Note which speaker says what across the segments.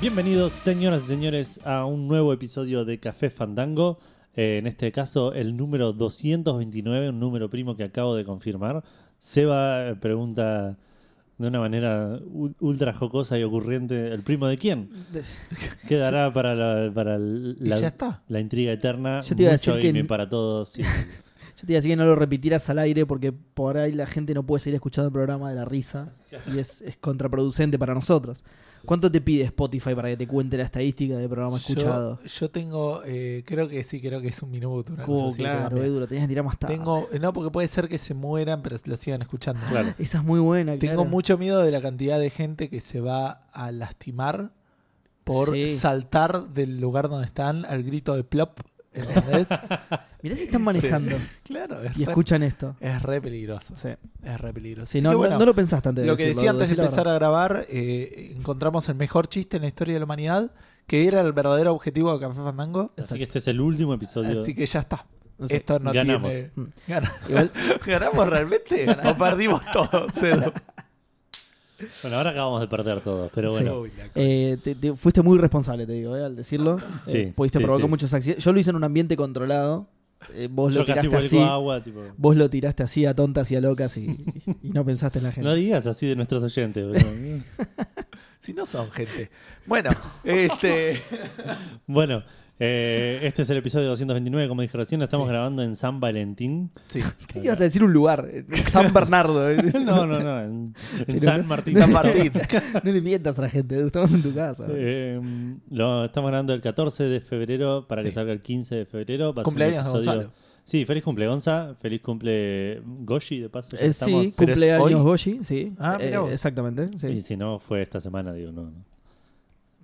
Speaker 1: Bienvenidos, señoras y señores, a un nuevo episodio de Café Fandango. Eh, en este caso, el número 229, un número primo que acabo de confirmar. Seba eh, pregunta de una manera u- ultra jocosa y ocurrente, ¿el primo de quién? Quedará para la, para el-
Speaker 2: Y
Speaker 1: la,
Speaker 2: ya está.
Speaker 1: la intriga eterna.
Speaker 3: Yo te iba a
Speaker 1: Mucho
Speaker 3: decir que
Speaker 1: gaming
Speaker 3: en-
Speaker 1: para todos. sí.
Speaker 3: Yo te decía que no lo repitieras al aire porque por ahí la gente no puede seguir escuchando el programa de la risa y es, es contraproducente para nosotros. ¿Cuánto te pide Spotify para que te cuente la estadística de programa escuchado?
Speaker 2: Yo, yo tengo, eh, creo que sí, creo que es un minuto. una cosa
Speaker 3: Oh,
Speaker 2: así,
Speaker 3: claro,
Speaker 2: creo.
Speaker 3: Edu, lo tenías que tirar más tarde.
Speaker 2: Tengo, no, porque puede ser que se mueran, pero lo sigan escuchando.
Speaker 1: Claro.
Speaker 3: Esa es muy buena.
Speaker 2: Tengo
Speaker 3: claro.
Speaker 2: mucho miedo de la cantidad de gente que se va a lastimar por
Speaker 3: Sí.
Speaker 2: saltar del lugar donde están al grito de plop. ¿Entendés?
Speaker 3: Mirá si están manejando
Speaker 2: claro, es
Speaker 3: y
Speaker 2: re,
Speaker 3: escuchan esto.
Speaker 2: es re peligroso.
Speaker 3: Sí.
Speaker 2: Es re peligroso.
Speaker 3: Sí,
Speaker 2: Así
Speaker 3: no,
Speaker 2: que
Speaker 3: no-
Speaker 2: bueno,
Speaker 3: no lo pensaste antes de
Speaker 2: Lo que
Speaker 3: decirlo,
Speaker 2: decía antes de
Speaker 3: decí la
Speaker 2: empezar
Speaker 3: verdad.
Speaker 2: a grabar, eh, encontramos el mejor chiste en la historia de la humanidad, que era el verdadero objetivo de Café Fandango.
Speaker 1: Así que este es el último episodio.
Speaker 2: Así que ya está.
Speaker 3: Sí.
Speaker 2: Esto no
Speaker 1: Ganamos.
Speaker 2: tiene.
Speaker 3: Mm.
Speaker 2: Gana-
Speaker 3: Igual-
Speaker 2: ¿Ganamos realmente? ¿O perdimos todo? Cedo.
Speaker 1: Bueno, ahora acabamos de perder todos, pero
Speaker 3: Sí.
Speaker 1: bueno.
Speaker 2: Uy, la co-
Speaker 3: Eh, te- te- fuiste muy responsable, te digo, eh, al decirlo.
Speaker 1: Sí,
Speaker 3: Eh, pudiste
Speaker 1: sí,
Speaker 3: provocar
Speaker 1: sí.
Speaker 3: muchos accidentes. Yo lo hice en un ambiente controlado. Eh, vos
Speaker 1: Yo
Speaker 3: lo
Speaker 1: casi
Speaker 3: tiraste
Speaker 1: vuelco
Speaker 3: así.
Speaker 1: agua, tipo.
Speaker 3: Vos lo tiraste así a tontas y a locas y, y no pensaste en la gente.
Speaker 1: No digas así de nuestros oyentes. boludo.
Speaker 2: Si no son gente. Bueno, este.
Speaker 1: Bueno, eh, este es el episodio 229, como dije recién, lo estamos
Speaker 2: Sí.
Speaker 1: grabando en San Valentín.
Speaker 2: Sí.
Speaker 3: ¿Qué ibas a decir un lugar? Eh, San Bernardo. eh.
Speaker 1: No, no, no, en, en
Speaker 3: Pero-
Speaker 1: San Martín.
Speaker 2: San Martín.
Speaker 3: No le mientas a la gente, estamos en tu casa.
Speaker 1: Eh, lo estamos grabando el 14 de febrero para que
Speaker 2: Sí.
Speaker 1: salga el 15 de febrero. Va a ser un
Speaker 2: Cumpleaños de
Speaker 1: episodio-
Speaker 2: Gonzalo.
Speaker 1: Sí, feliz cumple Gonza, feliz cumple Goshi, de paso. ya
Speaker 3: Eh,
Speaker 1: estamos-
Speaker 3: sí,
Speaker 2: Pero es hoy.
Speaker 3: cumpleaños Goshi, sí.
Speaker 2: Ah,
Speaker 3: Eh,
Speaker 2: mirá vos.
Speaker 3: exactamente. sí.
Speaker 1: Y si no, fue esta semana, digo, no. no.
Speaker 3: Eh,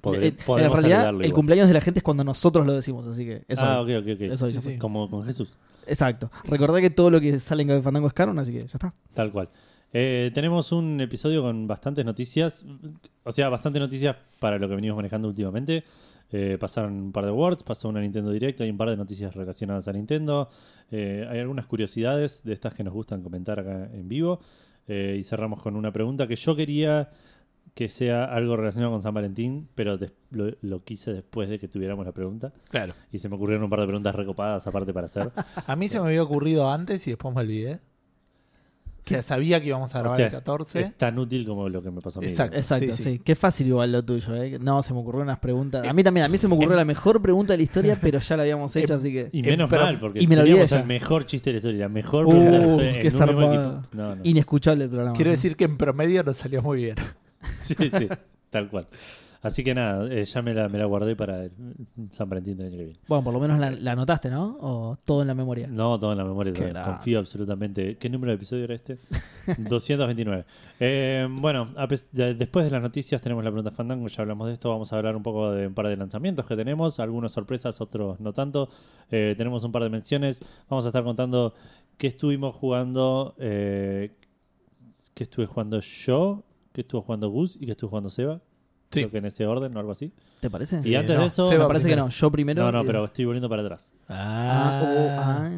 Speaker 1: Podre-
Speaker 3: en
Speaker 1: podemos
Speaker 3: realidad, el
Speaker 1: saludarlo igual.
Speaker 3: cumpleaños de la gente es cuando nosotros lo decimos, así que eso.
Speaker 1: Ah, ok, ok, ok.
Speaker 3: Eso
Speaker 2: Sí,
Speaker 3: ya
Speaker 2: sí.
Speaker 3: fue.
Speaker 1: Como con Jesús.
Speaker 3: Exacto. Recordá que todo lo que sale en Café Fandango es canon, así que ya está.
Speaker 1: Tal cual. Eh, tenemos un episodio con bastantes noticias. O sea, bastantes noticias para lo que venimos manejando últimamente. Eh, pasaron un par de awards, pasó una Nintendo Direct, hay un par de noticias relacionadas a Nintendo. Eh, hay algunas curiosidades de estas que nos gustan comentar acá en vivo. Eh, y cerramos con una pregunta que yo quería que sea algo relacionado con San Valentín, pero des- lo, lo quise después de que tuviéramos la pregunta.
Speaker 2: Claro.
Speaker 1: Y se me ocurrieron un par de preguntas recopadas aparte para hacer.
Speaker 2: A mí se me había ocurrido antes y después me olvidé. O sea, sabía que íbamos a grabar
Speaker 1: O sea,
Speaker 2: el 14.
Speaker 1: Es tan útil como lo que me pasó a mí.
Speaker 2: Exacto.
Speaker 3: Exacto,
Speaker 2: Sí,
Speaker 3: sí.
Speaker 2: sí.
Speaker 3: Qué fácil igual lo tuyo, ¿eh? No, se me ocurrieron unas preguntas. A mí también, a mí se me ocurrió la mejor pregunta de la historia, pero ya la habíamos hecho, así que.
Speaker 1: Y
Speaker 2: Eh,
Speaker 1: menos
Speaker 2: pero-
Speaker 1: mal, porque
Speaker 3: y me lo
Speaker 1: teníamos
Speaker 3: olvidé
Speaker 1: el
Speaker 3: ya.
Speaker 1: mejor chiste de la historia, la mejor
Speaker 3: Uh,
Speaker 1: pregunta de la historia en
Speaker 3: qué
Speaker 1: un mismo
Speaker 3: zarpado.
Speaker 1: equipo. No, no.
Speaker 3: Inescuchable el programa.
Speaker 2: Quiero
Speaker 3: sí.
Speaker 2: decir que en promedio nos salió muy bien.
Speaker 1: Sí, sí, tal cual. Así que nada, eh, ya me la, me la guardé para el San Valentín del año que viene.
Speaker 3: Bueno, por lo menos la, la anotaste, ¿no? O todo en la memoria.
Speaker 1: No, todo en la memoria,
Speaker 3: Qué
Speaker 1: todavía.
Speaker 3: grande.
Speaker 1: confío absolutamente. ¿Qué número de episodio era este? 229. Eh, bueno, a pes- de- después de las noticias tenemos la pregunta Fandango, ya hablamos de esto, vamos a hablar un poco de un par de lanzamientos que tenemos, algunos sorpresas, otros no tanto. Eh, tenemos un par de menciones, vamos a estar contando qué estuvimos jugando, eh, qué estuve jugando yo, qué estuvo jugando Gus y qué estuvo jugando Seba.
Speaker 2: Sí.
Speaker 1: Creo que en ese orden o algo así.
Speaker 3: ¿Te parece?
Speaker 1: Y
Speaker 2: Eh,
Speaker 1: antes
Speaker 2: no,
Speaker 1: de eso...
Speaker 2: Seba
Speaker 3: Me parece que
Speaker 2: primero.
Speaker 3: no. Yo primero.
Speaker 1: no, no,
Speaker 3: y-
Speaker 1: pero estoy volviendo para atrás.
Speaker 3: Ah, oh, ah.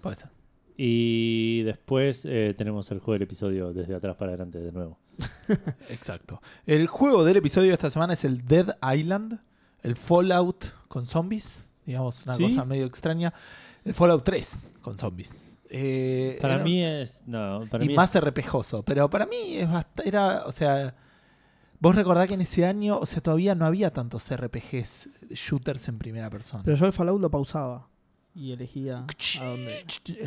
Speaker 2: Puede ser.
Speaker 1: Y después eh, tenemos el juego del episodio desde atrás para adelante de nuevo.
Speaker 2: Exacto. El juego del episodio de esta semana es el Dead Island, el Fallout con zombies, digamos, una
Speaker 1: ¿Sí?
Speaker 2: cosa medio extraña. El Fallout 3 con zombies. Eh,
Speaker 1: Para
Speaker 2: era-
Speaker 1: mí es. No, para
Speaker 2: y
Speaker 1: mí.
Speaker 2: más RPGoso, pero para mí es bast- era, o sea, vos recordás que en ese año, o sea, todavía no había tantos RPGs shooters en primera persona.
Speaker 3: Pero yo el Fallout lo pausaba y elegía a dónde.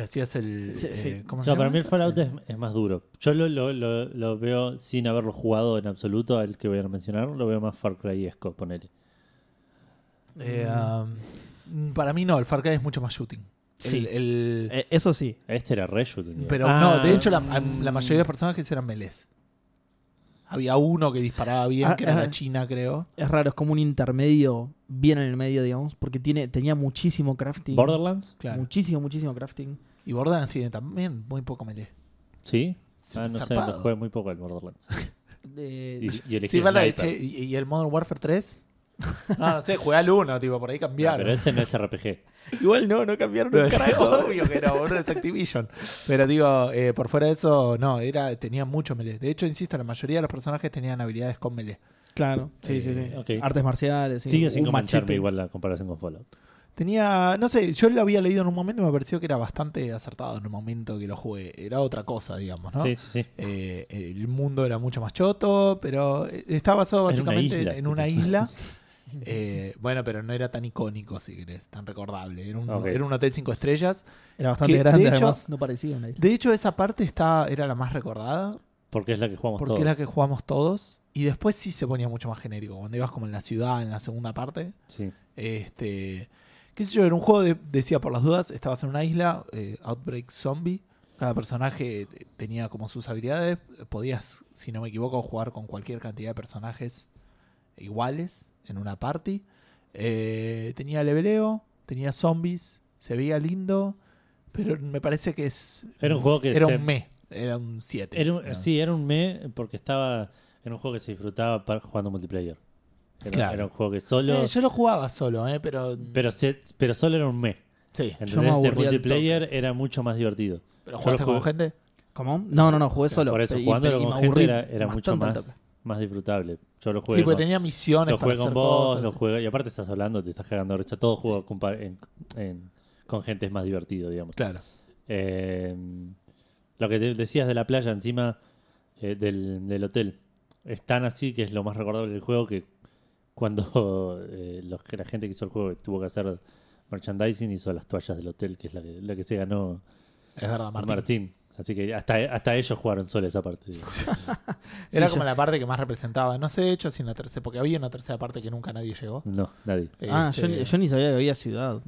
Speaker 2: Hacías el
Speaker 3: Sí, sí.
Speaker 2: eh,
Speaker 1: es-
Speaker 2: ¿cómo
Speaker 1: o
Speaker 2: se
Speaker 1: sea, para
Speaker 2: llama? Eh.
Speaker 1: mí el Fallout es, es más duro. Yo lo, lo- lo- lo veo sin haberlo jugado en absoluto, al que voy a mencionar, lo veo más Far Cry-esco, ponele.
Speaker 2: Eh, um, para mí no, el Far Cry es mucho más shooting.
Speaker 3: Sí.
Speaker 2: El- el-
Speaker 3: Eh, eso sí.
Speaker 1: Este era re shooting.
Speaker 2: Pero
Speaker 1: Ah,
Speaker 2: no, de hecho la,
Speaker 3: sí.
Speaker 2: la mayoría de los personajes eran melés. Había uno que disparaba bien,
Speaker 3: Ah,
Speaker 2: que era
Speaker 3: ah.
Speaker 2: la China, creo.
Speaker 3: Es raro, es como un intermedio bien en el medio, digamos, porque tiene, tenía muchísimo crafting.
Speaker 1: ¿Borderlands?
Speaker 2: Claro.
Speaker 3: Muchísimo, muchísimo crafting.
Speaker 2: Y Borderlands tiene también muy poco melee.
Speaker 1: Sí.
Speaker 2: Sí,
Speaker 1: Ah, no sé,
Speaker 2: zarpado.
Speaker 1: me jugué muy poco el Borderlands.
Speaker 3: Eh,
Speaker 1: Y, y elegí
Speaker 2: Sí,
Speaker 1: el
Speaker 2: vale,
Speaker 1: sniper.
Speaker 2: che, ¿y, y el Modern Warfare 3? No, no sé, Ah, jugué al 1, tipo, por ahí
Speaker 1: Ah, pero
Speaker 2: cambiaron.
Speaker 1: ese no es RPG.
Speaker 3: Igual no, no cambiaron el carajo.
Speaker 2: obvio que era, boludo, es Activision. Pero digo, eh, por fuera de eso, no, era tenía mucho melee. De hecho, insisto, la mayoría de los personajes tenían habilidades con melee.
Speaker 3: Claro, sí,
Speaker 1: Eh,
Speaker 3: sí, sí.
Speaker 1: ok.
Speaker 3: Artes marciales. sí,
Speaker 1: Sigue
Speaker 3: un
Speaker 1: sin comentarme
Speaker 3: machete.
Speaker 1: igual la comparación con Fallout.
Speaker 2: Tenía, no sé, yo lo había leído en un momento y me pareció que era bastante acertado en el momento que lo jugué. Era otra cosa, digamos, ¿no?
Speaker 1: Sí, sí, sí.
Speaker 2: Eh, el mundo era mucho más choto, pero eh, está basado
Speaker 1: En una
Speaker 2: básicamente en
Speaker 1: isla,
Speaker 2: en una
Speaker 1: tipo.
Speaker 2: isla. Eh, bueno, pero no era tan icónico, si querés, tan recordable. Era un,
Speaker 1: Ok.
Speaker 2: era un hotel cinco estrellas.
Speaker 3: Era bastante
Speaker 2: Que, de
Speaker 3: grande,
Speaker 2: hecho-
Speaker 3: además no parecía una isla.
Speaker 2: De hecho, esa parte está, era la más recordada,
Speaker 1: Porque es la que jugamos
Speaker 2: porque
Speaker 1: todos.
Speaker 2: es la que jugamos todos. Y después sí se ponía mucho más genérico. Cuando ibas como en la ciudad, en la segunda parte,
Speaker 1: Sí.
Speaker 2: Este, qué sé yo, era un juego, de- decía por las dudas, estabas en una isla, eh, Outbreak Zombie. Cada personaje eh, tenía como sus habilidades. Podías, si no me equivoco, jugar con cualquier cantidad de personajes iguales en una party. Eh, tenía leveleo, tenía zombies, se veía lindo, pero me parece que es...
Speaker 1: Era un juego que
Speaker 2: Era
Speaker 1: se-
Speaker 2: un me, era un 7.
Speaker 1: Era un- sí, era un me porque estaba en un juego que se disfrutaba para- jugando multiplayer. Era,
Speaker 2: Claro.
Speaker 1: era un juego que solo.
Speaker 2: Eh, yo lo jugaba solo, eh, pero...
Speaker 1: pero, se- pero solo era un me.
Speaker 2: sí,
Speaker 1: ¿entendés?
Speaker 3: Yo me aburrí
Speaker 1: De
Speaker 3: al
Speaker 1: multiplayer era mucho más divertido.
Speaker 2: pero
Speaker 1: yo
Speaker 2: jugaste
Speaker 1: lo
Speaker 2: con
Speaker 1: jugué-
Speaker 2: gente.
Speaker 3: ¿Cómo? No, no, no, jugué solo.
Speaker 1: Por eso,
Speaker 3: pero- y-
Speaker 1: jugándolo
Speaker 3: y me
Speaker 1: con gente
Speaker 3: aburrí
Speaker 1: era, era mucho
Speaker 3: bastante al
Speaker 1: más, más disfrutable. Yo lo jugué
Speaker 2: Sí, porque
Speaker 1: con-
Speaker 2: tenía misiones
Speaker 1: Lo
Speaker 2: para
Speaker 1: jugué con
Speaker 2: hacer
Speaker 1: vos,
Speaker 2: cosas.
Speaker 1: lo jugué. Y aparte estás hablando, te estás cagando de risa. Todo juego con pa- en- en- con gente es más divertido, digamos.
Speaker 2: Claro.
Speaker 1: Eh, lo que te- decías de la playa encima eh, del, del hotel. Es tan así que es lo más recordable del juego que cuando eh, los que- la gente que hizo el juego tuvo que hacer merchandising hizo las toallas del hotel, que es la que, la que se ganó
Speaker 2: Es verdad, Martín.
Speaker 1: Martín. Así que hasta, hasta ellos jugaron solo esa parte. digamos.
Speaker 2: Era
Speaker 3: Sí,
Speaker 2: como
Speaker 3: yo-
Speaker 2: la parte que más representaba. No sé, de hecho, si en la tercera, porque había una tercera parte que nunca nadie llegó.
Speaker 1: No, nadie.
Speaker 3: Ah, yo,
Speaker 2: Este,
Speaker 3: ni- yo ni sabía que había ciudad.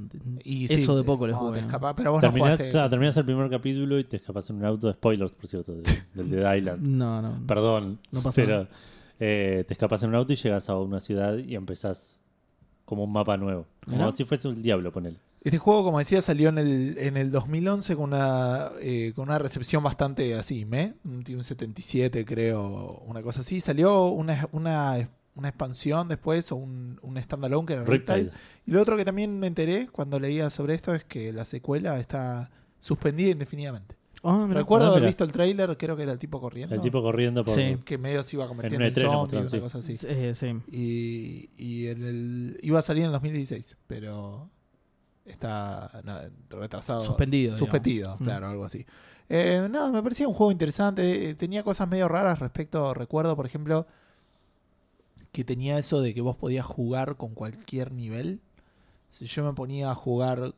Speaker 2: y
Speaker 3: Eso
Speaker 2: sí,
Speaker 3: de poco
Speaker 2: eh,
Speaker 3: le
Speaker 2: cuando
Speaker 3: jugué.
Speaker 2: te
Speaker 3: ¿no?
Speaker 2: escapás, pero vos
Speaker 1: Terminás-
Speaker 2: no jugaste.
Speaker 1: claro, terminás el primer capítulo y te escapas en un auto. Spoilers, por cierto, de- del Dead Island.
Speaker 3: No, no.
Speaker 1: Perdón.
Speaker 3: No pasa
Speaker 1: Pero
Speaker 3: nada.
Speaker 1: eh, te escapas en un auto y llegas a una ciudad y empezás como un mapa nuevo. Como
Speaker 3: Mirá.
Speaker 1: si fuese un diablo, ponele.
Speaker 2: Este juego, como decía, salió en el, en el 2011 con una, eh, con una recepción bastante así, ¿me? Un un 77, creo, una cosa así. Salió una, una, una expansión después o un, un standalone que era Riptide.
Speaker 1: Riptide.
Speaker 2: Y lo otro que también me enteré cuando leía sobre esto es que la secuela está suspendida indefinidamente.
Speaker 3: Ah, mirá.
Speaker 2: Recuerdo
Speaker 1: Ah,
Speaker 2: haber
Speaker 1: mira.
Speaker 2: visto el tráiler, creo que era el tipo corriendo.
Speaker 1: El tipo corriendo por...
Speaker 3: Sí.
Speaker 2: que medio se iba
Speaker 1: En
Speaker 2: convirtiendo
Speaker 1: un
Speaker 2: en,
Speaker 1: E3 lo
Speaker 2: zombie, una
Speaker 1: mostraron,
Speaker 2: cosa así.
Speaker 3: Eh, sí.
Speaker 2: Y, y en el, iba a salir en 2016, pero está no, retrasado.
Speaker 3: Suspendido, digamos.
Speaker 2: Suspendido,
Speaker 3: Mm.
Speaker 2: claro, algo así. Eh, no, me parecía un juego interesante. Eh, Tenía cosas medio raras respecto, recuerdo, por ejemplo, que tenía eso de que vos podías jugar con cualquier nivel. Si yo me ponía a jugar,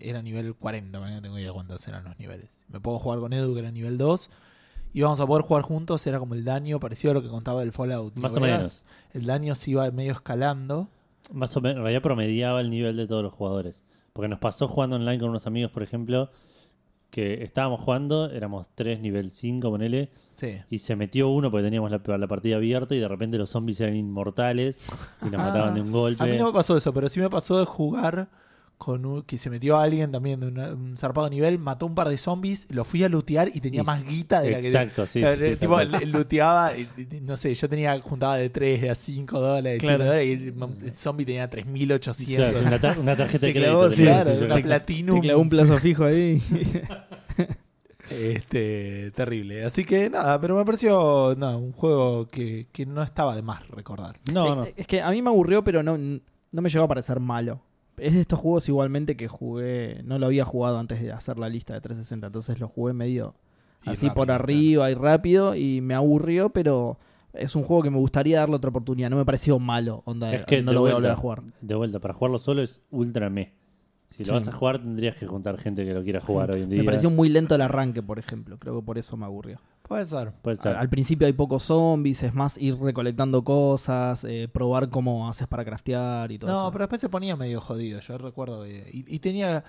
Speaker 2: era nivel 40, porque no tengo idea cuántos eran los niveles. Me puedo jugar con Edu, que era nivel 2. Y vamos a poder jugar juntos, era como el daño parecido a lo que contaba del Fallout. ¿te
Speaker 1: Más o
Speaker 2: acordás?
Speaker 1: menos.
Speaker 2: El daño se iba medio escalando.
Speaker 1: Más o menos. En realidad promediaba el nivel de todos los jugadores. Porque nos pasó jugando online con unos amigos, por ejemplo, que estábamos jugando, éramos tres nivel 5, ponele,
Speaker 2: Sí.
Speaker 1: y se metió uno porque teníamos la, la partida abierta y de repente los zombies eran inmortales y nos
Speaker 2: Ah.
Speaker 1: mataban de un golpe.
Speaker 2: A mí no me pasó eso, pero sí me pasó de jugar con un, que se metió alguien también de una- un zarpado nivel, mató un par de zombies, lo fui a lootear y tenía
Speaker 1: Y-
Speaker 2: más guita de la que
Speaker 1: Exacto, sí.
Speaker 2: Eh,
Speaker 1: sí, sí,
Speaker 2: tipo,
Speaker 1: tal cual.
Speaker 2: l- looteaba, y- y- no sé, yo tenía juntaba de 3, de a 5 dólares, de 5
Speaker 3: Claro.
Speaker 2: dólares, y el, mon- el zombie tenía
Speaker 1: Mm. Claro,
Speaker 2: 3.800.
Speaker 1: una, tar- una tarjeta de
Speaker 3: Te
Speaker 1: crédito.
Speaker 3: clavó, sí,
Speaker 1: tenía que
Speaker 2: Claro,
Speaker 1: decir,
Speaker 2: una
Speaker 1: yo.
Speaker 2: platinum.
Speaker 3: Te clavó un plazo fijo ahí.
Speaker 2: Este, terrible. Así que nada, pero me pareció nada, un juego que, que no estaba de más recordar.
Speaker 1: No,
Speaker 3: Eh,
Speaker 1: no.
Speaker 3: eh, Es que a mí me aburrió, pero no, no me llegó a parecer malo. Es de estos juegos igualmente que jugué, no lo había jugado antes de hacer la lista de 360, entonces lo jugué medio
Speaker 2: Y
Speaker 3: así por
Speaker 2: rápido,
Speaker 3: arriba y rápido y me aburrió, pero es un juego que me gustaría darle otra oportunidad, no me pareció malo, onda,
Speaker 1: Es que
Speaker 3: Eh, no
Speaker 1: de
Speaker 3: lo voy a
Speaker 1: vuelta.
Speaker 3: volver a jugar.
Speaker 1: De vuelta, para jugarlo solo es ultra me. Si lo
Speaker 3: Sí.
Speaker 1: vas a jugar, tendrías que juntar gente que lo quiera jugar hoy en día.
Speaker 3: Me pareció muy lento el arranque, por ejemplo, creo que por eso me aburrió.
Speaker 2: Puede ser.
Speaker 1: Puede ser.
Speaker 3: Al, al principio hay pocos zombies, es más ir recolectando cosas, eh, probar cómo haces para craftear y todo
Speaker 2: No,
Speaker 3: eso.
Speaker 2: pero después se ponía medio jodido, yo recuerdo. eh, Y, y tenía,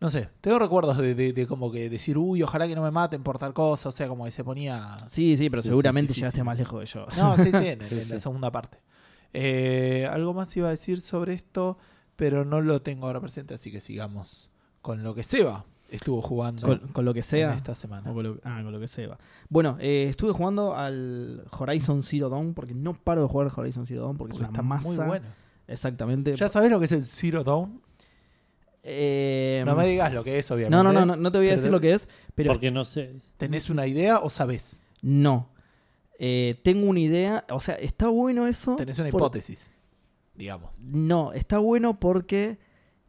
Speaker 2: no sé, tengo recuerdos de, de- de como que decir, uy, ojalá que no me maten por tal cosa, o sea, como que se ponía...
Speaker 3: Sí, sí, pero
Speaker 1: Sí, sí,
Speaker 3: seguramente
Speaker 2: difícil.
Speaker 3: llegaste más lejos de yo.
Speaker 2: No, sí, sí, en, en
Speaker 1: Sí,
Speaker 2: la
Speaker 1: sí.
Speaker 2: segunda parte. Eh, algo más iba a decir sobre esto, pero no lo tengo ahora presente, así que sigamos con lo que Seba estuvo jugando
Speaker 3: Con, con lo que
Speaker 2: en
Speaker 3: sea.
Speaker 2: esta semana.
Speaker 3: O con lo- ah, con lo que sea. Bueno, eh, estuve jugando al Horizon Zero Dawn porque no paro de jugar al Horizon Zero Dawn porque,
Speaker 2: Porque
Speaker 3: es una
Speaker 2: está
Speaker 3: masa. Eh,
Speaker 2: muy bueno.
Speaker 3: Exactamente.
Speaker 2: ¿Ya sabes lo que es el Zero Dawn?
Speaker 3: Eh,
Speaker 2: No me digas lo que es, obviamente.
Speaker 3: no, no, no, no, no te voy a
Speaker 2: Pero-
Speaker 3: decir lo que es, pero
Speaker 1: Porque no sé.
Speaker 2: ¿Tenés una idea o sabés?
Speaker 3: no. Eh, tengo una idea, o sea, está bueno eso.
Speaker 2: Tenés una
Speaker 3: por-
Speaker 2: hipótesis, digamos.
Speaker 3: No, está bueno porque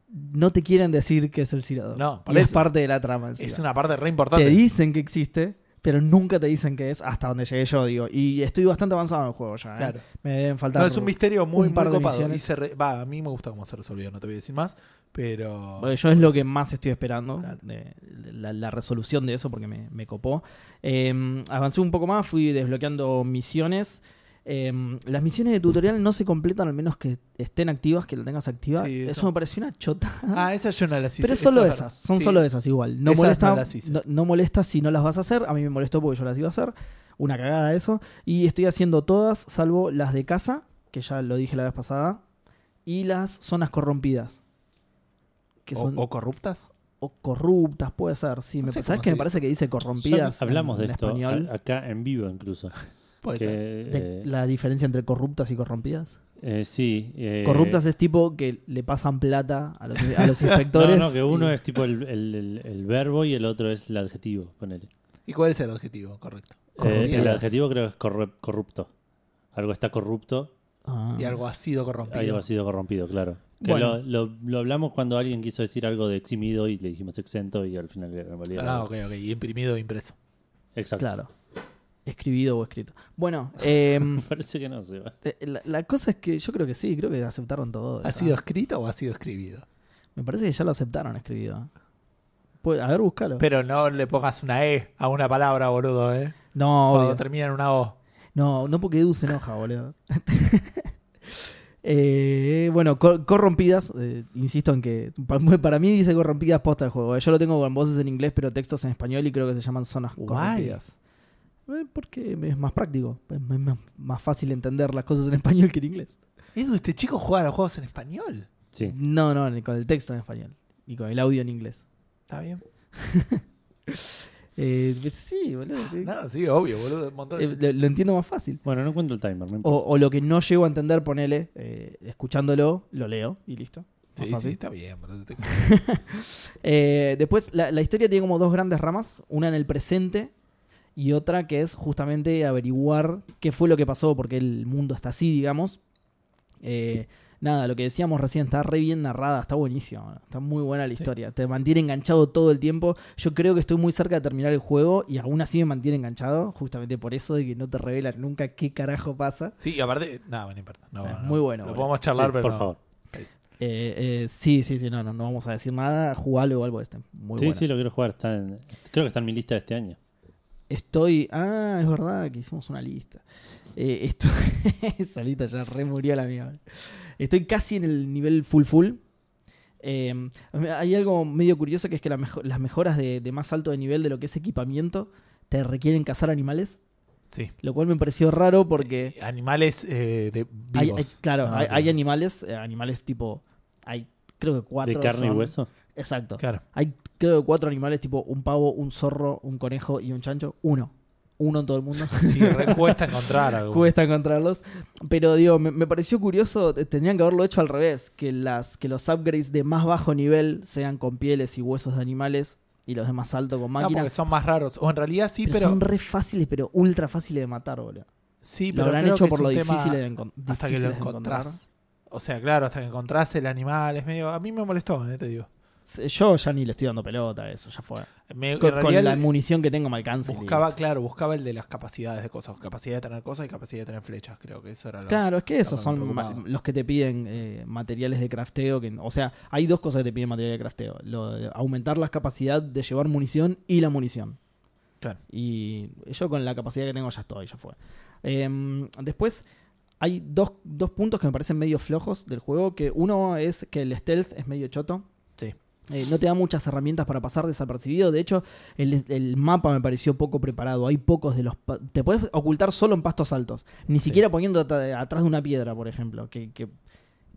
Speaker 3: no te quieren decir que es el cirador.
Speaker 2: No, por
Speaker 3: Y es
Speaker 2: eso.
Speaker 3: parte de la trama. encima.
Speaker 2: Es una parte re
Speaker 3: Te
Speaker 2: importante.
Speaker 3: dicen que existe, pero nunca te dicen que es hasta donde llegué yo, digo. Y estoy bastante avanzado en el juego ya. ¿eh?
Speaker 2: Claro.
Speaker 3: Me deben faltar.
Speaker 2: No, es un misterio muy,
Speaker 3: un par de
Speaker 2: muy copado.
Speaker 3: misiones.
Speaker 2: Y se re- va, a mí me gusta cómo se resolvió, no te voy a decir más, pero...
Speaker 3: Porque Eh, yo es lo que más estoy esperando,
Speaker 2: Claro.
Speaker 3: de- la, la resolución de eso, porque me, me copó. Eh, avancé un poco más, fui desbloqueando misiones. Eh, las misiones de tutorial no se completan al menos que estén activas, que la tengas activa.
Speaker 2: Sí,
Speaker 3: eso.
Speaker 2: eso
Speaker 3: me pareció una chota.
Speaker 2: Ah, esas yo no las hice.
Speaker 3: Pero es solo
Speaker 2: es
Speaker 3: esas, son
Speaker 2: sí.
Speaker 3: solo esas igual. No
Speaker 2: Esas no
Speaker 3: molesta,
Speaker 2: las hice.
Speaker 3: no, no molesta si no las vas a hacer. A mí me molestó porque yo las iba a hacer. Una cagada eso. Y estoy haciendo todas, salvo las de casa, que ya lo dije la vez pasada, y las zonas corrompidas. Que
Speaker 2: O,
Speaker 3: son
Speaker 2: o corruptas.
Speaker 3: o corruptas, puede ser. Sí,
Speaker 2: No
Speaker 3: me,
Speaker 2: sé
Speaker 3: ¿Sabes
Speaker 2: cómo
Speaker 3: que
Speaker 2: se
Speaker 3: me parece que dice corrompidas?
Speaker 1: Ya hablamos
Speaker 3: en-
Speaker 1: de
Speaker 3: en
Speaker 1: esto
Speaker 3: español.
Speaker 1: a- acá en vivo incluso.
Speaker 2: Puede
Speaker 1: Que,
Speaker 2: ser.
Speaker 3: De-
Speaker 1: eh,
Speaker 3: la diferencia entre corruptas y corrompidas.
Speaker 1: eh, sí. eh,
Speaker 3: corruptas es tipo que le pasan plata a los, a los
Speaker 1: No,
Speaker 3: inspectores.
Speaker 1: no, que uno
Speaker 3: y-
Speaker 1: es tipo el, el- el- el verbo y el otro es el adjetivo, ponele.
Speaker 2: ¿Y cuál es el objetivo? Correcto.
Speaker 1: Eh, el
Speaker 2: Corrompidas.
Speaker 1: adjetivo creo que es corru- corrupto. Algo está corrupto,
Speaker 3: Ah.
Speaker 2: Y algo ha sido corrompido.
Speaker 1: algo ha sido corrompido, claro. Que
Speaker 3: Bueno.
Speaker 1: lo, lo- lo hablamos cuando alguien quiso decir algo de eximido y le dijimos exento y al final era en realidad.
Speaker 2: Ah, ok, ok. Y imprimido e impreso.
Speaker 1: Exacto.
Speaker 3: Claro. Escribido o escrito. Bueno, eh,
Speaker 1: Parece que no se va.
Speaker 3: eh, la, la cosa es que yo creo que sí, creo que aceptaron todo.
Speaker 2: ¿Ha
Speaker 3: ya.
Speaker 2: sido escrito o ha sido escribido?
Speaker 3: Me parece que ya lo aceptaron escribido. Pues, a ver, búscalo.
Speaker 2: Pero no le pongas una E a una palabra, boludo, ¿eh?
Speaker 3: no,
Speaker 2: Cuando
Speaker 3: obvio.
Speaker 2: termina en una O.
Speaker 3: No, no porque Edu se enoja, boludo. Eh, bueno, cor- corrompidas, eh, insisto en que pa- para, mí dice corrompidas posta el juego. eh. Yo lo tengo con voces en inglés, pero textos en español y creo que se llaman zonas
Speaker 2: Guay.
Speaker 3: corrompidas. Eh, porque es más práctico, es m- más, más fácil entender las cosas en español que en inglés.
Speaker 2: Edu, este chico juega a los juegos en español.
Speaker 1: Sí.
Speaker 3: No, no, ni con el texto en español y con el audio en inglés.
Speaker 2: Está bien.
Speaker 3: Eh, pues sí, boludo. eh,
Speaker 2: Ah, No, sí, obvio, boludo. Un montón de-
Speaker 3: eh, lo- lo entiendo más fácil.
Speaker 1: Bueno, no encuentro el timer. no importa.
Speaker 3: O, o lo que no llego a entender, ponele, eh, escuchándolo, lo leo y listo. Más
Speaker 2: Sí, sí,
Speaker 3: fácil.
Speaker 2: está bien, boludo. Te-
Speaker 3: Eh, después, la, la historia tiene como dos grandes ramas, una en el presente y otra que es justamente averiguar qué fue lo que pasó, porque el mundo está así, digamos. Eh, nada, lo que decíamos recién, está re bien narrada, está buenísima, está muy buena la historia, te mantiene enganchado todo el tiempo. Yo creo que estoy muy cerca de terminar el juego y aún así me mantiene enganchado, justamente por eso de que no te revelan nunca qué carajo pasa.
Speaker 2: Sí, y aparte, nada, no importa. No,
Speaker 3: Es
Speaker 2: no.
Speaker 3: muy bueno,
Speaker 2: Lo
Speaker 3: boludo.
Speaker 2: podemos charlar,
Speaker 1: Sí,
Speaker 2: pero.
Speaker 1: por
Speaker 2: no.
Speaker 1: favor.
Speaker 2: Es-
Speaker 3: Eh, eh, sí, sí, sí, no, no, no vamos a decir nada, jugalo igual porque está muy
Speaker 1: sí,
Speaker 3: buena.
Speaker 1: sí, lo quiero jugar. Está en- creo que está en mi lista de este año.
Speaker 3: Estoy. Ah, es verdad que hicimos una lista. Eh, estoy. Solita ya re murió la mía. Estoy casi en el nivel full full. Eh, hay algo medio curioso que es que la mejo- las mejoras de, de más alto de nivel de lo que es equipamiento te requieren cazar animales,
Speaker 2: Sí.
Speaker 3: lo cual me pareció raro
Speaker 1: eh,
Speaker 3: porque.
Speaker 2: Animales eh, de
Speaker 3: hay-
Speaker 2: vivos.
Speaker 3: hay- claro,
Speaker 1: Ah,
Speaker 2: No,
Speaker 3: hay,
Speaker 2: no,
Speaker 3: hay
Speaker 2: no.
Speaker 3: animales, eh, animales tipo. Hay creo que cuatro.
Speaker 1: ¿De carne y
Speaker 3: son-
Speaker 1: hueso?
Speaker 3: Exacto.
Speaker 2: Claro.
Speaker 3: Hay creo que cuatro animales tipo un pavo, un zorro, un conejo y un chancho. Uno. Uno en todo el mundo.
Speaker 2: Sí, re cuesta encontrar algo.
Speaker 3: cuesta encontrarlos. Pero digo, me, me pareció curioso, eh, tendrían que haberlo hecho al revés, que, las, que los upgrades de más bajo nivel sean con pieles y huesos de animales y los de más alto con
Speaker 2: No, porque
Speaker 3: máquinas.
Speaker 2: son más raros. O en realidad sí,
Speaker 3: pero,
Speaker 2: pero.
Speaker 3: son re fáciles, pero ultra fáciles de matar, boludo.
Speaker 2: Sí,
Speaker 3: Lo
Speaker 2: pero
Speaker 3: habrán
Speaker 2: creo
Speaker 3: hecho
Speaker 2: que
Speaker 3: por
Speaker 2: es
Speaker 3: lo
Speaker 2: un tema
Speaker 3: difícil de, encon-
Speaker 2: Hasta que lo
Speaker 3: difíciles de encontrar.
Speaker 2: encontrás. O sea, claro, hasta que encontrás el animal es medio. A mí me molestó, eh, te digo.
Speaker 3: Se- Yo ya ni le estoy dando pelota a eso, ya fue.
Speaker 2: Me,
Speaker 3: Con,
Speaker 2: en
Speaker 3: con
Speaker 2: realidad
Speaker 3: la munición que tengo me alcanza. y
Speaker 2: buscaba, claro, buscaba el de las capacidades de cosas. Capacidad de tener cosas y capacidad de tener flechas, creo que eso era lo.
Speaker 3: Claro, es que esos
Speaker 2: Estaba
Speaker 3: son ma-
Speaker 2: preocupado.
Speaker 3: los que te piden eh, materiales de crafteo. Que, o sea, hay dos cosas que te piden material de crafteo. Lo de aumentar la capacidad de llevar munición y la munición.
Speaker 2: Claro.
Speaker 3: Y yo con la capacidad que tengo ya estoy, ya fue. Em, después hay dos, dos puntos que me parecen medio flojos del juego. Que uno es que el stealth es medio choto.
Speaker 2: Sí.
Speaker 3: Eh, no te da muchas herramientas para pasar desapercibido. De hecho, el, el mapa me pareció poco preparado. Hay pocos de los. pa- Te puedes ocultar solo en pastos altos. Ni siquiera poniéndote at- atrás de una piedra, por ejemplo. Que, que,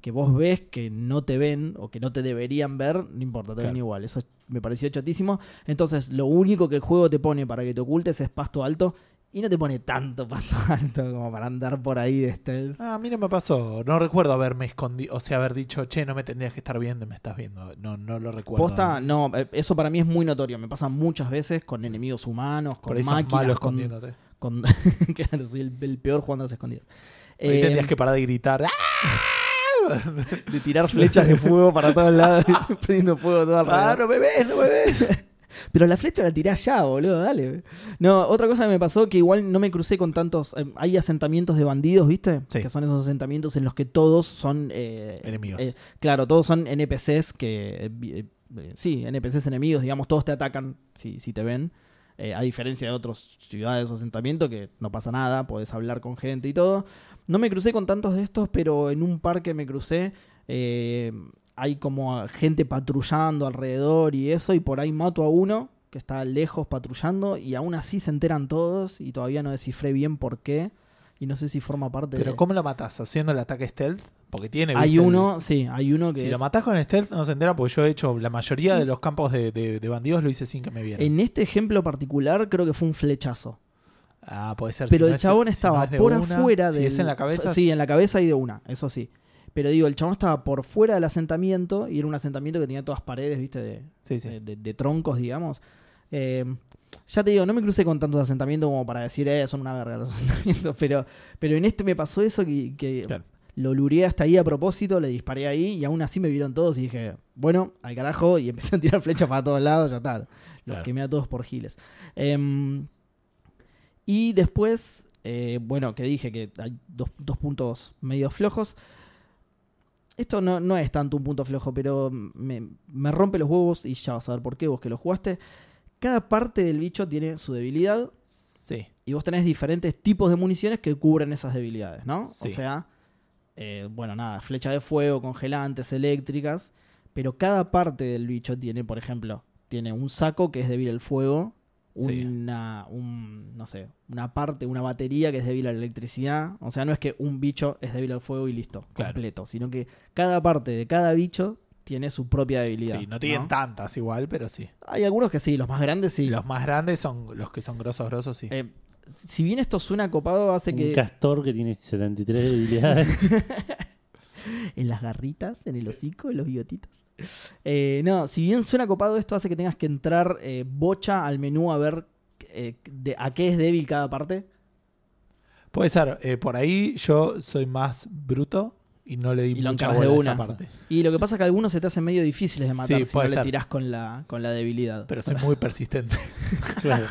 Speaker 3: que vos ves que no te ven o que no te deberían ver, no importa, te ven
Speaker 2: Claro.
Speaker 3: igual. Eso me pareció chatísimo. Entonces, lo único que el juego te pone para que te ocultes es pasto alto. Y no te pone tanto pasto alto como para andar por ahí de stealth.
Speaker 2: Ah, a mí no me pasó. No recuerdo haberme escondido. O sea, haber dicho, che, no me tendrías que estar viendo y me estás viendo. No, no lo recuerdo.
Speaker 3: Posta, no, eh, eso para mí es muy notorio. Me pasa muchas veces con enemigos humanos, con
Speaker 2: Por ahí sos
Speaker 3: máquinas,
Speaker 2: malo
Speaker 3: con,
Speaker 2: escondiéndote.
Speaker 3: Con... claro, soy el, el peor jugando a las escondidas.
Speaker 2: Ahí
Speaker 3: Eh,
Speaker 2: tendrías que parar de gritar. ¡Ah!
Speaker 3: de tirar flechas de fuego para todos lados, prendiendo fuego a todo alrededor.
Speaker 2: ¡Ah, no me ves, no me ves!
Speaker 3: Pero la flecha la tiré allá, boludo, dale. No, otra cosa que me pasó que igual no me crucé con tantos. eh, Hay asentamientos de bandidos, ¿viste?
Speaker 2: Sí.
Speaker 3: Que son esos asentamientos en los que todos son. eh,
Speaker 2: Enemigos.
Speaker 3: eh, claro, todos son NPCs que. eh, vi- eh, eh, sí, NPCs enemigos, digamos, todos te atacan si, si te ven. Eh, a diferencia de otras ciudades o asentamientos que no pasa nada, podés hablar con gente y todo. No me crucé con tantos de estos, pero en un parque me crucé. eh, hay como gente patrullando alrededor y eso, y por ahí mato a uno que está lejos patrullando, y aún así se enteran todos, y todavía no descifré bien por qué, y no sé si forma parte
Speaker 2: Pero
Speaker 3: de...
Speaker 2: ¿cómo lo matas? ¿Haciendo el ataque stealth? Porque tiene.
Speaker 3: hay
Speaker 2: ¿viste? el-
Speaker 3: uno, sí, hay uno que...
Speaker 2: Si
Speaker 3: es-
Speaker 2: lo matás con stealth, no se enteran porque yo he hecho la mayoría de los campos de, de- de bandidos lo hice sin que me vieran.
Speaker 3: en este ejemplo particular creo que fue un flechazo.
Speaker 2: Ah, puede ser.
Speaker 3: Pero
Speaker 2: si no
Speaker 3: el
Speaker 2: es- si
Speaker 3: chabón
Speaker 2: no
Speaker 3: estaba
Speaker 2: es de
Speaker 3: por
Speaker 2: una,
Speaker 3: afuera de.
Speaker 2: Si es en la cabeza.
Speaker 3: Sí, en la cabeza y de una, eso sí. Pero digo, el chabón estaba por fuera del asentamiento y era un asentamiento que tenía todas paredes, viste, de,
Speaker 2: Sí, sí.
Speaker 3: de- de- de troncos, digamos. Eh, ya te digo, no me crucé con tantos asentamientos como para decir, eh, son una verga los asentamientos, pero, pero en este me pasó eso que, que
Speaker 2: Claro.
Speaker 3: lo lureé hasta ahí a propósito, le disparé ahí y aún así me vieron todos y dije, bueno, al carajo, y empecé a tirar flechas para todos lados, ya tal. Los
Speaker 2: Claro.
Speaker 3: quemé a todos por giles. Em, y después, eh, bueno, que dije que hay dos, dos puntos medio flojos. Esto no, no es tanto un punto flojo, pero me, me rompe los huevos y ya vas a ver por qué vos que lo jugaste. Cada parte del bicho tiene su debilidad
Speaker 2: Sí.
Speaker 3: y vos tenés diferentes tipos de municiones que cubren esas debilidades, ¿no? O
Speaker 2: Sí.
Speaker 3: sea, eh, bueno, nada, flecha de fuego, congelantes, eléctricas, pero cada parte del bicho tiene, por ejemplo, tiene un saco que es débil al fuego,
Speaker 2: Sí.
Speaker 3: una, un, no sé, una parte, una batería que es débil a la electricidad, o sea, no es que un bicho es débil al fuego y listo,
Speaker 2: Claro.
Speaker 3: completo, sino que cada parte de cada bicho tiene su propia debilidad.
Speaker 2: Sí, no tienen tantas igual, pero sí.
Speaker 3: Hay algunos que sí, los más grandes sí.
Speaker 2: Los más grandes son los que son grosos, grosos, sí.
Speaker 3: Eh, si bien esto suena copado, hace
Speaker 1: Un
Speaker 3: que...
Speaker 1: castor que tiene 73 debilidades.
Speaker 3: en las garritas, en el hocico, en los bigotitos. Eh, no, si bien suena copado, esto hace que tengas que entrar eh, bocha al menú a ver eh, de- a qué es débil cada parte.
Speaker 2: Puede ser. eh, por ahí yo soy más bruto y no le di
Speaker 3: Y lo
Speaker 2: mucha
Speaker 3: encarás de
Speaker 2: bola a
Speaker 3: una.
Speaker 2: esa parte.
Speaker 3: Y lo que pasa es que algunos se te hacen medio difíciles de matar
Speaker 2: Sí,
Speaker 3: si no
Speaker 2: puede
Speaker 3: le
Speaker 2: ser.
Speaker 3: tirás con la, con la debilidad.
Speaker 2: Pero soy muy persistente.
Speaker 1: Claro.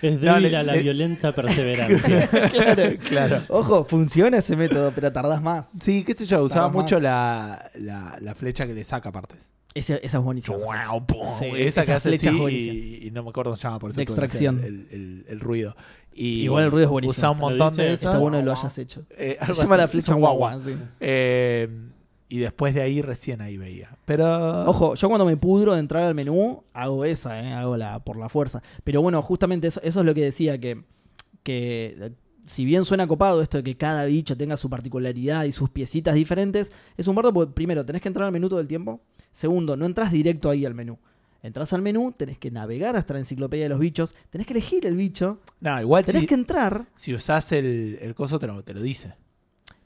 Speaker 1: Es débil
Speaker 2: No, le-
Speaker 1: a la
Speaker 2: le-
Speaker 1: violenta perseverancia.
Speaker 3: claro.
Speaker 2: claro.
Speaker 3: Ojo, funciona ese método, pero tardás más.
Speaker 2: Sí, qué sé yo, usaba
Speaker 3: Tardás
Speaker 2: mucho
Speaker 3: más.
Speaker 2: la, la, la flecha que le saca partes.
Speaker 3: Ese, esa es buenísima. esa flecha.
Speaker 2: Guau, pum,
Speaker 3: Sí,
Speaker 2: esa que
Speaker 3: esa
Speaker 2: hace
Speaker 3: flecha
Speaker 2: así
Speaker 3: es buenísima.
Speaker 2: y, y no me acuerdo cómo se llama, por eso
Speaker 3: De
Speaker 2: tuve que hacer
Speaker 3: extracción.
Speaker 2: El, el- el ruido. Y
Speaker 3: Igual el ruido es buenísimo.
Speaker 2: Usaba un
Speaker 1: Pero
Speaker 2: montón
Speaker 1: dice
Speaker 2: de
Speaker 1: que
Speaker 2: esas.
Speaker 3: Está bueno que lo hayas hecho.
Speaker 2: Eh,
Speaker 3: Se
Speaker 2: algo
Speaker 3: llama
Speaker 2: así,
Speaker 3: la flecha
Speaker 2: son
Speaker 3: guagua. sí.
Speaker 2: Eh, y después de ahí recién ahí veía. Pero.
Speaker 3: Ojo, yo cuando me pudro de entrar al menú, hago esa, ¿eh? hago la por la fuerza. Pero bueno, justamente eso, eso es lo que decía, que, que eh, si bien suena copado esto de que cada bicho tenga su particularidad y sus piecitas diferentes, es un bardo porque primero, tenés que entrar al menú todo el tiempo. Segundo, no entras directo ahí al menú. Entras al menú, tenés que navegar hasta la enciclopedia de los bichos, tenés que elegir el bicho,
Speaker 2: No, igual
Speaker 3: tenés
Speaker 2: si,
Speaker 3: que entrar.
Speaker 2: si usás el, el coso te lo, te lo dice.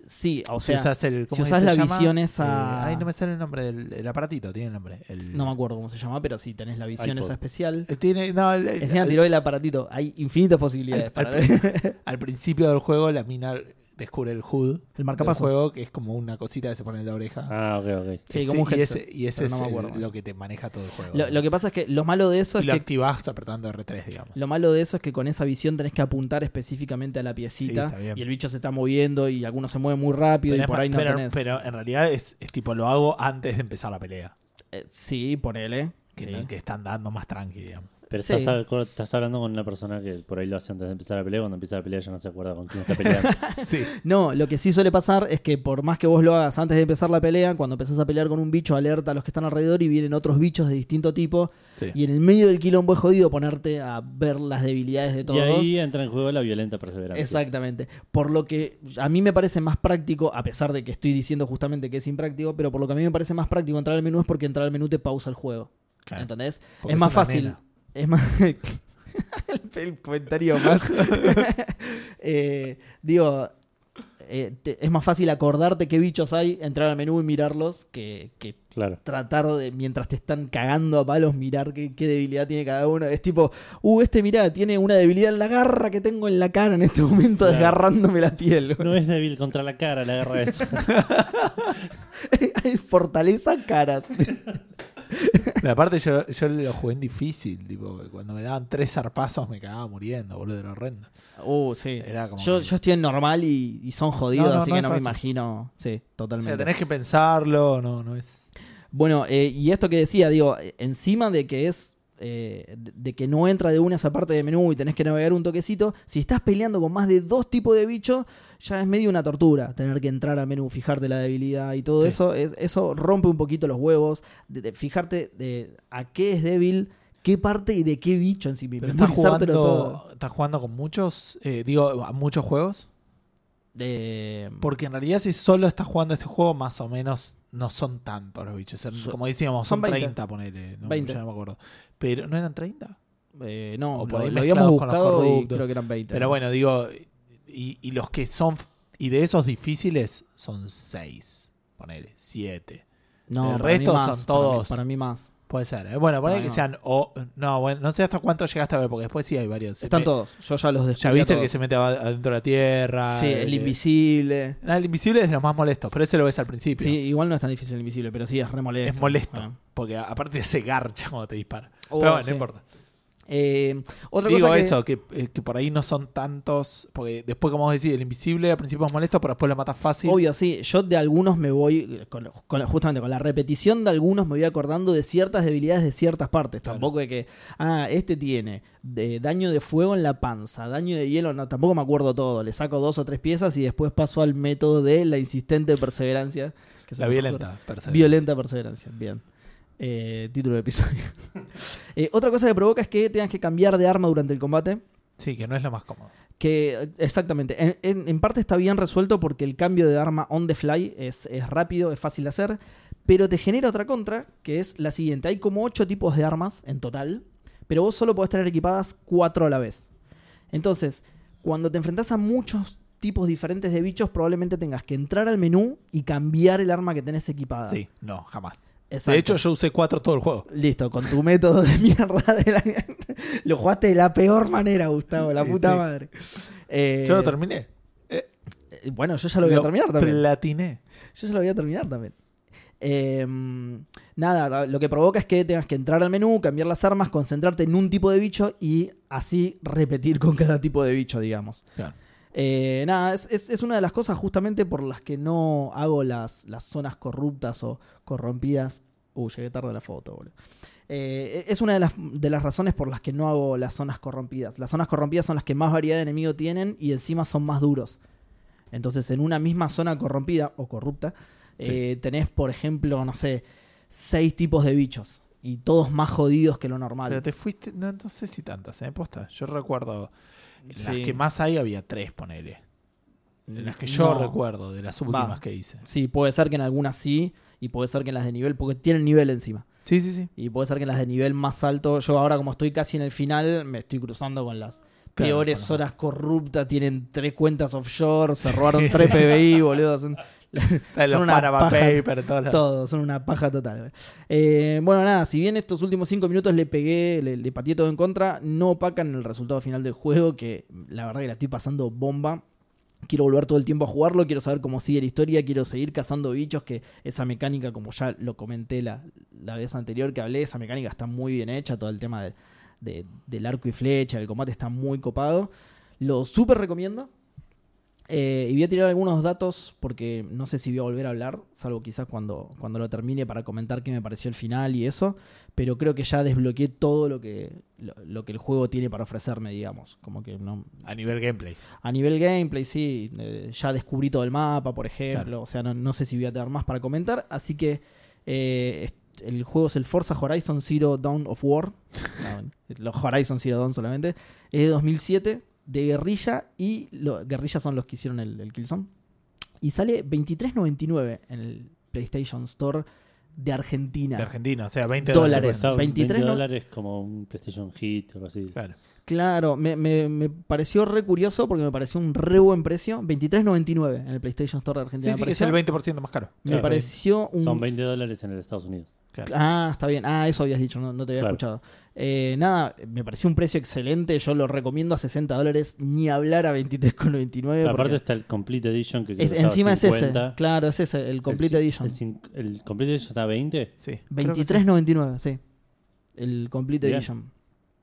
Speaker 3: Sí, o
Speaker 2: si
Speaker 3: sea,
Speaker 2: usás el. ¿cómo
Speaker 3: si usás
Speaker 2: se
Speaker 3: la
Speaker 2: llama?
Speaker 3: visión
Speaker 2: Eh,
Speaker 3: esa-
Speaker 2: ay, no me sale el nombre del el aparatito, tiene el nombre. El,
Speaker 3: no me acuerdo cómo se llama, pero sí, tenés la visión
Speaker 1: iPod.
Speaker 3: esa especial.
Speaker 2: Eh, Tiene, no, el- el-
Speaker 3: Encima
Speaker 2: al-
Speaker 3: tiró el aparatito, hay infinitas posibilidades.
Speaker 2: al-
Speaker 3: para
Speaker 2: al-
Speaker 3: ver.
Speaker 2: al principio del juego, la mina descubre el HUD.
Speaker 3: El
Speaker 2: del
Speaker 3: marcapasos.
Speaker 2: juego, que es como una cosita que se pone en la oreja.
Speaker 1: ah, ok, ok.
Speaker 3: Sí, como un
Speaker 2: y
Speaker 3: headset,
Speaker 2: ese, y ese
Speaker 3: pero no
Speaker 2: es
Speaker 3: me
Speaker 2: el-
Speaker 3: acuerdo más.
Speaker 2: lo que te maneja todo el juego.
Speaker 3: Lo, lo que pasa es que lo malo de eso
Speaker 2: y
Speaker 3: es
Speaker 2: lo
Speaker 3: que
Speaker 2: activás apretando R3, digamos.
Speaker 3: lo malo de eso es que con esa visión tenés que apuntar específicamente a la piecita
Speaker 2: está bien.
Speaker 3: y el bicho se está moviendo y algunos se mueven muy rápido
Speaker 2: Tenés
Speaker 3: y por
Speaker 2: ma-
Speaker 3: ahí no
Speaker 2: pero,
Speaker 3: tenés.
Speaker 2: pero en realidad es, es tipo lo hago antes de empezar la pelea.
Speaker 3: Eh, sí, ponele.
Speaker 2: Que,
Speaker 3: Sí.
Speaker 2: no- que están dando más tranqui, digamos.
Speaker 1: Pero
Speaker 3: Sí.
Speaker 1: estás, hab- estás hablando con una persona que por ahí lo hace antes de empezar la pelea. Cuando empieza la pelea ya no se acuerda con quién está peleando.
Speaker 2: Sí.
Speaker 3: No, lo que sí suele pasar es que por más que vos lo hagas antes de empezar la pelea, cuando empezás a pelear con un bicho, alerta a los que están alrededor y vienen otros bichos de distinto tipo.
Speaker 2: Sí.
Speaker 3: Y en el medio del quilombo es jodido ponerte a ver las debilidades de
Speaker 1: y
Speaker 3: todos.
Speaker 1: ahí entra en juego la violenta perseverancia.
Speaker 3: Exactamente. Por lo que a mí me parece más práctico, a pesar de que estoy diciendo justamente que es impráctico, pero por lo que a mí me parece más práctico entrar al menú es porque entrar al menú te pausa el juego.
Speaker 2: Claro.
Speaker 3: ¿Entendés?
Speaker 2: Porque
Speaker 3: Es más
Speaker 2: una
Speaker 3: fácil.
Speaker 2: nena.
Speaker 3: Es más. El- el comentario más. Eh, digo. eh, te- es más fácil acordarte qué bichos hay, entrar al menú y mirarlos que, que
Speaker 1: Claro.
Speaker 3: tratar de, mientras te están cagando a palos, mirar qué, qué debilidad tiene cada uno. Es tipo, uh, este mirá, tiene una debilidad en la garra que tengo en la cara en este momento,
Speaker 1: Claro.
Speaker 3: desgarrándome la piel.
Speaker 1: No es débil contra la cara la guerra esa.
Speaker 3: Hay fortaleza caras.
Speaker 2: Pero aparte yo, yo lo jugué en difícil, tipo, cuando me daban tres zarpazos me cagaba muriendo, boludo, era horrendo.
Speaker 3: Uh, sí.
Speaker 2: Era como
Speaker 3: Yo,
Speaker 2: que-
Speaker 3: yo estoy en normal y, y son jodidos,
Speaker 2: No, no,
Speaker 3: así
Speaker 2: no
Speaker 3: que
Speaker 2: es
Speaker 3: no me
Speaker 2: fácil.
Speaker 3: imagino. Sí,
Speaker 2: O
Speaker 3: totalmente.
Speaker 2: sea, tenés que pensarlo, no, no es.
Speaker 3: Bueno, eh, y esto que decía, digo, eh, encima de que es. eh, de de que no entra de una esa parte de menú y tenés que navegar un toquecito, si estás peleando con más de dos tipos de bichos, ya es medio una tortura tener que entrar al menú, fijarte la debilidad y todo
Speaker 2: Sí.
Speaker 3: eso. Es- eso rompe un poquito los huevos, de, de fijarte de a qué es débil, qué parte y de qué bicho en sí mismo.
Speaker 2: Pero estás jugando,
Speaker 3: memorizártelo todo.
Speaker 2: estás jugando con muchos, eh, digo, a muchos juegos.
Speaker 3: Eh,
Speaker 2: Porque en realidad si solo estás jugando este juego, más o menos no son tantos los bichos. Son-
Speaker 3: Son-
Speaker 2: como decíamos,
Speaker 3: son
Speaker 2: son
Speaker 3: 20.
Speaker 2: 30, ponele. No,
Speaker 3: 20.
Speaker 2: ya no me acuerdo. Pero no eran 30.
Speaker 3: eh, no,
Speaker 2: o por
Speaker 3: lo,
Speaker 2: ahí
Speaker 3: lo habíamos
Speaker 2: mezclados con los
Speaker 3: buscado y
Speaker 2: corruptos.
Speaker 3: creo que eran 20.
Speaker 2: Pero bueno, digo, y, y los que son, y de esos difíciles son 6, ponele, 7.
Speaker 3: no,
Speaker 2: el
Speaker 3: para mí
Speaker 2: resto
Speaker 3: más,
Speaker 2: son
Speaker 3: para mí-
Speaker 2: todos.
Speaker 3: para mí más.
Speaker 2: Puede ser. ¿eh? Bueno, ponele
Speaker 3: No,
Speaker 2: que
Speaker 3: no.
Speaker 2: sean, o, no, bueno, no sé hasta cuánto llegaste a ver, porque después sí hay varios. Se
Speaker 3: Están
Speaker 2: me-
Speaker 3: todos. Yo ya los descubrí.
Speaker 2: Ya viste
Speaker 3: a
Speaker 2: el que
Speaker 3: todos.
Speaker 2: se mete ad- adentro de la tierra. eh,
Speaker 3: Sí, el invisible.
Speaker 2: Ah, el invisible es de los más molestos, pero ese lo ves al principio.
Speaker 3: Sí, igual no es tan difícil el invisible, pero sí es re molesto.
Speaker 2: Es molesto,
Speaker 3: Ah.
Speaker 2: porque a- aparte se garcha cuando te dispara.
Speaker 3: Oh,
Speaker 2: pero bueno,
Speaker 3: sí.
Speaker 2: no importa.
Speaker 3: Eh, otra
Speaker 2: Digo
Speaker 3: cosa que-
Speaker 2: eso, que, eh, que por ahí no son tantos. Porque después, como vos decís, el invisible al principio es molesto, pero después lo matas fácil.
Speaker 3: Obvio, sí. Yo de algunos me voy, eh, con- con la- justamente con la repetición de algunos me voy acordando de ciertas debilidades de ciertas partes.
Speaker 2: Claro.
Speaker 3: Tampoco de que, ah, este tiene de daño de fuego en la panza, daño de hielo, no, tampoco me acuerdo todo. Le saco dos o tres piezas y después paso al método de la insistente perseverancia. Que se
Speaker 2: La
Speaker 3: me
Speaker 2: violenta. perseverancia.
Speaker 3: Violenta perseverancia, bien. Eh, título del episodio. Eh, otra cosa que provoca es que tengas que cambiar de arma durante el combate.
Speaker 2: Sí, que no es lo más cómodo.
Speaker 3: Que, exactamente, en, en- en parte está bien resuelto porque el cambio de arma on the fly es, es rápido, es fácil de hacer, pero te genera otra contra, que es la siguiente. Hay como ocho tipos de armas en total, pero vos solo podés tener equipadas cuatro a la vez. Entonces, cuando te enfrentás a muchos tipos diferentes de bichos, probablemente tengas que entrar al menú y cambiar el arma que tenés equipada.
Speaker 2: Sí, no, jamás.
Speaker 3: Ah. Exacto.
Speaker 2: De hecho, yo usé cuatro todo el juego.
Speaker 3: Listo, con tu método de mierda de la- lo jugaste de la peor manera, Gustavo, la
Speaker 2: Sí,
Speaker 3: puta
Speaker 2: sí.
Speaker 3: madre. Eh,
Speaker 2: yo lo terminé.
Speaker 3: eh, Bueno, yo ya lo voy a terminar también.
Speaker 2: Platiné.
Speaker 3: Yo se lo voy a terminar también. Em, nada, lo que provoca es que tengas que entrar al menú, cambiar las armas, concentrarte en un tipo de bicho y así repetir con cada tipo de bicho, digamos.
Speaker 2: Claro.
Speaker 3: Eh, nada, es, es- es una de las cosas justamente por las que no hago las, las zonas corruptas o corrompidas. Uh, llegué tarde a la foto, boludo. Eh, es una de las, de las razones por las que no hago las zonas corrompidas. Las zonas corrompidas son las que más variedad de enemigo tienen y encima son más duros. Entonces, en una misma zona corrompida o corrupta, eh, tenés, por ejemplo, no sé, seis tipos de bichos y todos más jodidos que lo normal.
Speaker 2: Pero te fuiste, no, no sé si tantas, ¿eh? Posta. Yo recuerdo, en las
Speaker 3: Sí.
Speaker 2: que más hay había tres, ponele. De las que yo
Speaker 3: No.
Speaker 2: recuerdo, de las últimas que hice.
Speaker 3: Sí, puede ser que en algunas sí, y puede ser que en las de nivel, porque tienen nivel encima.
Speaker 2: Sí, sí, sí.
Speaker 3: Y puede ser que en las de nivel más alto, yo ahora como estoy casi en el final, me estoy cruzando con las
Speaker 2: Claro,
Speaker 3: peores
Speaker 2: con las-
Speaker 3: horas corruptas, tienen tres cuentas offshore, se robaron
Speaker 2: Sí,
Speaker 3: tres
Speaker 2: sí.
Speaker 3: PBI, boludo. Son,
Speaker 2: Los
Speaker 3: son una
Speaker 2: Panama
Speaker 3: paja
Speaker 2: Papers, todas las-
Speaker 3: todo, son una paja total. Eh, bueno, nada, si bien estos últimos cinco minutos le pegué, le, le pateé todo en contra, no opacan el resultado final del juego, que la verdad que la estoy pasando bomba. Quiero volver todo el tiempo a jugarlo, quiero saber cómo sigue la historia, quiero seguir cazando bichos, que esa mecánica, como ya lo comenté la, la vez anterior que hablé, esa mecánica está muy bien hecha, todo el tema de- de- del arco y flecha, el combate está muy copado. Lo súper recomiendo. Eh, y voy a tirar algunos datos porque no sé si voy a volver a hablar, salvo quizás cuando, cuando lo termine para comentar qué me pareció el final y eso, pero creo que ya desbloqueé todo lo que, lo, lo que el juego tiene para ofrecerme, digamos. Como que no,
Speaker 2: A nivel gameplay.
Speaker 3: a nivel gameplay, sí, eh, ya descubrí todo el mapa, por ejemplo, o sea, no, no sé si voy a tener más para comentar, así que eh, est- el juego es el Forza Horizon Zero Dawn of War, No, bueno, los Horizon Zero Dawn solamente, es de 2007, de guerrilla, y lo- guerrilla son los que hicieron el, el Killzone, y sale 23.99 en el PlayStation Store de Argentina.
Speaker 2: De Argentina, o sea, 20
Speaker 1: Pues
Speaker 3: Dólares.
Speaker 1: Costaba
Speaker 3: 23,
Speaker 1: 20
Speaker 3: ¿no?
Speaker 1: dólares como un PlayStation Hit o algo así.
Speaker 2: Claro.
Speaker 3: Claro, me, me- me pareció re curioso porque me pareció un re buen precio. 23.99 en el PlayStation Store de Argentina. me
Speaker 2: Sí, sí, que es
Speaker 3: pareció,
Speaker 2: el 20% más caro.
Speaker 3: me
Speaker 1: Claro.
Speaker 3: pareció un...
Speaker 1: Son 20 dólares en el Estados Unidos.
Speaker 2: Claro.
Speaker 3: Ah, está bien. Ah, eso habías dicho, no, no te había
Speaker 1: Claro.
Speaker 3: escuchado. Eh, nada, me pareció un precio excelente. Yo lo recomiendo a 60 dólares, ni hablar a 23,99.
Speaker 1: Aparte
Speaker 3: porque
Speaker 1: está el Complete Edition que creo
Speaker 3: es-
Speaker 1: que
Speaker 3: encima
Speaker 1: estaba
Speaker 3: es
Speaker 1: 50.
Speaker 3: ese. Claro, es ese, el Complete
Speaker 1: El cin-
Speaker 3: Edition.
Speaker 1: El, cin- el Complete Edition está a 20.
Speaker 2: Sí. creo que sí.
Speaker 3: 23.99, sí. El Complete
Speaker 1: Bien.
Speaker 3: Edition.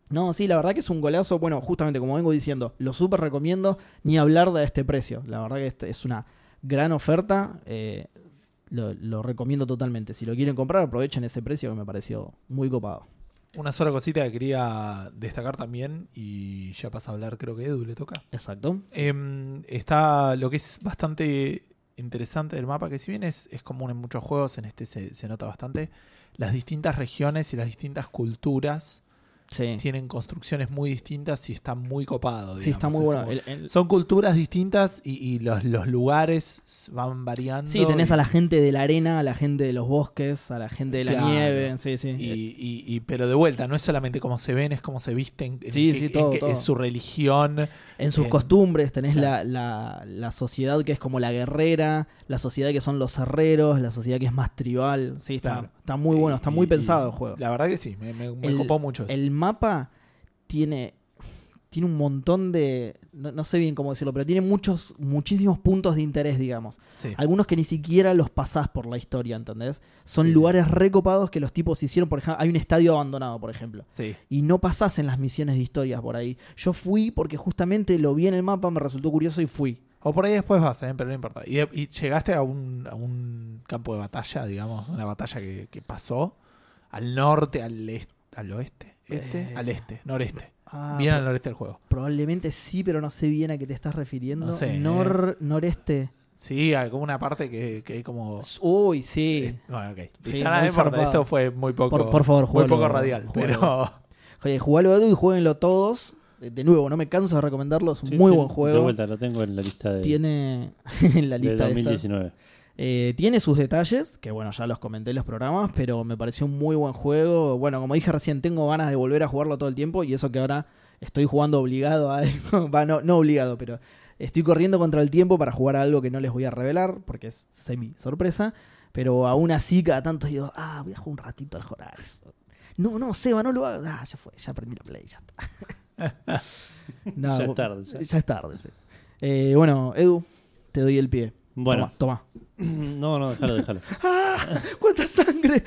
Speaker 3: No, sí, la verdad que es un golazo. Bueno, justamente como vengo diciendo, lo súper recomiendo. Ni hablar de este precio. La verdad que este es una gran oferta. eh, lo, lo recomiendo totalmente. Si lo quieren comprar, aprovechen ese precio que me pareció muy copado.
Speaker 2: Una sola cosita que quería destacar también, y ya pasa a hablar, creo que Edu le toca.
Speaker 3: Exacto.
Speaker 2: Em, está lo que es bastante interesante del mapa, que si bien es, es común en muchos juegos, en este se, se nota bastante, las distintas regiones y las distintas culturas
Speaker 3: Sí.
Speaker 2: tienen construcciones muy distintas y está muy copado.
Speaker 3: Sí, está
Speaker 2: digamos,
Speaker 3: muy
Speaker 2: es
Speaker 3: bueno.
Speaker 2: como-
Speaker 3: El- el-
Speaker 2: Son culturas distintas y, y los, los lugares van variando.
Speaker 3: sí, tenés
Speaker 2: y-
Speaker 3: a la gente de la arena, a la gente de los bosques, a la gente de la
Speaker 2: Claro.
Speaker 3: nieve. Sí, sí.
Speaker 2: Y, y- y- pero de vuelta, no es solamente cómo se ven, es cómo se visten, en
Speaker 3: Sí,
Speaker 2: qué-
Speaker 3: sí,
Speaker 2: en
Speaker 3: todo,
Speaker 2: qué-
Speaker 3: todo.
Speaker 2: en su religión.
Speaker 3: En sus
Speaker 2: En-
Speaker 3: costumbres tenés la, la- la sociedad que es como la guerrera, la sociedad que son los herreros, la sociedad que es más tribal. Sí, está,
Speaker 2: Claro.
Speaker 3: está muy bueno, está muy
Speaker 2: Y-
Speaker 3: pensado
Speaker 2: y
Speaker 3: el juego.
Speaker 2: La verdad que sí, me, me- me
Speaker 3: El-
Speaker 2: copó mucho. eso.
Speaker 3: El mapa tiene, tiene un montón de... No, no sé bien cómo decirlo, pero tiene muchos, muchísimos puntos de interés, digamos.
Speaker 2: Sí.
Speaker 3: Algunos que ni siquiera los pasás por la historia, ¿entendés? Son
Speaker 2: Sí, sí.
Speaker 3: lugares recopados que los tipos hicieron, por ejemplo, hay un estadio abandonado, por ejemplo
Speaker 2: Sí.
Speaker 3: y no pasás en las misiones de historias por ahí. Yo fui porque justamente lo vi en el mapa, me resultó curioso y fui.
Speaker 2: O por ahí después vas, ¿eh? pero no importa. Y, y llegaste a un, a un campo de batalla, digamos, una batalla que, que pasó al norte, al este, al oeste, este,
Speaker 3: Eh.
Speaker 2: al este, noreste.
Speaker 3: Ah,
Speaker 2: Bien
Speaker 3: pro-
Speaker 2: al noreste del juego.
Speaker 3: Probablemente sí, pero no sé bien a qué te estás refiriendo.
Speaker 2: No sé, ¿eh?
Speaker 3: Nor- Noreste.
Speaker 2: Sí, hay como una parte que, que hay como.
Speaker 3: Uy, sí.
Speaker 2: Oh. eh, Bueno, ok.
Speaker 3: Sí,
Speaker 2: Está nada,
Speaker 3: muy
Speaker 2: no importa,
Speaker 3: zarpado.
Speaker 2: esto fue muy poco.
Speaker 3: Por, por favor,
Speaker 2: muy
Speaker 3: jueguen
Speaker 2: poco radial. Pero.
Speaker 3: Oye, jugalo Edu y jueguenlo todos. De de nuevo, no me canso de recomendarlo. Es un
Speaker 1: Sí,
Speaker 3: muy
Speaker 1: sí,
Speaker 3: buen
Speaker 1: De
Speaker 3: juego.
Speaker 1: vuelta, lo tengo en la lista de,
Speaker 3: Tiene en la
Speaker 1: de
Speaker 3: lista esta.
Speaker 1: 2019.
Speaker 3: Eh, tiene sus detalles, que bueno, ya los comenté en los programas, pero me pareció un muy buen juego. Bueno, como dije recién, tengo ganas de volver a jugarlo todo el tiempo y eso que ahora estoy jugando obligado a algo. Va, no, no obligado, pero estoy corriendo contra el tiempo para jugar a algo que no les voy a revelar porque es semi sorpresa. Pero aún así, cada tanto digo, ah, voy a jugar un ratito al Horizon. No, no, Seba, no lo hagas. Ah, ya fue, ya aprendí la play, ya está. No,
Speaker 1: Ya es tarde,
Speaker 3: Ya,
Speaker 1: ya.
Speaker 3: es tarde, sí. Eh, bueno, Edu, te doy el pie.
Speaker 1: Bueno,
Speaker 3: Toma, toma.
Speaker 1: no, no, déjalo, déjalo.
Speaker 3: ¡Ah! ¡Cuánta sangre!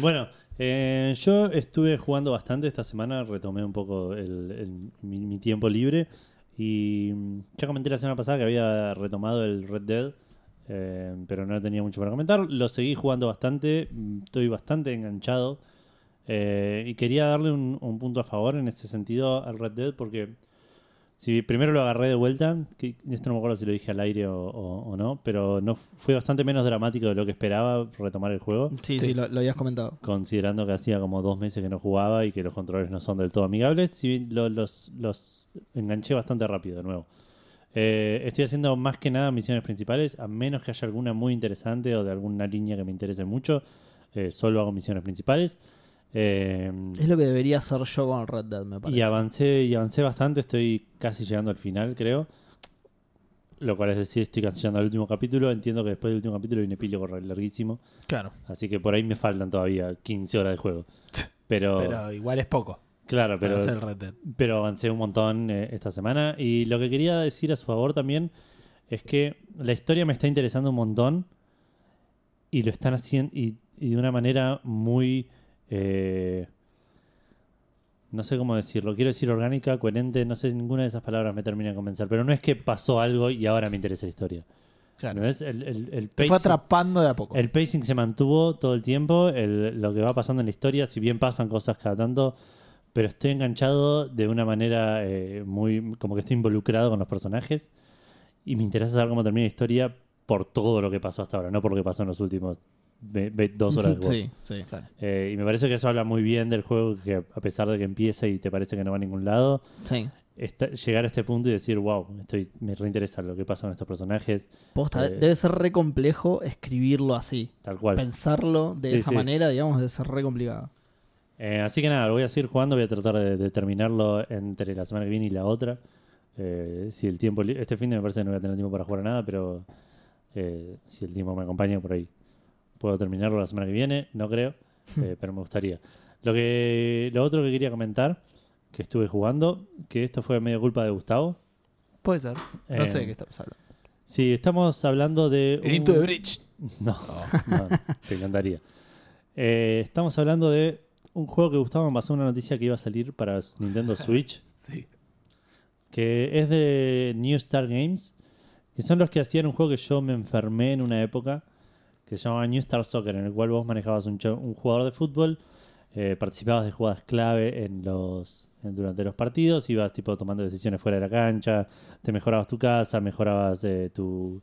Speaker 1: Bueno, eh, yo estuve jugando bastante esta semana, retomé un poco el, el- mi, mi tiempo libre y mm, ya comenté la semana pasada que había retomado el Red Dead, eh, pero no tenía mucho para comentar. Lo seguí jugando bastante, mm, estoy bastante enganchado eh, y quería darle un, un punto a favor en ese sentido al Red Dead porque si primero lo agarré de vuelta, que esto no me acuerdo si lo dije al aire o, o- o no, pero no fue bastante menos dramático de lo que esperaba retomar el juego
Speaker 3: Sí, sí, lo, lo habías comentado.
Speaker 1: considerando que hacía como dos meses que no jugaba y que los controles no son del todo amigables, si bien lo- los, los enganché bastante rápido de nuevo. Eh, estoy haciendo más que nada misiones principales, a menos que haya alguna muy interesante o de alguna línea que me interese mucho, eh, solo hago misiones principales. Eh,
Speaker 3: Es lo que debería hacer yo con Red Dead, me parece.
Speaker 1: y avancé, y avancé bastante, estoy casi llegando al final, creo. Lo cual es decir, estoy casi llegando al último capítulo. Entiendo que después del último capítulo hay un epílogo larguísimo.
Speaker 2: Claro.
Speaker 1: Así que por ahí me faltan todavía 15 horas de juego. Pero,
Speaker 2: Pero igual es poco.
Speaker 1: claro,
Speaker 2: Pero
Speaker 1: Oh. pero,
Speaker 2: es el Red Dead.
Speaker 1: pero avancé un montón eh, esta semana. Y lo que quería decir a su favor también es que la historia me está interesando un montón y lo están haciendo y, y de una manera muy... eh, no sé cómo decirlo, quiero decir orgánica, coherente, no sé, ninguna de esas palabras me termina de convencer, pero no es que pasó algo y ahora me interesa la historia.
Speaker 2: Claro.
Speaker 1: ¿Entendés? El, el, el
Speaker 2: Te fue
Speaker 1: pacing-
Speaker 2: atrapando de a poco.
Speaker 1: el pacing se mantuvo todo el tiempo, el- lo que va pasando en la historia, si bien pasan cosas cada tanto, pero estoy enganchado de una manera eh, muy, como que estoy involucrado con los personajes y me interesa saber cómo termina la historia por todo lo que pasó hasta ahora, no por lo que pasó en los últimos ve- ve- dos horas de juego.
Speaker 3: Sí, sí.
Speaker 2: Claro.
Speaker 1: Eh, y me parece que eso habla muy bien del juego, que a pesar de que empieza y te parece que no va a ningún lado,
Speaker 3: sí.
Speaker 1: está- llegar a este punto y decir, wow, estoy, me reinteresa lo que pasa con estos personajes,
Speaker 3: Posta,
Speaker 1: Eh.
Speaker 3: debe ser re complejo escribirlo así.
Speaker 1: tal cual.
Speaker 3: Pensarlo de
Speaker 1: Sí,
Speaker 3: esa
Speaker 1: sí.
Speaker 3: manera, digamos, debe ser re complicado.
Speaker 1: Eh, así que nada, lo voy a seguir jugando. Voy a tratar de, de terminarlo entre la semana que viene y la otra. Eh, si el tiempo. li- Este fin de me parece que no voy a tener tiempo para jugar a nada, pero eh, si el tiempo me acompaña por ahí. Puedo terminarlo la semana que viene, no creo, eh, pero me gustaría. Lo, que, lo otro que quería comentar, que estuve jugando, que esto fue medio culpa de Gustavo.
Speaker 2: Puede ser. No
Speaker 1: Eh,
Speaker 2: sé de qué estamos hablando.
Speaker 1: Sí, estamos hablando de.
Speaker 2: El
Speaker 1: un-
Speaker 2: Into the Bridge.
Speaker 1: no, no, te encantaría. Eh, estamos hablando de un juego que Gustavo me pasó una noticia que iba a salir para Nintendo Switch,
Speaker 2: Sí.
Speaker 1: que es de New Star Games, que son los que hacían un juego que yo me enfermé en una época, que se llamaba New Star Soccer, en el cual vos manejabas un, cho- un jugador de fútbol, eh, participabas de jugadas clave en los en- durante los partidos, ibas tipo tomando decisiones fuera de la cancha, te mejorabas tu casa, mejorabas eh, tu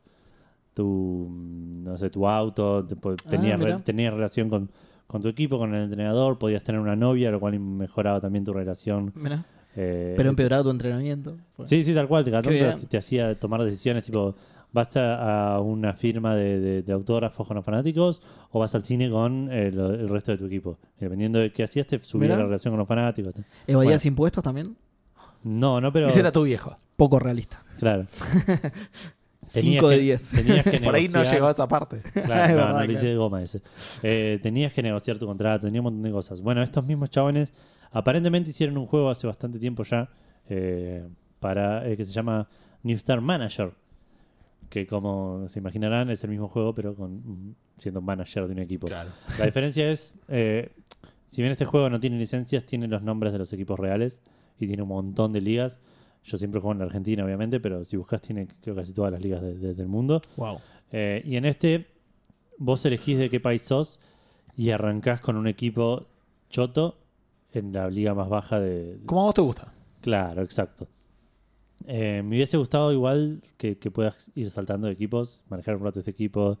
Speaker 1: tu mm, no sé, tu auto, te po- tenías, re-
Speaker 3: mirá.
Speaker 1: tenías relación con, con tu equipo, con el entrenador, podías tener una novia, lo cual mejoraba también tu relación.
Speaker 3: Mirá.
Speaker 1: eh,
Speaker 3: Pero empeorado tu entrenamiento. Fue.
Speaker 1: Sí, sí, tal cual. Te,
Speaker 3: Qué bien.
Speaker 1: te, te hacía tomar decisiones tipo, vas a, a una firma de, de- de autógrafos con los fanáticos o vas al cine con eh, lo- el resto de tu equipo. Y Dependiendo de qué hacías, te subía
Speaker 3: Mirá.
Speaker 1: la relación con los fanáticos.
Speaker 3: ¿Evadías
Speaker 1: Bueno.
Speaker 3: impuestos también?
Speaker 1: No, no, pero...
Speaker 2: Ese era tu viejo.
Speaker 3: Poco realista.
Speaker 1: Claro.
Speaker 3: 5 de
Speaker 1: que-
Speaker 3: 10.
Speaker 1: tenías que
Speaker 2: Por ahí no
Speaker 1: negociar-
Speaker 2: llegó a esa parte.
Speaker 1: Claro,
Speaker 3: Es
Speaker 1: no,
Speaker 3: verdad,
Speaker 1: no le hice
Speaker 3: claro.
Speaker 1: de goma ese. Eh, tenías que negociar tu contrato, tenía un montón de cosas. Bueno, estos mismos chabones aparentemente hicieron un juego hace bastante tiempo ya eh, para eh, que se llama New Star Manager. Que como se imaginarán es el mismo juego, pero con mm, siendo manager de un equipo. La diferencia es, eh, si bien este juego no tiene licencias, tiene los nombres de los equipos reales y tiene un montón de ligas. Yo siempre juego en la Argentina, obviamente, pero si buscas tiene creo casi todas las ligas de- de- del mundo.
Speaker 2: Wow.
Speaker 1: Eh, y en este, vos elegís de qué país sos y arrancás con un equipo choto en la liga más baja de.
Speaker 2: ¿Cómo a vos te gusta?
Speaker 1: Claro, exacto. Eh, me hubiese gustado igual que, que puedas ir saltando de equipos, manejar un rato este equipo,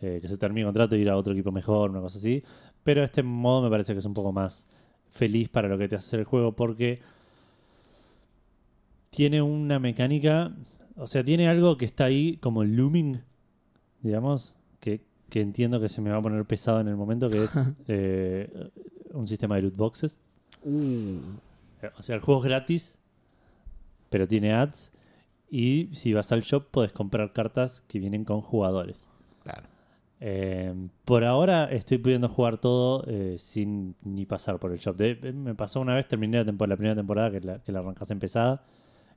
Speaker 1: eh, que se termine el contrato y ir a otro equipo mejor, una cosa así. Pero este modo me parece que es un poco más feliz para lo que te hace el juego porque tiene una mecánica, o sea, tiene algo que está ahí como looming, digamos, que, que entiendo que se me va a poner pesado en el momento, que es eh, un sistema de loot boxes. O sea, el juego es gratis, pero tiene ads. Y si vas al shop, podés comprar cartas que vienen con jugadores.
Speaker 2: Claro.
Speaker 1: Eh, por ahora estoy pudiendo jugar todo eh, sin ni pasar por el shop. De- eh, me pasó una vez, terminé la, tempo- la primera temporada que la, que la arrancás empezada.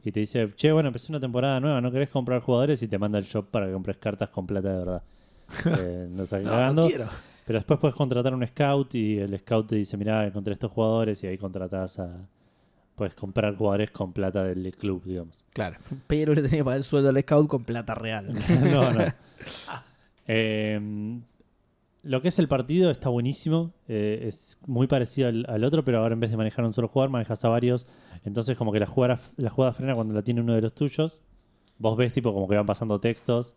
Speaker 1: Y te dice, che, bueno, empecé una temporada nueva, ¿no querés comprar jugadores? Y te manda al shop para que compres cartas con plata de verdad. Eh, no saqué
Speaker 2: No,
Speaker 1: cagando.
Speaker 2: no quiero.
Speaker 1: Pero después puedes contratar un scout y el scout te dice, mirá, encontré estos jugadores y ahí contratás a... Puedes comprar jugadores con plata del club, digamos.
Speaker 2: Claro.
Speaker 3: Pero le tenía que pagar el sueldo al scout con plata real.
Speaker 1: no, no. Eh, lo que es el partido está buenísimo. eh, es muy parecido al, al otro, pero ahora en vez de manejar a un solo jugador, manejas a varios. Entonces como que la jugada, la jugada frena cuando la tiene uno de los tuyos. Vos ves tipo como que van pasando textos.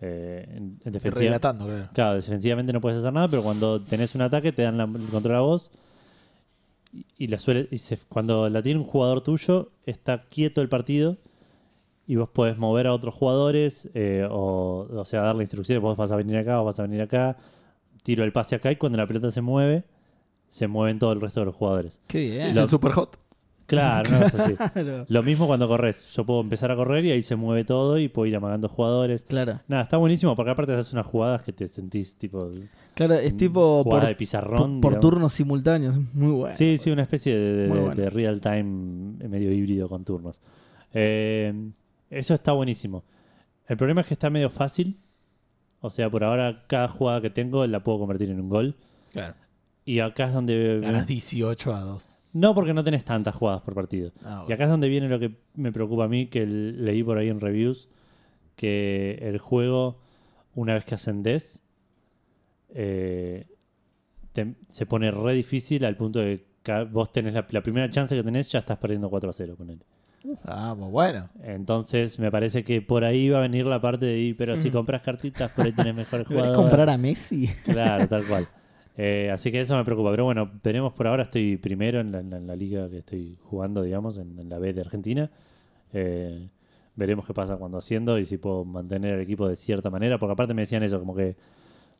Speaker 1: eh, en, en defensiva.
Speaker 2: Relatando, claro.
Speaker 1: Claro, defensivamente no puedes hacer nada, pero cuando tenés un ataque te dan la- el control a vos. Y, y la suele, y se- cuando la tiene un jugador tuyo, está quieto el partido. Y vos podés mover a otros jugadores, eh, o, o sea, darle instrucciones. Vos vas a venir acá, vos vas a venir acá. Tiro el pase acá y cuando la pelota se mueve, se mueven todo el resto de los jugadores.
Speaker 3: Qué bien.
Speaker 2: Es
Speaker 1: Lo-
Speaker 2: el super hot.
Speaker 1: Claro, no es así.
Speaker 3: Claro.
Speaker 1: Lo mismo cuando corres. Yo puedo empezar a correr y ahí se mueve todo y puedo ir amagando jugadores.
Speaker 3: Claro.
Speaker 1: Nada, está buenísimo porque aparte haces unas jugadas que te sentís tipo...
Speaker 3: Claro, es tipo
Speaker 1: Mm, jugada
Speaker 3: por,
Speaker 1: de pizarrón.
Speaker 3: por- por
Speaker 1: digamos.
Speaker 3: turnos simultáneos. Muy bueno.
Speaker 1: Sí, sí, una especie de, de-
Speaker 3: Muy
Speaker 1: de-
Speaker 3: bueno.
Speaker 1: de real time eh, medio híbrido con turnos. Eh, eso está buenísimo. El problema es que está medio fácil. O sea, por ahora cada jugada que tengo la puedo convertir en un gol.
Speaker 2: Claro.
Speaker 1: Y acá es donde...
Speaker 2: Ganas 18 a 2.
Speaker 1: No porque no tenés tantas jugadas por partido.
Speaker 2: Ah,
Speaker 1: Y
Speaker 2: bueno.
Speaker 1: acá es donde viene lo que me preocupa a mí, que el- leí por ahí en reviews, que el juego, una vez que ascendés, eh, te- se pone re difícil al punto de que ca- vos tenés la, la primera chance que tenés, ya estás perdiendo 4 a 0 con él.
Speaker 2: Ah, muy bueno.
Speaker 1: Entonces me parece que por ahí va a venir la parte de, "Y, pero si compras cartitas, por ahí tenés mejor
Speaker 3: Mm. ¿Querés
Speaker 1: jugador.
Speaker 3: comprar a Messi?
Speaker 1: Claro, tal cual. Eh, así que eso me preocupa. Pero bueno, veremos por ahora. Estoy primero en la, en la- en la liga que estoy jugando, digamos, en, en la B de Argentina. Eh, veremos qué pasa cuando haciendo y si puedo mantener el equipo de cierta manera. Porque aparte me decían eso, como que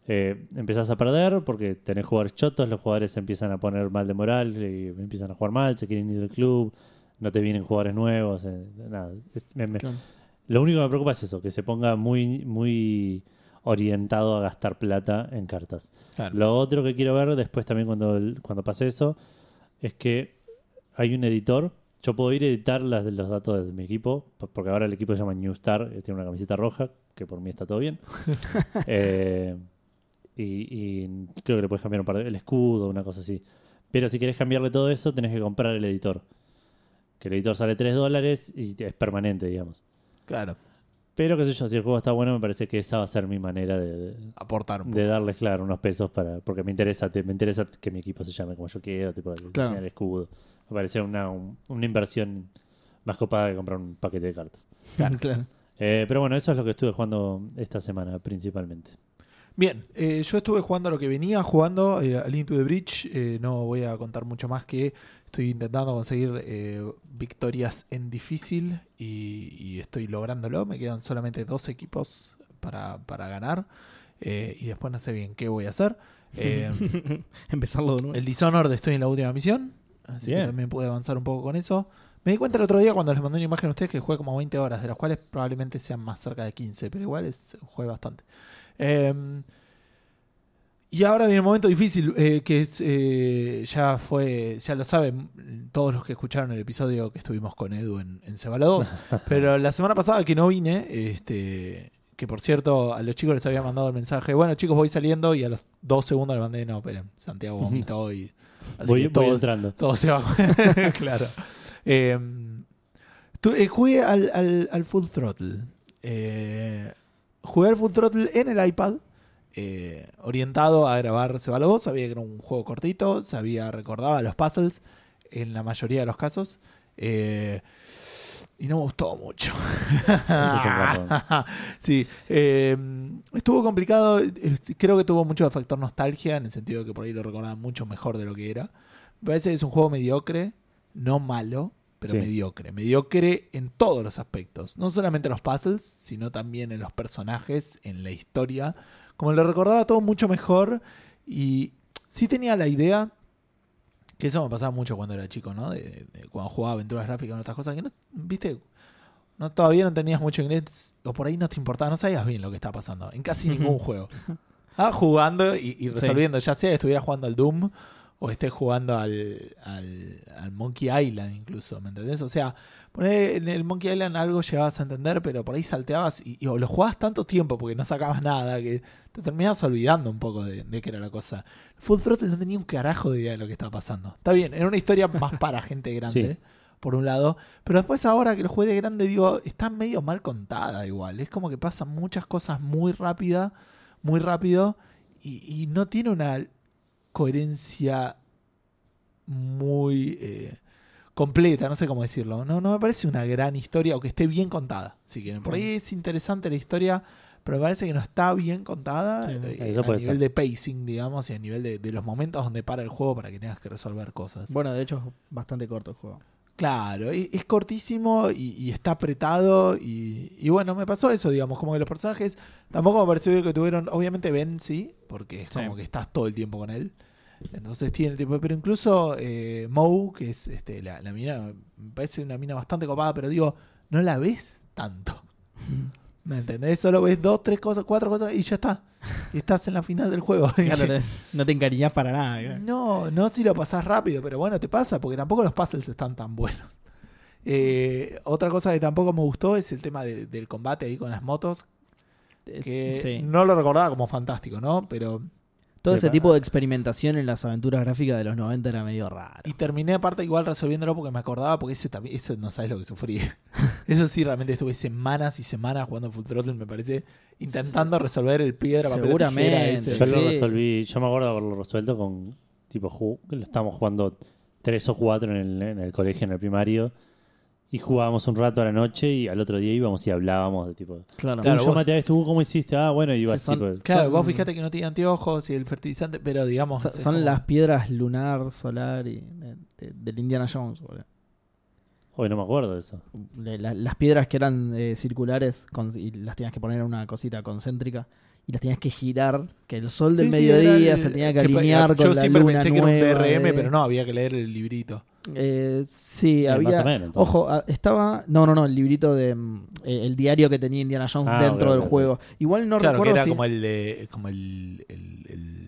Speaker 1: eh, empezás a perder porque tenés jugadores chotos, los jugadores se empiezan a poner mal de moral, y empiezan a jugar mal, se quieren ir del club, no te vienen jugadores nuevos, eh, nada. Es- me- me-
Speaker 2: Claro.
Speaker 1: Lo único que me preocupa es eso, que se ponga muy, muy orientado a gastar plata en cartas.
Speaker 2: Claro.
Speaker 1: Lo otro que quiero ver después también cuando, el- cuando pase eso es que hay un editor. Yo puedo ir a editar las, los datos de mi equipo, po- porque ahora el equipo se llama New Star, eh, tiene una camiseta roja, que por mí está todo bien. Eh, y, y creo que le puedes cambiar un par de- el escudo, una cosa así. Pero si querés cambiarle todo eso, tenés que comprar el editor. Que el editor sale 3 dólares y es permanente, digamos.
Speaker 2: Claro.
Speaker 1: Pero qué sé yo, si el juego está bueno, me parece que esa va a ser mi manera de- de,
Speaker 2: Aportar un poco.
Speaker 1: de darles, claro, unos pesos para. Porque me interesa, te- me interesa que mi equipo se llame como yo quiero, tipo de
Speaker 2: Claro.
Speaker 1: diseñar el escudo. Me parecía una, un- una inversión más copada que comprar un paquete de cartas.
Speaker 2: Claro.
Speaker 3: claro.
Speaker 1: Eh, pero bueno, eso es lo que estuve jugando esta semana principalmente.
Speaker 2: Bien, eh, yo estuve jugando lo que venía jugando eh, al Into the Bridge. eh, no voy a contar mucho más que estoy intentando conseguir eh, victorias en difícil y, y estoy lográndolo. Me quedan solamente dos equipos para, para ganar eh, y después no sé bien qué voy a hacer. Eh,
Speaker 3: Empezarlo de nuevo.
Speaker 2: el Dishonored estoy en la última misión, así
Speaker 1: Bien.
Speaker 2: que también pude avanzar un poco con eso. Me di cuenta el otro día cuando les mandé una imagen a ustedes que jugué como 20 horas, de las cuales probablemente sean más cerca de 15, pero igual es, jugué bastante. Eh, y ahora viene el momento difícil, eh, que es, eh, ya fue, ya lo saben todos los que escucharon el episodio que estuvimos con Edu en, en Cebala 2. Pero la semana pasada que no vine, este, que por cierto a los chicos les había mandado el mensaje, bueno chicos voy saliendo y a los dos segundos les mandé, no, esperen, Santiago vomitó y... así
Speaker 1: Voy,
Speaker 2: que
Speaker 1: voy
Speaker 2: todo-
Speaker 1: entrando.
Speaker 2: todo se va. claro. Eh, tu- eh, jugué al, al- al Full Throttle. Eh, jugué al Full Throttle en el iPad. eh, orientado a grabar Se va la voz. Sabía que era un juego cortito. Sabía, recordaba los puzzles. En la mayoría de los casos. Eh, y no me gustó mucho.
Speaker 1: es un garrón.
Speaker 2: sí. eh, estuvo complicado. eh, Creo que tuvo mucho de factor nostalgia. En el sentido de que por ahí lo recordaba mucho mejor de lo que era. Me parece que es un juego mediocre, no malo, pero
Speaker 1: Sí.
Speaker 2: mediocre. Mediocre en todos los aspectos. No solamente en los puzzles, sino también en los personajes, en la historia. Como lo recordaba todo mucho mejor. Y sí tenía la idea. Que eso me pasaba mucho cuando era chico, ¿no? De- de- de cuando jugaba aventuras gráficas y otras cosas. Que no, viste, no, todavía no entendías mucho inglés. O por ahí no te importaba, no sabías bien lo que estaba pasando. En casi ningún juego. Estaba jugando y, y resolviendo. Ya sea que estuviera jugando al Doom o esté jugando al, al, al Monkey Island incluso, ¿me entendés? O sea, poné en el Monkey Island algo llegabas a entender, pero por ahí salteabas y, y o lo jugabas tanto tiempo porque no sacabas nada que te terminabas olvidando un poco de, de qué era la cosa. Full Throttle no tenía un carajo de idea de lo que estaba pasando. Está bien, era una historia más para gente grande,
Speaker 1: Sí.
Speaker 2: por un lado, pero después ahora que lo jugué de grande, digo, está medio mal contada igual. Es como que pasan muchas cosas muy rápida, muy rápido y, y no tiene una coherencia muy eh, completa, no sé cómo decirlo. No, no me parece una gran historia o que esté bien contada, si quieren. Por
Speaker 3: Sí.
Speaker 2: ahí es interesante la historia, pero me parece que no está bien contada
Speaker 3: Sí,
Speaker 2: eh,
Speaker 1: eso
Speaker 2: a
Speaker 1: puede
Speaker 2: nivel
Speaker 1: ser.
Speaker 2: de pacing, digamos, y a nivel de, de los momentos donde para el juego para que tengas que resolver cosas.
Speaker 3: Bueno, de hecho es bastante corto el juego.
Speaker 2: Claro, e- es cortísimo y, y está apretado y, y bueno, me pasó eso, digamos, como que los personajes tampoco me pareció que tuvieron, obviamente Ben sí, porque es
Speaker 3: Sí.
Speaker 2: como que estás todo el tiempo con él, entonces tiene el tiempo, pero incluso eh, Moe, que es este, la, la mina, me parece una mina bastante copada, pero digo, no la ves tanto, ¿me entendés? Solo ves dos, tres cosas, cuatro cosas y ya está, y estás en la final del juego.
Speaker 3: Claro, no- no te encariñás para nada. claro.
Speaker 2: No, no si lo pasás rápido, pero bueno, te pasa, porque tampoco los puzzles están tan buenos. Eh, otra cosa que tampoco me gustó es el tema de- del combate ahí con las motos,
Speaker 3: Es-
Speaker 2: que
Speaker 3: sí.
Speaker 2: no lo recordaba como fantástico, ¿no? Pero.
Speaker 3: Todo
Speaker 1: Sí,
Speaker 3: ese
Speaker 1: para-
Speaker 3: tipo de experimentación en las aventuras gráficas de los 90 era medio raro.
Speaker 2: Y terminé aparte igual resolviéndolo porque me acordaba, porque ese también, eso no sabes lo que sufrí. eso sí, realmente estuve semanas y semanas jugando Full Throttle, me parece, intentando resolver el piedra, papel o tijera
Speaker 3: Seguramente,
Speaker 2: ese.
Speaker 1: Yo lo
Speaker 3: Sí.
Speaker 1: resolví, yo me acuerdo haberlo resuelto con tipo ju- lo estábamos jugando tres o cuatro en el, en el colegio, en el primario, y jugábamos un rato a la noche y al otro día íbamos y hablábamos de tipo
Speaker 3: Claro.
Speaker 1: Claro,
Speaker 2: vos-
Speaker 1: yo maté a este, uh, ¿cómo hiciste? Ah, bueno, iba
Speaker 3: Sí,
Speaker 1: así.
Speaker 3: son-
Speaker 1: pues.
Speaker 2: Claro,
Speaker 3: Son-
Speaker 2: vos fijate que no tiene anteojos y el fertilizante, pero digamos.
Speaker 3: Mm. Son,
Speaker 2: es
Speaker 3: son
Speaker 2: como-
Speaker 3: las piedras lunar, solar y de- de- del Indiana Jones. boludo.
Speaker 1: Hoy no me acuerdo de eso.
Speaker 3: Le- la- las piedras que eran eh, circulares con- y las tenías que poner en una cosita concéntrica y las tenías que girar, que el sol del
Speaker 2: Sí, sí, era
Speaker 3: mediodía
Speaker 2: el-
Speaker 3: se tenía que
Speaker 2: pa-
Speaker 3: alinear con
Speaker 2: Yo
Speaker 3: la
Speaker 2: siempre
Speaker 3: luna
Speaker 2: pensé que era
Speaker 3: nueva
Speaker 2: un DRM,
Speaker 3: de-
Speaker 2: pero no, había que leer el librito.
Speaker 3: Eh, sí,
Speaker 1: Eh,
Speaker 3: había.
Speaker 1: más o menos, entonces.
Speaker 3: Ojo, a- estaba. No, no, no, el librito de. mm, eh, el diario que tenía Indiana Jones
Speaker 1: Ah,
Speaker 3: dentro
Speaker 1: ok,
Speaker 3: del
Speaker 1: ok, ok.
Speaker 3: juego. Igual no
Speaker 2: claro, que
Speaker 3: recuerdo
Speaker 2: era
Speaker 3: si.
Speaker 2: como el de, como el, el- el-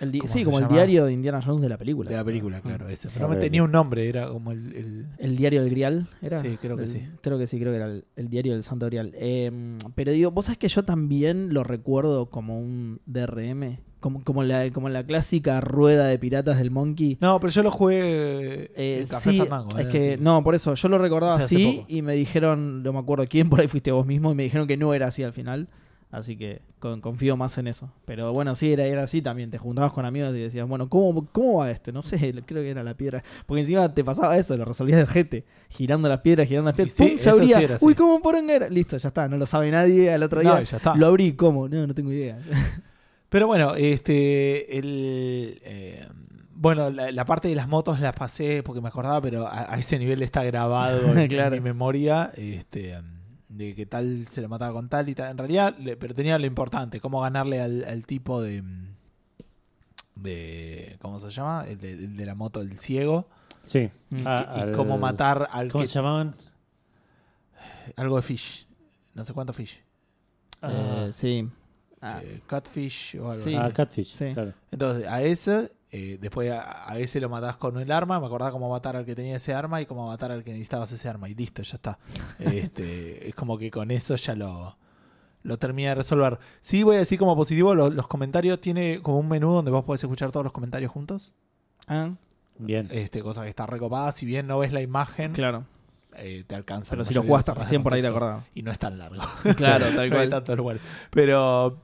Speaker 3: el di-
Speaker 2: ¿cómo
Speaker 3: sí,
Speaker 2: se
Speaker 3: como el
Speaker 2: llama?
Speaker 3: diario de Indiana Jones de la película.
Speaker 2: de la película, claro, ese. Ah, Pero
Speaker 1: Ok,
Speaker 2: no
Speaker 1: ok.
Speaker 2: tenía un nombre, era como el, el-
Speaker 3: El diario del Grial, ¿era?
Speaker 2: Sí, creo que
Speaker 3: El-
Speaker 2: sí.
Speaker 3: Creo que sí, creo que era el, el diario del Santo Grial. Eh, pero digo, vos sabés que yo también lo recuerdo como un DRM, como, como, la, como la clásica rueda de piratas del Monkey.
Speaker 2: No, pero yo lo jugué eh,
Speaker 3: Eh,
Speaker 2: en Café
Speaker 3: sí,
Speaker 2: Fandango,
Speaker 3: es
Speaker 2: eh,
Speaker 3: que
Speaker 2: así.
Speaker 3: no, por eso yo lo recordaba
Speaker 2: O sea, hace
Speaker 3: así
Speaker 2: poco.
Speaker 3: y me dijeron, no me acuerdo quién, por ahí fuiste vos mismo y me dijeron que no era así al final, así que con- confío más en eso. Pero bueno, sí, era, era así también, te juntabas con amigos y decías, bueno, ¿cómo, cómo va esto? No sé, creo que era la piedra, porque encima te pasaba eso, lo resolvías de jete, girando las piedras, girando las
Speaker 2: Y
Speaker 3: piedras,
Speaker 2: sí,
Speaker 3: ¡pum! se
Speaker 2: eso
Speaker 3: abría,
Speaker 2: sí era así.
Speaker 3: uy, ¿cómo poronga era? Listo, ya está, no lo sabe nadie, al otro
Speaker 2: No,
Speaker 3: día
Speaker 2: ya está.
Speaker 3: lo abrí, ¿cómo? No, no tengo idea. Eh,
Speaker 2: Pero bueno, este el eh, bueno, la, la parte de las motos las pasé porque me acordaba, pero a, a ese nivel está grabado en,
Speaker 3: Claro.
Speaker 2: en mi memoria, este de que tal se le mataba con tal y tal. En realidad, le- pero tenía lo importante, cómo ganarle al, al tipo de de ¿cómo se llama? El de, el de la moto el ciego
Speaker 1: Sí.
Speaker 2: y,
Speaker 1: Ah,
Speaker 2: que- y
Speaker 1: al-
Speaker 2: cómo matar al
Speaker 1: ¿Cómo
Speaker 2: que-
Speaker 1: se llamaban?
Speaker 2: algo de fish. No sé cuánto fish.
Speaker 1: Ah,
Speaker 3: Eh, sí. Ah,
Speaker 2: Eh, catfish o algo
Speaker 3: Sí.
Speaker 1: ah,
Speaker 2: así.
Speaker 1: Catfish.
Speaker 3: Sí.
Speaker 1: Claro.
Speaker 2: Entonces, a ese, eh, después a, a ese lo matás con el arma, me acordaba cómo matar al que tenía ese arma y cómo matar al que necesitabas ese arma, y listo, ya está. Este, es como que con eso ya lo, lo terminé de resolver. Sí, voy a decir como positivo, lo- los comentarios tiene como un menú donde vos podés escuchar todos los comentarios juntos.
Speaker 3: ah,
Speaker 1: Bien.
Speaker 2: Este, cosa que está recopada, si bien no ves la imagen,
Speaker 3: claro.
Speaker 2: eh, te alcanza.
Speaker 3: Pero
Speaker 2: la
Speaker 3: si lo
Speaker 2: mayoría de
Speaker 3: jugaste
Speaker 2: las cosas de
Speaker 3: recién por ahí te
Speaker 2: contexto.
Speaker 3: acordaba.
Speaker 2: Y no es tan largo.
Speaker 3: Claro, tal
Speaker 2: No hay
Speaker 3: cual.
Speaker 2: tantos lugares. Pero.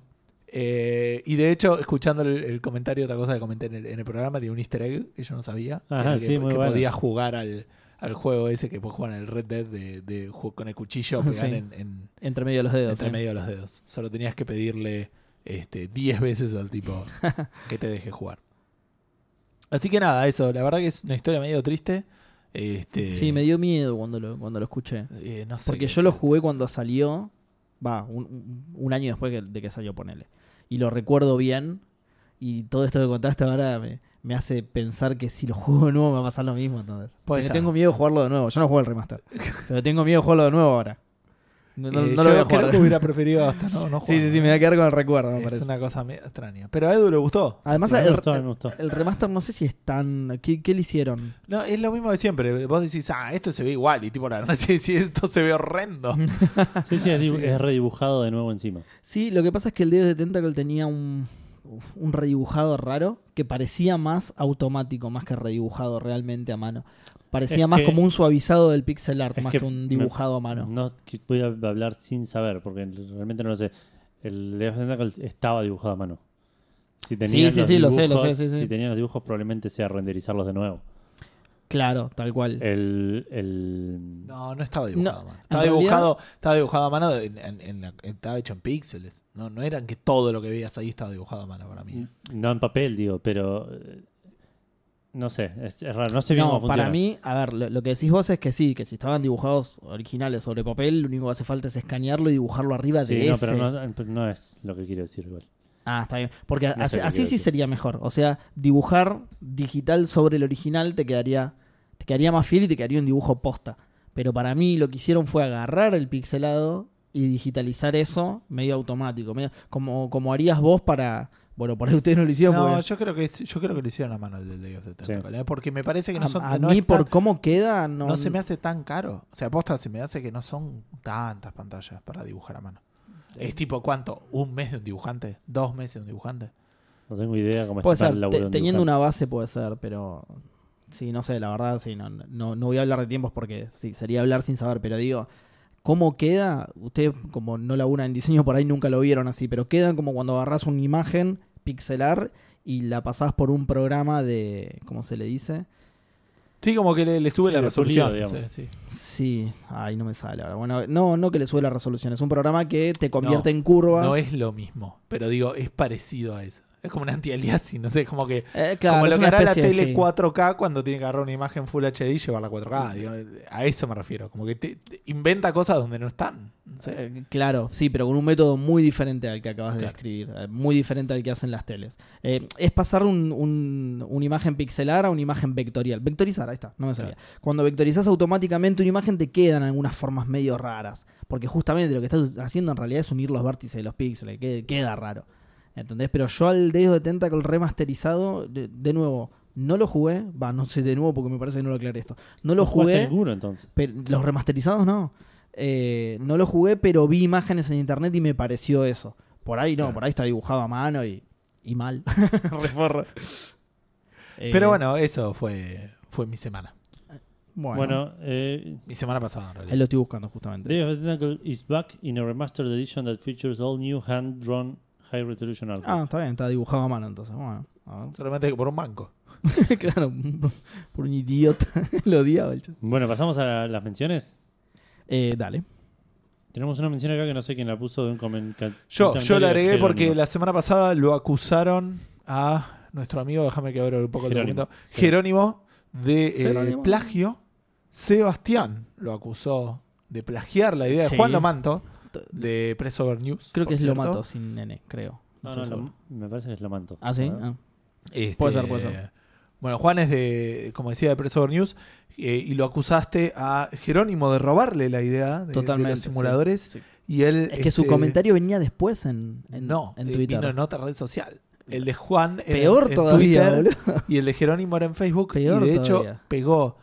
Speaker 2: eh, y de hecho, escuchando el, el comentario, otra cosa que comenté en el, en el programa, tiene un easter egg que yo no sabía. que
Speaker 1: Ajá,
Speaker 2: era que,
Speaker 1: sí, muy
Speaker 2: que
Speaker 1: bueno.
Speaker 2: podía jugar al, al juego ese que puedes jugar en el Red Dead de, de ju- con el cuchillo
Speaker 3: Sí.
Speaker 2: pegar en, en-
Speaker 3: Entre medio de los dedos. eh.
Speaker 2: entre
Speaker 3: sí.
Speaker 2: medio de los dedos. Solo tenías que pedirle este, 10 veces al tipo que te deje jugar. Así que nada, eso. La verdad que es una historia medio triste. Este,
Speaker 3: Sí, me dio miedo cuando lo, cuando lo escuché.
Speaker 2: eh, no sé
Speaker 3: Porque
Speaker 2: qué
Speaker 3: yo lo
Speaker 2: decirte.
Speaker 3: jugué cuando salió. Va, un, un- un año después que- de que salió, ponele. Y lo recuerdo bien. Y todo esto que contaste ahora me, me hace pensar que si lo juego de nuevo me va a pasar lo mismo. Entonces.
Speaker 2: Puede
Speaker 3: Porque
Speaker 2: ser.
Speaker 3: tengo miedo de jugarlo de nuevo. Yo no juego el remaster. pero tengo miedo de jugarlo de nuevo ahora. No, no-
Speaker 2: Eh,
Speaker 3: no lo voy
Speaker 2: yo
Speaker 3: a jugar.
Speaker 2: Creo que hubiera preferido hasta no, no
Speaker 3: sí, sí,
Speaker 2: jugarlo.
Speaker 3: sí, me voy a quedar con el recuerdo, me
Speaker 2: es
Speaker 3: parece.
Speaker 2: una cosa medio extraña. Pero a Edu le gustó.
Speaker 3: Además,
Speaker 1: Sí, me
Speaker 3: el,
Speaker 1: gustó, me gustó.
Speaker 3: el remaster no sé si es tan. ¿Qué, qué le hicieron?
Speaker 2: No, es lo mismo de siempre. Vos decís, ah, esto se ve igual. Y tipo, la verdad, si esto se ve horrendo.
Speaker 1: Sí, sí, es, dibu- es redibujado de nuevo encima.
Speaker 3: Sí, lo que pasa es que el Deus de Tentacle tenía un, un redibujado raro que parecía más automático, más que redibujado realmente a mano. Parecía
Speaker 1: Es
Speaker 3: más
Speaker 1: que-
Speaker 3: como un suavizado del pixel art,
Speaker 1: es
Speaker 3: más que,
Speaker 1: que
Speaker 3: un
Speaker 1: me-
Speaker 3: dibujado a mano.
Speaker 1: No que voy a hablar sin saber, porque realmente no lo sé. El Death Tentacle estaba dibujado a mano. Si tenían
Speaker 3: sí,
Speaker 1: los
Speaker 3: sí, lo sé, lo
Speaker 1: dibujos-
Speaker 3: sé, sí, sí.
Speaker 1: Si tenían los dibujos, probablemente sea renderizarlos de nuevo.
Speaker 3: Claro, tal cual.
Speaker 1: Eh, El. el...
Speaker 2: No, no estaba dibujado
Speaker 3: No,
Speaker 2: a mano.
Speaker 3: en
Speaker 2: Estaba
Speaker 3: realidad-
Speaker 2: dibujado, estaba dibujado a mano. en- en- en la- estaba hecho en píxeles. No, no eran que todo lo que veías ahí estaba dibujado a mano para
Speaker 3: Mm.
Speaker 2: mí.
Speaker 1: No en papel, digo, pero. eh, No sé, es, es raro. No sé bien
Speaker 3: no,
Speaker 1: cómo funciona.
Speaker 3: para mí, a ver, lo, lo que decís vos es que sí, que si estaban dibujados originales sobre papel, lo único que hace falta es escanearlo y dibujarlo arriba de
Speaker 1: Sí, no,
Speaker 3: ese.
Speaker 1: pero no, no es lo que quiero decir igual.
Speaker 3: Ah, está bien. Porque
Speaker 1: sé
Speaker 3: así,
Speaker 1: lo que
Speaker 3: así
Speaker 1: quiero
Speaker 3: sí
Speaker 1: decir.
Speaker 3: sería mejor. O sea, dibujar digital sobre el original te quedaría, te quedaría más fiel y te quedaría un dibujo posta. Pero para mí lo que hicieron fue agarrar el pixelado y digitalizar eso medio automático. medio- como, como harías vos para. Bueno, por ahí ustedes no lo hicieron.
Speaker 2: No,
Speaker 3: porque-
Speaker 2: yo creo que es- yo creo que lo hicieron a mano el del Day of the Tentacle, ¿eh? Porque me parece que no son.
Speaker 3: a, a
Speaker 2: no
Speaker 3: mí,
Speaker 2: es
Speaker 3: por
Speaker 2: tan-
Speaker 3: cómo queda, no.
Speaker 2: no se me hace tan caro. O sea, aposta, se me hace que no son tantas pantallas para dibujar a mano. Es tipo, ¿cuánto? ¿Un mes de un dibujante? ¿Dos meses de un dibujante?
Speaker 1: No tengo idea cómo
Speaker 3: Puede
Speaker 1: está
Speaker 3: ser,
Speaker 1: el
Speaker 3: te-
Speaker 1: laburo. de un
Speaker 3: teniendo
Speaker 1: dibujante.
Speaker 3: una base puede ser, pero sí, no sé, la verdad, sí, no, no, no voy a hablar de tiempos porque sí, sería hablar sin saber, pero digo, ¿cómo queda? Ustedes, como no laburan en diseño por ahí, nunca lo vieron así, pero queda como cuando agarras una imagen pixelar y la pasás por un programa de, ¿cómo se le dice?
Speaker 2: Sí, como que le, le sube
Speaker 1: Sí,
Speaker 2: la
Speaker 1: de
Speaker 2: resolución.
Speaker 1: pulido, digamos.
Speaker 2: Sí, sí.
Speaker 3: Sí, ay, no me sale ahora. Bueno, no, no que le sube la resolución, es un programa que te convierte
Speaker 2: No,
Speaker 3: en curvas.
Speaker 2: No es lo mismo, pero digo, es parecido a eso. Es como un anti-aliasing, no sé, es como que.
Speaker 3: Eh, claro,
Speaker 2: como
Speaker 3: es
Speaker 2: lo que
Speaker 3: una
Speaker 2: hará la
Speaker 3: especie,
Speaker 2: tele
Speaker 3: sí.
Speaker 2: 4K cuando tiene que agarrar una imagen Full HD y llevarla a 4K. digo, a eso me refiero. Como que te- te inventa cosas donde no están. no sé.
Speaker 3: Eh, Claro, sí, pero con un método muy diferente al que acabas de
Speaker 2: Claro.
Speaker 3: describir, eh, muy diferente al que hacen las teles. Eh, es pasar un- un- una imagen pixelar a una imagen vectorial. Vectorizar, ahí está, no me salía. Cuando vectorizas automáticamente una imagen te quedan algunas formas medio raras, porque justamente lo que estás haciendo en realidad es unir los vértices de los píxeles, que queda raro. ¿Entendés? Pero yo al dedo de Tentacle remasterizado, de, de nuevo, no lo jugué, va, no sé de nuevo porque me parece que no lo aclaré esto. No lo
Speaker 1: jugaste
Speaker 3: jugué.
Speaker 1: ninguno entonces.
Speaker 3: Pero los remasterizados no. Eh, no lo jugué, pero vi imágenes en internet y me pareció eso. Por ahí no,
Speaker 2: Claro.
Speaker 3: por ahí está dibujado a mano y, y mal. Reforro. Eh,
Speaker 2: Pero bueno, eso fue, fue mi semana.
Speaker 3: bueno,
Speaker 1: Bueno, eh,
Speaker 2: Mi semana pasada, en realidad.
Speaker 3: ahí lo estoy buscando justamente.
Speaker 1: Day of the Tentacle is back in a remastered edition that features all new hand-drawn high-resolution artwork.
Speaker 3: Ah, está bien, está dibujado a mano entonces. Bueno, a
Speaker 2: Solamente que por un banco.
Speaker 3: ver. claro, por, por un idiota. lo odiaba el chat.
Speaker 1: Bueno, pasamos a las menciones.
Speaker 3: Eh, dale.
Speaker 1: Tenemos una mención acá que no sé quién la puso de un comen- ca- un comentario.
Speaker 2: Yo, yo la
Speaker 1: de
Speaker 2: agregué
Speaker 1: Jerónimo.
Speaker 2: porque la semana pasada lo acusaron a nuestro amigo, déjame que abra un poco el
Speaker 1: Jerónimo.
Speaker 2: documento, Jerónimo de eh,
Speaker 3: Jerónimo.
Speaker 2: plagio. Sebastián lo acusó de plagiar la idea de
Speaker 3: Sí.
Speaker 2: Juan Lomanto
Speaker 3: T-
Speaker 2: de Press Over News.
Speaker 3: Creo
Speaker 2: por
Speaker 3: que es
Speaker 2: cierto.
Speaker 3: Lomato sin nene, creo.
Speaker 1: No,
Speaker 3: estoy
Speaker 1: no,
Speaker 3: seguro.
Speaker 1: lo- me parece que es Lomanto.
Speaker 3: Ah, sí.
Speaker 1: A ver.
Speaker 3: Ah.
Speaker 2: Este,
Speaker 3: Puede ser, puede ser.
Speaker 2: Bueno, Juan es de, como decía, de Press Over News eh, y lo acusaste a Jerónimo de robarle la idea de, de
Speaker 3: Totalmente,
Speaker 2: los
Speaker 3: sí.
Speaker 2: simuladores.
Speaker 3: Sí.
Speaker 2: Y él,
Speaker 3: Es que su
Speaker 2: este,
Speaker 3: comentario venía después en, en,
Speaker 2: no,
Speaker 3: en
Speaker 2: eh,
Speaker 3: Twitter.
Speaker 2: vino en otra red social. El de Juan era en-
Speaker 3: Peor
Speaker 2: en
Speaker 3: todavía,
Speaker 2: Twitter,
Speaker 3: boludo.
Speaker 2: Y el de Jerónimo era en Facebook.
Speaker 3: Peor
Speaker 2: y de hecho,
Speaker 3: todavía.
Speaker 2: pegó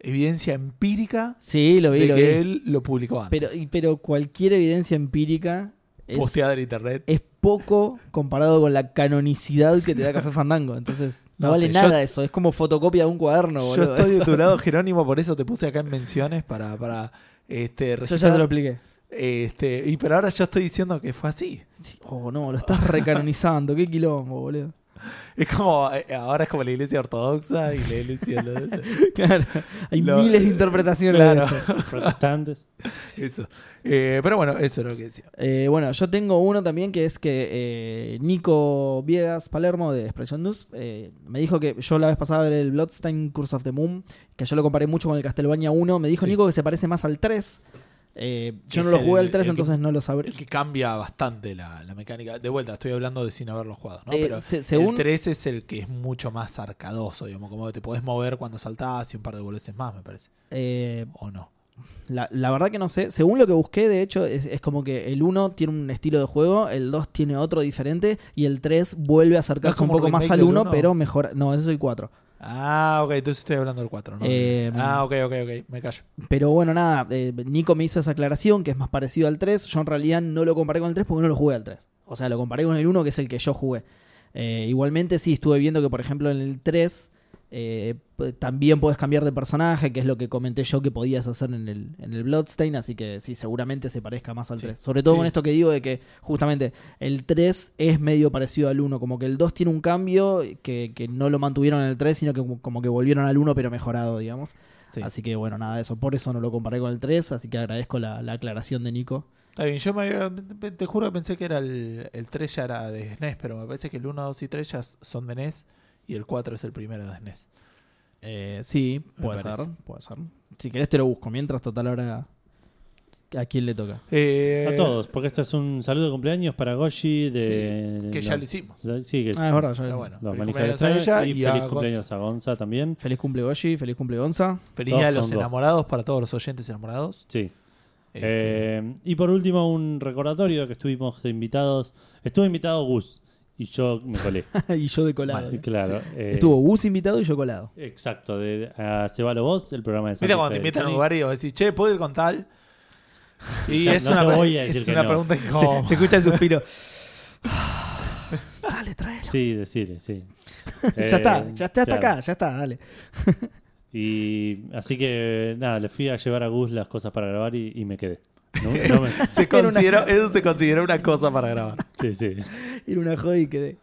Speaker 2: evidencia empírica
Speaker 3: Sí, lo vi,
Speaker 2: de
Speaker 3: lo
Speaker 2: que
Speaker 3: vi.
Speaker 2: él lo publicó antes.
Speaker 3: Pero, y- pero cualquier evidencia empírica es,
Speaker 2: posteada en internet.
Speaker 3: es poco comparado con la canonicidad que te da Café Fandango. Entonces, no,
Speaker 2: No
Speaker 3: vale
Speaker 2: sé, yo-
Speaker 3: nada eso. Es como fotocopia de un cuaderno,
Speaker 2: Yo
Speaker 3: boludo.
Speaker 2: estoy de
Speaker 3: eso.
Speaker 2: tu lado, Jerónimo, por eso te puse acá en menciones para, para este,
Speaker 3: Yo ya
Speaker 2: registrar.
Speaker 3: te lo expliqué.
Speaker 2: este, y pero ahora yo estoy diciendo que fue así.
Speaker 3: Sí, Oh, no, lo estás recanonizando. Qué quilombo, boludo.
Speaker 2: Es como, eh, ahora es como la iglesia ortodoxa y la iglesia... lo-
Speaker 3: Claro, hay
Speaker 2: Lo-
Speaker 3: miles de interpretaciones. de
Speaker 2: Claro.
Speaker 3: esto.
Speaker 1: Protestantes.
Speaker 2: eso. Eh, pero bueno, eso era lo que decía.
Speaker 3: Eh, bueno, yo tengo uno también que es que eh, Nico Viegas Palermo de Expression News eh, me dijo que yo la vez pasada ver el Bloodstained Curse of the Moon, que yo lo comparé mucho con el Castlevania 1. Me dijo
Speaker 2: Sí.
Speaker 3: Nico que se parece más al 3. Eh, yo
Speaker 2: Es
Speaker 3: no lo
Speaker 2: el-
Speaker 3: jugué al 3,
Speaker 2: el que-
Speaker 3: entonces no lo sabré.
Speaker 2: El que cambia bastante la, la mecánica. De vuelta, estoy hablando de sin haberlo jugado, ¿no?
Speaker 3: Eh,
Speaker 2: Pero
Speaker 3: se- según-
Speaker 2: el 3 es el que es mucho más arcadoso, digamos, como que te podés mover cuando saltás y un par de boludeces más, me parece.
Speaker 3: Eh,
Speaker 2: ¿O no?
Speaker 3: la, la verdad que no sé. Según lo que busqué, de hecho, es, es como que el 1 tiene un estilo de juego, el 2 tiene otro diferente y el 3 vuelve a acercarse un
Speaker 2: como un
Speaker 3: poco más
Speaker 2: remake
Speaker 3: al
Speaker 2: del
Speaker 3: 1,
Speaker 2: uno?
Speaker 3: pero mejor. No, ese es el 4.
Speaker 2: Ah, ok, entonces estoy hablando del 4, ¿no?
Speaker 3: Eh,
Speaker 2: ah, ok, ok, ok, me callo.
Speaker 3: Pero bueno, nada, eh, Nico me hizo esa aclaración que es más parecido al 3. Yo en realidad no lo comparé con el 3 porque no lo jugué al 3. O sea, lo comparé con el 1 que es el que yo jugué. Eh, igualmente sí, estuve viendo que por ejemplo en el 3 eh, p- también podés cambiar de personaje, que es lo que comenté yo que podías hacer en el, en el Bloodstain, así que sí, seguramente se parezca más al
Speaker 2: Sí.
Speaker 3: 3. Sobre todo
Speaker 2: Sí.
Speaker 3: con esto que digo de que justamente el 3 es medio parecido al 1, como que el 2 tiene un cambio que, que no lo mantuvieron en el 3, sino que como- como que volvieron al 1 pero mejorado, digamos.
Speaker 2: Sí.
Speaker 3: Así que bueno, nada de eso. Por eso no lo comparé con el 3, así que agradezco la, la aclaración de Nico.
Speaker 2: Está bien, yo me había- te juro que pensé que era el, el 3 ya era de SNES, pero me parece que el 1, 2 y 3 ya son de NES y el 4 es el primero de SNES.
Speaker 3: Eh, sí,
Speaker 2: Me
Speaker 3: puede ser,
Speaker 2: parece.
Speaker 3: puede ser. Si querés te lo busco, mientras total ahora a quién le toca.
Speaker 2: Eh,
Speaker 1: A todos, porque esto es un saludo de cumpleaños para Goshi de...
Speaker 2: Eh, Que ya lo hicimos.
Speaker 1: hicimos. Sí, que
Speaker 3: Ah, es verdad, ya
Speaker 2: Pero
Speaker 3: lo-
Speaker 2: bueno,
Speaker 1: lo
Speaker 2: feliz
Speaker 1: maneja
Speaker 2: cumpleaños a
Speaker 1: Estrada
Speaker 2: ella
Speaker 1: y,
Speaker 2: y a
Speaker 1: feliz
Speaker 2: Gonza.
Speaker 1: cumpleaños a Gonza también.
Speaker 3: Feliz cumple Goshi, feliz cumple Gonza.
Speaker 2: Feliz
Speaker 1: Dos
Speaker 2: día de
Speaker 1: con
Speaker 2: los
Speaker 1: dos.
Speaker 2: enamorados para todos los oyentes enamorados.
Speaker 1: Sí.
Speaker 2: Este,
Speaker 1: Eh, y por último, un recordatorio que estuvimos de invitados. Estuvo invitado Gus y yo me colé.
Speaker 3: y yo de colado.
Speaker 2: Vale,
Speaker 3: ¿eh?
Speaker 1: claro. eh,
Speaker 3: Estuvo Gus invitado y yo colado.
Speaker 1: Exacto, de a Cebalo Vos, el programa de Santi
Speaker 2: Viste cuando te
Speaker 1: Fede
Speaker 2: invitan a un
Speaker 1: Tony.
Speaker 2: lugar y vos decís, che, ¿puedo ir con tal? Y
Speaker 1: Ya,
Speaker 2: es
Speaker 1: no
Speaker 2: una,
Speaker 1: te
Speaker 2: pre-
Speaker 1: voy a
Speaker 2: es
Speaker 1: decir que
Speaker 2: una
Speaker 1: no.
Speaker 2: pregunta que como-
Speaker 3: Se, se escucha el suspiro. dale, tráelo.
Speaker 1: Sí, decirle, sí.
Speaker 3: ya
Speaker 1: Eh,
Speaker 3: está, ya está, hasta
Speaker 1: claro.
Speaker 3: acá, ya está, dale.
Speaker 1: Y así que nada, le fui a llevar a Gus las cosas para grabar y, y me quedé. No, no me-
Speaker 2: se consideró, eso se consideró una cosa para grabar.
Speaker 1: sí, sí.
Speaker 3: Era una joda y quedé.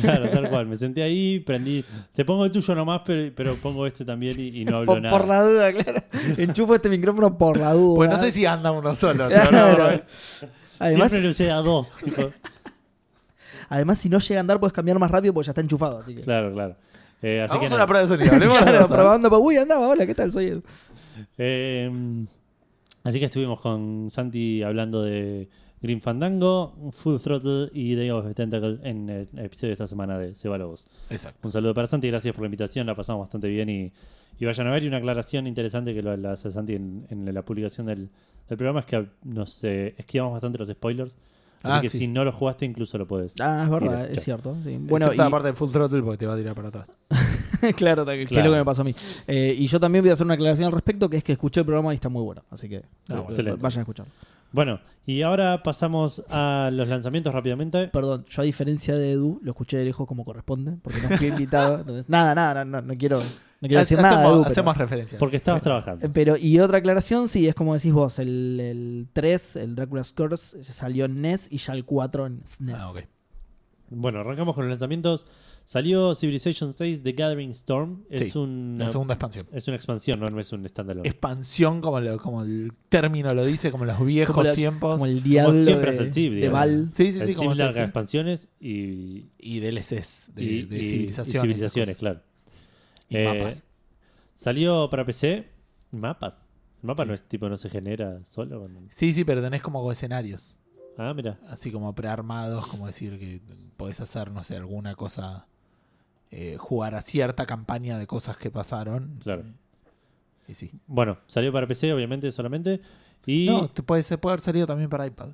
Speaker 1: Claro, tal cual. Me senté ahí, prendí. Te pongo el tuyo nomás, pero, pero pongo este también y, y no hablo
Speaker 3: Por,
Speaker 1: nada.
Speaker 3: por la duda, claro. Enchufo este micrófono por la duda.
Speaker 2: Pues no sé si anda uno solo.
Speaker 3: Claro.
Speaker 2: pero no, eh.
Speaker 3: Además,
Speaker 1: Siempre lo usé a dos. tipo,
Speaker 3: Además, si no llega a andar, puedes cambiar más rápido porque ya está enchufado. Así que.
Speaker 1: Claro, claro. Eh, así
Speaker 2: Vamos
Speaker 1: que
Speaker 2: a
Speaker 1: nada.
Speaker 2: una prueba de sonido. hablemos de
Speaker 3: Claro,
Speaker 2: WhatsApp.
Speaker 3: probando, pa- uy, andaba, hola, ¿qué tal? Soy el-
Speaker 1: Eh, así que estuvimos con Santi hablando de Green Fandango, Full Throttle y Day of the Tentacle en el episodio de esta semana de Seba Lobos.
Speaker 2: Exacto.
Speaker 1: Un saludo para Santi, gracias por la invitación, la pasamos bastante bien y, y vayan a ver. Y una aclaración interesante que lo- la hace Santi en, en la publicación del, del programa es que nos eh, esquivamos bastante los spoilers. Así
Speaker 2: Ah,
Speaker 1: que
Speaker 2: sí.
Speaker 1: si no lo jugaste, incluso lo podés.
Speaker 3: Ah, es verdad,
Speaker 1: Mira,
Speaker 3: es
Speaker 1: chao.
Speaker 3: cierto. sí.
Speaker 2: Bueno,
Speaker 3: Bueno,
Speaker 2: Excepto la
Speaker 3: y-
Speaker 2: parte de Full Throttle porque te va a tirar para atrás.
Speaker 3: claro, que que es
Speaker 1: Claro.
Speaker 3: lo que me pasó a mí. Eh, y yo también voy a hacer una aclaración al respecto, que es que escuché el programa y está muy bueno. Así que
Speaker 1: bueno.
Speaker 3: eh,
Speaker 1: Excelente.
Speaker 3: vayan a escucharlo.
Speaker 1: Bueno, y ahora pasamos a los lanzamientos rápidamente.
Speaker 3: Perdón, yo a diferencia de Edu, lo escuché de lejos como corresponde, porque no fui invitado. entonces, nada, nada, no, no, no quiero, no quiero
Speaker 2: Ha-
Speaker 3: decir
Speaker 2: hacemos,
Speaker 3: nada. de Edu, pero-
Speaker 2: hacemos referencias.
Speaker 1: Porque estabas trabajando.
Speaker 3: Eh, Pero, y otra aclaración, sí, es como decís vos, el, el 3, el Dracula's Curse, se salió en NES y ya el 4 en E SNES.
Speaker 2: Ah, ok.
Speaker 1: Bueno, arrancamos con los lanzamientos. Salió Civilization 6 The Gathering Storm. Es,
Speaker 2: Sí,
Speaker 1: una,
Speaker 2: La segunda expansión.
Speaker 1: es una expansión, no, no es un standalone.
Speaker 2: Expansión, como, lo- como el término lo dice, como los viejos
Speaker 3: la-
Speaker 2: tiempos.
Speaker 3: Como el diablo
Speaker 1: siempre
Speaker 3: de,
Speaker 1: hace el Civ,
Speaker 3: de
Speaker 1: digamos.
Speaker 3: Val.
Speaker 2: Sí, sí,
Speaker 1: El
Speaker 2: sí. Como
Speaker 1: Sim
Speaker 2: los
Speaker 1: larga
Speaker 2: Dolphins.
Speaker 1: expansiones y,
Speaker 2: y DLCs de,
Speaker 1: y-
Speaker 2: de
Speaker 1: y- y
Speaker 2: civilizaciones.
Speaker 1: civilizaciones, claro.
Speaker 2: Y
Speaker 1: Eh,
Speaker 2: mapas.
Speaker 1: Salió para PC mapas. El mapa
Speaker 2: Sí.
Speaker 1: no es tipo, no se genera solo. con-
Speaker 2: Sí, sí, pero tenés como escenarios.
Speaker 1: Ah, mira.
Speaker 2: Así como prearmados, como decir que podés hacer, no sé, alguna cosa. eh, jugar a cierta campaña de cosas que pasaron.
Speaker 1: Claro.
Speaker 2: Y sí.
Speaker 1: Bueno, salió para PC, obviamente, solamente. Y.
Speaker 2: No, te puede, se puede haber salido también para iPad.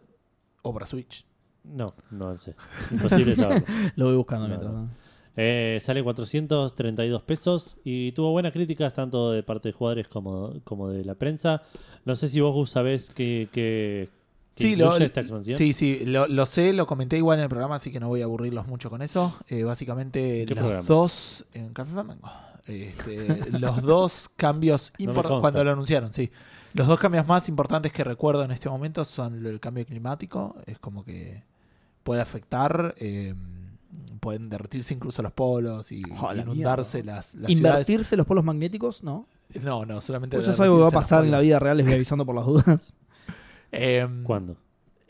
Speaker 2: O para Switch.
Speaker 1: No, no sé. Imposible saberlo.
Speaker 3: Lo voy
Speaker 1: No,
Speaker 3: buscando mientras,
Speaker 1: no.
Speaker 3: ¿no?
Speaker 1: Eh, sale 432 pesos y tuvo buenas críticas tanto de parte de jugadores como, como de la prensa. No sé si vos, Gus, sabés que, que, que incluye esta expansión.
Speaker 2: sí, sí, lo, lo sé, lo comenté igual en el programa, así que no voy a aburrirlos mucho con eso. Eh, básicamente,
Speaker 1: ¿Qué
Speaker 2: los
Speaker 1: programa?
Speaker 2: dos en Café Fandango. Este, los dos cambios
Speaker 1: No me
Speaker 2: importantes
Speaker 1: consta.
Speaker 2: cuando lo anunciaron, sí. Los dos cambios más importantes que recuerdo en este momento son el cambio climático, es como que puede afectar, eh, pueden derretirse incluso los polos y
Speaker 1: Ah,
Speaker 3: Oh, la
Speaker 2: inundarse
Speaker 3: mierda.
Speaker 2: las, las ciudades.
Speaker 3: Invertirse los polos magnéticos, ¿no?
Speaker 2: No, no, solamente
Speaker 3: Pues Eso es algo que va a
Speaker 2: derretirse los
Speaker 3: pasar en la
Speaker 2: polos.
Speaker 3: vida real, les voy avisando por las dudas.
Speaker 2: Em,
Speaker 1: ¿Cuándo?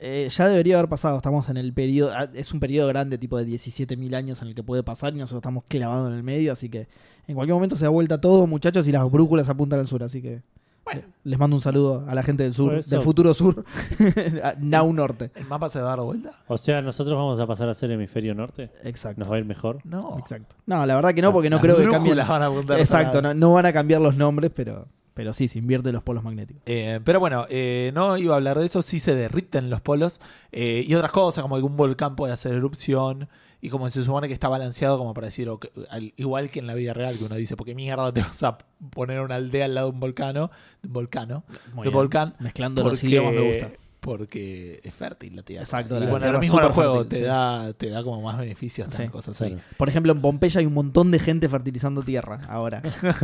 Speaker 3: Eh, ya debería haber pasado, estamos en el periodo, ah, es un periodo grande, tipo de 17.000 años en el que puede pasar y nosotros estamos clavados en el medio, así que en cualquier momento se da vuelta todo, muchachos, y las brújulas apuntan al sur, así que eh,
Speaker 2: Bueno.
Speaker 3: les mando un saludo a la gente del sur,
Speaker 1: Por eso-
Speaker 3: del futuro sur, a Now Norte.
Speaker 2: ¿El mapa se va a dar vuelta?
Speaker 1: O sea, nosotros vamos a pasar a ser hemisferio norte.
Speaker 3: Exacto.
Speaker 1: Nos va a ir mejor.
Speaker 2: No.
Speaker 3: Exacto. No, la verdad que no, porque no
Speaker 2: Las
Speaker 3: creo que
Speaker 2: brújulas
Speaker 3: cambien.
Speaker 2: van a apuntar
Speaker 3: Exacto,
Speaker 2: para-
Speaker 3: no, no van a cambiar los nombres, pero, pero sí, se invierte los polos magnéticos.
Speaker 2: Eh, pero bueno, eh, no iba a hablar de eso, sí se derriten los polos eh, y otras cosas, como algún volcán puede hacer erupción y como se supone que está balanceado como para decir, ok, al- igual que en la vida real, que uno dice, porque mierda te vas a poner una aldea al lado de un volcano, de un volcano, de
Speaker 3: bien.
Speaker 2: volcán,
Speaker 3: Mezclando los idiomas me gusta.
Speaker 2: porque es fértil la tierra.
Speaker 3: Exacto,
Speaker 2: y
Speaker 3: la
Speaker 2: bueno,
Speaker 3: tierra
Speaker 2: lo
Speaker 3: es
Speaker 2: mismo en el
Speaker 3: súper
Speaker 2: juego,
Speaker 3: fértil,
Speaker 2: te,
Speaker 3: sí.
Speaker 2: da, te da como más beneficios, tener
Speaker 3: Sí,
Speaker 2: cosas ahí.
Speaker 1: claro.
Speaker 3: Por ejemplo, en Pompeya hay un montón de gente fertilizando tierra ahora.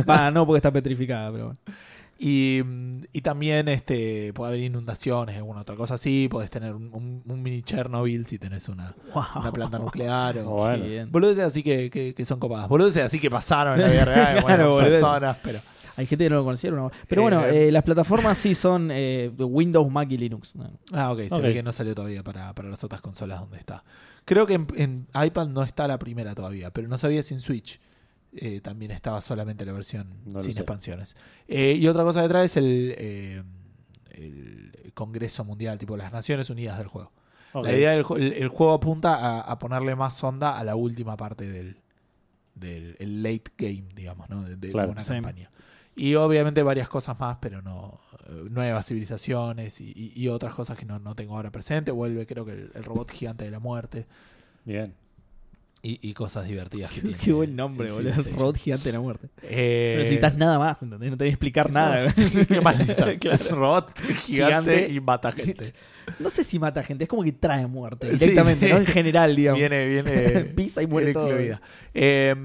Speaker 3: Va, no porque está petrificada, pero bueno.
Speaker 2: Y, mm, y también este puede haber inundaciones, alguna otra cosa así. Podés tener un, un- un mini Chernobyl si tenés una,
Speaker 3: Wow.
Speaker 2: una planta nuclear.
Speaker 1: Oh,
Speaker 2: O...
Speaker 1: bueno.
Speaker 3: Qué bien.
Speaker 2: Boludeces así que, que, que son copadas. Boludeces así que pasaron en la vida real.
Speaker 3: Claro,
Speaker 2: bueno,
Speaker 3: boludeces.
Speaker 2: personas, pero.
Speaker 3: Hay gente que no lo conocía. era una- Pero bueno,
Speaker 2: Eh,
Speaker 3: eh, las plataformas sí son eh, Windows, Mac y Linux. No.
Speaker 2: Ah, ok, se
Speaker 1: Ok.
Speaker 2: ve que no salió todavía para, para las otras consolas donde está. Creo que en, en iPad no está la primera todavía, pero no sabía si en Switch eh, también estaba solamente la versión
Speaker 1: No lo
Speaker 2: sin
Speaker 1: sé.
Speaker 2: expansiones. Eh, y otra cosa que trae es el, eh, el Congreso Mundial, tipo las Naciones Unidas del juego.
Speaker 1: Ok.
Speaker 2: La idea del ju- el, el juego apunta a, a ponerle más onda a la última parte del, del el late game, digamos, ¿no? De, de
Speaker 1: Claro.
Speaker 2: una
Speaker 3: Sí.
Speaker 2: campaña. Y obviamente varias cosas más, pero no eh, nuevas civilizaciones y, y- y otras cosas que no, no tengo ahora presente. Vuelve, creo que el, el robot gigante de la muerte
Speaker 1: Bien.
Speaker 2: y, y cosas divertidas. que
Speaker 3: Qué,
Speaker 2: tiene
Speaker 3: qué buen nombre,
Speaker 2: el
Speaker 3: boludo.
Speaker 2: Civilization.
Speaker 3: Robot gigante de la muerte.
Speaker 2: Eh,
Speaker 3: No necesitas nada más, ¿entendés? No tenés que explicar nada.
Speaker 2: ¿Qué más necesitas?
Speaker 3: Claro.
Speaker 2: Es un robot gigante,
Speaker 3: Gigante.
Speaker 2: y mata gente.
Speaker 3: No sé si mata gente, es como que trae muerte
Speaker 2: Sí,
Speaker 3: directamente,
Speaker 2: sí.
Speaker 3: ¿no? En general, digamos.
Speaker 2: Viene, eh, viene.
Speaker 3: Pisa y muere
Speaker 2: viene
Speaker 3: todo.
Speaker 2: incluida. Eh,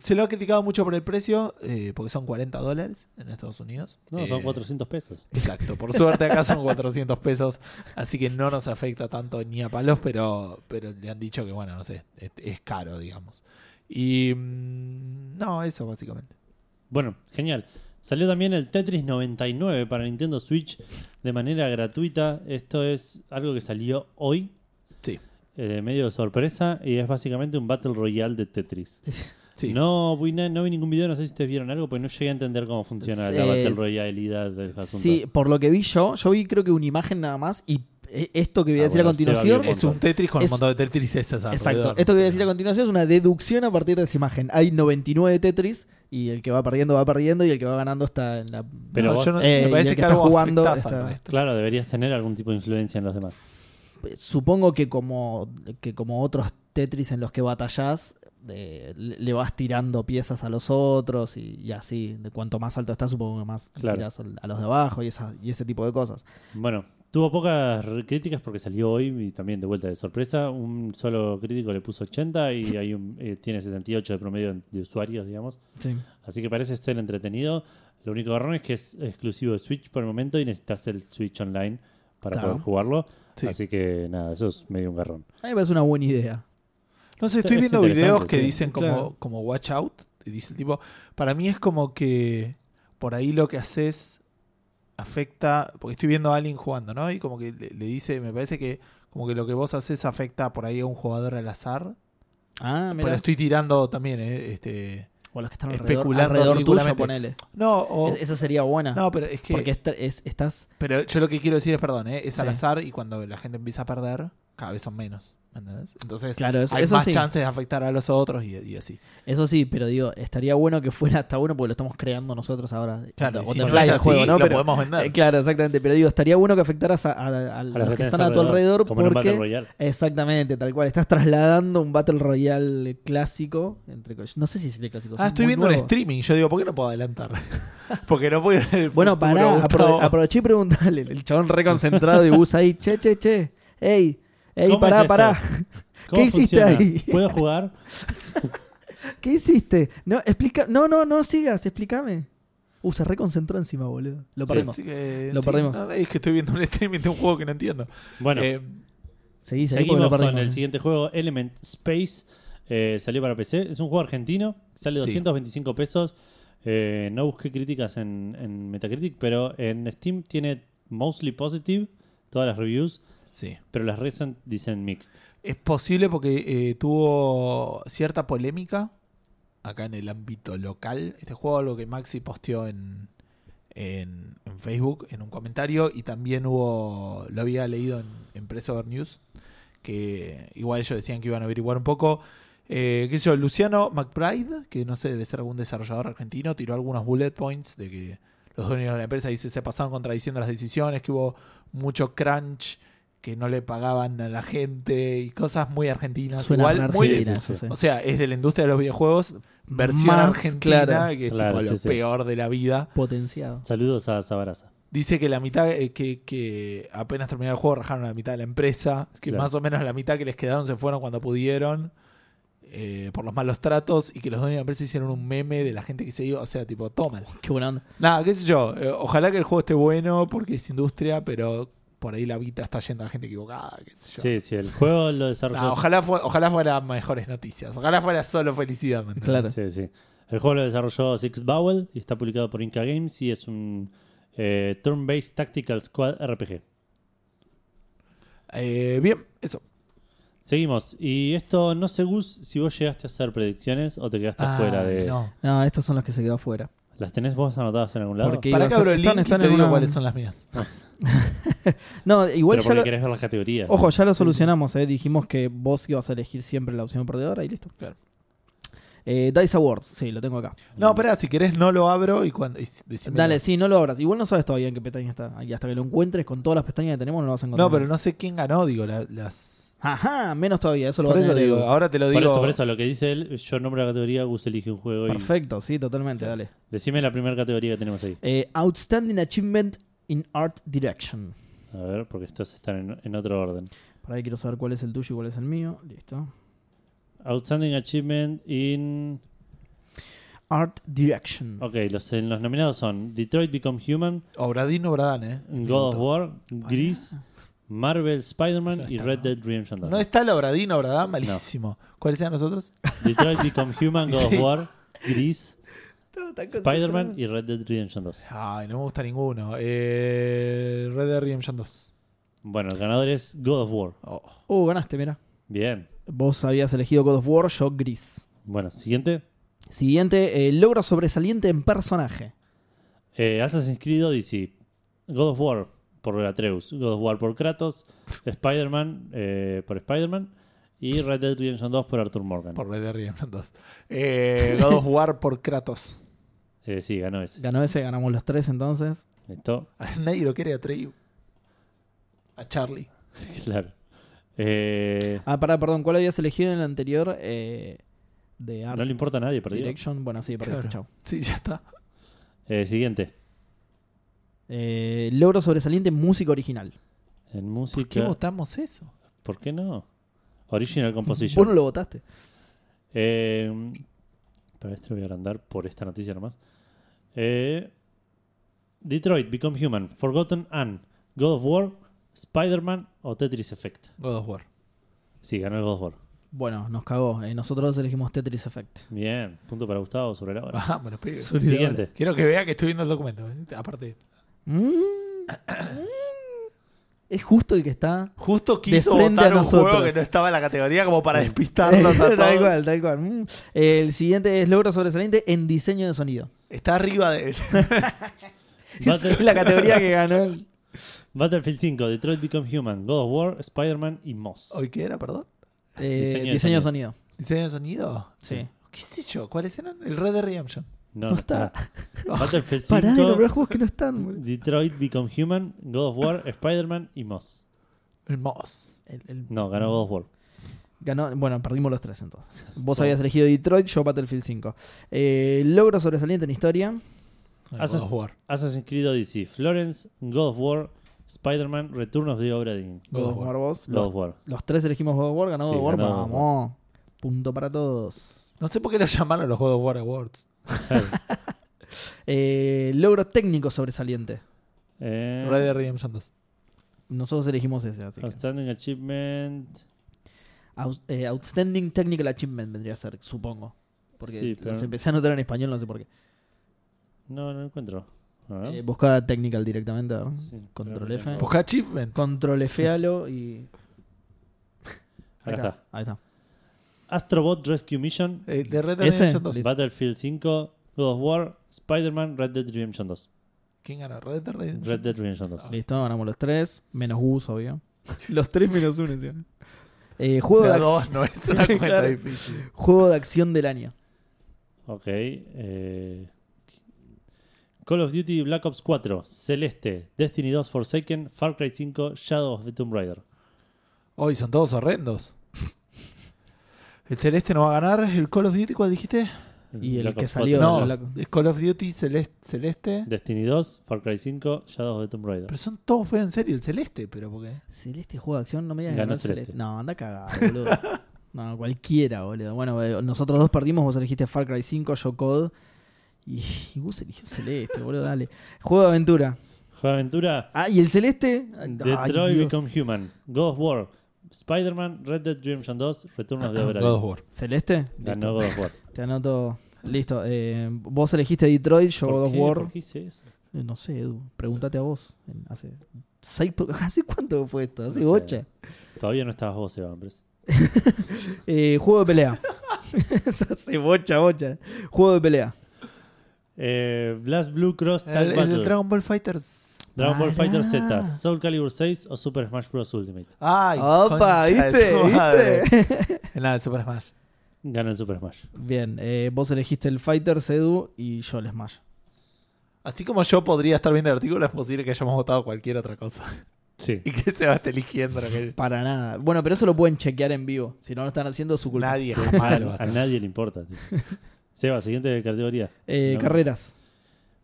Speaker 2: se lo ha criticado mucho por el precio, eh, porque son 40 dólares en Estados Unidos.
Speaker 1: No, son
Speaker 2: Eh,
Speaker 1: 400 pesos.
Speaker 2: Exacto, por suerte acá son 400 pesos, así que no nos afecta tanto ni a palos, pero, pero le han dicho que, bueno, no sé, es, es caro, digamos. Y. mm, No, eso básicamente.
Speaker 1: Bueno, genial. Salió también el Tetris 99 para Nintendo Switch de manera gratuita. Esto es algo que salió hoy.
Speaker 2: Sí.
Speaker 1: eh, medio de sorpresa y es básicamente un Battle Royale de Tetris.
Speaker 2: Sí.
Speaker 1: No, vi na- no vi ningún video, no sé si ustedes vieron algo, pues no llegué a entender cómo funciona la
Speaker 3: Sí,
Speaker 1: Battle
Speaker 3: es-
Speaker 1: Royale del asunto.
Speaker 3: Sí, por lo que vi yo, yo vi creo que una imagen nada más y eh, esto que voy a
Speaker 1: Ah,
Speaker 3: decir
Speaker 1: bueno,
Speaker 3: a
Speaker 1: Seba
Speaker 3: continuación
Speaker 1: vio
Speaker 2: Es un Tetris con
Speaker 3: Es-
Speaker 2: un montón de Tetris esas
Speaker 3: Exacto. Esto que voy a decir a continuación es una deducción a partir de esa imagen. Hay 99 Tetris y el que va perdiendo va perdiendo y el que va ganando está en la...
Speaker 1: Pero vos-
Speaker 2: yo
Speaker 3: eh,
Speaker 2: no, me
Speaker 3: y el
Speaker 2: parece
Speaker 3: que
Speaker 2: que,
Speaker 3: está
Speaker 2: algo
Speaker 3: jugando
Speaker 2: afectás
Speaker 3: está-
Speaker 2: a esto.
Speaker 1: Claro, deberías tener algún tipo de influencia en los demás.
Speaker 3: Supongo que como, que como otros Tetris en los que batallás, eh, le le vas tirando piezas a los otros y, y así. De cuanto más alto está, supongo que más
Speaker 1: Claro.
Speaker 3: tirás al- a los de abajo y, esas- y ese tipo de cosas.
Speaker 1: Bueno, tuvo pocas re- críticas porque salió hoy y también de vuelta de sorpresa. Un solo crítico le puso 80 y hay un, eh, tiene 78 de promedio de usuarios, digamos.
Speaker 3: Sí.
Speaker 1: Así que parece estar entretenido. Lo único error es que es exclusivo de Switch por el momento y necesitas el Switch Online para
Speaker 3: Claro.
Speaker 1: poder jugarlo.
Speaker 2: Sí.
Speaker 1: Así que nada, eso es medio un garrón.
Speaker 3: A mí me parece una buena idea.
Speaker 2: No sé, estoy
Speaker 1: Es
Speaker 2: viendo
Speaker 1: interesante,
Speaker 2: videos que
Speaker 1: sí.
Speaker 2: dicen como,
Speaker 3: Claro.
Speaker 2: como watch out. Y dice tipo, para mí es como que por ahí lo que haces afecta. Porque estoy viendo a alguien jugando, ¿no? Y como que le, le dice, me parece que como que lo que vos haces afecta por ahí a un jugador al azar.
Speaker 3: Ah,
Speaker 2: Pero
Speaker 3: mira.
Speaker 2: estoy tirando también, ¿eh? Este...
Speaker 3: O los que están alrededor,
Speaker 2: especulando
Speaker 3: alrededor tuyo,
Speaker 2: ridículamente.
Speaker 3: ponele.
Speaker 2: No, o-
Speaker 3: Es- esa sería buena.
Speaker 2: no, pero es que.
Speaker 3: porque est- es- estás...
Speaker 2: Pero yo lo que quiero decir es, perdón, ¿eh? es al
Speaker 3: Sí.
Speaker 2: azar y cuando la gente empieza a perder, cada vez son menos. ¿me ¿Entendés? Entonces
Speaker 3: Claro, eso,
Speaker 2: hay
Speaker 3: eso
Speaker 2: más
Speaker 3: sí.
Speaker 2: chances de afectar a los otros y, y así.
Speaker 3: Eso sí, pero digo, estaría bueno que fuera hasta bueno porque lo estamos creando nosotros ahora.
Speaker 2: Claro,
Speaker 3: o
Speaker 2: y si
Speaker 3: te
Speaker 2: no
Speaker 3: fly
Speaker 2: es
Speaker 3: el
Speaker 2: así,
Speaker 3: juego, ¿no?
Speaker 2: Lo
Speaker 3: Pero-
Speaker 2: podemos vender.
Speaker 3: eh, claro, exactamente. Pero digo, estaría bueno que afectaras a, a- a- a los que
Speaker 1: tenés
Speaker 3: están a tu alrededor
Speaker 1: Como en un Battle
Speaker 3: porque...
Speaker 1: Royale.
Speaker 3: Exactamente, tal cual. Estás trasladando un Battle Royale clásico. Entre, co- no sé si es el clásico.
Speaker 2: Ah,
Speaker 3: son
Speaker 2: estoy
Speaker 3: muy
Speaker 2: viendo un
Speaker 3: nuevos.
Speaker 2: streaming. Yo digo, ¿por qué no puedo adelantar? Porque no puedo ir al
Speaker 3: Bueno,
Speaker 2: futuro,
Speaker 3: pará, apro-
Speaker 2: Gustavo.
Speaker 3: aproveché y preguntale. El chabón reconcentrado y bus ahí, che, che, che. Ey, ey,
Speaker 1: ¿Cómo
Speaker 3: pará,
Speaker 1: es esto?
Speaker 3: pará.
Speaker 1: ¿Cómo
Speaker 3: hiciste
Speaker 1: funciona?
Speaker 3: ahí?
Speaker 1: ¿Puedo jugar?
Speaker 3: ¿Qué hiciste? No, explica. No, no, no sigas, explícame. Uh, se reconcentró encima, boludo. Lo perdimos.
Speaker 2: Así que,
Speaker 3: Lo perdimos.
Speaker 2: eh, no, es que estoy viendo un streaming de un juego que no entiendo.
Speaker 1: Bueno,
Speaker 2: Eh,
Speaker 3: Seguí, seguí porque
Speaker 1: Seguimos
Speaker 3: lo
Speaker 1: con
Speaker 3: perdimos.
Speaker 1: el siguiente juego, Element Space. Eh, salió para PC. Es un juego argentino. Sale
Speaker 2: Sí.
Speaker 1: 225 pesos. Eh, no busqué críticas en, en Metacritic, pero en Steam tiene mostly positive todas las reviews,
Speaker 2: sí.
Speaker 1: pero las recent dicen mixed.
Speaker 2: Es posible porque eh, tuvo cierta polémica acá en el ámbito local. Este juego, algo que Maxi posteó en, en, en Facebook, en un comentario, y también hubo, lo había leído en, en Press Over News, que igual ellos decían que iban a averiguar un poco. Eh, ¿Qué sé yo? Luciano McBride, que no sé, debe ser algún desarrollador argentino, tiró algunos bullet points de que los dueños de la empresa dice, se pasaron contradiciendo las decisiones, que hubo mucho crunch, que no le pagaban a la gente y cosas muy argentinas.
Speaker 3: Suena re
Speaker 2: igual, muy de-
Speaker 3: argentina,
Speaker 1: sí, sí.
Speaker 3: eso,
Speaker 2: o sea, es de la industria de los videojuegos, versión
Speaker 3: Más,
Speaker 2: argentina,
Speaker 3: claro.
Speaker 2: que es
Speaker 1: Claro,
Speaker 2: tipo
Speaker 1: sí,
Speaker 2: lo
Speaker 1: sí.
Speaker 2: peor de la vida.
Speaker 3: Potenciado.
Speaker 1: Saludos a Sabaraza.
Speaker 2: Dice que la mitad, eh, que, que apenas terminó el juego, rajaron la mitad de la empresa, que
Speaker 1: Claro.
Speaker 2: más o menos la mitad que les quedaron se fueron cuando pudieron. eh, por los malos tratos y que los dueños de la empresa hicieron un meme de la gente que se iba, o sea, tipo, toma.
Speaker 3: Qué buena onda.
Speaker 2: Nada, qué sé yo, eh, ojalá que el juego esté bueno porque es industria, pero por ahí la vida está yendo a gente equivocada, qué sé yo.
Speaker 1: Sí, sí, el juego lo desarrolló.
Speaker 2: Nah, ojalá, fue- ojalá fuera mejores noticias, ojalá fuera solo felicidad. ¿me entendés?
Speaker 3: Claro.
Speaker 1: Sí, sí. El juego lo desarrolló Six Bowel y está publicado por Inca Games y es un eh, turn-based tactical squad RPG.
Speaker 2: Eh, bien, eso.
Speaker 1: Seguimos. Y esto no sé, Gus, si vos llegaste a hacer predicciones o te quedaste
Speaker 2: Ah,
Speaker 1: fuera de.
Speaker 2: no.
Speaker 3: No, estos son los que se quedó afuera.
Speaker 1: ¿Las tenés vos anotadas en algún lado?
Speaker 3: Porque-
Speaker 2: Para
Speaker 3: iba
Speaker 2: que
Speaker 3: a
Speaker 2: abro
Speaker 3: ser-
Speaker 2: el
Speaker 3: están-
Speaker 2: link
Speaker 3: están
Speaker 2: y te
Speaker 3: en
Speaker 2: digo
Speaker 3: una-
Speaker 2: cuáles son las mías.
Speaker 3: No, igual
Speaker 1: Pero
Speaker 3: ya
Speaker 1: porque
Speaker 3: lo-
Speaker 1: querés ver las categorías.
Speaker 3: Ojo, ya lo solucionamos, ¿eh? Dijimos que vos ibas a elegir siempre la opción perdedora y listo.
Speaker 2: Claro.
Speaker 3: Eh, Dice Awards, sí, lo tengo acá.
Speaker 2: No, espera, si querés no lo abro y cuando y s- decímelo.
Speaker 3: Dale, sí, no lo abras. Igual no sabes todavía en qué pestaña está. Y hasta que lo encuentres con todas las pestañas que tenemos, no lo vas a encontrar.
Speaker 2: No, pero no sé quién ganó, digo, la- las...
Speaker 3: Ajá, menos todavía. Eso lo
Speaker 2: Por
Speaker 3: va a
Speaker 2: eso
Speaker 3: tener
Speaker 2: digo,
Speaker 3: Edu.
Speaker 2: ahora te lo
Speaker 1: por
Speaker 2: digo...
Speaker 1: eso, por eso, lo que dice él, yo nombro la categoría, Gus elige un juego
Speaker 3: Perfecto, sí, totalmente, dale.
Speaker 1: y. Decime la primera categoría que tenemos ahí.
Speaker 3: Eh, Outstanding Achievement in Art Direction.
Speaker 1: A ver, porque estos están en, en otro orden.
Speaker 3: Para ahí quiero saber cuál es el tuyo y cuál es el mío. Listo.
Speaker 1: Outstanding Achievement in.
Speaker 3: Art Direction.
Speaker 1: Ok, los, en los nominados son Detroit Become Human,
Speaker 2: Obradín, Obradán, ¿eh?
Speaker 1: God of War, Gris, Marvel
Speaker 2: Ya
Speaker 1: Spider-Man y
Speaker 2: está,
Speaker 1: Red
Speaker 2: ¿no?
Speaker 1: Dead Redemption 2.
Speaker 2: No está el Obradín, Obradán, malísimo. ¿Cuáles eran los otros?
Speaker 1: Detroit Become Human, God
Speaker 2: Sí.
Speaker 1: of War, Gris, Spider-Man y Red Dead Redemption 2.
Speaker 2: Ay, no me gusta ninguno. Eh, Red Dead Redemption 2.
Speaker 1: Bueno, el ganador es God of War.
Speaker 2: Oh.
Speaker 3: Uh, ganaste, mira.
Speaker 1: Bien.
Speaker 3: Vos habías elegido God of War, yo Gris.
Speaker 1: Bueno, siguiente.
Speaker 3: Siguiente, eh, logro sobresaliente en personaje.
Speaker 1: Eh, Assassin's Creed Odyssey. God of War por Atreus. God of War por Kratos. Spider-Man eh, por Spider-Man. Y Red Dead Redemption 2 por Arthur Morgan.
Speaker 2: Por Red Dead Redemption 2. Eh, God of War por Kratos.
Speaker 1: Eh, sí, ganó ese.
Speaker 3: Ganó ese, ganamos los tres entonces.
Speaker 1: Esto,
Speaker 2: Nadie lo quiere a Treyu. A Charlie.
Speaker 1: claro. Eh,
Speaker 3: Ah, pará, perdón, ¿cuál habías elegido en el anterior? Eh, de Art
Speaker 1: no le importa a nadie, perdido.
Speaker 3: Direction. Bueno, sí, perdiste,
Speaker 2: Claro.
Speaker 3: chau.
Speaker 2: Sí, ya está.
Speaker 1: Eh, siguiente.
Speaker 3: Eh, logro sobresaliente en música original.
Speaker 1: En
Speaker 2: ¿Por qué
Speaker 1: música. ¿Por qué,
Speaker 2: votamos eso?
Speaker 1: no? Original Composition.
Speaker 3: Vos no lo votaste.
Speaker 1: Eh, para esto este lo voy a agrandar por esta noticia nomás. Eh, Detroit, Become Human, Forgotten Anne, God of War, Spider-Man o Tetris Effect.
Speaker 2: God of War.
Speaker 1: Sí, ganó el God of War.
Speaker 3: Bueno, nos cagó. Eh, nosotros elegimos Tetris Effect.
Speaker 1: Bien, punto para Gustavo sobre la hora.
Speaker 2: Vámonos, Ah, pibe.
Speaker 3: Sobre la
Speaker 1: Siguiente.
Speaker 2: Quiero que vea que estoy viendo el documento. ¿eh? Aparte,
Speaker 3: Mm. es justo el que está.
Speaker 2: justo quiso
Speaker 3: frente
Speaker 2: votar
Speaker 3: a
Speaker 2: un juego
Speaker 3: nosotros.
Speaker 2: que no estaba en la categoría como para despistarnos a
Speaker 3: tal
Speaker 2: todos.
Speaker 3: cual, tal cual. Mm. El siguiente es logro sobresaliente en diseño de sonido.
Speaker 2: Está arriba de...
Speaker 3: Es la categoría que ganó. el-
Speaker 1: Battlefield 5, Detroit Become Human, God of War, Spider-man y Moss.
Speaker 2: ¿Hoy qué era, perdón?
Speaker 3: eh,
Speaker 1: Diseño
Speaker 3: diseño,
Speaker 1: de
Speaker 3: de sonido.
Speaker 2: ¿Diseño de sonido?
Speaker 3: Sí.
Speaker 2: ¿Qué sé yo? ¿Cuáles eran? El Red Dead Redemption.
Speaker 1: No,
Speaker 3: No
Speaker 1: no está. Battlefield
Speaker 3: Pará de nombrar
Speaker 1: 5,
Speaker 3: juegos que no están. boludo.
Speaker 1: Detroit Become Human, God of War, Spider-Man y Moss.
Speaker 2: El Moss.
Speaker 3: El- el-
Speaker 1: No, ganó God of War.
Speaker 3: ganó- bueno, perdimos los tres entonces. Vos
Speaker 1: Sí.
Speaker 3: habías elegido Detroit, yo Battlefield 5. Eh, logro sobresaliente en historia.
Speaker 2: El
Speaker 1: Haces-
Speaker 2: God of War.
Speaker 1: Assassin's Creed Odyssey, Florence, God of War, Spider-Man, Returnos de Obra Dinn.
Speaker 2: God of War.
Speaker 3: vos.
Speaker 1: God
Speaker 3: Los,
Speaker 1: of War.
Speaker 3: los tres elegimos God of War,
Speaker 1: Sí,
Speaker 3: ganó God of War.
Speaker 1: ganó God
Speaker 3: Vamos.
Speaker 1: of
Speaker 3: Punto para todos.
Speaker 2: No sé por qué lo llamaron los God of War Awards.
Speaker 3: Eh, logro técnico sobresaliente.
Speaker 1: Eh,
Speaker 2: Red Dead Redemption 2.
Speaker 3: Nosotros elegimos ese, así que.
Speaker 1: Outstanding Achievement.
Speaker 3: Aus- eh, Outstanding Technical Achievement vendría a ser, supongo. Porque
Speaker 1: Sí, pero-
Speaker 3: los empecé a anotar en español, no sé por qué.
Speaker 1: No, no lo encuentro. Ah,
Speaker 3: Eh, buscá Technical directamente, ¿verdad?
Speaker 1: sí,
Speaker 3: Control
Speaker 1: pero-
Speaker 3: F.
Speaker 1: Acá
Speaker 2: Busca Achievement.
Speaker 3: Control Falo y.
Speaker 1: está.
Speaker 3: Ahí está.
Speaker 1: Astrobot Rescue Mission,
Speaker 2: Eh, de Red Dead
Speaker 3: Ese.
Speaker 2: Redemption 2.
Speaker 1: Battlefield 5, God of War, Spider-Man, Red Dead Redemption 2.
Speaker 2: ¿Quién ganó? Red Dead Redemption.
Speaker 1: Red Dead Redemption 2.
Speaker 3: Listo, ganamos los tres. Menos Gus, obvio. Los tres menos uno, ¿sí? Eh, juego,
Speaker 2: O sea,
Speaker 3: de
Speaker 2: dos,
Speaker 3: acc-
Speaker 2: no es una cuenta
Speaker 3: Claro.
Speaker 2: difícil.
Speaker 3: juego de acción del año.
Speaker 1: Ok. eh, Call of Duty Black Ops 4, Celeste, Destiny 2 Forsaken, Far Cry 5, Shadow of the Tomb Raider.
Speaker 2: Hoy son todos horrendos. El Celeste no va a ganar. ¿El Call of Duty cuál dijiste?
Speaker 3: Y el
Speaker 1: Black
Speaker 3: que
Speaker 1: Ops
Speaker 3: salió,
Speaker 1: 4,
Speaker 2: No,
Speaker 3: la- la-
Speaker 2: el Call of Duty Celeste. celeste.
Speaker 1: Destiny 2, Far Cry 5, Shadow of the Tomb Raider.
Speaker 2: Pero son todos feos en serio. El Celeste, pero ¿por qué?
Speaker 3: Celeste juego de acción, no me digas que
Speaker 1: Ganó
Speaker 3: ganó el
Speaker 1: Celeste.
Speaker 3: Celeste. No, anda cagado, boludo. no, cualquiera, boludo. Bueno, eh, nosotros dos perdimos, vos elegiste Far Cry 5, yo COD. Y, y vos eligió Celeste, boludo, dale. Juego de aventura.
Speaker 1: Juego de aventura,
Speaker 3: Ah, y el Celeste. Ay,
Speaker 1: Detroit
Speaker 3: Dios.
Speaker 1: Become Human, God of War, Spider-Man, Red Dead Redemption 2, Returnos de Obra
Speaker 2: Ah, God of
Speaker 1: Dinn.
Speaker 3: Eh,
Speaker 2: War.
Speaker 3: ¿Celeste?
Speaker 1: Ganó
Speaker 3: Listo.
Speaker 1: God of War.
Speaker 3: Te anoto. Listo. eh, vos elegiste Detroit, yo
Speaker 1: ¿Por
Speaker 3: God of
Speaker 1: qué?
Speaker 3: War.
Speaker 1: ¿Por qué hice eso?
Speaker 3: Eh, No sé, Edu. Pregúntate a vos. En- Hace, seis po- ¿Hace cuánto fue esto? Hace
Speaker 1: No sé.
Speaker 3: ocho.
Speaker 1: Todavía no estabas vos, Eva, me parece.
Speaker 3: Eh, juego de pelea. Hace bocha, bocha. Juego de pelea.
Speaker 1: Eh, Blast Blue Cross Tag
Speaker 2: El, el
Speaker 1: Battle, Dragon,
Speaker 2: Dragon Ah, Ball Fighters.
Speaker 1: Ball
Speaker 3: Pará.
Speaker 1: Fighter Z, Soul Calibur 6 o Super Smash Bros. Ultimate.
Speaker 2: Ay,
Speaker 3: Opa,
Speaker 2: concha de
Speaker 3: ¿viste?
Speaker 2: tu madre.
Speaker 3: ¿Viste?
Speaker 2: Nada, el Super Smash.
Speaker 1: Gana el Super Smash.
Speaker 3: Bien, eh, vos elegiste el Fighter, Sedu y yo el Smash.
Speaker 2: Así como yo podría estar viendo el artículo, es posible que hayamos votado cualquier otra cosa.
Speaker 1: Sí.
Speaker 2: Y que se va a estar eligiendo lo que-
Speaker 3: Para nada. Bueno, pero eso lo pueden chequear en vivo. Si no lo están haciendo, es su culpa.
Speaker 2: Nadie jamás lo va a
Speaker 1: A
Speaker 2: hacer.
Speaker 1: nadie le importa. tío. Seba, siguiente categoría.
Speaker 3: Eh,
Speaker 1: No.
Speaker 3: Carreras.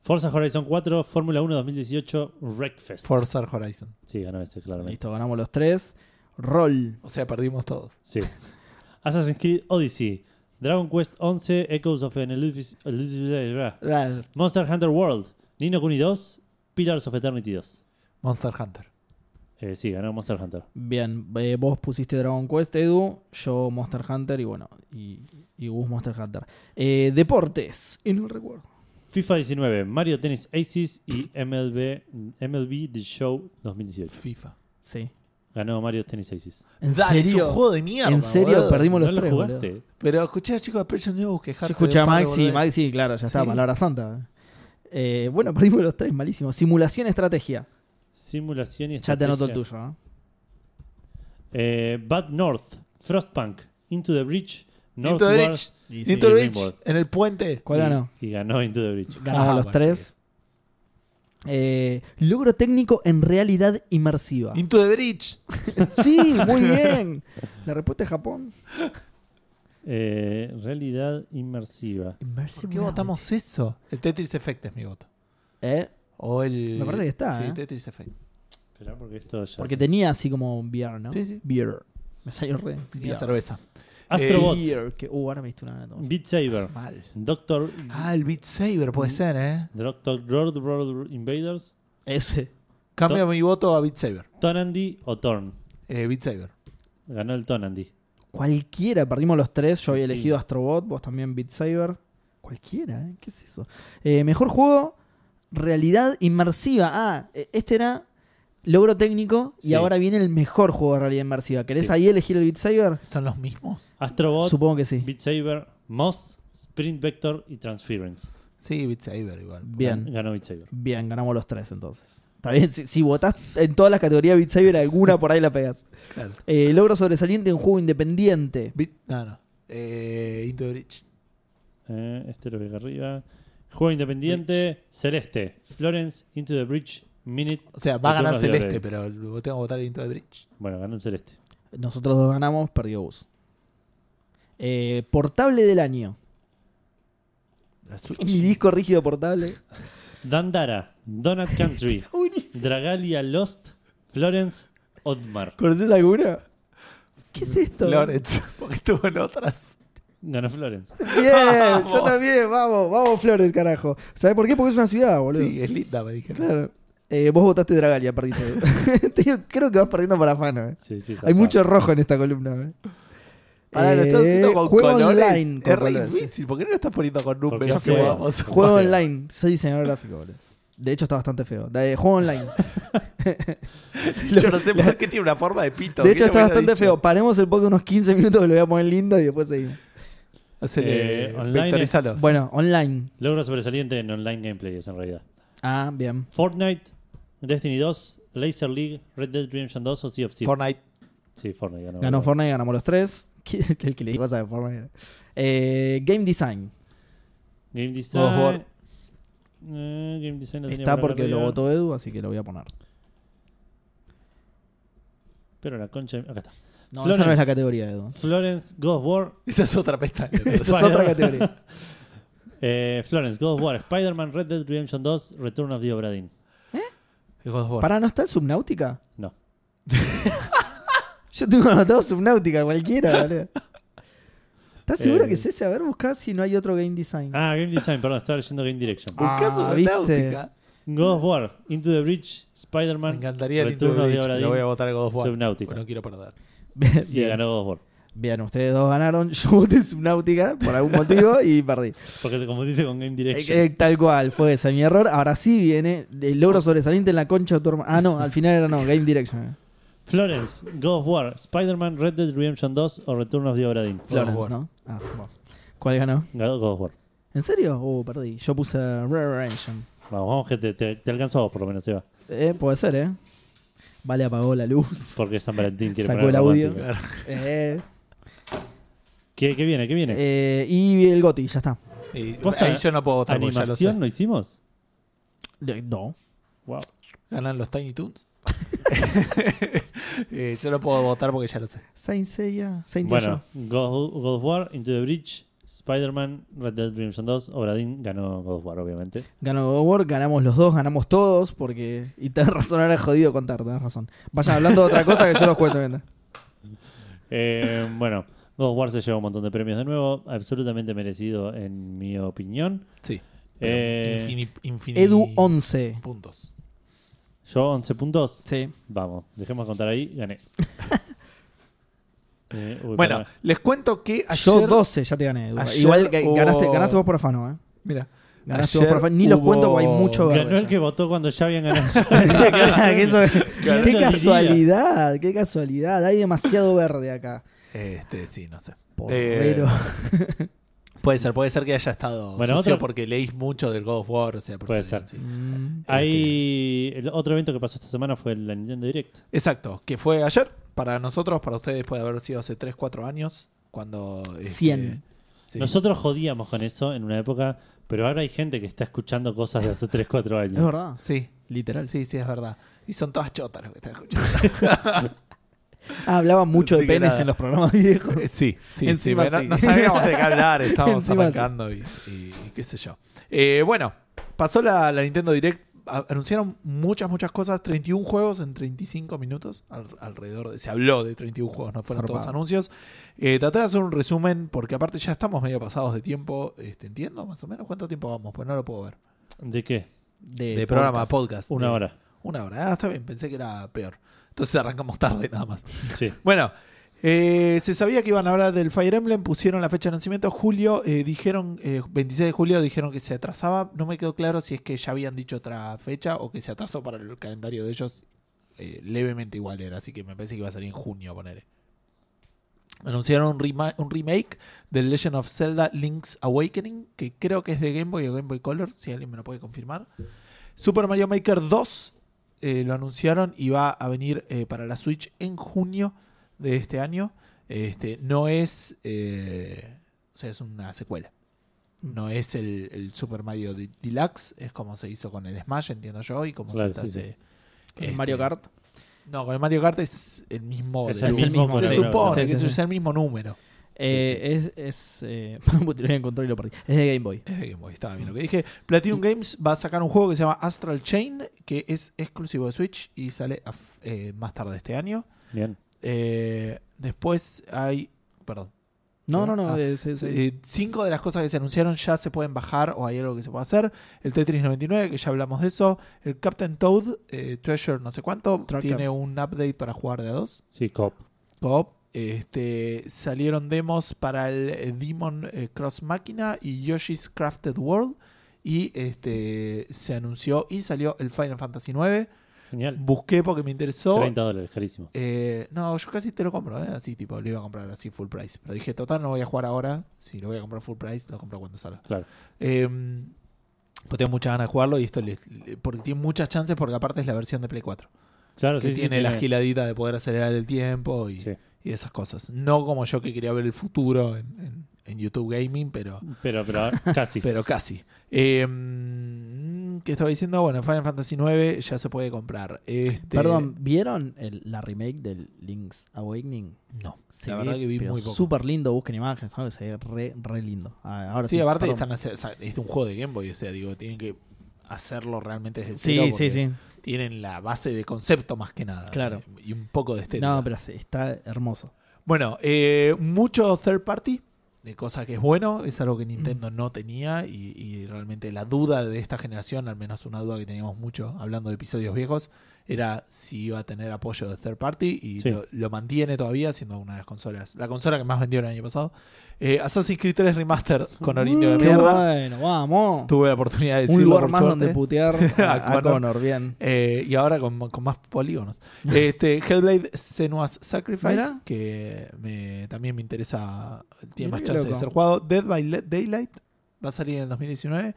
Speaker 1: Forza Horizon 4, Fórmula 1 2018, Wreckfest.
Speaker 2: Forza Horizon.
Speaker 1: sí, ganó este, claramente.
Speaker 3: Listo, ganamos los tres. Roll.
Speaker 2: O sea, perdimos todos.
Speaker 1: Sí. Assassin's Creed Odyssey, Dragon Quest 11, Echoes of an Elusive- Elusive-
Speaker 3: La-
Speaker 1: Monster Hunter World, Nino Kuni 2, Pillars of Eternity 2.
Speaker 2: Monster Hunter.
Speaker 1: Eh, sí, ganó Monster Hunter.
Speaker 3: Bien, eh, vos pusiste Dragon Quest, Edu, yo Monster Hunter y bueno, y, y Gus Monster Hunter. Eh, deportes. Y no recuerdo.
Speaker 1: FIFA 19, Mario Tennis Aces y MLB, MLB The Show 2018.
Speaker 2: FIFA.
Speaker 3: Sí.
Speaker 1: Ganó Mario Tennis Aces.
Speaker 3: ¿En
Speaker 2: Dale, es un
Speaker 3: serio?
Speaker 2: juego de mierda.
Speaker 3: ¿En serio?
Speaker 2: boludo.
Speaker 3: Perdimos los
Speaker 1: ¿No
Speaker 3: tres.
Speaker 1: lo
Speaker 3: boludo.
Speaker 1: jugaste?
Speaker 2: Pero escuché, chicos, después yo no que
Speaker 3: Yo
Speaker 2: quejarse
Speaker 3: escuché
Speaker 2: de
Speaker 3: a
Speaker 2: un par de
Speaker 3: Maxi,
Speaker 2: boludeces.
Speaker 3: Maxi, claro, ya está,
Speaker 2: Sí.
Speaker 3: palabra santa. Eh, bueno, perdimos los tres, malísimo. Simulación, estrategia.
Speaker 1: Simulación y
Speaker 3: Ya te
Speaker 1: estrategia.
Speaker 3: anoto el tuyo. ¿no?
Speaker 1: Eh, Bad North, Frostpunk, Into the Breach,
Speaker 2: Into the
Speaker 1: Northward
Speaker 2: Breach.
Speaker 1: y sí,
Speaker 2: Into the Breach,
Speaker 1: Dreamworld.
Speaker 2: en el puente.
Speaker 3: ¿eh? ¿Cuál
Speaker 1: Y-
Speaker 3: ganó?
Speaker 1: Y ganó Into the Breach.
Speaker 3: Ganamos
Speaker 2: Ah,
Speaker 3: los
Speaker 2: bueno,
Speaker 3: tres. Eh, logro técnico en realidad inmersiva.
Speaker 2: Into the Breach.
Speaker 3: sí, muy bien. La respuesta es Japón.
Speaker 1: Eh, realidad inmersiva.
Speaker 2: ¿Por qué votamos eso? El Tetris Effect es mi voto.
Speaker 3: ¿Eh?
Speaker 2: O el.
Speaker 3: Me parece que está,
Speaker 2: Sí,
Speaker 3: ¿eh?
Speaker 2: Tetris Effect.
Speaker 1: Esperá, porque esto ya.
Speaker 3: Porque tenía así como VR, ¿no?
Speaker 2: Sí, sí.
Speaker 3: Beer. Me salió re.
Speaker 2: Tenía
Speaker 3: VR.
Speaker 2: cerveza.
Speaker 1: Astrobot,
Speaker 3: Beer, que, uh, ahora me diste una gana de tomar.
Speaker 1: Beat Saber,
Speaker 2: Mal.
Speaker 1: Doctor.
Speaker 2: Ah, el Beat Saber
Speaker 3: Mm.
Speaker 2: puede ser, ¿eh?
Speaker 1: Doctor Road Road Invaders,
Speaker 3: Ese.
Speaker 2: Cambia
Speaker 1: Top.
Speaker 2: mi voto a Beat Saber.
Speaker 1: Tonandy o Torn.
Speaker 2: Eh, Beat Saber.
Speaker 1: Ganó el Tonandy.
Speaker 3: Cualquiera, perdimos los tres. Yo había
Speaker 1: Sí.
Speaker 3: elegido Astrobot, vos también Beat Saber. Cualquiera, ¿eh? ¿qué es eso? Eh, mejor juego, realidad inmersiva. Ah, eh, este era logro técnico y
Speaker 1: Sí.
Speaker 3: ahora viene el mejor juego de realidad inmersiva. ¿Querés
Speaker 1: Sí.
Speaker 3: ahí elegir el Beat Saber?
Speaker 2: ¿Son los mismos?
Speaker 1: Astrobot,
Speaker 3: Supongo que sí.
Speaker 1: Beat Saber, Moss, Sprint Vector y Transference.
Speaker 2: Sí, Beat Saber igual.
Speaker 3: Bien,
Speaker 1: Ganó Beat Saber.
Speaker 3: bien, ganamos los tres entonces. Está bien, si, si votás en todas las categorías Beat Saber, alguna por ahí la pegás.
Speaker 2: Claro.
Speaker 3: Eh, logro sobresaliente en juego independiente.
Speaker 2: Beat. No, no. Eh, Into the Breach.
Speaker 1: Eh, este lo que arriba. Juego independiente, Celeste, Florence, Into the Bridge, Minute.
Speaker 2: O sea, va a
Speaker 1: Yo
Speaker 2: ganar
Speaker 1: no digo
Speaker 2: Celeste,
Speaker 1: que-
Speaker 2: pero tengo que votar Into the Breach.
Speaker 1: Bueno, ganó el Celeste.
Speaker 3: Nosotros dos ganamos, perdió Gus. Eh, portable del año.
Speaker 2: La Switch.
Speaker 3: Pues, Mi disco rígido portable.
Speaker 1: Dandara, Donut Country,
Speaker 3: Buenísimo.
Speaker 1: Dragalia Lost, Florence, Odmar.
Speaker 3: ¿Conoces alguna? ¿Qué es esto?
Speaker 2: Lawrence, porque estuvo en otras.
Speaker 1: Ganó Florence.
Speaker 3: Bien, yo también, vamos, vamos Flores, carajo. ¿Sabes por qué? Porque es una ciudad, boludo.
Speaker 2: Sí, es linda, me dijeron.
Speaker 3: Claro. Eh, vos votaste Dragalia, perdiste. Te digo, Creo que vas perdiendo para Fano. eh.
Speaker 1: Sí, sí,
Speaker 3: Hay
Speaker 1: zarpado.
Speaker 3: mucho rojo en esta columna. eh.
Speaker 2: Ahora lo estás haciendo
Speaker 3: Eh,
Speaker 2: con
Speaker 3: juego
Speaker 2: colores.
Speaker 3: online. con
Speaker 2: Es re
Speaker 3: colores.
Speaker 2: difícil. ¿Por qué no lo estás poniendo con
Speaker 1: Porque
Speaker 2: números?
Speaker 1: es
Speaker 2: que
Speaker 1: feo.
Speaker 2: vamos?
Speaker 3: Juego
Speaker 1: Más feo.
Speaker 3: online. Soy diseñador gráfico, boludo. De hecho, está bastante feo. Da- eh, juego online.
Speaker 2: Yo no sé por qué tiene una forma de pito.
Speaker 3: De
Speaker 2: ¿Qué
Speaker 3: hecho,
Speaker 2: le
Speaker 3: está
Speaker 2: hubiera
Speaker 3: bastante
Speaker 2: dicho?
Speaker 3: feo. Paremos el podcast unos 15 minutos que lo voy a poner lindo y después seguimos.
Speaker 2: Hacele,
Speaker 1: Eh, online
Speaker 2: vectorizalo.
Speaker 3: Bueno, online.
Speaker 1: Logro sobresaliente en online gameplay es en realidad.
Speaker 3: Ah, bien.
Speaker 1: Fortnite, Destiny 2, Laser League, Red Dead Redemption 2 o Sea of Thieves.
Speaker 2: Fortnite.
Speaker 1: sí, Fortnite ganó.
Speaker 3: Ganó Fortnite, ganamos los tres. El que le dijo cosas de Fortnite. Eh, game Design.
Speaker 1: Game
Speaker 2: God of
Speaker 1: Design.
Speaker 2: War.
Speaker 1: Eh, Game Design lo tenía
Speaker 3: Está
Speaker 1: por acá
Speaker 3: porque lo
Speaker 1: arriba,
Speaker 3: votó Edu, así que lo voy a poner.
Speaker 1: Pero la concha. Acá está.
Speaker 3: No,
Speaker 1: Florence.
Speaker 3: esa no es la categoría de Edu.
Speaker 1: Florence, God of War.
Speaker 2: Esa es otra pestaña.
Speaker 3: Esa es otra categoría.
Speaker 1: eh, Florence, God of War, Spider-Man, Red Dead Redemption 2, Return of the Obra Dinn.
Speaker 2: God of War.
Speaker 3: ¿Para no está el Subnautica?
Speaker 1: No.
Speaker 3: Yo tengo anotado Subnautica, cualquiera, boludo. ¿Estás seguro
Speaker 1: Eh.
Speaker 3: que es ese? A ver, buscá si no hay otro Game Design.
Speaker 1: Ah, Game Design, perdón, estaba leyendo Game Direction.
Speaker 3: Ah,
Speaker 2: Buscá sobre
Speaker 3: ¿viste?
Speaker 2: Náutica.
Speaker 1: God of War, Into the Bridge,
Speaker 2: Me
Speaker 1: Spider-Man,
Speaker 2: encantaría el
Speaker 1: Returno
Speaker 2: Into the
Speaker 1: de Obra
Speaker 2: Breach. Lo voy a
Speaker 1: Dinn,
Speaker 2: votar a God of War.
Speaker 1: Subnautica.
Speaker 2: No quiero perder.
Speaker 3: Bien,
Speaker 1: Y ganó God of War.
Speaker 3: Bien, ustedes dos ganaron. Yo voté Subnautica por algún motivo y perdí.
Speaker 1: Porque te confundiste con Game
Speaker 3: Eh,
Speaker 1: Direction.
Speaker 3: eh, tal cual, fue ese mi error. Ahora sí viene el logro sobresaliente en la concha de tu hermano. Ah, no, al final era no, Game Direction. eh.
Speaker 1: Florence, God of War, Spider-Man, Red Dead Redemption 2 o Return of the Obra Dinn.
Speaker 2: God of
Speaker 3: Florence,
Speaker 2: War.
Speaker 3: ¿no? Ah, bueno. ¿Cuál ganó?
Speaker 1: Ganó God of War.
Speaker 3: ¿En serio? Uh, perdí. Yo puse Rare Engine.
Speaker 1: Vamos, vamos que te, te, te alcanzó a vos por lo menos, Eva.
Speaker 3: Eh, puede ser, ¿eh? Vale, apagó la luz.
Speaker 1: Porque San Valentín quiere
Speaker 3: Sacó
Speaker 1: poner
Speaker 3: el audio.
Speaker 1: romántica.
Speaker 3: Eh,
Speaker 1: ¿Qué, qué viene? ¿Qué viene?
Speaker 3: eh, y el Goti, ya está.
Speaker 2: Y
Speaker 1: Posta,
Speaker 2: ahí yo no puedo votar porque ya lo sé.
Speaker 1: ¿Animación no hicimos?
Speaker 3: Eh, No.
Speaker 1: Wow.
Speaker 2: Ganan los Tiny Toons. Eh, yo no puedo votar porque ya lo sé.
Speaker 3: Saint Seiya. Saint
Speaker 1: Bueno,
Speaker 3: Seiya.
Speaker 1: God, God of War, Into the Bridge, Spider-Man, Red Dead Redemption 2, Obra Dinn ganó God of War, obviamente.
Speaker 3: Ganó God of War, ganamos los dos, ganamos todos, porque... Y tenés razón, ahora es jodido contar, tenés razón. Vayan hablando de otra cosa que yo los cuento. mientras.
Speaker 1: Eh, bueno, God of War se lleva un montón de premios de nuevo, absolutamente merecido en mi opinión.
Speaker 2: Sí.
Speaker 1: Eh,
Speaker 2: Infinito.
Speaker 3: Edu 11.
Speaker 2: puntos.
Speaker 1: yo 11 puntos.
Speaker 3: Sí.
Speaker 1: Vamos, dejemos contar ahí, gané. Eh, uy,
Speaker 2: Bueno,
Speaker 1: perdón.
Speaker 2: les cuento que ayer...
Speaker 3: Yo 12 ya te gané. Edu.
Speaker 2: ayer
Speaker 3: Igual que
Speaker 2: hubo-
Speaker 3: ganaste, ganaste vos por afano, ¿eh?
Speaker 2: Mira,
Speaker 3: Ganaste vos
Speaker 2: Ayer
Speaker 3: por fa- Ni los
Speaker 2: hubo-
Speaker 3: cuento porque hay mucho
Speaker 1: Ganó
Speaker 3: verde.
Speaker 1: el que votó cuando ya habían ganado.
Speaker 3: Claro, que eso-
Speaker 1: Ganó
Speaker 3: qué
Speaker 1: la
Speaker 3: casualidad, qué casualidad. Hay demasiado verde acá.
Speaker 2: Este, sí, no sé. Eh,
Speaker 3: Porrero.
Speaker 2: Puede ser, puede ser que haya estado
Speaker 1: Bueno,
Speaker 2: sucio
Speaker 1: otro-
Speaker 2: porque leís mucho del God of War, o sea, por
Speaker 1: Puede
Speaker 2: eso digo,
Speaker 1: ser.
Speaker 2: sí.
Speaker 3: Mm.
Speaker 1: Ahí, el otro evento que pasó esta semana fue la Nintendo Direct.
Speaker 2: Exacto, que fue ayer, para nosotros, para ustedes puede haber sido hace 3, 4 años, cuando... este,
Speaker 3: 100.
Speaker 2: sí.
Speaker 1: Nosotros jodíamos con eso en una época, pero ahora hay gente que está escuchando cosas de hace 3, 4
Speaker 3: Es
Speaker 1: años.
Speaker 3: verdad.
Speaker 2: Sí,
Speaker 3: Literal.
Speaker 2: sí, sí, es verdad. Y son todas chotas lo que están escuchando.
Speaker 3: Ah, hablaban mucho
Speaker 2: Así
Speaker 3: de
Speaker 2: que
Speaker 3: penes
Speaker 2: nada.
Speaker 3: en los programas viejos.
Speaker 2: Eh, Sí, sí, sí,
Speaker 3: Encima
Speaker 2: pero
Speaker 3: sí.
Speaker 2: No, no sabíamos de qué hablar, estábamos
Speaker 3: Encima
Speaker 2: arrancando y, y- y qué sé yo. Eh, bueno, pasó la, la Nintendo Direct, a- anunciaron muchas, muchas cosas, 31 juegos en 35 minutos, al- alrededor de, se habló de 31 juegos, no fueron todos
Speaker 3: Zarpado.
Speaker 2: anuncios. Eh, traté de hacer un resumen, porque aparte ya estamos medio pasados de tiempo, este, entiendo más o menos cuánto tiempo vamos, pues no lo puedo ver.
Speaker 1: ¿De qué?
Speaker 3: De,
Speaker 2: De programa,
Speaker 3: podcast.
Speaker 2: podcast.
Speaker 1: Una
Speaker 2: de-
Speaker 1: hora.
Speaker 2: Una hora, ah, está bien, pensé que era peor. Entonces arrancamos tarde nada más.
Speaker 1: Sí.
Speaker 2: Bueno, eh, se sabía que iban a hablar del Fire Emblem, pusieron la fecha de nacimiento, julio, eh, dijeron, eh, 26 de julio dijeron que se atrasaba, no me quedó claro si es que ya habían dicho otra fecha o que se atrasó para el calendario de ellos, eh, levemente igual era, así que me parece que iba a salir en junio, poner. Anunciaron un, rema- un remake del Legend of Zelda Link's Awakening, que creo que es de Game Boy o Game Boy Color, si alguien me lo puede confirmar. Super Mario Maker 2 eh, lo anunciaron y va a venir eh, para la Switch en junio de este año. Este, no es. eh, o sea, es una secuela.
Speaker 1: Mm.
Speaker 2: No es el, el Super Mario D- Deluxe. Es como se hizo con el Smash, entiendo yo, y como
Speaker 1: Claro,
Speaker 2: se
Speaker 1: sí,
Speaker 2: hace.
Speaker 3: Con el
Speaker 2: este,
Speaker 3: Mario Kart.
Speaker 2: No, con el Mario Kart es el mismo.
Speaker 1: Es
Speaker 2: de-
Speaker 1: el
Speaker 3: Es el
Speaker 1: mismo.
Speaker 3: mismo,
Speaker 2: se
Speaker 1: modelo.
Speaker 3: sí.
Speaker 2: supone
Speaker 3: Sí,
Speaker 2: que
Speaker 3: sí,
Speaker 2: es
Speaker 3: sí.
Speaker 2: el mismo número.
Speaker 3: Eh, Es. es eh, lo voy a encontrar y lo perdí. Es de Game Boy.
Speaker 2: Es de Game Boy, estaba bien lo que dije. Platinum Games va a sacar un juego que se llama Astral Chain, que es exclusivo de Switch y sale a f- eh, más tarde este año.
Speaker 1: Bien.
Speaker 2: Eh, después hay. Perdón.
Speaker 3: No, no, no.
Speaker 2: Ah,
Speaker 3: es- es- es-
Speaker 2: Eh, cinco de las cosas que se anunciaron ya se pueden bajar o hay algo que se puede hacer. El Tetris 99, que ya hablamos de eso. El Captain Toad, eh, Treasure no sé cuánto,
Speaker 3: Tracker.
Speaker 2: tiene un update para jugar de a dos.
Speaker 1: Sí, cop.
Speaker 2: Co-op. Este, salieron demos para el eh, Demon eh, Cross Máquina y Yoshi's Crafted World. Y este, se anunció y salió el Final Fantasy IX.
Speaker 1: Genial.
Speaker 2: Busqué porque me interesó.
Speaker 1: 30 dólares, carísimo.
Speaker 2: Eh, no, yo casi te lo compro, ¿eh? así tipo, lo iba a comprar así full price. Pero dije, total, no voy a jugar ahora. Si lo voy a comprar full price, lo compro cuando salga.
Speaker 1: Claro.
Speaker 2: Eh, pues tengo muchas ganas de jugarlo y esto le- le- porque tiene muchas chances porque aparte es la versión de Play 4.
Speaker 1: Claro,
Speaker 2: que
Speaker 1: sí, sí,
Speaker 2: tiene la giladita de poder acelerar el tiempo y,
Speaker 1: Sí.
Speaker 2: y esas cosas. No como yo que quería ver el futuro en, en- en YouTube Gaming, pero,
Speaker 1: Pero, pero casi.
Speaker 2: pero casi. Eh, mm, ¿Qué estaba diciendo? Bueno, Final Fantasy IX ya se puede comprar. Este,
Speaker 3: Perdón, ¿vieron el- la remake del Link's Awakening?
Speaker 2: No,
Speaker 3: Se
Speaker 2: la
Speaker 3: ve,
Speaker 2: verdad que vi
Speaker 3: pero
Speaker 2: muy poco.
Speaker 3: Súper lindo, busquen imágenes, ¿sabes? Se ve re, re lindo. Ah, ahora sí,
Speaker 2: sí, aparte
Speaker 3: perdón.
Speaker 2: están hace- o sea, es un juego de Game Boy, o sea, digo, tienen que hacerlo realmente desde cero.
Speaker 3: Sí, sí,
Speaker 2: porque
Speaker 3: sí.
Speaker 2: Tienen la base de concepto más que nada.
Speaker 3: Claro.
Speaker 2: eh, Y un poco de estética.
Speaker 3: No, pero se- está hermoso.
Speaker 2: Bueno, eh, mucho third party, de cosa que es bueno, es algo que
Speaker 3: Mm.
Speaker 2: Nintendo no tenía y, y realmente la duda de esta generación, al menos una duda que teníamos mucho hablando de episodios viejos, era si iba a tener apoyo de third party y
Speaker 1: Sí.
Speaker 2: lo, lo mantiene todavía siendo una de las consolas, la consola que más vendió el año pasado. Eh, Assassin's Creed 3 Remaster con Orino de
Speaker 3: Mm. Qué
Speaker 2: mierda.
Speaker 3: Bueno, vamos.
Speaker 2: Tuve la oportunidad de
Speaker 3: Un
Speaker 2: decirlo
Speaker 3: lugar
Speaker 2: por
Speaker 3: más
Speaker 2: suerte.
Speaker 3: donde putear a,
Speaker 2: A
Speaker 3: a
Speaker 2: Connor.
Speaker 3: Connor, bien.
Speaker 2: Eh, y ahora con, con más polígonos. Este, Hellblade Senua's Sacrifice,
Speaker 3: Mirá.
Speaker 2: que me- también me interesa, tiene
Speaker 3: Mirá
Speaker 2: más
Speaker 3: qué
Speaker 2: chance de
Speaker 3: loco.
Speaker 2: ser jugado. Dead by Le- Daylight va a salir en el 2019.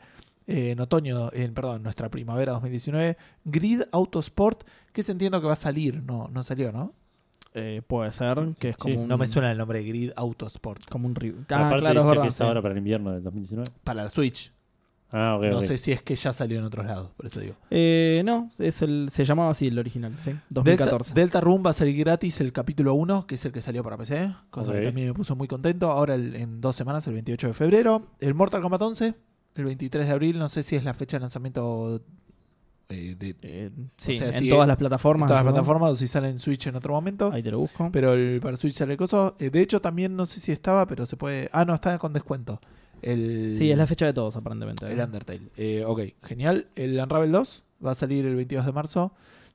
Speaker 2: eh, en otoño, en, perdón, en nuestra primavera 2019. Grid Autosport, que se entiendo que va a salir, no, no salió, ¿no?
Speaker 3: Eh, puede ser que es como
Speaker 1: Sí,
Speaker 3: un,
Speaker 2: No me suena el nombre de Grid Autosport.
Speaker 3: Como un review.
Speaker 1: Pero
Speaker 3: Ah,
Speaker 1: aparte
Speaker 3: claro, es
Speaker 1: dice
Speaker 3: verdad.
Speaker 1: que es
Speaker 3: sí.
Speaker 1: ahora para el invierno del 2019.
Speaker 2: Para la Switch.
Speaker 1: Ah, ok,
Speaker 2: No
Speaker 1: ok.
Speaker 2: sé si es que ya salió en otros lados, por eso digo.
Speaker 3: Eh, no, es el, se llamaba así el original, sí. 2014.
Speaker 2: Delta, Delta Room va a salir gratis el capítulo 1, que es el que salió para PC, cosa
Speaker 1: Ok.
Speaker 2: que también me puso muy contento. Ahora el- en dos semanas, el 28 de febrero. El Mortal Kombat 11, el 23 de abril, no sé si es la fecha de lanzamiento eh, de,
Speaker 3: Eh, sí,
Speaker 2: sea,
Speaker 3: en
Speaker 2: sí,
Speaker 3: todas las
Speaker 2: en
Speaker 3: plataformas.
Speaker 2: todas las
Speaker 3: ¿no?
Speaker 2: plataformas o si sale en Switch en otro momento.
Speaker 3: Ahí te lo busco.
Speaker 2: Pero el para Switch sale coso. Eh, de hecho, también no sé si estaba, pero se puede. Ah, no, está con descuento. El,
Speaker 3: sí, es la fecha de todos, aparentemente.
Speaker 2: el
Speaker 3: ¿eh?
Speaker 2: Undertale. Eh, ok, genial. El Unravel 2 va a salir el 22 de marzo.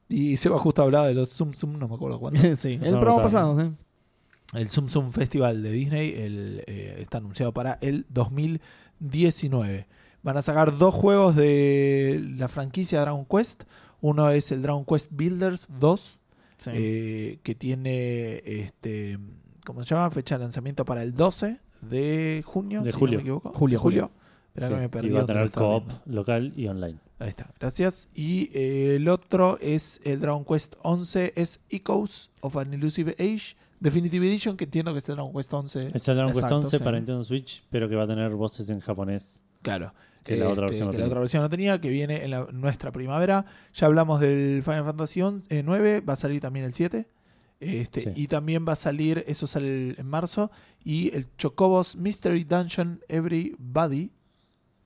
Speaker 2: Y Seba justo hablaba de los Zoom Zoom, no me acuerdo cuándo.
Speaker 3: sí, el
Speaker 1: Nos vamos
Speaker 3: programa
Speaker 1: a-
Speaker 3: pasado, sí.
Speaker 2: El Zoom Zoom Festival de Disney el, eh, está anunciado para el 2019. Van a sacar dos juegos de la franquicia Dragon Quest. Uno es el Dragon Quest Builders 2,
Speaker 3: Sí.
Speaker 2: eh, que tiene, este, ¿cómo se llama? Fecha de lanzamiento para el 12 de junio.
Speaker 1: De
Speaker 2: si
Speaker 1: julio.
Speaker 2: no me equivoco.
Speaker 3: Julio,
Speaker 2: De julio. Esperá
Speaker 1: Sí,
Speaker 2: que me perdí Eh,
Speaker 1: y va a
Speaker 2: donde lo
Speaker 1: tener
Speaker 2: estaba
Speaker 1: co-op
Speaker 2: viendo.
Speaker 1: local y online.
Speaker 2: Ahí está, gracias. Y eh, el otro es el Dragon Quest 11, es Echoes of an Illusive Age Definitive Edition, que entiendo que es el Dragon Quest 11.
Speaker 1: Es el Dragon Este Quest
Speaker 2: Exacto,
Speaker 1: 11
Speaker 2: sí.
Speaker 1: para Nintendo Switch, pero que va a tener voces en japonés.
Speaker 2: Claro.
Speaker 1: Que la otra
Speaker 2: Este,
Speaker 1: versión no
Speaker 2: que la
Speaker 1: tenía.
Speaker 2: otra versión no tenía, que viene en la- nuestra primavera. Ya hablamos del Final Fantasy 11, eh, 9, va a salir también el 7. Este,
Speaker 1: Sí.
Speaker 2: Y también va a salir, eso sale el- en marzo, y el Chocobos Mystery Dungeon Everybody.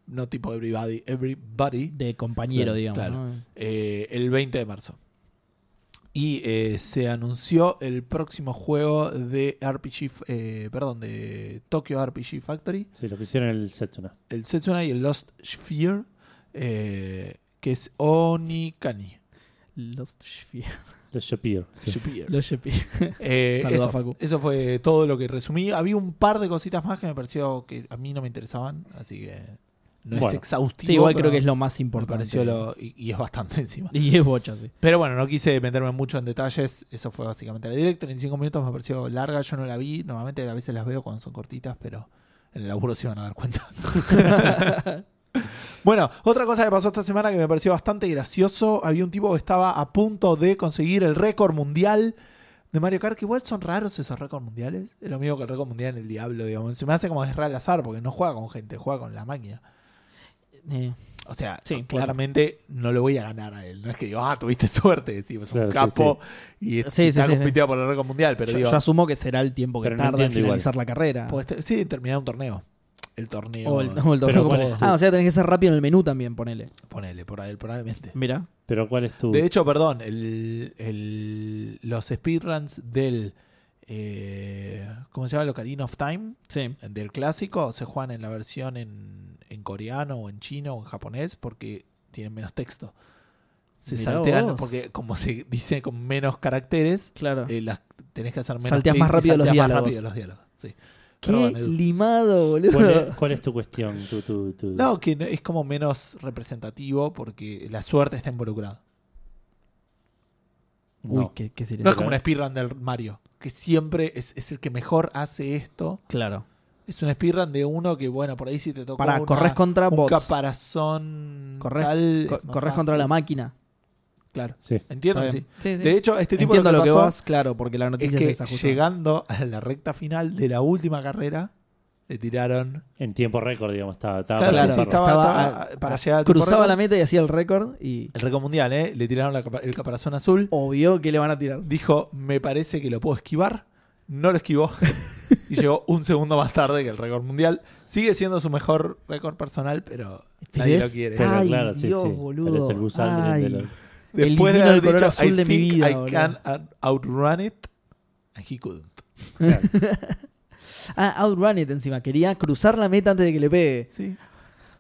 Speaker 2: No tipo Everybody, Everybody.
Speaker 3: De compañero,
Speaker 1: Claro,
Speaker 3: digamos.
Speaker 2: claro.
Speaker 3: ¿no?
Speaker 2: eh, el 20 de marzo. Y eh, se anunció el próximo juego de RPG, eh, perdón, de Tokyo RPG Factory,
Speaker 1: Sí, lo que hicieron en el Setsuna.
Speaker 2: el Setsuna y el Lost Sphere, eh, que es Onikani.
Speaker 3: Lost Sphere.
Speaker 1: Los Shapiro. Sí.
Speaker 2: Sphere.
Speaker 3: Lost Sphere.
Speaker 2: Eh,
Speaker 3: Saluda,
Speaker 2: eso,
Speaker 3: Facu.
Speaker 2: eso fue todo lo que resumí. Había un par de cositas más que me pareció que a mí no me interesaban, así que no es
Speaker 1: Bueno.
Speaker 2: exhaustivo.
Speaker 3: Sí, igual
Speaker 2: pero
Speaker 3: creo que es lo más
Speaker 2: me
Speaker 3: importante.
Speaker 2: pareció lo- y- y es bastante encima.
Speaker 3: Y es bocha, sí.
Speaker 2: Pero bueno, no quise meterme mucho en detalles. Eso fue básicamente la directa. 35 minutos me pareció larga. Yo no la vi. Normalmente a veces las veo cuando son cortitas, pero en el laburo se van a dar cuenta. bueno, otra cosa que pasó esta semana que me pareció bastante gracioso. Había un tipo que estaba a punto de conseguir el récord mundial de Mario Kart. Que igual son raros esos récords mundiales. Es lo mismo que el récord mundial en el Diablo, digamos. Se me hace como desgarrar al azar porque no juega con gente, juega con la máquina.
Speaker 3: Eh,
Speaker 2: O sea,
Speaker 3: Sí, puede
Speaker 2: claramente no lo voy a ganar a él. No es que digo, ah, tuviste suerte, sí, pues un
Speaker 1: Claro, sí,
Speaker 2: capo y
Speaker 3: Sí, sí,
Speaker 2: está
Speaker 3: sí, sí.
Speaker 2: compitiendo por el récord mundial, pero
Speaker 3: yo,
Speaker 2: digo,
Speaker 3: yo asumo que será el tiempo que
Speaker 1: Pero no
Speaker 3: tarda en
Speaker 1: entiendo igual.
Speaker 3: finalizar la carrera.
Speaker 2: podés te- sí, terminar un torneo. El torneo,
Speaker 3: O el, o el
Speaker 1: Pero
Speaker 3: doble.
Speaker 1: ¿cuál es tu-
Speaker 3: Ah, o sea, tenés que ser rápido en el menú también, ponele.
Speaker 2: ponele, por ahí, probablemente.
Speaker 3: Mira.
Speaker 1: Pero ¿cuál es tu...?
Speaker 2: De hecho, perdón, el, el- los speedruns del, eh, ¿cómo se llama? El Ocarina of Time,
Speaker 3: Sí.
Speaker 2: del clásico, se juegan en la versión en, en coreano o en chino o en japonés porque tienen menos texto. Se
Speaker 3: Mirá
Speaker 2: saltean
Speaker 3: vos.
Speaker 2: porque como se dice con menos caracteres,
Speaker 3: Claro.
Speaker 2: Eh, las tenés que hacer menos
Speaker 3: Salteas más
Speaker 2: clic y
Speaker 3: rápido los
Speaker 2: salteas
Speaker 3: diálogos.
Speaker 2: Más rápido los diálogos. sí.
Speaker 3: Qué
Speaker 2: Pero bueno, Edu.
Speaker 3: limado,
Speaker 1: ¿Cuál
Speaker 3: boludo.
Speaker 1: es, cuál es tu cuestión? Tu, tu, tu-
Speaker 2: No, que no- es como menos representativo porque la suerte está involucrada.
Speaker 1: No.
Speaker 3: Uy, qué, qué sería.
Speaker 2: No es como un speedrun del Mario, que siempre es, es el que mejor hace esto.
Speaker 3: Claro.
Speaker 2: Es un speedrun de uno que, bueno, por ahí si te tocó
Speaker 3: Pará,
Speaker 2: una-
Speaker 3: corres contra
Speaker 2: un
Speaker 3: bots.
Speaker 2: caparazón
Speaker 3: Corres-
Speaker 2: tal,
Speaker 3: Co-
Speaker 2: es más
Speaker 3: corres contra la
Speaker 2: fácil.
Speaker 3: máquina.
Speaker 2: Claro,
Speaker 1: Sí.
Speaker 2: entiendo,
Speaker 3: Está
Speaker 2: sí.
Speaker 3: bien. Sí, sí.
Speaker 2: De hecho, este tipo
Speaker 3: Entiendo lo que,
Speaker 2: pasó
Speaker 3: vas, claro, porque la
Speaker 2: es
Speaker 3: noticia es,
Speaker 2: que
Speaker 3: esa justo.
Speaker 2: llegando a la recta final de la última carrera, le tiraron
Speaker 1: En tiempo récord, digamos, estaba, estaba
Speaker 2: Claro,
Speaker 1: para
Speaker 2: sí,
Speaker 1: salvarlo.
Speaker 2: estaba-
Speaker 3: a-
Speaker 2: para llegar al tiempo
Speaker 3: Cruzaba
Speaker 2: récord.
Speaker 3: la meta y hacía el récord y
Speaker 2: el récord mundial, ¿eh? Le tiraron la capa- el caparazón azul.
Speaker 3: obvio que le van a tirar.
Speaker 2: Dijo, me parece que lo puedo esquivar. No lo esquivó. y llegó un segundo más tarde que el récord mundial. Sigue siendo su mejor récord personal, pero nadie
Speaker 3: ¿Ves?
Speaker 2: lo quiere.
Speaker 1: Pero
Speaker 3: Ay,
Speaker 1: claro, sí,
Speaker 3: Dios,
Speaker 1: sí. Él
Speaker 3: boludo.
Speaker 1: es el gusano de- de
Speaker 3: Ay.
Speaker 1: los-
Speaker 2: Después de
Speaker 3: Elimino
Speaker 2: haber
Speaker 3: el color
Speaker 2: dicho,
Speaker 3: azul
Speaker 2: I
Speaker 3: de mi
Speaker 2: think
Speaker 3: vida,
Speaker 2: I
Speaker 3: boludo".
Speaker 2: can out- outrun it. And he couldn't.
Speaker 3: Ah, Outrun It encima. Quería cruzar la meta antes de que le pegue.
Speaker 2: Sí.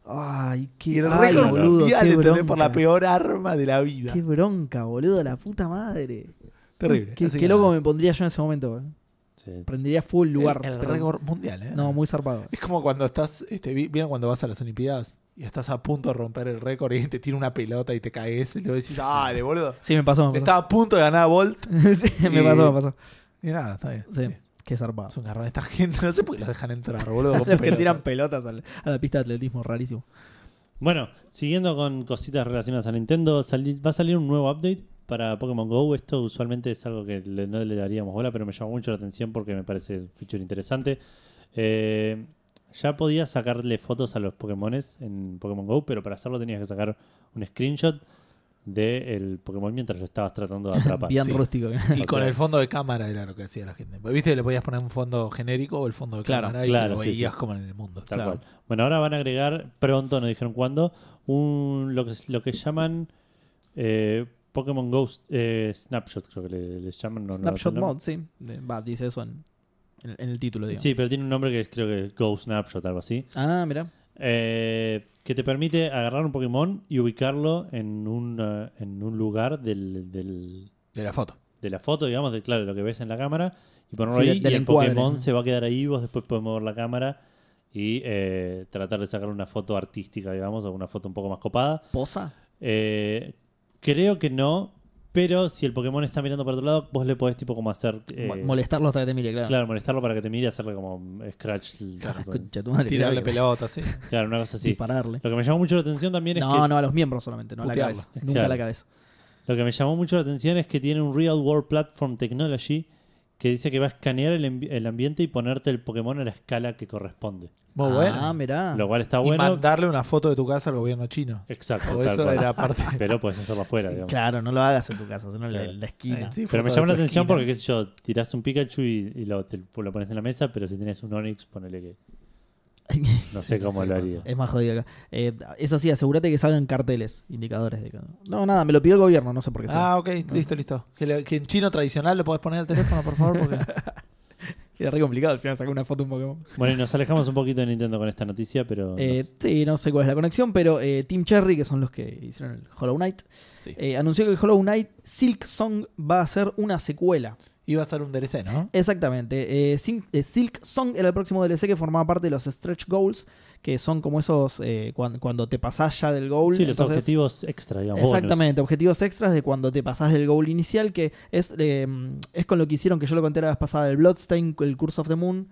Speaker 3: Ay, qué
Speaker 2: Y el
Speaker 3: ay,
Speaker 2: récord
Speaker 1: boludo,
Speaker 2: mundial,
Speaker 3: qué
Speaker 2: ¿entendés?
Speaker 3: bronca.
Speaker 2: Por la peor arma de la vida.
Speaker 3: Qué bronca, boludo, la puta madre.
Speaker 2: Terrible.
Speaker 3: Qué,
Speaker 2: Así
Speaker 3: qué
Speaker 2: que
Speaker 3: loco
Speaker 2: nada,
Speaker 3: me pondría yo en ese momento. boludo.
Speaker 1: sí.
Speaker 3: Prendería full
Speaker 2: el-
Speaker 3: lugar.
Speaker 2: El,
Speaker 3: pero-
Speaker 2: récord mundial, ¿eh?
Speaker 3: No, muy zarpado.
Speaker 2: Es como cuando estás, este, vi- ¿vieron cuando vas a las Olimpiadas? Y estás a punto de romper el récord y te tira una pelota y te caes y luego decís, dale, boludo.
Speaker 3: Sí, me pasó, me pasó.
Speaker 2: Estaba a punto de ganar a Bolt.
Speaker 3: Sí, me pasó, me pasó.
Speaker 2: Y nada, está bien.
Speaker 3: Sí, qué zarpado.
Speaker 2: Es un garrón esta gente. No sé por qué los dejan entrar, boludo. con
Speaker 3: Los que
Speaker 2: pelota.
Speaker 3: tiran pelotas al- a la pista de atletismo, rarísimo.
Speaker 1: Bueno, siguiendo con cositas relacionadas a Nintendo, sali- va a salir un nuevo update para Pokémon Go. Esto usualmente es algo que le- no le daríamos bola, pero me llamó mucho la atención porque me parece un feature interesante. Eh, ya podías sacarle fotos a los Pokémones en Pokémon Go, pero para hacerlo tenías que sacar un screenshot del Pokémon mientras lo estabas tratando de atrapar.
Speaker 3: Bien
Speaker 2: sí.
Speaker 3: rústico.
Speaker 2: Y
Speaker 1: O
Speaker 2: con
Speaker 1: sea-
Speaker 2: el fondo de cámara era lo que hacía la gente. Viste que le podías poner un fondo genérico o el fondo de
Speaker 3: Claro,
Speaker 2: cámara y
Speaker 1: claro,
Speaker 2: que lo
Speaker 1: sí,
Speaker 2: veías
Speaker 1: sí.
Speaker 2: como en el mundo.
Speaker 1: Tal
Speaker 3: Claro.
Speaker 1: cual. Bueno, ahora van a agregar pronto, no dijeron cuándo, un lo que lo que llaman eh, Pokémon Ghost eh, Snapshot, creo que le, les llaman. no- no-
Speaker 3: Snapshot
Speaker 1: no-
Speaker 3: Mod, sí. De- Va, dice eso en, en- en el título, digamos.
Speaker 1: Sí, pero tiene un nombre que es- creo que es Ghost Snapshot, algo así.
Speaker 3: Ah, mira.
Speaker 1: Eh, que te permite agarrar un Pokémon y ubicarlo en un, eh, en un lugar del, del-
Speaker 2: De la foto.
Speaker 1: de la foto, digamos, de claro, de lo que ves en la cámara, y ponerlo
Speaker 3: Sí,
Speaker 1: ahí,
Speaker 3: del
Speaker 1: y el
Speaker 3: encuadre,
Speaker 1: Pokémon
Speaker 3: ¿no?
Speaker 1: se va a quedar ahí, vos después podés mover la cámara y eh, tratar de sacar una foto artística, digamos, o una foto un poco más copada.
Speaker 3: ¿Posa?
Speaker 1: Eh, creo que no, pero si el Pokémon está mirando para otro lado, vos le podés tipo como hacer... eh,
Speaker 3: Mo- Molestarlo hasta que te mire, claro.
Speaker 1: Claro, molestarlo para que te mire, hacerle como mm, scratch.
Speaker 3: Claro,
Speaker 1: con-
Speaker 3: concha tu madre,
Speaker 2: Tirarle
Speaker 3: claro.
Speaker 2: pelota, sí.
Speaker 1: Claro, una cosa así.
Speaker 3: Dispararle.
Speaker 1: Lo que me llamó mucho la atención también es
Speaker 3: No,
Speaker 1: que
Speaker 3: no, a los miembros solamente, no a la
Speaker 2: Putearla.
Speaker 3: cabeza.
Speaker 1: Es
Speaker 3: Nunca a la
Speaker 1: claro.
Speaker 3: cabeza.
Speaker 1: Lo que me llamó mucho la atención es que tiene un Real World Platform Technology que dice que va a escanear el, envi- el ambiente y ponerte el Pokémon a la escala que corresponde.
Speaker 2: Muy
Speaker 3: ah,
Speaker 2: bueno.
Speaker 3: mirá.
Speaker 1: Lo cual está
Speaker 2: y
Speaker 1: bueno.
Speaker 2: mandarle una foto de tu casa al gobierno chino.
Speaker 3: Oh,
Speaker 1: Exacto.
Speaker 2: O
Speaker 1: tal
Speaker 2: eso
Speaker 1: cual.
Speaker 2: era parte.
Speaker 1: Pero puedes hacerlo afuera, digamos.
Speaker 3: Claro, no lo hagas en tu casa, sino en la,
Speaker 1: Claro.
Speaker 3: la esquina.
Speaker 2: Sí,
Speaker 1: Pero me
Speaker 2: foto de
Speaker 1: llamó
Speaker 2: tu
Speaker 1: la atención
Speaker 2: esquina.
Speaker 1: porque, qué sé yo, tirás un Pikachu y, y lo, te- lo pones en la mesa, pero si tenés un Onix, ponele que. No sé
Speaker 2: no
Speaker 1: cómo
Speaker 2: sé
Speaker 1: lo
Speaker 2: qué
Speaker 1: haría.
Speaker 3: Es más jodido acá. Eh, eso sí, asegúrate que salgan carteles, indicadores de cada- No, nada, me lo pidió el gobierno, no sé por qué.
Speaker 2: Ah, ok, listo, listo. Que, le- que en chino tradicional lo podés poner al teléfono, por favor. Porque...
Speaker 3: sea. Era re complicado al final sacar una foto de un Pokémon.
Speaker 1: Bueno, y nos alejamos un poquito de Nintendo con esta noticia, pero.
Speaker 3: Eh, sí, no sé cuál es la conexión, pero eh, Team Cherry, que son los que hicieron el Hollow Knight,
Speaker 2: Sí.
Speaker 3: eh, anunció que el Hollow Knight Silk Song va a ser una secuela.
Speaker 2: Iba a ser un DLC, ¿no?
Speaker 3: Exactamente. eh, Sil- eh, Silk Song era el próximo DLC que formaba parte de los Stretch Goals, que son como esos eh, cuan- cuando te pasás ya del goal.
Speaker 1: sí, los
Speaker 3: entonces-
Speaker 1: objetivos extra, digamos. bonus.
Speaker 3: Exactamente, objetivos extras de cuando te pasás del goal inicial, que es, eh, es con lo que hicieron que yo lo conté la vez pasada, el Bloodstain, el Curse of the Moon,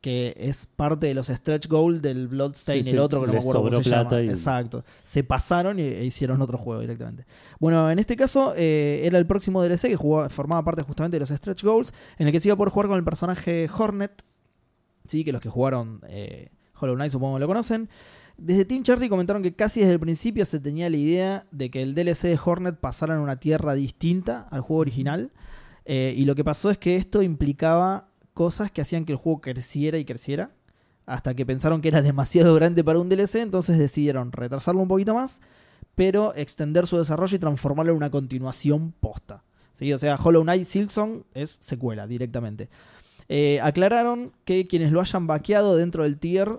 Speaker 3: que es parte de los stretch goals del Bloodstain,
Speaker 1: Sí, sí,
Speaker 3: el otro que no me
Speaker 1: les
Speaker 3: acuerdo cómo
Speaker 1: sobró
Speaker 3: se
Speaker 1: plata
Speaker 3: llama.
Speaker 1: y-
Speaker 3: Exacto. Se pasaron y- e hicieron otro juego directamente. Bueno, en este caso eh, era el próximo DLC que jugaba- formaba parte justamente de los stretch goals, en el que se iba a poder jugar con el personaje Hornet, sí, que los que jugaron eh, Hollow Knight supongo que lo conocen. Desde Team Cherry comentaron que casi desde el principio se tenía la idea de que el DLC de Hornet pasara en una tierra distinta al juego original. Eh, y lo que pasó es que esto implicaba cosas que hacían que el juego creciera y creciera. Hasta que pensaron que era demasiado grande para un DLC, entonces decidieron retrasarlo un poquito más, pero extender su desarrollo y transformarlo en una continuación posta. ¿Sí? O sea, Hollow Knight Silksong es secuela directamente. Eh, aclararon que quienes lo hayan vaqueado dentro del tier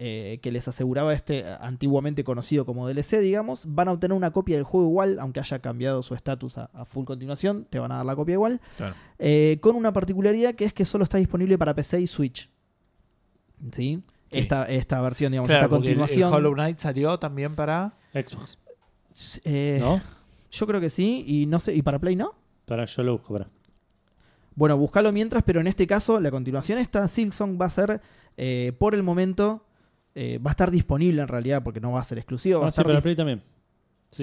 Speaker 3: eh, que les aseguraba este eh, antiguamente conocido como DLC, digamos, van a obtener una copia del juego igual, aunque haya cambiado su estatus a, a full continuación, te van a dar la copia igual,
Speaker 2: Claro.
Speaker 3: Eh, con una particularidad que es que solo está disponible para PC y Switch. ¿Sí?
Speaker 2: Sí.
Speaker 3: Esta, esta versión, digamos,
Speaker 2: Claro,
Speaker 3: esta
Speaker 2: porque el-
Speaker 3: continuación.
Speaker 2: El Hollow Knight salió también para.
Speaker 1: Xbox,
Speaker 3: Eh,
Speaker 1: ¿no?
Speaker 3: Yo creo que sí, y no sé, ¿y para Play no?
Speaker 1: Para yo lo busco, para.
Speaker 3: Bueno, buscalo mientras, pero en este caso, la continuación esta, Silksong va a ser, eh, por el momento, eh, va a estar disponible en realidad, porque no va a ser exclusivo, va a
Speaker 1: Ah, sí,
Speaker 3: estar
Speaker 1: para Play también.
Speaker 3: Sí,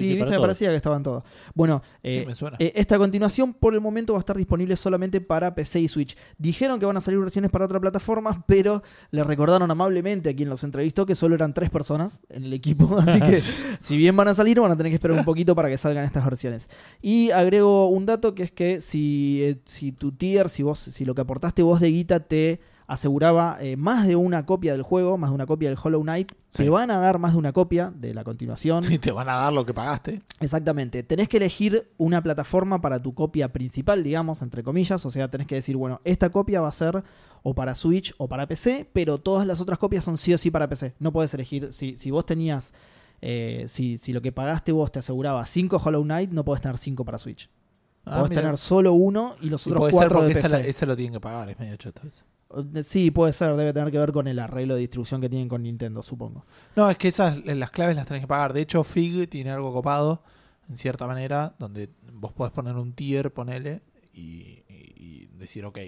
Speaker 1: Sí, sí,
Speaker 3: viste,
Speaker 1: para
Speaker 3: me
Speaker 1: todos.
Speaker 3: parecía que estaban todos. Bueno, eh,
Speaker 2: sí, me suena.
Speaker 3: eh, esta continuación por el momento va a estar disponible solamente para PC y Switch. Dijeron que van a salir versiones para otra plataforma, pero le recordaron amablemente a quien los entrevistó que solo eran tres personas en el equipo, así que si bien van a salir, van a tener que esperar un poquito para que salgan estas versiones. Y agrego un dato que es que si, eh, si tu tier, si vos, si lo que aportaste vos de guita te aseguraba eh, más de una copia del juego, más de una copia del Hollow Knight,
Speaker 2: Sí.
Speaker 3: te van a dar más de una copia de la continuación.
Speaker 2: Y te van a dar lo que pagaste.
Speaker 3: Exactamente. Tenés que elegir una plataforma para tu copia principal, digamos, entre comillas. O sea, tenés que decir, bueno, esta copia va a ser o para Switch o para PC, pero todas las otras copias son sí o sí para PC. No podés elegir. Si, si vos tenías. eh, si, si lo que pagaste vos te aseguraba 5 Hollow Knight, no podés tener 5 para Switch.
Speaker 2: Ah,
Speaker 3: podés
Speaker 2: mira.
Speaker 3: tener solo uno y los
Speaker 2: Y
Speaker 3: otros
Speaker 2: puede ser
Speaker 3: 4
Speaker 2: porque
Speaker 3: de PC.
Speaker 2: esa, la- esa lo tienen que pagar, es medio choto.
Speaker 3: Eh,
Speaker 2: eso.
Speaker 3: Sí, puede ser. Debe tener que ver con el arreglo de distribución que tienen con Nintendo, supongo.
Speaker 2: No, es que esas eh, las claves las tenés que pagar. De hecho, Fig tiene algo copado, en cierta manera, donde vos podés poner un tier, ponele, y, y- y decir, ok,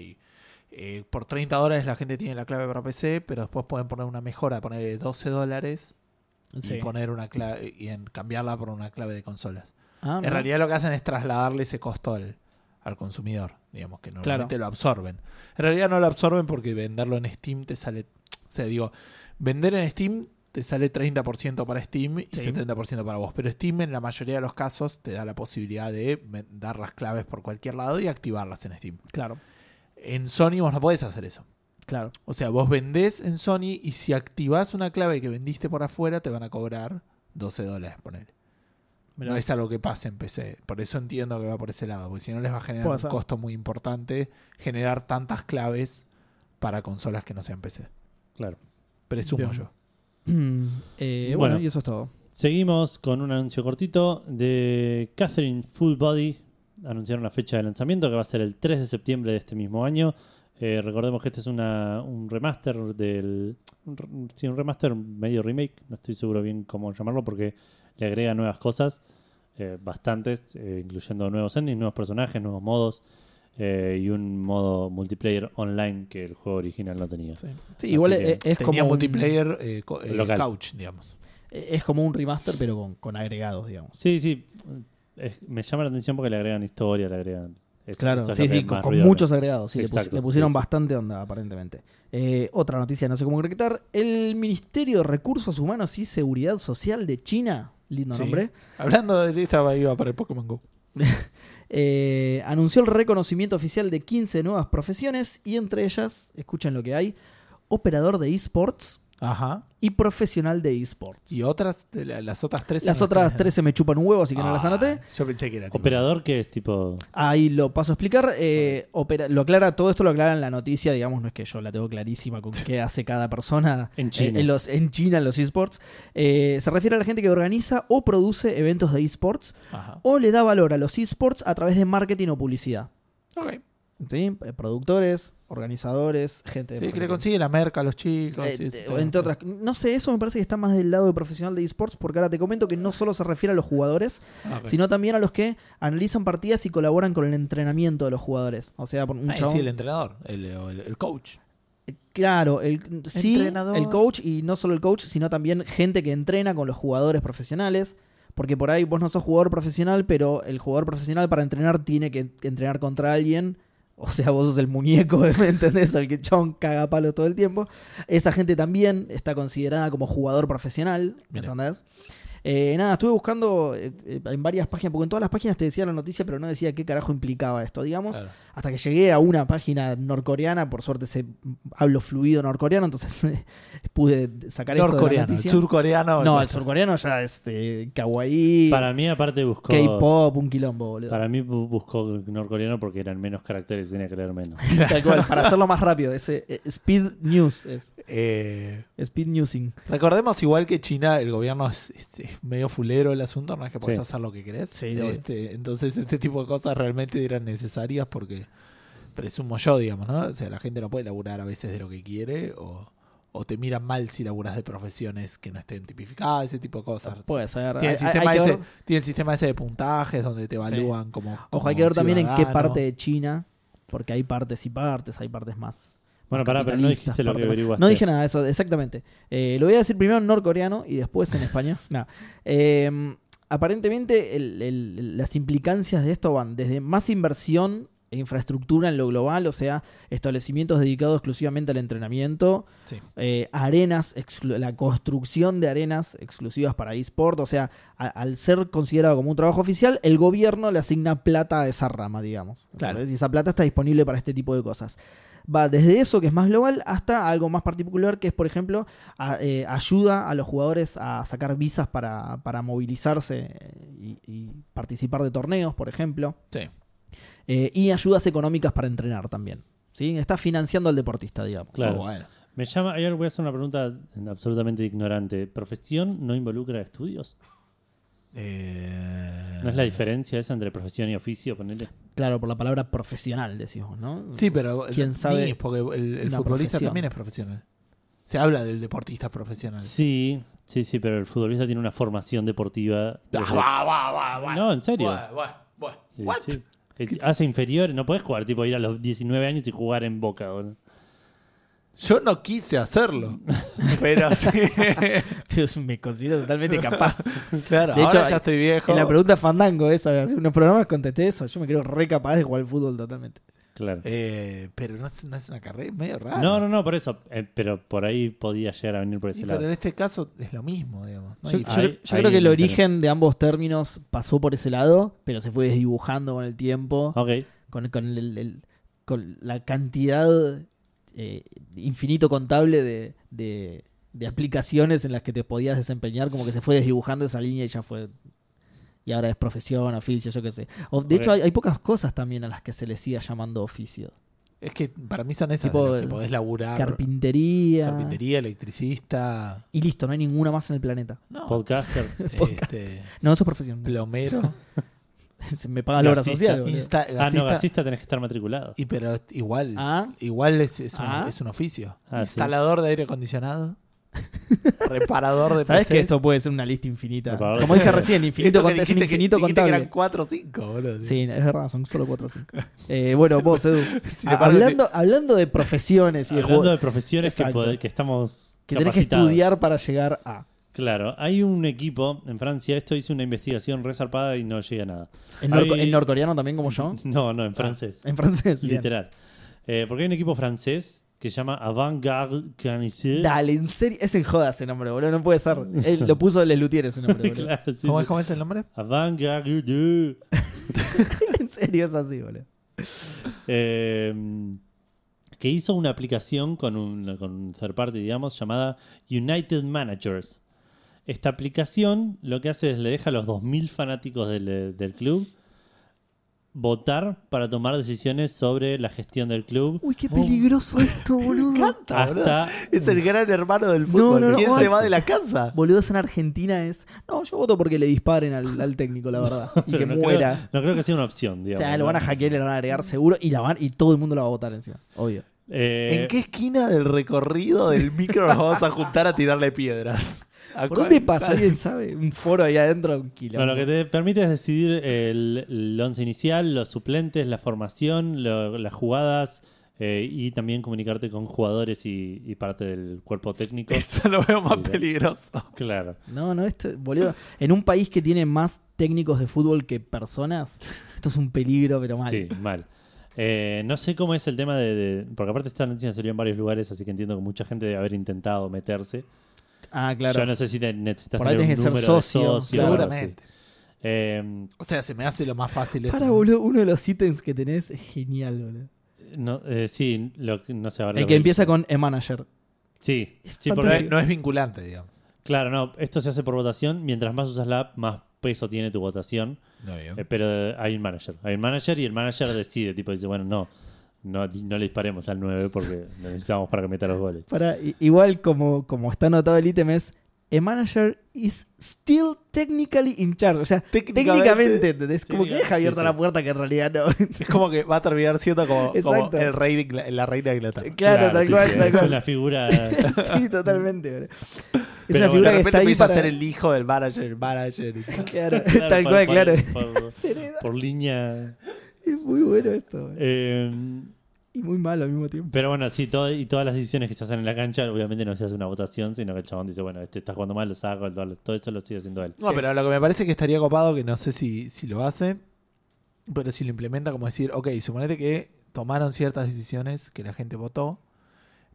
Speaker 2: eh, por 30 dólares la gente tiene la clave para PC, pero después pueden poner una mejora, ponerle 12 dólares y poner una clave y en cambiarla por una clave de consolas.
Speaker 3: Ah,
Speaker 2: en
Speaker 3: mirá.
Speaker 2: realidad lo que hacen es trasladarle ese costo al, al consumidor, digamos, que normalmente lo absorben. En realidad no lo absorben porque venderlo en Steam te sale, o sea, digo, vender en Steam te sale 30% para Steam y
Speaker 3: Sí.
Speaker 2: 70% para vos, pero Steam en la mayoría de los casos te da la posibilidad de ven- dar las claves por cualquier lado y activarlas en Steam.
Speaker 3: Claro,
Speaker 2: En Sony vos no podés hacer eso.
Speaker 3: claro.
Speaker 2: O sea, vos vendés en Sony y si activás una clave que vendiste por afuera te van a cobrar 12 dólares, ponele.
Speaker 3: Mirá.
Speaker 2: No es algo que pase en PC. Por eso entiendo que va por ese lado. Porque si no les va a generar
Speaker 3: Puede
Speaker 2: un
Speaker 3: ser.
Speaker 2: costo muy importante generar tantas claves para consolas que no sean PC.
Speaker 1: Claro.
Speaker 2: Presumo
Speaker 3: Bien.
Speaker 2: yo.
Speaker 3: Eh,
Speaker 1: Bueno.
Speaker 3: bueno, y eso es todo.
Speaker 1: Seguimos con un anuncio cortito de Catherine Full Body. Anunciaron la fecha de lanzamiento que va a ser el 3 de septiembre de este mismo año Eh, recordemos que este es una, un remaster del. un re- sí, un remaster medio remake. No estoy seguro bien cómo llamarlo porque le agrega nuevas cosas, eh, bastantes, eh, incluyendo nuevos endings, nuevos personajes, nuevos modos eh, y un modo multiplayer online que el juego original no tenía.
Speaker 2: Sí.
Speaker 3: Sí, igual
Speaker 1: Así que
Speaker 3: es, es
Speaker 2: Tenía
Speaker 3: como
Speaker 2: multiplayer eh, co- eh,
Speaker 1: Local.
Speaker 2: couch, digamos.
Speaker 3: Un, es como un remaster, pero con, con agregados, digamos.
Speaker 1: Sí, sí. Es- me llama la atención porque le agregan historia, le agregan. es-
Speaker 3: Claro,
Speaker 1: eso es
Speaker 3: sí,
Speaker 1: lo que
Speaker 3: sí, con,
Speaker 1: más
Speaker 3: con
Speaker 1: ruido me-
Speaker 3: muchos agregados. Sí, le pus-
Speaker 1: Exacto,
Speaker 3: le pusieron
Speaker 1: sí, sí.
Speaker 3: bastante onda, aparentemente. Eh, otra noticia, no sé cómo concretar. El Ministerio de Recursos Humanos y Seguridad Social de China, lindo
Speaker 2: Sí.
Speaker 3: nombre,
Speaker 2: Hablando de esta, iba para el Pokémon Go.
Speaker 3: eh, anunció el reconocimiento oficial de 15 nuevas profesiones y entre ellas, escuchen lo que hay, operador de esports
Speaker 2: Ajá.
Speaker 3: y profesional de esports.
Speaker 2: Y otras, de la- las otras tres.
Speaker 3: Las otras 13 me chupan un huevo, así que no las anoté.
Speaker 2: Ah, Yo pensé que era. tipo-
Speaker 1: Operador que es tipo.
Speaker 3: Ahí lo paso a explicar. eh, opera- lo aclara, todo esto lo aclara en la noticia, digamos, no es que yo la tengo clarísima con qué hace cada persona
Speaker 1: En China.
Speaker 3: eh, en, los, en China, en los esports. Eh, se refiere a la gente que organiza o produce eventos de esports
Speaker 2: Ajá.
Speaker 3: o le da valor a los esports a través de marketing o publicidad.
Speaker 2: Ok.
Speaker 3: ¿Sí? Eh, Productores, organizadores, gente de
Speaker 2: Sí, que le
Speaker 3: marketing.
Speaker 2: consigue la merca a los chicos.
Speaker 3: Eh,
Speaker 2: y ese
Speaker 3: eh,
Speaker 2: tema.
Speaker 3: entre otras, no sé, eso me parece que está más del lado de profesional de esports, porque ahora te comento que no solo se refiere a los jugadores,
Speaker 2: Ah, ok.
Speaker 3: sino también a los que analizan partidas y colaboran con el entrenamiento de los jugadores. O sea, por un
Speaker 2: Ah, y
Speaker 3: chabón-
Speaker 2: sí, el entrenador, el, el- el coach.
Speaker 3: Claro, el, sí,
Speaker 2: Entrenador.
Speaker 3: el coach, y no solo el coach, sino también gente que entrena con los jugadores profesionales. Porque por ahí vos no sos jugador profesional, pero el jugador profesional para entrenar tiene que entrenar contra alguien. O sea, vos sos el muñeco, ¿me entendés? Al que chabón caga a palo todo el tiempo. Esa gente también está considerada como jugador profesional, ¿me
Speaker 2: Mira.
Speaker 3: entendés? Eh, nada, estuve buscando eh, eh, en varias páginas, porque en todas las páginas te decía la noticia, pero no decía qué carajo implicaba esto, digamos.
Speaker 2: Claro.
Speaker 3: Hasta que llegué a una página norcoreana, por suerte sé, hablo fluido norcoreano, entonces eh, pude sacar esto de la
Speaker 2: Norcoreano, el
Speaker 3: noticia.
Speaker 2: surcoreano.
Speaker 3: No, el surcoreano ya es eh, kawaii,
Speaker 1: Para mí, aparte, buscó.
Speaker 3: K-pop, un quilombo, boludo.
Speaker 1: Para mí bu- buscó norcoreano porque eran menos caracteres, tenía que leer menos.
Speaker 3: Tal cual, para hacerlo más rápido, ese eh, speed news es.
Speaker 2: Eh,
Speaker 3: Speed newsing.
Speaker 2: recordemos igual que China, el gobierno es, es- es medio fulero el asunto, no es que podés
Speaker 1: Sí.
Speaker 2: hacer lo que querés.
Speaker 3: Sí, de
Speaker 2: este, entonces este tipo de cosas realmente eran necesarias porque presumo yo, digamos, ¿no? O sea, la gente no puede laburar a veces de lo que quiere o, o te miran mal si laburas de profesiones que no estén tipificadas, ese tipo de cosas.
Speaker 3: Puede ser.
Speaker 2: Tiene el,
Speaker 3: Hay- hay-
Speaker 2: sistema
Speaker 3: hay que
Speaker 2: ese,
Speaker 3: ver-
Speaker 2: tiene el sistema ese de puntajes donde te evalúan como,
Speaker 3: Ojo,
Speaker 2: como
Speaker 3: hay que ver también en qué
Speaker 2: ciudadano.
Speaker 3: parte de China, porque hay partes y partes, hay partes más.
Speaker 1: Bueno,
Speaker 3: más
Speaker 1: pará, pero no
Speaker 3: capitalistas,
Speaker 1: dijiste lo que
Speaker 3: partes más-
Speaker 1: averiguaste.
Speaker 3: No dije nada de eso, exactamente. Eh, lo voy a decir primero en norcoreano y después en español. Nah. Eh, aparentemente, el- el- las implicancias de esto van desde más inversión e infraestructura en lo global, o sea, establecimientos dedicados exclusivamente al entrenamiento,
Speaker 2: Sí.
Speaker 3: eh, arenas, exclu- la construcción de arenas exclusivas para eSport. O sea, a- al ser considerado como un trabajo oficial, el gobierno le asigna plata a esa rama, digamos.
Speaker 2: Claro.
Speaker 3: ¿Entendés? Y esa plata está disponible para este tipo de cosas. Va desde eso, que es más global, hasta algo más particular, que es, por ejemplo, a- eh, ayuda a los jugadores a sacar visas para, para movilizarse eh, y- y participar de torneos, por ejemplo.
Speaker 2: Sí.
Speaker 3: Eh, y ayudas económicas para entrenar también. ¿sí? Está financiando al deportista, digamos.
Speaker 1: Claro.
Speaker 2: bueno.
Speaker 1: Me llama, ahí voy a hacer una pregunta absolutamente ignorante. ¿Profesión no involucra estudios?
Speaker 2: Eh,
Speaker 1: ¿No es la diferencia esa entre profesión y oficio? Ponele.
Speaker 3: Claro, por la palabra profesional, decimos, ¿no? Pues,
Speaker 2: Sí, pero eh,
Speaker 3: quién sabe.
Speaker 2: sí, porque el, el
Speaker 3: una
Speaker 2: futbolista
Speaker 3: profesión.
Speaker 2: también es profesional. Se habla del deportista
Speaker 3: Ah.
Speaker 2: profesional.
Speaker 1: Sí, sí, sí, pero el futbolista tiene una formación deportiva.
Speaker 2: Ah,
Speaker 1: desde-
Speaker 2: va, va, va, va.
Speaker 1: No, en serio.
Speaker 2: Buah, buah, buah.
Speaker 1: Sí,
Speaker 2: What?
Speaker 1: sí. Eh, Hace inferior, no puedes jugar, tipo ir a los 19 años y jugar en boca. boludo.
Speaker 2: Yo no quise hacerlo. pero sí.
Speaker 3: Me considero totalmente capaz.
Speaker 2: claro,
Speaker 3: De
Speaker 2: ahora
Speaker 3: hecho,
Speaker 2: ya estoy viejo.
Speaker 3: En la pregunta Fandango esa de hace unos programas contesté eso. Yo me creo re capaz de jugar al fútbol totalmente.
Speaker 1: Claro.
Speaker 2: Eh, pero no es, no es una carrera, es medio raro.
Speaker 1: No, no, no, por eso. eh, pero por ahí podía llegar a venir por ese
Speaker 2: Sí,
Speaker 1: lado.
Speaker 2: pero en este caso es lo mismo, digamos. No
Speaker 3: yo
Speaker 2: hay-
Speaker 3: yo-
Speaker 1: Ahí-
Speaker 3: yo
Speaker 1: ahí
Speaker 3: creo que el
Speaker 1: me
Speaker 3: origen de ambos términos pasó por ese lado, pero se fue desdibujando con el tiempo,
Speaker 1: Ok.
Speaker 3: con, con el- el- con la cantidad eh, infinito contable de, de- de aplicaciones en las que te podías desempeñar, como que se fue desdibujando esa línea y ya fue... Y ahora es profesión, oficio, yo qué sé. O- de
Speaker 1: Ok.
Speaker 3: hecho, hay, hay pocas cosas también a las que se le siga llamando oficio.
Speaker 2: es que para mí son esas
Speaker 3: Tipo
Speaker 2: de las que
Speaker 3: el-
Speaker 2: podés laburar.
Speaker 3: Carpintería.
Speaker 2: Ah, Carpintería, electricista.
Speaker 3: Y listo, no hay ninguna más en el planeta.
Speaker 2: No,
Speaker 1: Podcaster.
Speaker 2: este,
Speaker 3: No, eso es profesión.
Speaker 2: plomero.
Speaker 3: me paga la obra
Speaker 1: Gasista.
Speaker 3: social. boludo.
Speaker 2: Insta-
Speaker 1: Ah, no,
Speaker 2: gasista-
Speaker 1: gasista tenés que estar matriculado.
Speaker 2: y pero igual,
Speaker 3: Ah.
Speaker 2: igual es, es un,
Speaker 3: Ah.
Speaker 2: es un oficio.
Speaker 1: Ah, sí.
Speaker 2: Instalador de aire acondicionado. reparador de
Speaker 3: ¿Sabes
Speaker 2: PC?
Speaker 3: que esto puede ser una lista infinita?
Speaker 1: Por favor.
Speaker 3: Como dije recién, infinito
Speaker 2: Esto que
Speaker 3: cont- es un
Speaker 2: dijiste que-
Speaker 3: infinito
Speaker 2: dijiste que
Speaker 3: contable.
Speaker 2: eran 4 o 5, boludo.
Speaker 3: Sí, es verdad, son solo 4 o 5. bueno, vos, Edu.
Speaker 2: Sin
Speaker 3: Ah,
Speaker 2: embargo,
Speaker 3: hablando, hablando de profesiones y de
Speaker 1: Hablando
Speaker 3: juegos
Speaker 1: de profesiones que,
Speaker 3: Exacto.
Speaker 1: pod- que estamos
Speaker 3: que tenés que
Speaker 1: capacitados.
Speaker 3: estudiar para llegar a.
Speaker 1: Claro, hay un equipo en Francia, esto hizo una investigación resarpada y no llega a nada.
Speaker 3: ¿El, norco-
Speaker 1: Hay-
Speaker 3: el norcoreano también como yo?
Speaker 1: No, no, en francés.
Speaker 3: Ah, En francés, bien.
Speaker 1: literal. Eh, porque hay un equipo francés que se llama Avant-Garde Canisé.
Speaker 3: Dale, en serio. Es en joda ese nombre, boludo. No puede ser. Él- lo puso Les Luthier ese nombre, boludo.
Speaker 1: Claro, sí,
Speaker 2: ¿Cómo,
Speaker 1: sí.
Speaker 2: es, ¿Cómo es el nombre?
Speaker 1: Avant-Garde de-
Speaker 3: en serio es así, boludo.
Speaker 1: Eh, que hizo una aplicación con un, con un third party, digamos, llamada United Managers. Esta aplicación lo que hace es le deja a los 2.000 fanáticos del, del club votar para tomar decisiones sobre la gestión del club.
Speaker 3: Uy, qué
Speaker 1: Oh.
Speaker 3: peligroso esto, boludo.
Speaker 2: Canta, boludo.
Speaker 1: hasta
Speaker 2: Es el gran hermano del
Speaker 3: No,
Speaker 2: fútbol.
Speaker 3: no, no,
Speaker 2: ¿Quién
Speaker 3: ay.
Speaker 2: se va de la casa?
Speaker 3: Boludos en Argentina es. No, yo voto porque le disparen al, al técnico, la verdad. Y
Speaker 1: Pero
Speaker 3: que
Speaker 1: no
Speaker 3: muera.
Speaker 1: Creo, no creo que sea una opción,
Speaker 3: O
Speaker 1: digamos.
Speaker 3: sea, lo
Speaker 1: ¿no?
Speaker 3: van a hackear, le van a agregar seguro y la van y todo el mundo la va a votar encima, obvio.
Speaker 1: Eh,
Speaker 2: ¿En qué esquina del recorrido del micro nos vamos a juntar a tirarle piedras? ¿A
Speaker 3: ¿Por
Speaker 2: cuál?
Speaker 3: dónde pasa? ¿Alguien sabe? Un foro ahí adentro, un kilo.
Speaker 1: No, lo que te permite es decidir el, el once inicial, los suplentes, la formación, lo- las jugadas eh, y también comunicarte con jugadores y, y parte del cuerpo técnico.
Speaker 2: Eso lo veo más
Speaker 1: Mira.
Speaker 2: peligroso.
Speaker 1: Claro.
Speaker 3: No, no, esto, boludo. En un país que tiene más técnicos de fútbol que personas, esto es un peligro, pero mal.
Speaker 1: Sí, mal. Eh, no sé cómo es el tema de, de- Porque aparte esta noticia salió en varios lugares, así que entiendo que mucha gente debe haber intentado meterse.
Speaker 3: Ah,
Speaker 1: Yo
Speaker 3: claro.
Speaker 1: no sé si te- necesitas
Speaker 3: Por ahí
Speaker 1: tener
Speaker 3: tenés
Speaker 1: un
Speaker 3: que ser
Speaker 1: número de
Speaker 3: socio,
Speaker 1: socio o algo así.
Speaker 2: seguramente.
Speaker 1: Eh,
Speaker 2: O sea, se me hace lo más fácil eso.
Speaker 3: Para,
Speaker 2: ¿no?
Speaker 3: boludo, uno de los ítems que tenés es genial, boludo.
Speaker 1: no, eh, sí, lo- no sé ahora
Speaker 3: El
Speaker 1: lo
Speaker 3: que empieza con e-manager.
Speaker 1: Sí, sí,
Speaker 2: No
Speaker 1: porque
Speaker 2: es, no es vinculante, digamos.
Speaker 1: Claro, no, esto se hace por votación. Mientras más usas la app, más peso tiene tu votación.
Speaker 2: No, bien.
Speaker 1: Eh, pero eh, hay un manager. Hay un manager y el manager decide, tipo, dice, bueno, no, no, di- no le disparemos al 9 porque lo necesitamos para que meta los goles.
Speaker 3: Para, i- igual como, como está anotado el ítem es a manager is still technically in charge. O sea,
Speaker 2: Técnicamente-
Speaker 3: técnicamente, es como que
Speaker 1: Técnica-
Speaker 3: deja
Speaker 1: sí,
Speaker 3: abierta
Speaker 1: sí.
Speaker 3: la puerta que en realidad no.
Speaker 2: Es como que va a terminar siendo como, como
Speaker 3: Exacto.
Speaker 2: el rey de Ingla- la reina de Inglaterra.
Speaker 3: Claro, tal
Speaker 1: sí,
Speaker 3: cual,
Speaker 1: sí,
Speaker 3: tal
Speaker 1: es
Speaker 3: cual.
Speaker 1: una figura.
Speaker 3: Sí, totalmente, bro. Es
Speaker 1: Pero
Speaker 3: una
Speaker 1: bueno,
Speaker 3: figura que
Speaker 2: de repente
Speaker 3: está ahí
Speaker 2: empieza
Speaker 3: para...
Speaker 2: a ser el hijo del manager, el manager. y-
Speaker 3: Claro,
Speaker 1: claro,
Speaker 3: tal
Speaker 1: por-
Speaker 3: cual,
Speaker 1: por-
Speaker 3: claro.
Speaker 1: Por,
Speaker 3: Se hereda.
Speaker 1: por línea.
Speaker 3: Es muy bueno esto, bro.
Speaker 1: Eh,
Speaker 3: Y muy malo al mismo tiempo.
Speaker 1: pero bueno, sí, todo, y todas las decisiones que se hacen en la cancha, obviamente no se hace una votación, sino que el chabón dice, bueno, este está jugando mal, lo saco, todo, todo eso lo sigue haciendo él.
Speaker 2: No, pero lo que me parece que estaría copado, que no sé si, si lo hace, pero si lo implementa, como decir, ok, suponete que tomaron ciertas decisiones que la gente votó,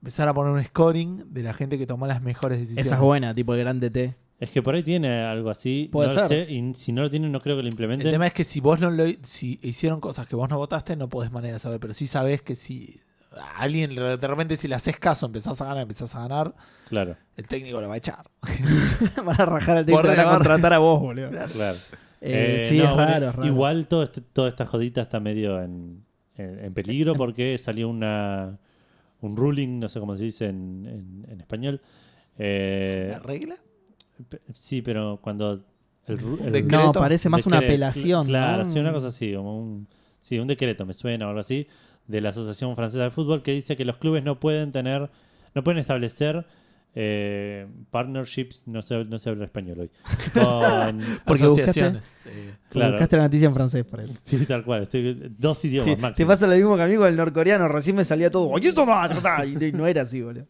Speaker 2: empezar a poner un scoring de la gente que tomó las mejores decisiones.
Speaker 3: Esa es buena, tipo el grande T.
Speaker 1: Es que por ahí tiene algo así.
Speaker 3: Puede
Speaker 1: no
Speaker 3: ser.
Speaker 1: lo sé, y si no lo tiene, no creo que lo
Speaker 2: El
Speaker 1: implementen.
Speaker 2: tema es que si vos no lo si hicieron cosas que vos no votaste, no podés manera de saber, pero sí sabés que si a alguien de repente si le haces caso, empezás a ganar, empezás a ganar,
Speaker 1: Claro,
Speaker 2: el técnico lo va a echar.
Speaker 3: Van a rajar al técnico, te
Speaker 2: Borré
Speaker 3: van a
Speaker 2: la barra.
Speaker 3: contratar a vos, boludo.
Speaker 1: claro.
Speaker 3: Eh,
Speaker 1: Eh,
Speaker 3: sí,
Speaker 1: no,
Speaker 3: es
Speaker 1: bueno,
Speaker 3: raro, es raro.
Speaker 1: Igual todo este- toda esta jodita está medio en, en- en peligro porque salió una un ruling, no sé cómo se dice en, en- en español. Eh,
Speaker 2: ¿La regla?
Speaker 1: pe- sí, pero cuando... El, ru-
Speaker 2: Un
Speaker 1: el-
Speaker 2: decreto.
Speaker 3: No, parece más una
Speaker 1: decreto,
Speaker 3: apelación.
Speaker 1: Claro,
Speaker 3: ¿no?
Speaker 1: sí, una cosa así, como un, sí, un decreto, me suena o algo así, de la Asociación Francesa de Fútbol que dice que los clubes no pueden tener, no pueden establecer... eh, partnerships, no sé, no sé hablar español hoy. Con,
Speaker 3: Porque
Speaker 2: Asociaciones. eh.
Speaker 1: claro.
Speaker 3: Buscaste la noticia en francés, parece.
Speaker 1: Sí, tal cual. Estoy, dos idiomas
Speaker 3: Sí,
Speaker 1: máximo.
Speaker 3: te pasa lo mismo que a mí con el norcoreano. Recién me salía todo. "Oye, eso no", Y no era así, boludo.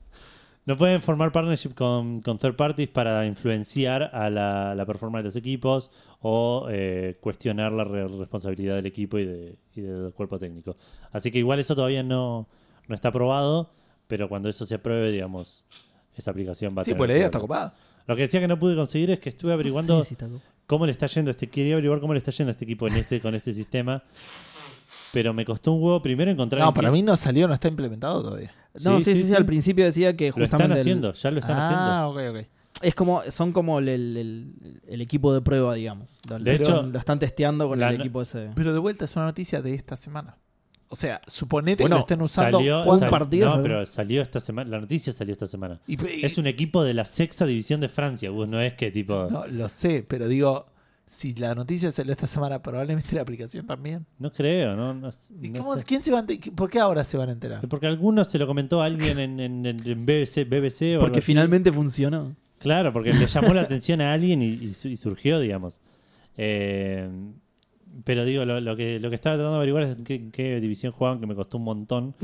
Speaker 1: No pueden formar partnership con, con third parties para influenciar a la, la performance de los equipos o eh, cuestionar la re- responsabilidad del equipo y, de- y del cuerpo técnico. Así que igual eso todavía no, no está aprobado, pero cuando eso se apruebe, digamos, esa aplicación va a
Speaker 2: Sí,
Speaker 1: tener
Speaker 2: pues la idea
Speaker 1: que
Speaker 2: está
Speaker 1: verlo.
Speaker 2: copada.
Speaker 1: Lo que decía que no pude conseguir es que estuve averiguando
Speaker 3: No sé si está-
Speaker 1: cómo le está yendo a este quería averiguar cómo le está yendo a este equipo en este con este sistema pero me costó un huevo primero encontrar en
Speaker 2: No,
Speaker 1: qué-
Speaker 2: para mí no salió, no está implementado todavía.
Speaker 3: No, sí, sí, sí, al principio decía que
Speaker 1: lo
Speaker 3: justamente.
Speaker 1: están
Speaker 3: el-
Speaker 1: haciendo ya lo están haciendo
Speaker 2: ah, ok, ok.
Speaker 3: es como, son como el, el- el- el equipo de prueba, digamos. Lo,
Speaker 1: De
Speaker 3: lo-
Speaker 1: hecho,
Speaker 3: lo están testeando con
Speaker 1: la
Speaker 3: el
Speaker 1: no-
Speaker 3: equipo ese.
Speaker 2: Pero de vuelta es una noticia de esta semana. O sea, suponete
Speaker 3: Bueno,
Speaker 2: que lo estén usando.
Speaker 1: salió,
Speaker 3: ¿cuántos
Speaker 1: sal-
Speaker 3: partidos
Speaker 1: No,
Speaker 3: salió?
Speaker 1: pero salió esta semana. La noticia salió esta semana.
Speaker 2: y- y-
Speaker 1: Es un equipo de la sexta división de Francia, Gus, No es que tipo.
Speaker 2: No, lo sé, pero digo, Si la noticia salió esta semana, probablemente la aplicación también.
Speaker 1: No creo, ¿no? no,
Speaker 2: ¿Y
Speaker 1: no
Speaker 2: cómo-
Speaker 1: sé.
Speaker 2: ¿Quién se va a enter- ¿Por qué ahora se van a enterar?
Speaker 1: Porque alguno se lo comentó a alguien en, en- en- en BBC, BBC o algo
Speaker 3: Porque
Speaker 1: así.
Speaker 3: finalmente funcionó.
Speaker 1: Claro, porque le llamó la atención a alguien y, y su- y surgió, digamos. Eh, pero digo, lo, lo que, lo que estaba tratando de averiguar es en qué, en qué división juegan, que me costó un montón.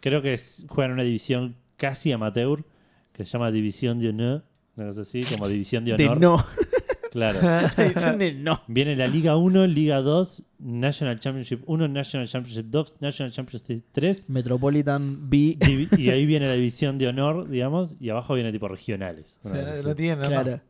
Speaker 1: Creo que es- juegan en una división casi amateur, que se llama División de Honor, no sé así, como División de
Speaker 3: De
Speaker 1: Honor.
Speaker 3: no.
Speaker 1: Claro.
Speaker 3: La edición de no.
Speaker 1: Viene la Liga 1, Liga 2, National Championship 1, National Championship 2, National Championship 3.
Speaker 3: Metropolitan B.
Speaker 1: divi- Y ahí viene la división de honor, digamos, y abajo viene tipo regionales.
Speaker 2: O
Speaker 1: una
Speaker 2: sea,
Speaker 1: cosa
Speaker 2: no,
Speaker 1: así.
Speaker 2: no tienen nada más.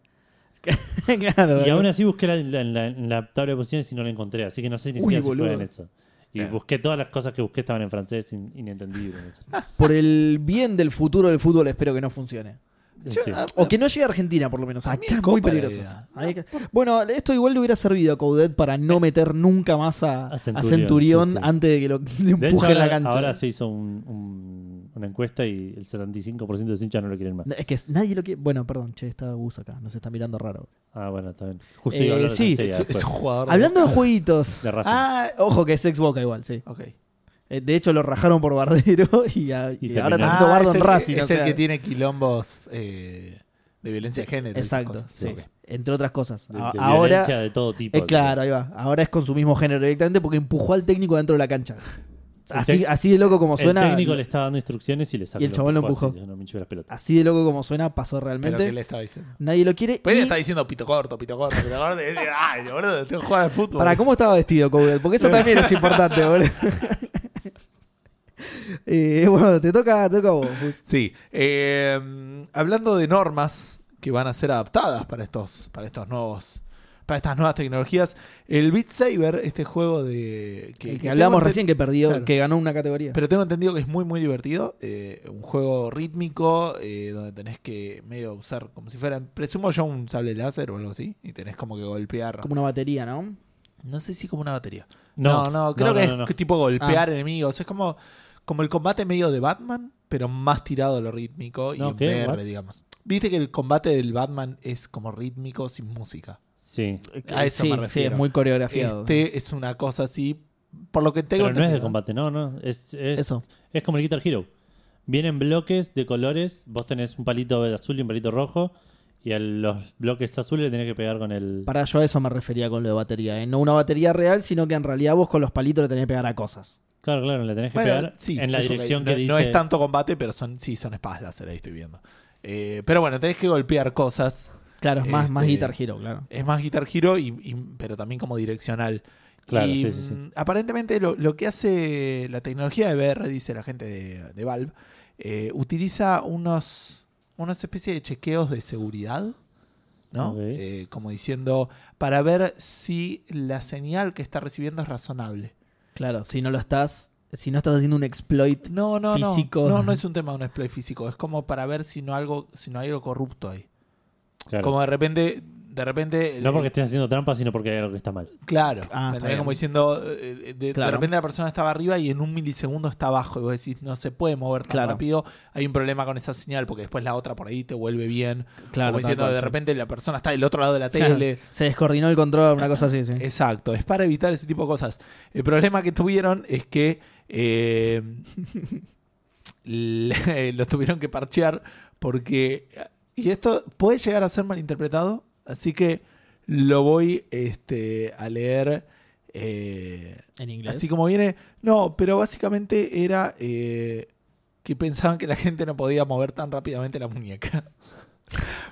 Speaker 3: Claro. claro.
Speaker 1: Y aún así busqué la, la- la- en la tabla de posiciones y no la encontré, así que no sé ni
Speaker 3: Uy,
Speaker 1: siquiera si
Speaker 3: boludo.
Speaker 1: juegan eso. Y
Speaker 2: Claro.
Speaker 1: busqué todas las cosas que busqué estaban en francés, in- inentendible. no sé.
Speaker 3: Por el bien del futuro del fútbol, espero que no funcione.
Speaker 2: Yo-
Speaker 1: Sí.
Speaker 2: a-
Speaker 3: O que no llegue a Argentina, por lo menos.
Speaker 2: A mí
Speaker 3: Acá
Speaker 2: me
Speaker 3: es muy
Speaker 2: copa la
Speaker 3: peligroso.
Speaker 2: idea.
Speaker 3: Ahí que- Bueno, esto igual le hubiera servido a Coudet para no meter nunca más Eh, a,
Speaker 1: A
Speaker 3: a
Speaker 1: Centurión,
Speaker 3: Centurión,
Speaker 1: sí, sí.
Speaker 3: antes de que lo le
Speaker 1: De hecho,
Speaker 3: empuje en
Speaker 1: ahora,
Speaker 3: la cancha.
Speaker 1: ahora se hizo un- un- una encuesta y el 75% de los hinchas no lo quieren más.
Speaker 3: No, Es que nadie lo quiere. Bueno, perdón, che, está Gus acá. Nos está mirando raro.
Speaker 1: Ah, bueno, está bien. Justo iba a
Speaker 3: Eh,
Speaker 1: hablar de
Speaker 3: sí,
Speaker 1: Sensei
Speaker 2: es,
Speaker 1: después,
Speaker 2: es un jugador.
Speaker 3: Hablando de jueguitos.
Speaker 1: de Racing.
Speaker 3: Ah, ojo que es ex Boca igual, sí.
Speaker 2: Ok.
Speaker 3: Eh, De hecho, lo rajaron por Bardero y, a- y
Speaker 1: terminó.
Speaker 3: ahora está
Speaker 1: Ah,
Speaker 3: haciendo bardo
Speaker 2: es
Speaker 3: en
Speaker 2: el,
Speaker 3: Racing.
Speaker 2: es
Speaker 3: o
Speaker 2: el
Speaker 3: sea,
Speaker 2: que tiene quilombos eh, de violencia de género. y esas
Speaker 3: Exacto,
Speaker 2: cosas.
Speaker 3: sí.
Speaker 2: Ok.
Speaker 3: Entre otras cosas.
Speaker 1: de- de
Speaker 3: A-
Speaker 1: violencia
Speaker 3: ahora.
Speaker 1: de todo tipo.
Speaker 3: eh, claro, ahí va. Ahora es con su mismo género directamente porque empujó al técnico dentro de la cancha.
Speaker 1: El
Speaker 3: Así,
Speaker 1: tec-
Speaker 3: así de loco como
Speaker 1: El
Speaker 3: suena.
Speaker 1: técnico le estaba dando instrucciones y le sacó
Speaker 3: Y el chabón lo empujó.
Speaker 1: así, no me hincho las pelotas.
Speaker 3: Así de loco como suena, pasó
Speaker 2: Pero que
Speaker 3: realmente.
Speaker 2: le estaba diciendo.
Speaker 3: Nadie lo quiere.
Speaker 2: Pero
Speaker 3: y-
Speaker 2: ella está diciendo pito corto, pito corto, pito corto. y dice, Ay, boludo, tengo que jugar al fútbol.
Speaker 3: Para cómo estaba vestido Cowell, porque eso también es importante, boludo. Eh, bueno, te toca, te toca a vos. Gus.
Speaker 2: Sí. eh, hablando de normas que van a ser adaptadas para estos, para estos nuevos, para estas nuevas tecnologías, el Beat Saber, este juego de
Speaker 3: El que hablamos
Speaker 2: tengo enten-
Speaker 3: recién que perdió,
Speaker 2: Claro.
Speaker 3: que ganó una categoría.
Speaker 2: Pero tengo entendido que es muy muy divertido, eh, un juego rítmico eh, donde tenés que medio usar como si fuera, presumo yo un sable láser o algo así, y tenés como que golpear,
Speaker 3: Como una batería, ¿no?
Speaker 2: no sé si como una batería.
Speaker 3: Ah,
Speaker 1: No,
Speaker 2: No, no, creo que
Speaker 1: no, no.
Speaker 2: es tipo golpear enemigos. Es como, como el combate medio de Batman, pero más tirado a lo rítmico y
Speaker 1: No,
Speaker 2: en
Speaker 1: ¿qué?
Speaker 2: VR,
Speaker 1: What?
Speaker 2: digamos. Viste que el combate del Batman es como rítmico sin música.
Speaker 1: Sí.
Speaker 2: A eso
Speaker 3: sí,
Speaker 2: me
Speaker 3: Sí,
Speaker 2: refiero.
Speaker 3: es muy coreografiado.
Speaker 2: Este es una cosa así, por lo que tengo
Speaker 1: Pero no es de
Speaker 2: entendido.
Speaker 1: combate, no, no. Es, es,
Speaker 3: Eso.
Speaker 1: es como el Guitar Hero. Vienen bloques de colores. Vos tenés un palito azul y un palito rojo. Y a los bloques azules le tenés que pegar con el.
Speaker 3: Para yo a eso me refería con lo de batería. ¿eh? No una batería real, sino que en realidad vos con los palitos le tenés que pegar a cosas.
Speaker 1: Claro, claro, le tenés que
Speaker 2: Bueno,
Speaker 1: pegar
Speaker 2: sí,
Speaker 1: en la
Speaker 2: eso
Speaker 1: dirección
Speaker 2: que,
Speaker 1: que
Speaker 2: no,
Speaker 1: dice.
Speaker 2: no es tanto combate, pero son sí, son espadas láser, ahí estoy viendo. Eh, pero bueno, tenés que golpear cosas.
Speaker 3: Claro, es más, más
Speaker 2: Este,
Speaker 3: Guitar Hero, claro.
Speaker 2: Es más Guitar Hero, y, y- pero también como direccional.
Speaker 1: Claro,
Speaker 2: Y,
Speaker 1: sí, sí, sí.
Speaker 2: mm, Aparentemente lo, lo que hace la tecnología de VR, dice la gente de, de Valve, eh, utiliza unos unas especie de chequeos de seguridad, ¿no?
Speaker 1: Ok.
Speaker 2: Eh, como diciendo, para ver si la señal que está recibiendo es razonable.
Speaker 3: Claro, si no lo estás, si no estás haciendo un exploit,
Speaker 2: No, no, no.
Speaker 3: Físico.
Speaker 2: No, no es un tema de un display físico. Es como para ver si no algo, si no hay algo corrupto ahí.
Speaker 1: Claro.
Speaker 2: Como de repente, de repente.
Speaker 1: No
Speaker 2: el-
Speaker 1: porque estés haciendo trampa, sino porque hay algo que está mal.
Speaker 2: Claro.
Speaker 3: Ah, está
Speaker 2: ¿me entendés?
Speaker 3: bien.
Speaker 2: Como diciendo, eh, de, de
Speaker 3: Claro.
Speaker 2: repente la persona estaba arriba y en un milisegundo está abajo. Y vos decís, no se puede mover tan
Speaker 3: Claro.
Speaker 2: rápido. Hay un problema con esa señal porque después la otra por ahí te vuelve bien.
Speaker 3: claro. tal
Speaker 2: como diciendo,
Speaker 3: cual,
Speaker 2: de
Speaker 3: sí.
Speaker 2: repente la persona está del otro lado de la
Speaker 3: Claro,
Speaker 2: tele.
Speaker 3: Se descoordinó el control, una cosa así, sí.
Speaker 2: Exacto, es para evitar ese tipo de cosas. El problema que tuvieron es que eh, le- los tuvieron que parchear porque... Y esto puede llegar a ser malinterpretado, así que lo voy este, a leer. eh,
Speaker 3: En inglés.
Speaker 2: así como viene... No, pero básicamente era eh, que pensaban que la gente no podía mover tan rápidamente la muñeca.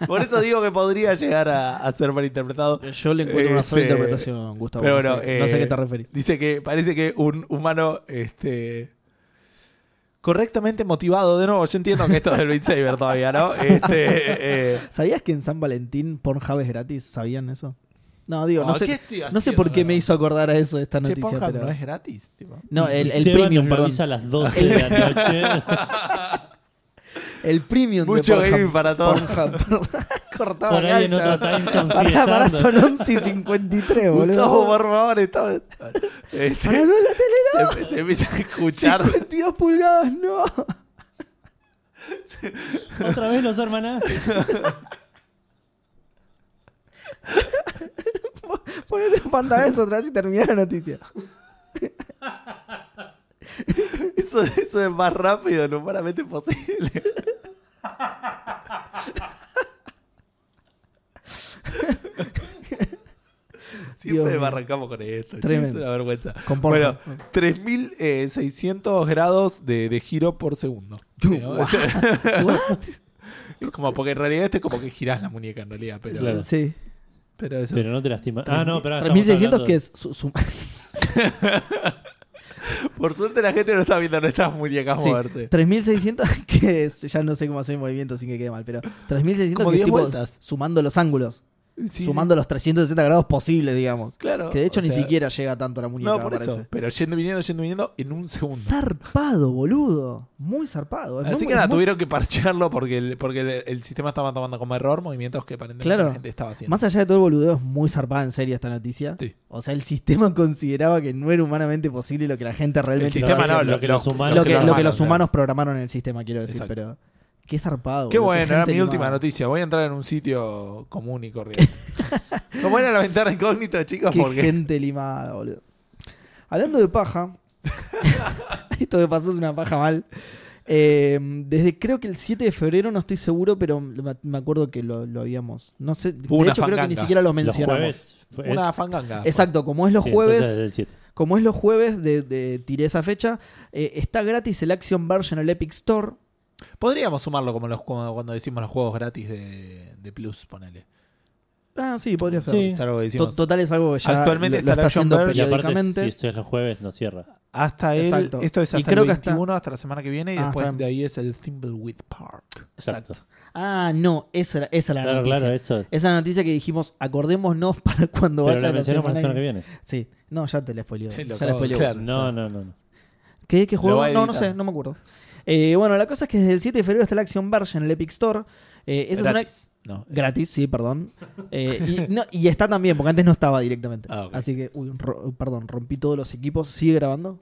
Speaker 2: Por eso digo que podría llegar a- a ser malinterpretado.
Speaker 3: Eh, Yo le encuentro una sola
Speaker 2: Este,
Speaker 3: interpretación, Gustavo.
Speaker 2: pero
Speaker 3: no,
Speaker 2: bueno,
Speaker 3: sé, no sé
Speaker 2: eh,
Speaker 3: a qué te referís.
Speaker 2: Dice que parece que un humano este correctamente motivado, de nuevo, yo entiendo que esto es del Beat Saber todavía, ¿no? Este, eh,
Speaker 3: ¿Sabías que en San Valentín Pornhub es gratis? ¿Sabían eso? No, digo, no
Speaker 2: oh, ¿qué
Speaker 3: sé,
Speaker 2: estoy
Speaker 3: no sé
Speaker 2: haciendo,
Speaker 3: por qué me
Speaker 2: no?
Speaker 3: hizo acordar a eso de esta
Speaker 2: Che,
Speaker 3: noticia.
Speaker 2: Pornhub
Speaker 3: pero...
Speaker 2: no es gratis. tipo.
Speaker 3: No, el, el
Speaker 1: Seba nos
Speaker 3: premium,
Speaker 1: lo
Speaker 3: perdón.
Speaker 1: avisa a las 12 de la noche.
Speaker 3: El premium
Speaker 2: Mucho
Speaker 3: de Pornhub.
Speaker 2: gaming para todos.
Speaker 3: Pornhub, perdón. Cortaba
Speaker 1: Por ahí en
Speaker 3: gancho.
Speaker 1: otro time zone sigue
Speaker 3: Pará, pará,
Speaker 1: estando.
Speaker 3: son 11 y 53,
Speaker 2: Gustavo,
Speaker 3: boludo.
Speaker 2: por favor, estaba- Este,
Speaker 3: Pará, no, la tele
Speaker 2: se, se empieza a escuchar.
Speaker 3: 52 pulgadas, no.
Speaker 1: Otra vez los hermanas.
Speaker 3: Ponete los pantalones otra vez y termina la noticia.
Speaker 2: Eso, eso es más rápido, lo humanamente posible. Siempre
Speaker 3: Dios mío.
Speaker 2: arrancamos con esto. che, Es
Speaker 3: Tremendo.
Speaker 2: una vergüenza.
Speaker 3: Con
Speaker 2: Bueno,
Speaker 3: Pornhub.
Speaker 2: 3600 grados de, de giro por segundo. ¿no? Es,
Speaker 3: What?
Speaker 2: es como, porque en realidad este es como que girás la muñeca en realidad, pero,
Speaker 1: Claro.
Speaker 3: Sí.
Speaker 2: pero eso.
Speaker 1: Pero no te lastimas. Ah, no, pero.
Speaker 3: 3600 que es su, su-
Speaker 2: Por suerte la gente no está viendo nuestras muñecas
Speaker 3: sí,
Speaker 2: moverse.
Speaker 3: 3600 que es, ya no sé cómo hacer el movimiento sin que quede mal, pero 3600
Speaker 2: Como
Speaker 3: que es
Speaker 2: 10
Speaker 3: tipo
Speaker 2: vueltas.
Speaker 3: sumando los ángulos,
Speaker 2: Sí,
Speaker 3: sumando los 360 grados posibles, digamos.
Speaker 2: Claro.
Speaker 3: Que de hecho
Speaker 2: o
Speaker 3: ni
Speaker 2: sea,
Speaker 3: siquiera llega tanto la muñeca,
Speaker 2: No, por
Speaker 3: me parece.
Speaker 2: eso. Pero yendo y viniendo, yendo y viniendo en un segundo.
Speaker 3: Zarpado, boludo. Muy zarpado. Es
Speaker 2: Así
Speaker 3: muy-
Speaker 2: que nada,
Speaker 3: es muy-
Speaker 2: tuvieron que parchearlo porque el, porque el, el sistema estaba tomando como error movimientos que aparentemente
Speaker 3: Claro.
Speaker 2: la gente estaba haciendo.
Speaker 3: Más allá de todo el boludeo, es muy zarpada en serio esta noticia.
Speaker 2: Sí.
Speaker 3: O sea, el sistema consideraba que no era humanamente posible lo que la gente
Speaker 2: el
Speaker 3: realmente
Speaker 2: sistema
Speaker 3: estaba
Speaker 2: no,
Speaker 3: haciendo.
Speaker 1: lo que los humanos-
Speaker 3: lo, que, lo que los
Speaker 2: claro.
Speaker 3: humanos programaron en el sistema, quiero decir,
Speaker 2: Exacto.
Speaker 3: pero qué zarpado.
Speaker 2: Qué
Speaker 3: boludo,
Speaker 2: bueno, era
Speaker 3: gente
Speaker 2: mi última
Speaker 3: animada.
Speaker 2: noticia. Voy a entrar en un sitio común y corriente. Como era la ventana incógnita, chicos,
Speaker 3: Qué
Speaker 2: porque.
Speaker 3: gente limada, boludo. Hablando de paja, esto que pasó es una paja mal. Eh, desde creo que el 7 de febrero, no estoy seguro, pero me me acuerdo que lo, lo habíamos. No sé, de
Speaker 2: Hubo una
Speaker 3: hecho creo que ni
Speaker 2: fanganga.
Speaker 3: siquiera lo
Speaker 1: Los
Speaker 3: mencionamos.
Speaker 1: jueves. es-
Speaker 2: Una fanganga.
Speaker 3: Exacto, como es los
Speaker 1: sí,
Speaker 3: jueves,
Speaker 1: entonces eh. es el 7.
Speaker 3: como es los jueves de, de- tiré esa fecha, eh, está gratis el Action Version en el Epic Store.
Speaker 2: Podríamos sumarlo como los como cuando decimos los juegos gratis de, de Plus, ponele.
Speaker 3: Ah, sí, podría ser.
Speaker 1: Sí.
Speaker 2: Es algo que
Speaker 3: To-
Speaker 2: decimos.
Speaker 3: Total es algo que ya
Speaker 2: Actualmente
Speaker 3: lo,
Speaker 2: está
Speaker 3: lo
Speaker 2: el
Speaker 3: está
Speaker 2: Action
Speaker 3: haciendo
Speaker 2: Version.
Speaker 1: Y aparte,
Speaker 3: periódicamente.
Speaker 1: si esto es los jueves, no cierra.
Speaker 2: Hasta el,
Speaker 3: Exacto.
Speaker 2: Esto es
Speaker 3: Y
Speaker 2: hasta
Speaker 3: creo
Speaker 2: el
Speaker 3: que hasta-
Speaker 2: 21, hasta... la semana que viene, y
Speaker 3: Ah,
Speaker 2: después
Speaker 3: está.
Speaker 2: de ahí es el Thimbleweed Park.
Speaker 1: Exacto.
Speaker 3: Ah, no, esa era, esa era la
Speaker 1: Claro,
Speaker 3: noticia.
Speaker 1: claro, eso.
Speaker 3: Esa es la noticia que dijimos, acordémonos para cuando
Speaker 1: Pero
Speaker 3: vaya
Speaker 1: la
Speaker 3: la
Speaker 1: mencionamos
Speaker 3: semana.
Speaker 1: la semana que viene. Pues,
Speaker 3: Sí, no, ya te la spoileo.
Speaker 2: Sí, lo
Speaker 3: ya la
Speaker 2: acabo de-
Speaker 3: spoileo.
Speaker 2: claro.
Speaker 1: No, no, no. no.
Speaker 3: ¿Qué, qué
Speaker 2: Lo
Speaker 3: juego?
Speaker 2: va a
Speaker 3: No, no
Speaker 2: editar.
Speaker 3: sé, no me acuerdo. Eh, bueno, la cosa es que desde el 7 de febrero está la Action Version en el Epic Store. Eh, esa es una,
Speaker 2: Gratis. No, es-
Speaker 3: Gratis, sí, perdón. Eh, y, no, y está también, porque antes no estaba directamente.
Speaker 2: Ah, ok.
Speaker 3: Así que, uy, ro- perdón, rompí todos los equipos. ¿Sigue grabando?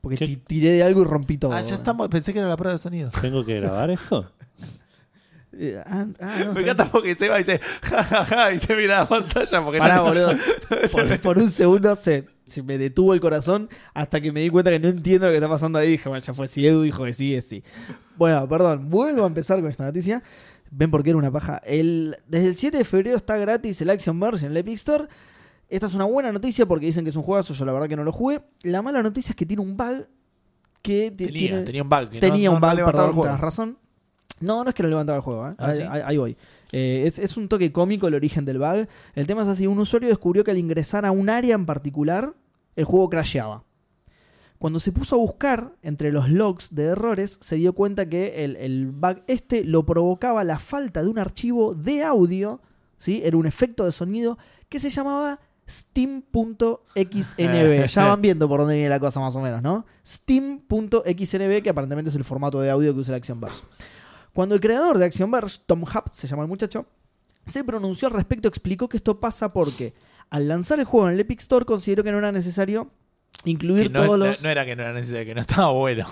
Speaker 3: Porque
Speaker 1: ¿Qué?
Speaker 3: ti- tiré de algo y rompí todo.
Speaker 2: Ah, ya estamos. Pensé que era la prueba de sonido.
Speaker 1: ¿Tengo que grabar esto?
Speaker 3: Eh, ah, ah, no, está
Speaker 2: Me encanta porque se va y dice, jajaja, y se mira la pantalla porque
Speaker 3: Pará,
Speaker 2: no-
Speaker 3: boludo. Por, por un segundo se, se me detuvo el corazón hasta que me di cuenta que no entiendo lo que está pasando ahí. Dije, bueno, ya fue. Si Edu dijo que sí, es sí. Bueno, perdón. Vuelvo a empezar con esta noticia. Ven por qué era una paja. El, desde el 7 de febrero está gratis el Action Version en el Epic Store. Esta es una buena noticia porque dicen que es un juegazo. Yo la verdad que no lo jugué. La mala noticia es que tiene un bug que ti-
Speaker 2: Tenía,
Speaker 3: tiene,
Speaker 2: tenía un bug. que no-
Speaker 3: tenía
Speaker 2: no-
Speaker 3: un
Speaker 2: no
Speaker 3: bug,
Speaker 2: levantaba el
Speaker 3: perdón,
Speaker 2: juego.
Speaker 3: tenés razón. No, no es que lo levantaba el juego, ¿eh?
Speaker 2: Ah,
Speaker 3: ahí,
Speaker 2: ¿sí?
Speaker 3: ahí- ahí voy. Eh, es, es un toque cómico el origen del bug. El tema es así, un usuario descubrió que al ingresar a un área en particular, el juego crasheaba. Cuando se puso a buscar entre los logs de errores, se dio cuenta que el, el bug este lo provocaba la falta de un archivo de audio, ¿sí? Era un efecto de sonido que se llamaba steam.xnb. ya van viendo por dónde viene la cosa más o menos, ¿no? steam.xnb, que aparentemente es el formato de audio que usa la Action Verge. Cuando el creador de Action Verge, Tom Hupp, se llama el muchacho, se pronunció al respecto, explicó que esto pasa porque al lanzar el juego en el Epic Store consideró que no era necesario
Speaker 2: Que
Speaker 3: incluir
Speaker 2: no,
Speaker 3: todos
Speaker 2: no-
Speaker 3: los...
Speaker 2: no era que no era necesario, que no estaba bueno.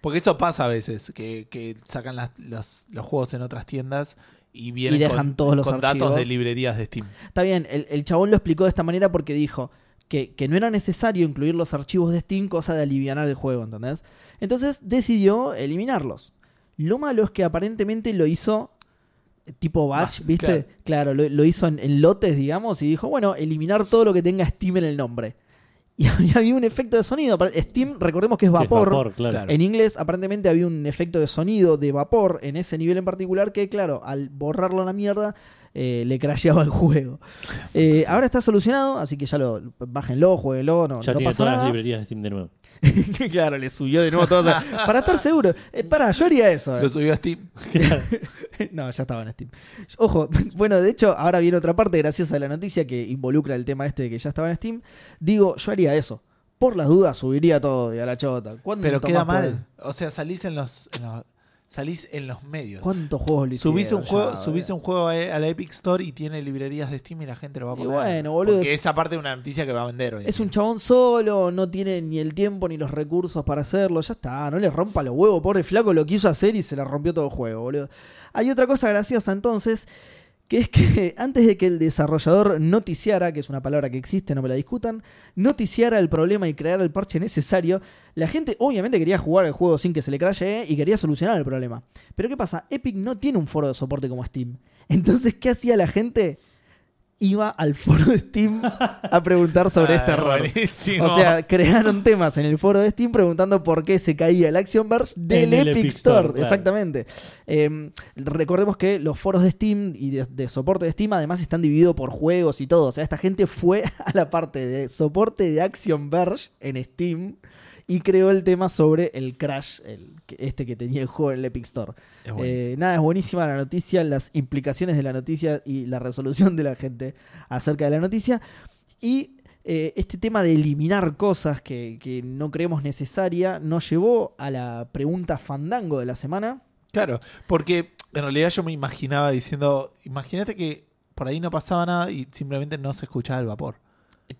Speaker 2: Porque eso pasa a veces, que, que sacan las- los, los juegos en otras tiendas y vienen
Speaker 3: Y dejan
Speaker 2: con,
Speaker 3: todos los
Speaker 2: con datos
Speaker 3: archivos.
Speaker 2: de librerías de Steam.
Speaker 3: Está bien, el, el chabón lo explicó de esta manera porque dijo que, que no era necesario incluir los archivos de Steam, cosa de aliviar el juego, ¿entendés? Entonces decidió eliminarlos. Lo malo es que aparentemente lo hizo eh, tipo batch,
Speaker 2: Más,
Speaker 3: ¿viste?
Speaker 2: claro.
Speaker 3: Claro, lo, lo hizo en, en lotes, digamos, y dijo, bueno, eliminar todo lo que tenga Steam en el nombre. Y había, había un efecto de sonido. Apare- Steam, recordemos que es
Speaker 1: Que es
Speaker 3: vapor.
Speaker 1: claro.
Speaker 2: Claro.
Speaker 3: En inglés, aparentemente había un efecto de sonido de vapor en ese nivel en particular que, claro, al borrarlo a la mierda, eh, le crasheaba el juego. Eh, ahora está solucionado, así que ya lo bájenlo, jueguenlo, no,
Speaker 1: Ya
Speaker 3: no
Speaker 1: tiene
Speaker 3: pasa
Speaker 1: todas las
Speaker 3: nada.
Speaker 1: librerías de Steam de nuevo.
Speaker 3: claro, le subió de nuevo todo. para estar seguro. Eh, para, yo haría eso. eh.
Speaker 2: Lo subió a Steam.
Speaker 3: no, ya estaba en Steam. Ojo, bueno, de hecho, ahora viene otra parte gracias a la noticia que involucra el tema este de que ya estaba en Steam. Digo, yo haría eso. Por las dudas, subiría todo y a la chota. ¿Cuánto
Speaker 2: Pero queda
Speaker 3: más puede-
Speaker 2: mal. O sea, salís en los, en los- salís en los medios.
Speaker 3: ¿Cuántos juegos le
Speaker 2: Subís un
Speaker 3: hicieron ya,
Speaker 2: juego,
Speaker 3: boludo?
Speaker 2: subís un juego a, a la Epic Store y tiene librerías de Steam y la gente lo va a
Speaker 3: Y
Speaker 2: poner.
Speaker 3: bueno, boludo,
Speaker 2: Porque
Speaker 3: es-
Speaker 2: esa parte es una noticia que va a vender hoy. en
Speaker 3: Es un
Speaker 2: día.
Speaker 3: chabón solo, no tiene ni el tiempo ni los recursos para hacerlo, ya está, no le rompa los huevos, pobre flaco lo quiso hacer y se le rompió todo el juego, boludo. Hay otra cosa graciosa entonces, que es que antes de que el desarrollador noticiara, que es una palabra que existe, no me la discutan, noticiara el problema y creara el parche necesario, la gente obviamente quería jugar el juego sin que se le crashe y quería solucionar el problema. Pero ¿qué pasa? Epic no tiene un foro de soporte como Steam. Entonces, ¿qué hacía la gente? Iba al foro de Steam a preguntar sobre
Speaker 2: Ah,
Speaker 3: este error.
Speaker 2: Buenísimo.
Speaker 3: O sea, crearon temas en el foro de Steam preguntando por qué se caía el Actionverse del
Speaker 1: En el
Speaker 3: Epic
Speaker 1: Epic
Speaker 3: Store.
Speaker 1: Store, claro.
Speaker 3: Exactamente. Eh, recordemos que los foros de Steam y de, de soporte de Steam además están divididos por juegos y todo. O sea, esta gente fue a la parte de soporte de Actionverse en Steam y creó el tema sobre el crash, el, que- este que tenía el juego en el Epic Store.
Speaker 2: Es buenísimo.
Speaker 3: Eh, nada, es buenísima la noticia, las implicaciones de la noticia y la resolución de la gente acerca de la noticia. Y eh, este tema de eliminar cosas que, que no creemos necesaria nos llevó a la pregunta fandango de la semana.
Speaker 2: Claro, porque en realidad yo me imaginaba diciendo, imagínate que por ahí no pasaba nada y simplemente no se escuchaba el vapor.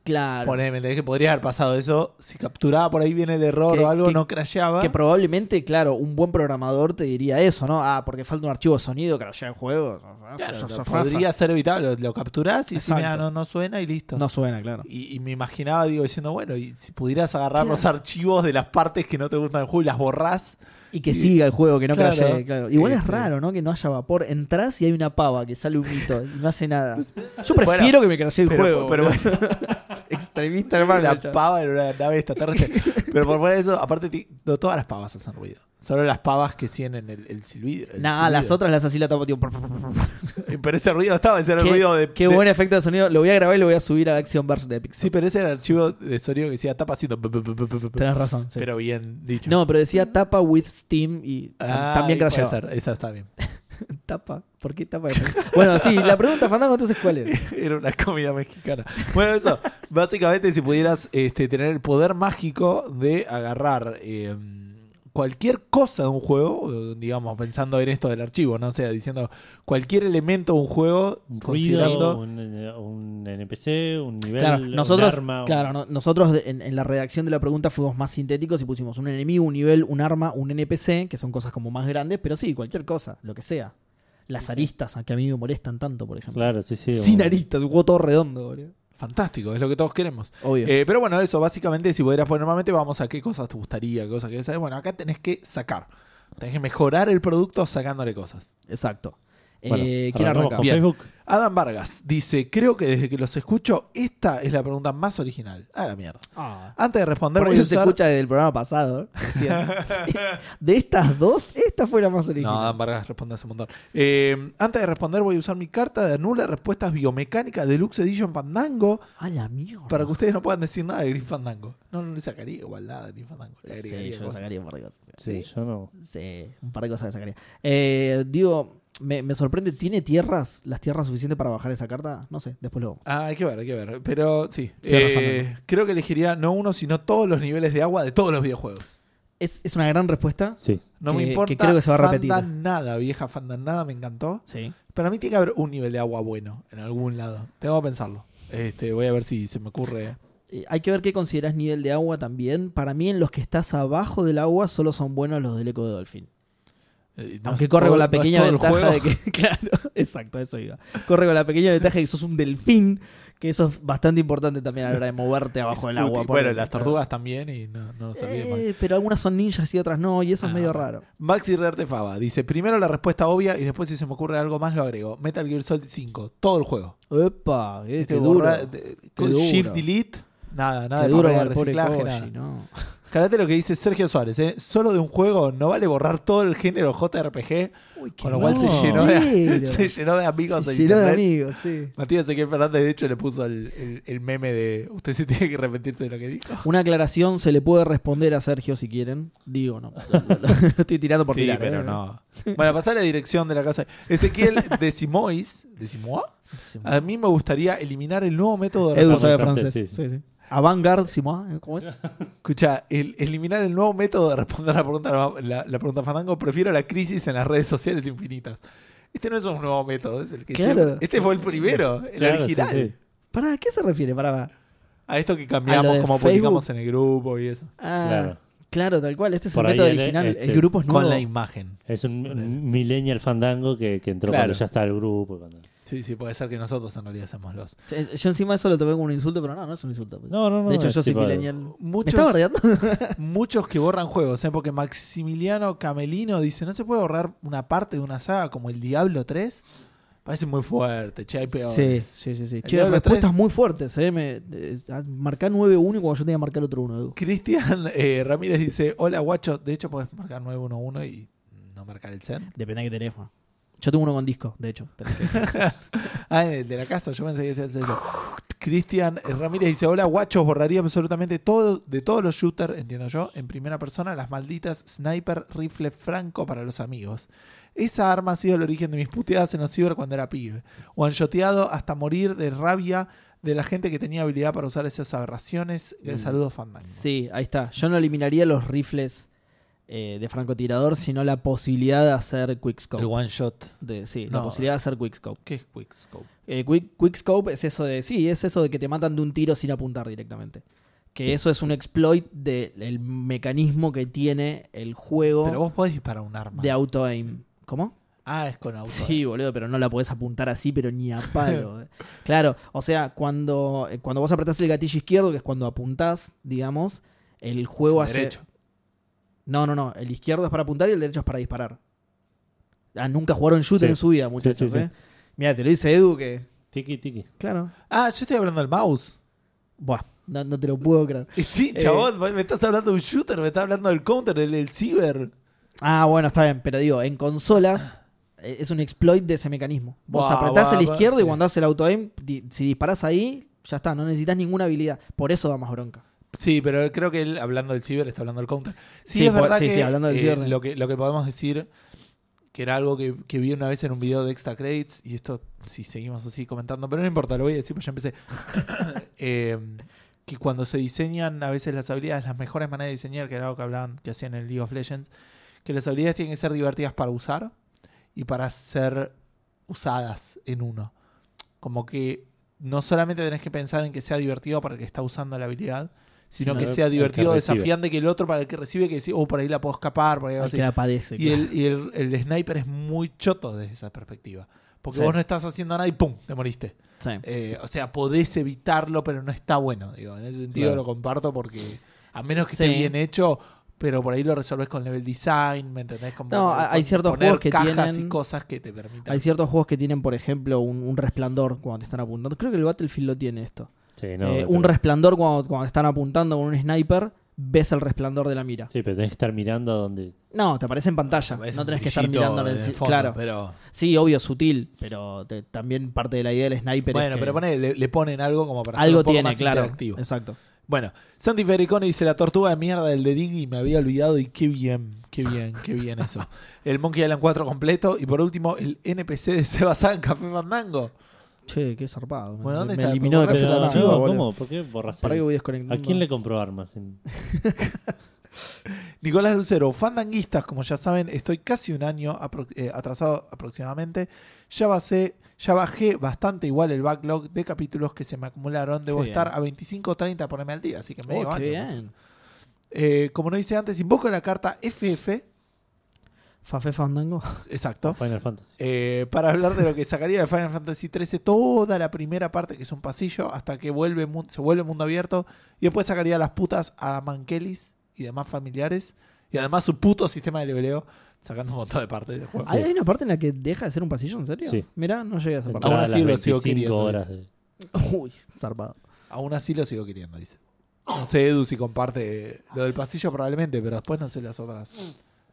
Speaker 3: Claro.
Speaker 2: Poneme, entendés que podría haber pasado eso. Si capturaba por ahí bien el error
Speaker 3: Que-
Speaker 2: o algo,
Speaker 3: que-
Speaker 2: no crasheaba.
Speaker 3: Que probablemente, claro, un buen programador te diría eso, ¿no? Ah, porque falta un archivo de sonido que allá en juego.
Speaker 2: Claro, lo- podría ser evitable. Lo, lo capturás y si
Speaker 3: Exacto.
Speaker 2: no, no suena y listo.
Speaker 3: No suena, claro.
Speaker 2: Y, y me imaginaba, digo, diciendo, bueno, y si pudieras agarrar los archivos de las partes que no te gustan del juego y las borrás.
Speaker 3: Y que
Speaker 2: Y-
Speaker 3: siga el juego, que no
Speaker 2: Claro.
Speaker 3: crashee, claro. Igual es
Speaker 2: Este-
Speaker 3: raro, ¿no? Que no haya vapor. Entrás y hay una pava que sale humito y no hace nada. Yo
Speaker 2: Bueno,
Speaker 3: prefiero que me crashee el
Speaker 2: pero-
Speaker 3: juego.
Speaker 2: pero
Speaker 3: boludo. Extremista, hermano.
Speaker 2: la
Speaker 3: chaval.
Speaker 2: pava era una nave extraterrestre. Pero por fuera de eso, aparte, ti- no todas las pavas hacen ruido. Solo las pavas que tienen el, el silbido. el
Speaker 3: Nah, las
Speaker 2: silbido.
Speaker 3: otras las hacía la tapa, tío.
Speaker 2: Pero ese ruido estaba, ese era el
Speaker 3: Qué-
Speaker 2: ruido de.
Speaker 3: Qué
Speaker 2: de-
Speaker 3: buen efecto de sonido. Lo voy a grabar y lo voy a subir a Action Verse de Epic.
Speaker 2: Sí, pero ese era el archivo de sonido que decía tapa haciendo. bu- bu- bu- bu- bu- bu-
Speaker 3: Tenés razón. sí.
Speaker 2: Pero bien dicho.
Speaker 3: No, pero decía tapa with Steam y tam-
Speaker 2: Ah,
Speaker 3: también
Speaker 2: ahí puede
Speaker 3: crasheaba.
Speaker 2: ser, Esa está bien.
Speaker 3: ¿Tapa? ¿Por qué tapa? bueno, sí, la pregunta, Fandango, entonces, ¿cuál es?
Speaker 2: Era una comida mexicana. Bueno, eso. básicamente, si pudieras este, tener el poder mágico de agarrar eh, cualquier cosa de un juego, eh, digamos, pensando en esto del archivo, ¿no? O sea, diciendo cualquier elemento de un juego,
Speaker 1: Un ruido,
Speaker 2: considerando.
Speaker 1: un, eh, un NPC, un nivel,
Speaker 3: Claro, nosotros,
Speaker 1: un arma. un-
Speaker 3: claro, no- nosotros de- en, en la redacción de la pregunta fuimos más sintéticos y pusimos un enemigo, un nivel, un arma, un NPC, que son cosas como más grandes, pero sí, cualquier cosa, lo que sea. Las aristas, que a mí me molestan tanto, por ejemplo.
Speaker 1: Claro, sí, sí.
Speaker 3: Sin
Speaker 1: un-
Speaker 3: aristas, un juego todo redondo, boludo.
Speaker 2: Fantástico, es lo que todos queremos.
Speaker 3: Obvio.
Speaker 2: Eh, pero bueno, eso, básicamente, si pudieras poner normalmente, vamos a qué cosas te gustaría, qué cosas querés saber. Bueno, acá tenés que sacar. Tenés que mejorar el producto sacándole cosas.
Speaker 3: Exacto.
Speaker 1: Bueno,
Speaker 3: Eh,
Speaker 1: arrancamos
Speaker 3: ¿Quién arranca?
Speaker 1: con
Speaker 2: Bien.
Speaker 1: Facebook.
Speaker 2: Adam Vargas dice: Creo que desde que los escucho, esta es la pregunta más original. A la mierda.
Speaker 3: Ah.
Speaker 2: Antes de responder,
Speaker 3: Por
Speaker 2: voy
Speaker 3: eso
Speaker 2: a
Speaker 3: se
Speaker 2: usar-
Speaker 3: escucha desde el programa pasado. recién. Es- de estas dos, esta fue la más original.
Speaker 2: No, Dan Vargas responde hace un montón. Eh, antes de responder, voy a usar mi carta de anula respuestas biomecánica Deluxe Edition Fandango
Speaker 3: A Ah, la mierda.
Speaker 2: para que ustedes no puedan decir nada de Green Fandango. No, no le sacaría igual nada de Green Fandango. Le
Speaker 3: Sí,
Speaker 2: agregaría
Speaker 3: yo le
Speaker 2: cosas.
Speaker 3: sacaría un par de cosas.
Speaker 1: Sí, yo no.
Speaker 3: Sí, un par de cosas que sacaría. Eh, digo, me, me sorprende, ¿tiene tierras? ¿Las tierras suficientes para bajar esa carta? No sé, después lo vamos.
Speaker 2: Ah, hay que ver, hay que ver. Pero sí.
Speaker 3: Tierra
Speaker 2: Eh,
Speaker 3: Fandango.
Speaker 2: creo que elegiría no uno, sino todos los niveles de agua de todos los videojuegos.
Speaker 3: Es, es una gran respuesta.
Speaker 1: Sí.
Speaker 2: No
Speaker 3: Que-
Speaker 2: me
Speaker 3: que
Speaker 2: importa.
Speaker 3: creo que se va a repetir.
Speaker 2: Fandanada, vieja Fandanada, me encantó.
Speaker 3: Sí.
Speaker 2: Para mí tiene que haber un nivel de agua bueno en algún lado. Tengo que pensarlo. Este, voy a ver si se me ocurre.
Speaker 3: Eh, Hay que ver qué considerás nivel de agua también. Para mí, en los que estás abajo del agua, solo son buenos los del eco de Dolphin.
Speaker 2: Eh, no
Speaker 3: Aunque
Speaker 2: es
Speaker 3: corre
Speaker 2: todo-
Speaker 3: con la
Speaker 2: no es
Speaker 3: pequeña
Speaker 2: todo el
Speaker 3: ventaja
Speaker 2: juego.
Speaker 3: de que. Claro, exacto, a eso iba. Corre con la pequeña ventaja de que sos un delfín, que eso es bastante importante también a la hora de moverte abajo del
Speaker 2: Es
Speaker 3: agua.
Speaker 2: útil. Bueno,
Speaker 3: ponele,
Speaker 2: las
Speaker 3: claro.
Speaker 2: tortugas también y no, no nos olvidemos.
Speaker 3: Eh, pero algunas son ninjas y otras no, y eso es
Speaker 2: Ah,
Speaker 3: medio
Speaker 2: bueno.
Speaker 3: raro.
Speaker 2: Maxi Rerte Fava dice: Primero la respuesta obvia y después, si se me ocurre algo más, lo agrego. Metal Gear Solid 5, todo el juego.
Speaker 3: Epa, eh,
Speaker 2: Este
Speaker 3: qué duro.
Speaker 2: borra- de- con
Speaker 3: duro.
Speaker 2: Shift Delete, nada, nada
Speaker 3: Qué
Speaker 2: de
Speaker 3: duro
Speaker 2: papel
Speaker 3: para
Speaker 2: de
Speaker 3: el pobre
Speaker 2: reciclaje,
Speaker 3: Koji,
Speaker 2: nada.
Speaker 3: ¿no?
Speaker 2: Fíjate lo que dice Sergio Suárez: ¿eh? Solo de un juego no vale borrar todo el género JRPG,
Speaker 3: Uy, qué
Speaker 2: con lo cual se
Speaker 1: malo.
Speaker 2: llenó, de,
Speaker 3: Pero.
Speaker 2: se llenó de amigos.
Speaker 3: Se
Speaker 2: en
Speaker 3: llenó de
Speaker 2: internet.
Speaker 3: amigos, sí.
Speaker 2: Matías Ezequiel Fernández, de hecho, le puso el, el- el meme de usted se tiene que arrepentirse de lo que dijo.
Speaker 3: Una aclaración se le puede responder a Sergio si quieren. Digo, no. Lo, lo- lo estoy tirando por
Speaker 2: sí,
Speaker 3: tirar.
Speaker 2: pero
Speaker 3: ¿eh?
Speaker 2: no. Bueno, pasar la dirección de la casa. Ezequiel Decimois, ¿Decimois?
Speaker 3: Sí.
Speaker 2: A mí me gustaría eliminar el nuevo método de
Speaker 3: Edu
Speaker 2: reparto.
Speaker 3: sabe
Speaker 1: Francés,
Speaker 3: francés.
Speaker 1: sí,
Speaker 3: Sí,
Speaker 1: sí.
Speaker 3: sí. Avant-garde, Simón, ¿eh? ¿cómo es?
Speaker 2: Escucha, el- eliminar el nuevo método de responder la pregunta, la, la pregunta Fandango. Prefiero la crisis en las redes sociales infinitas. Este no es un nuevo método, es el que
Speaker 3: Claro.
Speaker 2: siempre- Este fue el primero, el
Speaker 1: Claro, sí,
Speaker 2: original.
Speaker 1: sí.
Speaker 3: ¿Para ¿a qué se refiere? Para,
Speaker 2: A esto
Speaker 3: A lo
Speaker 2: que
Speaker 3: de
Speaker 2: cambiamos, como
Speaker 3: Facebook.
Speaker 2: publicamos en el grupo y eso.
Speaker 3: Ah, claro.
Speaker 1: Claro.
Speaker 3: tal cual. Este es
Speaker 1: Por
Speaker 3: el
Speaker 1: ahí
Speaker 3: método
Speaker 1: el-
Speaker 3: original.
Speaker 1: este,
Speaker 3: el grupo es nuevo.
Speaker 2: imagen.
Speaker 1: Es un millennial fandango que, que entró
Speaker 2: Claro.
Speaker 1: cuando ya estaba el grupo. cuando-
Speaker 2: Sí, sí, puede ser que nosotros en realidad seamos los.
Speaker 3: Es- Yo encima eso lo tomé como un insulto, pero no, no es un insulto. pues.
Speaker 1: No, no, no.
Speaker 3: de hecho,
Speaker 1: es
Speaker 3: yo soy
Speaker 1: tipo algo.
Speaker 3: millennial. ¿Me
Speaker 2: Muchos,
Speaker 3: estás bardeando?
Speaker 2: muchos que borran juegos, ¿eh? porque Maximiliano Camelino dice: ¿No se puede borrar una parte de una saga como el Diablo 3? Parece muy fuerte, che, hay
Speaker 3: Sí,
Speaker 2: peores.
Speaker 3: sí, sí. sí.
Speaker 2: El
Speaker 3: Che,
Speaker 2: Diablo
Speaker 3: respuestas
Speaker 2: 3.
Speaker 3: muy fuertes, ¿eh? Me, eh, marcá 9-1 cuando yo tenía que marcar otro 1, Edu.
Speaker 2: Cristian eh, Ramírez dice: Hola, guacho. De hecho, podés marcar 911 y no marcar el Zen.
Speaker 3: Depende de qué teléfono. Yo tengo uno con disco, de hecho.
Speaker 2: Ah, en el de la casa, yo pensé que decía el sello. Cristian Ramírez dice: Hola, guachos, borraría absolutamente todo de todos los shooters, entiendo yo, en primera persona, las malditas sniper rifle franco para los amigos. Esa arma ha sido el origen de mis puteadas en los ciber cuando era pibe. One-shoteado hasta morir de rabia de la gente que tenía habilidad para usar esas aberraciones.
Speaker 3: Mm.
Speaker 2: Saludos, Fandango.
Speaker 3: Sí, ahí está. Yo no eliminaría los rifles eh, de francotirador, sino la posibilidad de hacer quickscope.
Speaker 2: El one-shot.
Speaker 3: De- sí, la
Speaker 2: No.
Speaker 3: posibilidad de hacer quickscope.
Speaker 2: ¿Qué es Quickscope?
Speaker 3: Eh, quick, quickscope es eso de. Sí, es eso de que te matan de un tiro sin apuntar directamente. Que eso es un exploit del mecanismo que tiene el
Speaker 2: Pero
Speaker 3: juego
Speaker 2: vos podés disparar un arma.
Speaker 3: de auto-aim. ¿Cómo?
Speaker 2: ah, es con auto.
Speaker 3: Sí, boludo, pero no la podés apuntar así, pero ni a palo. eh. claro, o sea, cuando, eh, cuando vos apretás el gatillo izquierdo, que es cuando apuntás, digamos, el juego
Speaker 2: El
Speaker 3: hace.
Speaker 2: derecho.
Speaker 3: No, no, no. El izquierdo es para apuntar y el derecho es para disparar. Ah, nunca jugaron shooter
Speaker 1: Sí.
Speaker 3: en su vida, muchachos. ¿eh?
Speaker 1: sí, sí.
Speaker 3: Mira, te lo dice Edu que.
Speaker 1: Tiki, tiki.
Speaker 3: Claro.
Speaker 2: Ah, yo estoy hablando del mouse.
Speaker 3: Buah, no, no te lo puedo creer.
Speaker 2: Y Sí,
Speaker 3: Eh,
Speaker 2: chabón, me estás hablando de un shooter, me estás hablando del counter, del, del ciber.
Speaker 3: Ah, bueno, está bien, pero digo, en consolas eh, es un exploit de ese mecanismo. Vos
Speaker 2: Buah,
Speaker 3: apretás
Speaker 2: buah,
Speaker 3: el
Speaker 2: buah.
Speaker 3: izquierdo y
Speaker 2: Sí.
Speaker 3: cuando haces el auto-aim, di- si disparás ahí, ya está, no necesitas ninguna habilidad. Por eso da más bronca.
Speaker 2: Sí, pero creo que él, hablando del ciber, está hablando del counter. Sí,
Speaker 3: Sí,
Speaker 2: es
Speaker 3: po-
Speaker 2: verdad
Speaker 3: sí,
Speaker 2: que
Speaker 3: sí, hablando del
Speaker 2: eh,
Speaker 3: ciber.
Speaker 2: Lo que, lo que podemos decir, que era algo que, que vi una vez en un video de Extra Credits, y esto, si seguimos así comentando, pero no importa, lo voy a decir, pues ya empecé. Eh, que cuando se diseñan a veces las habilidades, las mejores maneras de diseñar, que era algo que hablaban, que hacían en el League of Legends, que las habilidades tienen que ser divertidas para usar y para ser usadas en uno. Como que no solamente tenés que pensar en que sea divertido para el que está usando la habilidad, sino
Speaker 3: Sino
Speaker 2: que
Speaker 1: el-
Speaker 2: sea
Speaker 1: el que
Speaker 2: divertido,
Speaker 1: recibe.
Speaker 2: desafiante que el otro para el que recibe, que decís, oh, por ahí la puedo escapar, por ahí
Speaker 3: El
Speaker 2: así.
Speaker 3: que la padece.
Speaker 2: Y,
Speaker 3: claro.
Speaker 2: el, y el- el sniper es muy choto desde esa perspectiva. Porque
Speaker 3: Sí.
Speaker 2: vos no estás haciendo nada y ¡pum! te moriste.
Speaker 3: Sí.
Speaker 2: Eh, o sea, podés evitarlo, pero no está bueno. Digo, en ese sentido
Speaker 1: Claro.
Speaker 2: lo comparto porque a menos que
Speaker 3: Sí.
Speaker 2: esté bien hecho, pero por ahí lo resolvés con level design, ¿me entendés? Con-
Speaker 3: No,
Speaker 2: con
Speaker 3: hay ciertos
Speaker 2: poner
Speaker 3: juegos que
Speaker 2: cajas
Speaker 3: tienen-
Speaker 2: y cosas que te permitan.
Speaker 3: Hay ciertos juegos que tienen, por ejemplo, un, un resplandor cuando te están apuntando. Creo que el Battlefield lo tiene esto.
Speaker 1: Sí, no,
Speaker 3: Eh,
Speaker 1: pero-
Speaker 3: un resplandor cuando, cuando te están apuntando con un sniper, ves el resplandor de la mira.
Speaker 1: Sí, pero tenés que estar mirando a donde.
Speaker 3: No, te aparece en pantalla.
Speaker 2: Parece
Speaker 3: no
Speaker 2: un
Speaker 3: tenés que estar
Speaker 2: brillito
Speaker 3: mirando en el
Speaker 2: en
Speaker 3: ci-
Speaker 2: fondo,
Speaker 3: Claro.
Speaker 2: Pero...
Speaker 3: Sí, obvio, sutil, pero te- también parte de la idea del sniper
Speaker 2: bueno,
Speaker 3: es que
Speaker 2: pero poné, le, le ponen algo como para hacerlo
Speaker 3: algo
Speaker 2: un poco
Speaker 3: tiene,
Speaker 2: más
Speaker 3: claro.
Speaker 2: interactivo.
Speaker 3: Exacto.
Speaker 2: Bueno, Santi Fericone dice la tortuga de mierda del de Diggy me había olvidado y qué bien, qué bien, qué bien eso. El Monkey Island 4 completo y por último el NPC de Seba en Café Fandango.
Speaker 3: Che, qué zarpado.
Speaker 2: Bueno,
Speaker 3: Me-
Speaker 2: ¿dónde
Speaker 3: me
Speaker 2: está?
Speaker 3: eliminó de
Speaker 2: Borrás
Speaker 3: casa
Speaker 1: Pero,
Speaker 3: el
Speaker 2: la
Speaker 1: no,
Speaker 3: archivo, boludo.
Speaker 1: ¿Cómo? ¿Por qué borras
Speaker 3: ¿Para qué
Speaker 1: el-
Speaker 3: voy desconectando?
Speaker 1: ¿A quién le compró armas? en-
Speaker 2: Nicolás Lucero, fandanguistas, como ya saben, estoy casi un año apro- eh, atrasado aproximadamente. Ya basé- ya bajé bastante igual el backlog de capítulos que se me acumularon. Debo
Speaker 3: Qué
Speaker 2: estar
Speaker 3: bien.
Speaker 2: a 25 o 30 ponerme al día, así que medio
Speaker 3: Oh,
Speaker 2: año.
Speaker 3: qué
Speaker 2: más o
Speaker 3: bien.
Speaker 2: Eh, como no hice antes, invoco la carta FF,
Speaker 3: Fafé Fandango.
Speaker 2: exacto,
Speaker 1: Final Fantasy.
Speaker 2: eh, para hablar de lo que sacaría de Final Fantasy XIII, toda la primera parte, que es un pasillo, hasta que vuelve mu- se vuelve mundo abierto, y después sacaría las putas a Mankelis y demás familiares, y además su puto sistema de leveleo, sacando un montón de partes del juego.
Speaker 3: ¿Hay hay una parte en la que deja de ser un pasillo, en serio?
Speaker 1: Sí.
Speaker 3: Mirá, no llegué a esa parte.
Speaker 1: Entraba
Speaker 2: aún
Speaker 1: a
Speaker 2: así lo
Speaker 1: las
Speaker 2: sigo
Speaker 1: 25
Speaker 2: queriendo,
Speaker 1: horas. de-
Speaker 3: Uy, zarpado.
Speaker 2: Aún así lo sigo queriendo, dice. No sé, Edu, si comparte lo del pasillo probablemente, pero después no sé las otras.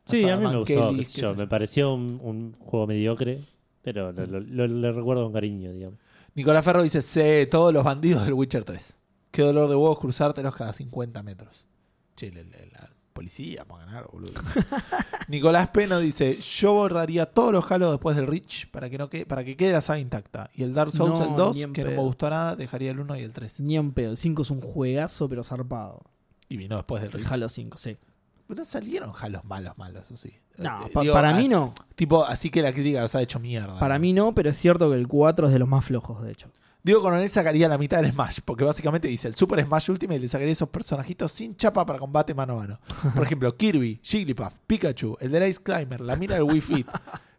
Speaker 1: Sí,
Speaker 2: Las
Speaker 1: a mí me gustó.
Speaker 2: Mankelis,
Speaker 1: qué sé
Speaker 2: qué
Speaker 1: yo,
Speaker 2: sé yo.
Speaker 1: Me pareció un, un juego mediocre, pero lo, lo- lo- le recuerdo con cariño, digamos.
Speaker 2: Nicolás Ferro dice, sé todos los bandidos del Witcher 3. Qué dolor de huevos cruzártelos cada 50 metros. Che, la, la- la policía, pongan algo, boludo. Nicolás Peno dice, yo borraría todos los halos después del Reach para que, no quede, para que quede la saga intacta. Y el Dark Souls,
Speaker 3: No,
Speaker 2: el 2,
Speaker 3: ni en
Speaker 2: que no me
Speaker 3: pedo.
Speaker 2: gustó nada, dejaría el 1 y el 3.
Speaker 3: Ni en pedo. El 5 es un juegazo, pero zarpado.
Speaker 2: Y vino después del
Speaker 3: El
Speaker 2: Reach.
Speaker 3: Halo 5,
Speaker 2: Eh,
Speaker 3: sí.
Speaker 2: No salieron halos malos, malos, o sí.
Speaker 3: No,
Speaker 2: Eh,
Speaker 3: pa-
Speaker 2: digo,
Speaker 3: para
Speaker 2: ah,
Speaker 3: mí no.
Speaker 2: Tipo, así que la crítica los ha hecho mierda.
Speaker 3: Para mí no, pero es cierto que el 4 es de los más flojos, de hecho.
Speaker 2: Diego Coronel sacaría la mitad del Smash, porque básicamente dice el Super Smash Ultimate le sacaría esos personajitos sin chapa para combate mano a mano. Por ejemplo, Kirby, Jigglypuff, Pikachu, el del Ice Climber, la mina del Wii Fit,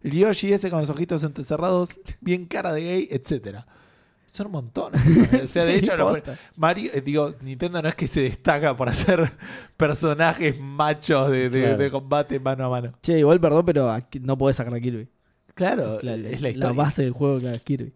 Speaker 2: el Yoshi ese con los ojitos entrecerrados, bien cara de gay, etcétera. Son un montón. ¿eh? O sea,
Speaker 3: Sí,
Speaker 2: de hecho, lo-
Speaker 3: posta.
Speaker 2: Mario, eh, digo, Nintendo no es que se destaca por hacer personajes machos de, de-
Speaker 1: Claro.
Speaker 2: de combate mano a mano.
Speaker 3: Che, igual perdón, pero aquí- no podés sacar a Kirby.
Speaker 2: Claro,
Speaker 3: la,
Speaker 2: es la
Speaker 3: la
Speaker 2: historia.
Speaker 3: base del juego, claro, es Kirby.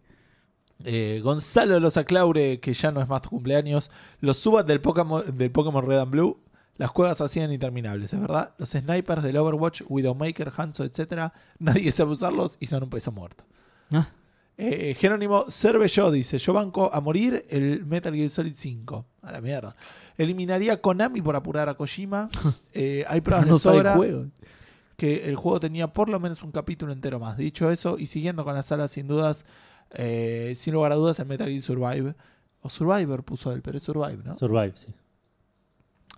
Speaker 2: Eh, Gonzalo Los Aclaure, que ya no es más tu cumpleaños. Los subas del Pokémon, del Pokémon Red and Blue. Las cuevas hacían interminables, es verdad. Los snipers del Overwatch, Widowmaker, Hanzo, etc. Nadie sabe usarlos y son un peso muerto.
Speaker 3: Ah.
Speaker 2: Eh, Jerónimo Cervelló dice: Yo banco a morir el Metal Gear Solid 5. A la mierda. Eliminaría a Konami por apurar a Kojima. Eh, hay pruebas
Speaker 3: No
Speaker 2: de
Speaker 3: sabe
Speaker 2: sobra
Speaker 3: juego.
Speaker 2: que el juego tenía por lo menos un capítulo entero más. Dicho eso, y siguiendo con la sala, sin dudas, eh, sin lugar a dudas, el Metal Gear Survive. O Survivor puso él, pero es Survive, ¿no?
Speaker 1: Survive, sí.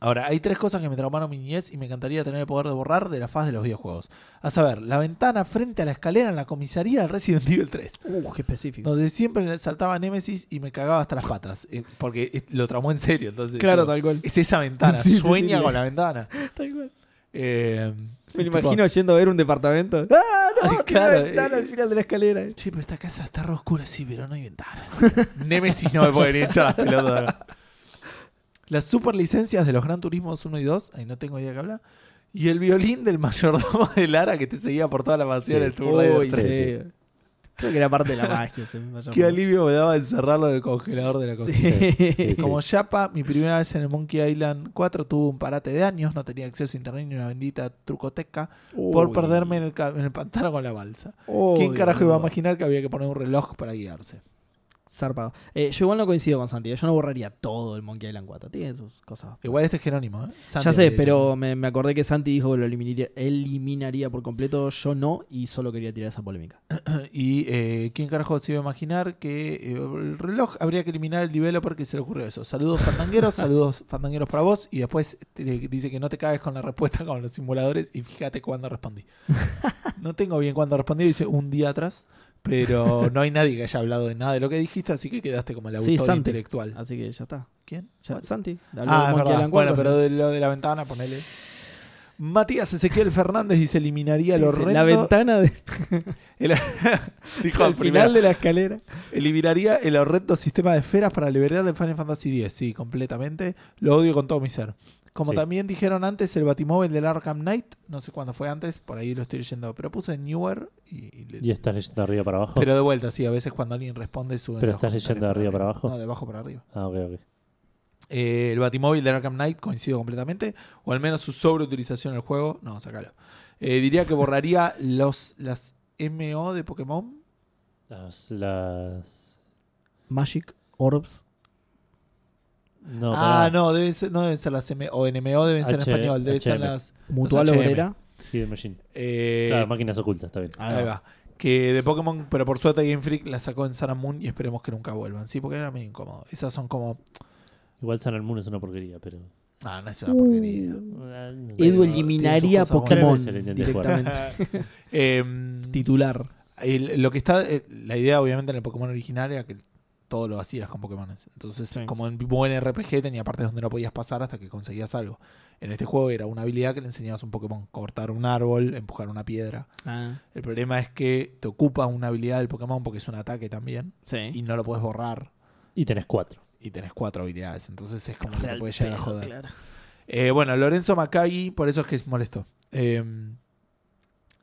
Speaker 2: Ahora, hay tres cosas que me traumaron mi niñez y me encantaría tener el poder de borrar de la faz de los videojuegos. A saber, la ventana frente a la escalera en la comisaría de Resident Evil 3.
Speaker 3: Uh, qué específico.
Speaker 2: Donde siempre saltaba Nemesis y me cagaba hasta las patas. eh, Porque eh, lo traumó en serio, entonces.
Speaker 3: claro,
Speaker 2: tipo,
Speaker 3: tal cual.
Speaker 2: es esa ventana,
Speaker 3: Sí, sí,
Speaker 2: sueña
Speaker 3: sí.
Speaker 2: con la ventana.
Speaker 3: Tal cual.
Speaker 2: Eh,
Speaker 3: Me lo
Speaker 2: tipo,
Speaker 3: imagino yendo a ver un departamento. ¡Ah, no!
Speaker 2: Ay,
Speaker 3: tiene
Speaker 2: claro,
Speaker 3: una ventana
Speaker 2: eh,
Speaker 3: al final de la escalera.
Speaker 2: Che, pero esta casa está re oscura, sí, pero no hay ventana. Nemesis no me puede ni echar las pelotas. Las super licencias de los Gran Turismos 1 y 2, ahí no tengo idea de qué habla. Y el violín del mayordomo de Lara que te seguía por toda la mansión
Speaker 1: Sí.
Speaker 2: del Tomb Raider
Speaker 3: Uy,
Speaker 2: 3.
Speaker 1: tres.
Speaker 3: sí. Creo que era parte de la magia. se me vaya
Speaker 2: Qué
Speaker 3: por-
Speaker 2: alivio me daba encerrarlo en el congelador de la cocina.
Speaker 3: Sí.
Speaker 1: Sí.
Speaker 2: Como Chapa, mi primera vez en el Monkey Island 4 tuvo un parate de años, no tenía acceso a internet ni una bendita trucoteca por
Speaker 3: Uy.
Speaker 2: perderme en el, ca- en el pantano con la balsa.
Speaker 3: Uy,
Speaker 2: ¿Quién carajo iba a
Speaker 3: boludo.
Speaker 2: imaginar que había que poner un reloj para guiarse?
Speaker 3: Zarpado. Eh, yo igual no coincido con Santi. Yo no borraría todo el Monkey Island 4. Tiene sus cosas.
Speaker 2: Igual este es Jerónimo, ¿eh?
Speaker 3: ya
Speaker 2: Santi
Speaker 3: sé,
Speaker 2: había dicho.
Speaker 3: pero me, me acordé que Santi dijo que lo eliminaría, eliminaría por completo. Yo no, y solo quería tirar esa polémica.
Speaker 2: Y eh, quién carajo se iba a imaginar que eh, el reloj habría que eliminar el developer que se le ocurrió eso. Saludos fandangueros, saludos fandangueros para vos. Y después te- te dice que no te cagues con la respuesta con los simuladores y fíjate cuándo respondí. No tengo bien cuándo respondí, dice un día atrás. Pero no hay nadie que haya hablado de nada de lo que dijiste, así que quedaste como el autor
Speaker 3: Sí, Santi.
Speaker 2: intelectual.
Speaker 3: Así que ya está.
Speaker 2: ¿Quién?
Speaker 3: Ya- Santi. habló de
Speaker 2: Ah, es
Speaker 3: Monkey
Speaker 2: verdad.
Speaker 3: Island 4,
Speaker 2: Bueno, pero
Speaker 3: ya-
Speaker 2: de lo de la ventana, ponele. Matías Ezequiel Fernández dice eliminaría lo
Speaker 3: Dice, la
Speaker 2: horrendo.
Speaker 3: ventana de-
Speaker 2: El- dijo
Speaker 3: al final
Speaker 2: al primero.
Speaker 3: de la escalera.
Speaker 2: Eliminaría el horrendo sistema de esferas para liberar de Final Fantasy X. Sí, completamente. Lo odio con todo mi ser. Como
Speaker 1: Sí.
Speaker 2: también dijeron antes, el Batimóvil del Arkham Knight. No sé cuándo fue antes, por ahí lo estoy leyendo. Pero puse Newer y, y le-
Speaker 1: Y estás leyendo de arriba para abajo.
Speaker 2: Pero de vuelta, sí, a veces cuando alguien responde sube.
Speaker 1: Pero estás leyendo de arriba para abajo.
Speaker 2: No, de abajo para arriba.
Speaker 1: Ah, ok, ok.
Speaker 2: Eh, el Batimóvil de Arkham Knight coincido completamente, o al menos su sobreutilización en el juego. No, sacalo. Eh, diría que borraría los, las MO de Pokémon.
Speaker 1: Las. las...
Speaker 3: Magic Orbs.
Speaker 1: No,
Speaker 2: ah,
Speaker 1: pará.
Speaker 2: no, deben ser, no deben ser las M o NMO, deben ser en
Speaker 1: H-
Speaker 2: español, deben ser
Speaker 1: HM.
Speaker 2: las.
Speaker 3: Mutual
Speaker 2: HM.
Speaker 3: obrera.
Speaker 1: Hidden Machine.
Speaker 2: eh, ah.
Speaker 1: claro, ah, máquinas ocultas, está bien.
Speaker 2: ahí va. Que de Pokémon, pero por suerte Game Freak la sacó en Sun and Moon y esperemos que nunca vuelvan, sí, porque era medio incómodo. Esas son como.
Speaker 1: Igual San Moon es una porquería, pero.
Speaker 2: Ah, no es
Speaker 3: Uh.
Speaker 2: una porquería.
Speaker 3: Edu
Speaker 2: Pero
Speaker 3: eliminaría
Speaker 2: tiene sus cosas
Speaker 3: Pokémon
Speaker 1: buenas. Tres veces lo intenté jugar.
Speaker 3: directamente.
Speaker 2: Em,
Speaker 3: Titular.
Speaker 2: El- lo que está, eh, la idea obviamente en el Pokémon original era que todo lo hacías con Pokémon. Entonces,
Speaker 3: Sí.
Speaker 2: como en buen RPG tenía partes donde no podías pasar hasta que conseguías algo. En este juego era una habilidad que le enseñabas a un Pokémon, cortar un árbol, empujar una piedra.
Speaker 3: Ah,
Speaker 2: El problema es que te ocupa una habilidad del Pokémon porque es un ataque también y
Speaker 3: sí.
Speaker 2: no lo puedes borrar
Speaker 1: Y tenés cuatro.
Speaker 2: y tenés cuatro habilidades. Entonces es como que te puede llegar a joder. Eh, bueno, Lorenzo Macagui, por eso es que es molesto. Eh,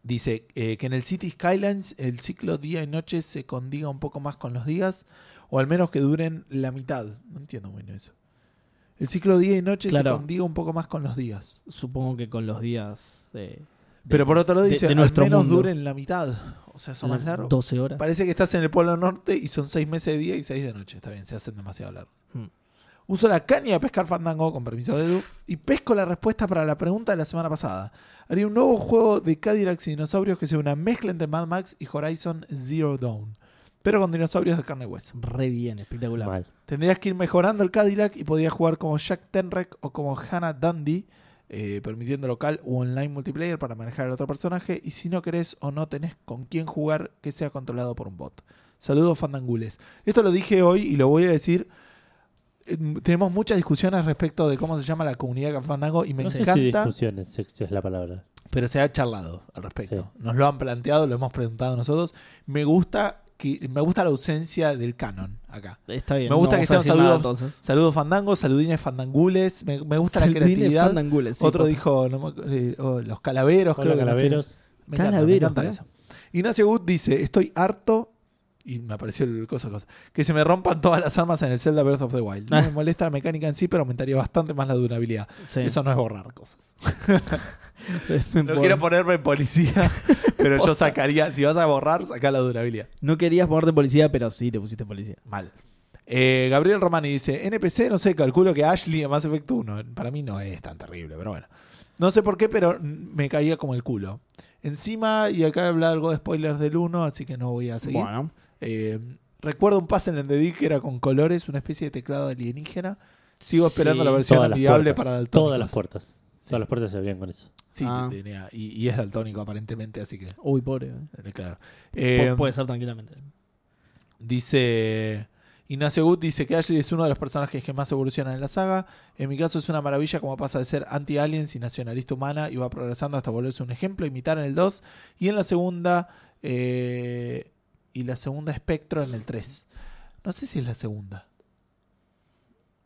Speaker 2: dice eh, que en el City Skylines el ciclo día y noche se condiga un poco más con los días, o al menos que duren la mitad. No entiendo muy bien eso. El ciclo día y noche
Speaker 3: Claro.
Speaker 2: se condiga un poco más con los días.
Speaker 3: Supongo que con los días. eh, de-
Speaker 2: Pero por otro lado
Speaker 3: de-
Speaker 2: dice,
Speaker 3: de nuestro
Speaker 2: al menos
Speaker 3: mundo.
Speaker 2: duren la mitad. O sea, son más largos.
Speaker 3: 12 horas.
Speaker 2: Parece que estás en el Polo Norte y son seis meses de día y seis de noche. Está bien, se hacen demasiado largos.
Speaker 3: Hmm.
Speaker 2: Uso la caña de pescar fandango, con permiso de Edu, y pesco la respuesta para la pregunta de la semana pasada. Haría un nuevo juego de Cadillacs y dinosaurios que sea una mezcla entre Mad Max y Horizon Zero Dawn, pero con dinosaurios de carne y hueso.
Speaker 3: Re bien, espectacular.
Speaker 1: Mal.
Speaker 2: Tendrías que ir mejorando el Cadillac y podías jugar como Jack Tenrek o como Hannah Dundee, eh, permitiendo local u online multiplayer para manejar al otro personaje. Y si no querés o no tenés con quién jugar, que sea controlado por un bot. Saludos, fandangules. Esto lo dije hoy y lo voy a decir. Eh, Tenemos muchas discusiones respecto de cómo se llama la comunidad de Fandango y me
Speaker 1: no sé si
Speaker 2: encanta.
Speaker 1: discusiones, sexo es la palabra.
Speaker 2: Pero se ha charlado al respecto. Nos lo han planteado, lo hemos preguntado nosotros. Me gusta que me gusta la ausencia del canon acá.
Speaker 3: Está bien.
Speaker 2: Me gusta
Speaker 3: no
Speaker 2: que
Speaker 3: vamos a decir
Speaker 2: sean
Speaker 3: nada,
Speaker 2: saludos.
Speaker 3: entonces.
Speaker 2: Saludos fandangos, saludines fandangules. Me, me gusta la
Speaker 3: Saludines
Speaker 2: creatividad.
Speaker 3: fandangules, sí,
Speaker 2: Otro
Speaker 3: posta.
Speaker 2: dijo no me acu- eh, oh, los calaveros,
Speaker 1: Hola,
Speaker 2: creo que no sé.
Speaker 1: calaveros.
Speaker 2: Me encanta,
Speaker 3: Calaveros,
Speaker 2: me
Speaker 3: mirá.
Speaker 2: encanta eso. Ignacio Gut dice, estoy harto, y me apareció el coso, coso, que se me rompan todas las armas en el Zelda Breath of the Wild. No
Speaker 3: Ah.
Speaker 2: me molesta la mecánica en sí, pero aumentaría bastante más la durabilidad.
Speaker 3: Sí.
Speaker 2: Eso no es borrar cosas. No
Speaker 3: Por-
Speaker 2: quiero ponerme en policía, pero yo sacaría, si vas a borrar, saca la durabilidad.
Speaker 3: No querías ponerte policía, pero sí te pusiste policía.
Speaker 2: Mal. Eh, Gabriel Romani dice, NPC, no sé, calculo que Ashley en Mass Effect 1. Para mí no es tan terrible, pero bueno. No sé por qué, pero mm, me caía como el culo. Encima, y acá habla algo de spoilers del 1, así que no voy a seguir.
Speaker 3: Bueno.
Speaker 2: Eh, recuerdo un pase en el Dick que era con colores, una especie de teclado alienígena. Sigo esperando
Speaker 3: Sí.
Speaker 2: la versión
Speaker 1: Todas las
Speaker 2: amigable
Speaker 1: puertas.
Speaker 2: para daltónicos.
Speaker 1: todas las puertas.
Speaker 2: Sí.
Speaker 1: Todas las puertas se abrían con eso.
Speaker 2: Sí,
Speaker 3: Ah.
Speaker 2: tenía- y, y es daltónico aparentemente, así que,
Speaker 3: Uy, pobre. eh.
Speaker 2: eh, claro. Eh,
Speaker 3: Pu- puede ser tranquilamente.
Speaker 2: Dice Ignacio Gut dice que Ashley es uno de los personajes que más evolucionan en la saga. En mi caso es una maravilla como pasa de ser anti-aliens y nacionalista humana y va progresando hasta volverse un ejemplo, imitar en el 2 y en la segunda eh, y la segunda espectro en el 3. No sé si es la segunda.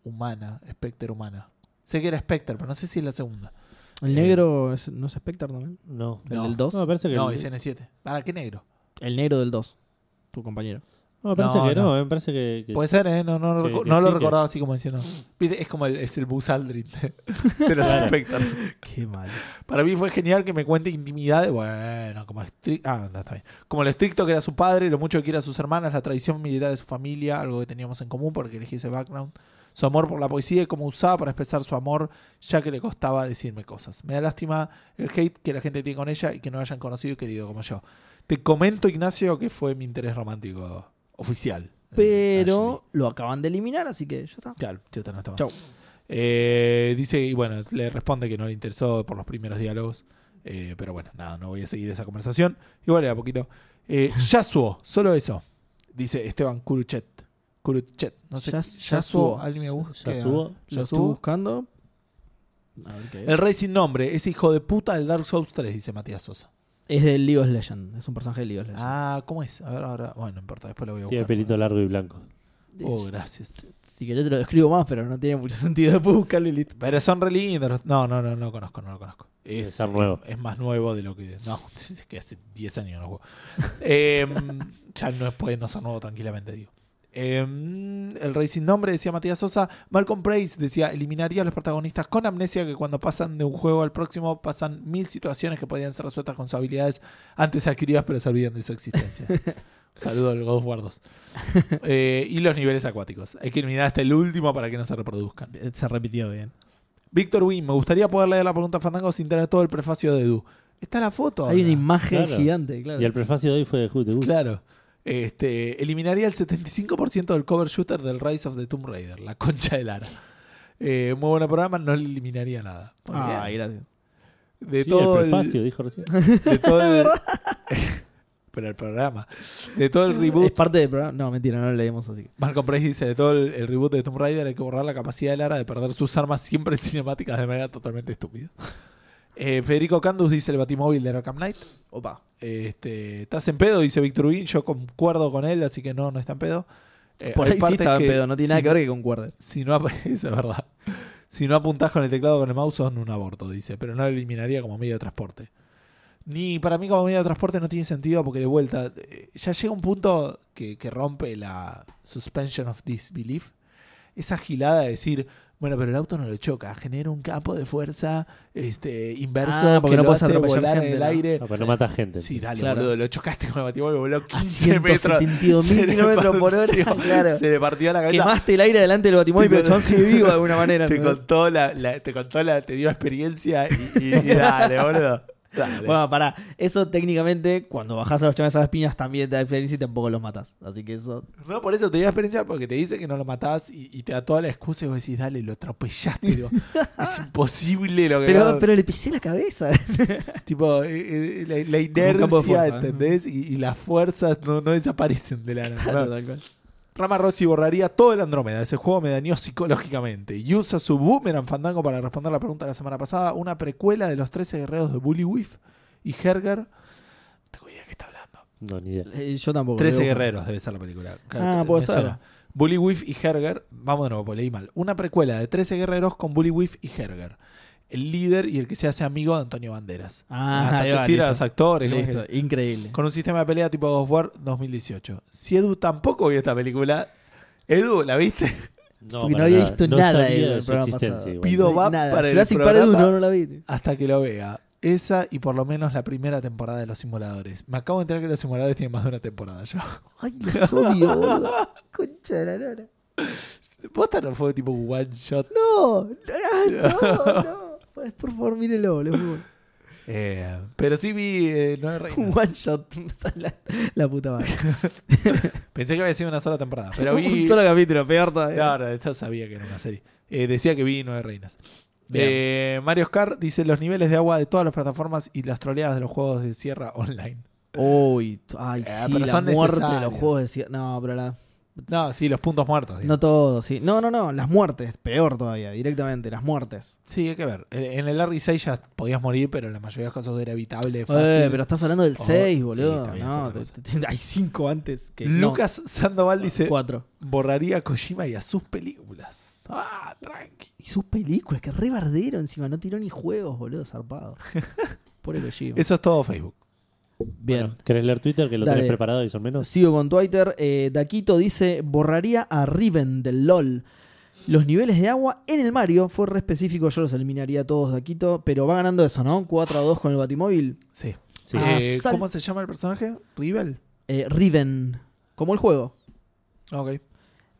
Speaker 2: Humana, espectro humana. Sé que era Spectre, pero no sé si es la segunda.
Speaker 3: El
Speaker 2: Eh.
Speaker 3: negro es- no es Spectre también.
Speaker 1: No.
Speaker 3: ¿El
Speaker 2: No.
Speaker 3: del 2?
Speaker 1: No, me parece que
Speaker 2: No,
Speaker 1: el-
Speaker 2: es N7. ¿Para qué negro?
Speaker 3: El negro del 2. Tu compañero.
Speaker 1: No, me parece
Speaker 2: No,
Speaker 1: que no. eh,
Speaker 2: no.
Speaker 1: me parece que, que-
Speaker 2: Puede ser, ¿eh? No, no,
Speaker 1: Que-
Speaker 2: recu-
Speaker 1: que
Speaker 2: no lo
Speaker 1: sí, que-
Speaker 2: recordaba así como diciendo. Viste, Es como el, es el Buzz Aldrin de, de los Spectres.
Speaker 3: Qué mal.
Speaker 2: Para mí fue genial que me cuente intimidad. Bueno, como, estri- ah, no, está bien. como lo estricto que era su padre, lo mucho que quiera a sus hermanas, la tradición militar de su familia, algo que teníamos en común porque elegí ese background. Su amor por la poesía y cómo usaba para expresar su amor, ya que le costaba decirme cosas. Me da lástima el hate que la gente tiene con ella y que no la hayan conocido y querido como yo. Te comento, Ignacio, que fue mi interés romántico oficial. eh, Ashley.
Speaker 3: Pero lo acaban de eliminar, así que ya está.
Speaker 2: Claro, ya está, no está más.
Speaker 3: Chau.
Speaker 2: Eh, dice, y bueno, le responde que no le interesó por los primeros diálogos. eh, pero bueno, nada, no voy a seguir esa conversación. Igual era poquito. Eh, Yasuo, solo eso. Dice Esteban Kuruchet. Kuruchet, no sé.
Speaker 3: Yas-
Speaker 2: Yasuo,
Speaker 3: Yasuo.
Speaker 2: alguien me busca.
Speaker 1: Yasuo.
Speaker 3: Lo estoy
Speaker 2: Yasuo.
Speaker 3: buscando. A ver qué es.
Speaker 2: El rey sin nombre, ese hijo de puta del Dark Souls 3, dice Matías Sosa.
Speaker 3: Es del League of Legends. Es un personaje de League of Legends.
Speaker 2: Ah, ¿cómo es? A ver, ahora. Bueno, no importa, después lo voy a buscar.
Speaker 1: tiene pelito largo y blanco.
Speaker 2: Oh,
Speaker 3: Es-
Speaker 2: gracias.
Speaker 3: si querés te lo describo más, pero no tiene mucho sentido. Después buscarlo y listo.
Speaker 2: Pero son re lindos. No, no, no, no lo conozco, no lo conozco. Es,
Speaker 1: Debe ser nuevo.
Speaker 2: es más nuevo de lo que. No, es que hace 10 años no juego. Em, ya no es- puede no ser nuevo tranquilamente, digo. Em, el Rey sin nombre, decía Matías Sosa. Malcolm Price decía: eliminaría a los protagonistas con amnesia que cuando pasan de un juego al próximo pasan mil situaciones que podrían ser resueltas con sus habilidades antes adquiridas, pero se olvidan de su existencia. Un Saludo al God of War 2. Eh, y los niveles acuáticos. Hay que eliminar hasta el último para que no se reproduzcan.
Speaker 3: Eh, Se repitió bien.
Speaker 2: Víctor Wynn, me gustaría poder leer la pregunta Fandango sin tener todo el prefacio de Edu. Está la foto.
Speaker 3: Hay
Speaker 2: ahora.
Speaker 3: una imagen
Speaker 1: Claro.
Speaker 3: gigante, claro.
Speaker 1: Y el prefacio de hoy fue de Who the Who.
Speaker 2: Claro. Este, eliminaría el 75% del cover shooter del Rise of the Tomb Raider, la concha de Lara. Eh, muy buen programa, no le eliminaría nada. Muy
Speaker 3: Ay,
Speaker 2: bien.
Speaker 3: gracias.
Speaker 2: de,
Speaker 1: Sí,
Speaker 2: todo
Speaker 1: el
Speaker 2: el,
Speaker 1: prefacio, dijo recién.
Speaker 2: de todo el- Pero el programa. De todo el
Speaker 3: Es
Speaker 2: reboot.
Speaker 3: parte del programa. No, mentira, no lo leímos así.
Speaker 2: Malcolm Price dice: De todo el, el reboot de Tomb Raider hay que borrar la capacidad de Lara de perder sus armas siempre en cinemáticas de manera totalmente estúpida. Eh, Federico Candus dice: El batimóvil de Arkham Knight.
Speaker 3: Opa.
Speaker 2: Este, estás en pedo, dice Víctor Win. Yo concuerdo con él, así que no, no está en pedo. Eh,
Speaker 3: Por
Speaker 2: hay
Speaker 3: ahí sí
Speaker 2: partes
Speaker 3: estaba en
Speaker 2: que
Speaker 3: pedo, no tiene
Speaker 2: si-
Speaker 3: nada que ver que concuerdes.
Speaker 2: Si no, ap- eso es verdad. Si no apuntás con el teclado o con el mouse, son un aborto, dice. Pero no lo eliminaría como medio de transporte. Ni para mí como medio de transporte no tiene sentido porque de vuelta eh, ya llega un punto que, que rompe la suspension of disbelief. Esa gilada de decir, bueno, pero el auto no lo choca, genera un campo de fuerza este, inverso
Speaker 3: Ah, porque
Speaker 2: que
Speaker 3: no
Speaker 2: lo
Speaker 3: puedes
Speaker 2: hace
Speaker 3: atropellar
Speaker 2: volar en
Speaker 3: gente,
Speaker 2: el
Speaker 3: ¿no?
Speaker 2: aire.
Speaker 1: No, pero no mata gente.
Speaker 2: Sí, dale,
Speaker 3: Claro.
Speaker 2: boludo. Lo chocaste con el batimóvil, voló
Speaker 3: A
Speaker 2: 15 metros.
Speaker 3: 172
Speaker 2: Se
Speaker 3: mil
Speaker 2: le
Speaker 3: kilómetros por hora.
Speaker 2: partió-
Speaker 3: Claro.
Speaker 2: Se le partió la cabeza.
Speaker 3: Quemaste el aire delante del batimóvil,
Speaker 2: Te
Speaker 3: pero el
Speaker 2: con-
Speaker 3: chabón sigue vivo de alguna manera.
Speaker 2: Te
Speaker 3: ¿entendés?
Speaker 2: contó la, la- te contó la, te dio experiencia y, y- y dale, boludo. Dale.
Speaker 3: Bueno, pará. Eso técnicamente, cuando bajás a los chabones a las piñas, también te da experiencia y tampoco los matas. Así que eso.
Speaker 2: No, por eso te dio experiencia porque te dice que no lo matás y, y te da toda la excusa y vos decís, dale, lo atropellaste. digo, es imposible lo que
Speaker 3: Pero,
Speaker 2: no-
Speaker 3: pero le pisé la cabeza.
Speaker 2: Tipo, eh, eh, la, la
Speaker 3: Con un campo de
Speaker 2: inercia,
Speaker 3: fuerza. ¿eh?
Speaker 2: ¿entendés? Y, y las fuerzas no, no desaparecen de la nada.
Speaker 3: Tal cual.
Speaker 2: Rama Rossi borraría todo el Andrómeda. Ese juego me dañó psicológicamente. Y usa su Boomerang Fandango para responder la pregunta de la semana pasada. Una precuela de los 13 guerreros de Bully Whiff y Herger. No tengo idea de qué está hablando.
Speaker 1: No, ni idea.
Speaker 3: Eh, yo tampoco.
Speaker 2: 13
Speaker 3: Veo-
Speaker 2: guerreros debe ser la película.
Speaker 3: Ah,
Speaker 2: me
Speaker 3: puede ser.
Speaker 2: suena. Bully Whiff y Herger. Vamos de nuevo, porque leí mal. Una precuela de 13 guerreros con Bully Whiff y Herger. El líder y el que se hace amigo de Antonio Banderas.
Speaker 3: Ah,
Speaker 2: Hasta
Speaker 3: ahí
Speaker 2: que
Speaker 3: va,
Speaker 2: tira a los
Speaker 3: listo.
Speaker 2: actores. ¿viste?
Speaker 3: Listo, increíble.
Speaker 2: Con un sistema de pelea tipo God of War 2018. Si Edu tampoco vio esta película, Edu, ¿la viste?
Speaker 1: No,
Speaker 3: Porque no
Speaker 1: para
Speaker 3: había
Speaker 1: nada.
Speaker 3: visto
Speaker 1: No
Speaker 3: nada
Speaker 1: sabía
Speaker 3: en
Speaker 1: de
Speaker 3: el
Speaker 1: su
Speaker 3: programa
Speaker 1: existencia
Speaker 3: pasado.
Speaker 1: igual.
Speaker 2: Pido- va
Speaker 3: Nada,
Speaker 2: para el
Speaker 3: Jurassic Park
Speaker 2: programa.
Speaker 3: uno, no la vi.
Speaker 2: Hasta que lo vea. Esa y por lo menos la primera temporada de Los Simuladores. Me acabo de enterar que Los Simuladores tienen más de una temporada ya.
Speaker 3: Ay, los odio, boludo. Concha de la lora.
Speaker 2: Posta no fue tipo one shot.
Speaker 3: No, no, no, no. Pues, Por favor, mírenlo, les juro.
Speaker 2: Eh, pero sí vi eh, Nueve Reinas.
Speaker 3: One shot. La, la puta madre.
Speaker 2: Pensé que había sido una sola temporada. Pero vi...
Speaker 3: Un solo capítulo, peor
Speaker 2: No,
Speaker 3: todavía.
Speaker 2: no, yo sabía que era una serie. Eh, decía que vi Nueve Reinas.
Speaker 3: Bien.
Speaker 2: Eh, Mario Oscar dice los niveles de agua de todas las plataformas y las troleadas de los juegos de sierra online.
Speaker 3: Uy, t- ay,
Speaker 2: Eh,
Speaker 3: sí,
Speaker 2: pero
Speaker 3: la
Speaker 2: son
Speaker 3: muerte de
Speaker 2: necesarios.
Speaker 3: los juegos de cier- No, pero la.
Speaker 2: No, sí, los puntos muertos. digo.
Speaker 3: No todo, sí. No, no, no. Las muertes, peor todavía, directamente, las muertes.
Speaker 2: Sí, hay que ver. Eh, En el R6 ya podías morir, pero en la mayoría de los casos era evitable, fácil.
Speaker 3: Eh, pero estás hablando del
Speaker 2: Oh,
Speaker 3: 6,
Speaker 2: sí,
Speaker 3: boludo.
Speaker 2: está bien, es
Speaker 3: no,
Speaker 2: otra cosa.
Speaker 3: te- te- hay 5 antes que.
Speaker 2: Lucas Sandoval dice,
Speaker 3: 4.
Speaker 2: borraría a Kojima y a sus películas. Ah, tranqui.
Speaker 3: Y sus películas, que rebardero encima, no tiró ni juegos, boludo, zarpado. Por el
Speaker 2: Eso es todo Facebook.
Speaker 3: Bien.
Speaker 1: Bueno, ¿Querés leer Twitter que lo
Speaker 3: Dale.
Speaker 1: tenés preparado y son menos?
Speaker 3: Sigo con Twitter. Eh, Daquito dice: borraría a Riven del LOL. Los niveles de agua en el Mario fue re específico, yo los eliminaría todos, Daquito, pero va ganando eso, ¿no? 4 a 2 con el Batimóvil.
Speaker 2: Sí.
Speaker 1: Sí.
Speaker 3: Ah,
Speaker 2: Eh,
Speaker 3: sal-
Speaker 2: ¿Cómo se llama el personaje? Rivel.
Speaker 3: Eh, Riven, como el juego.
Speaker 2: Ok.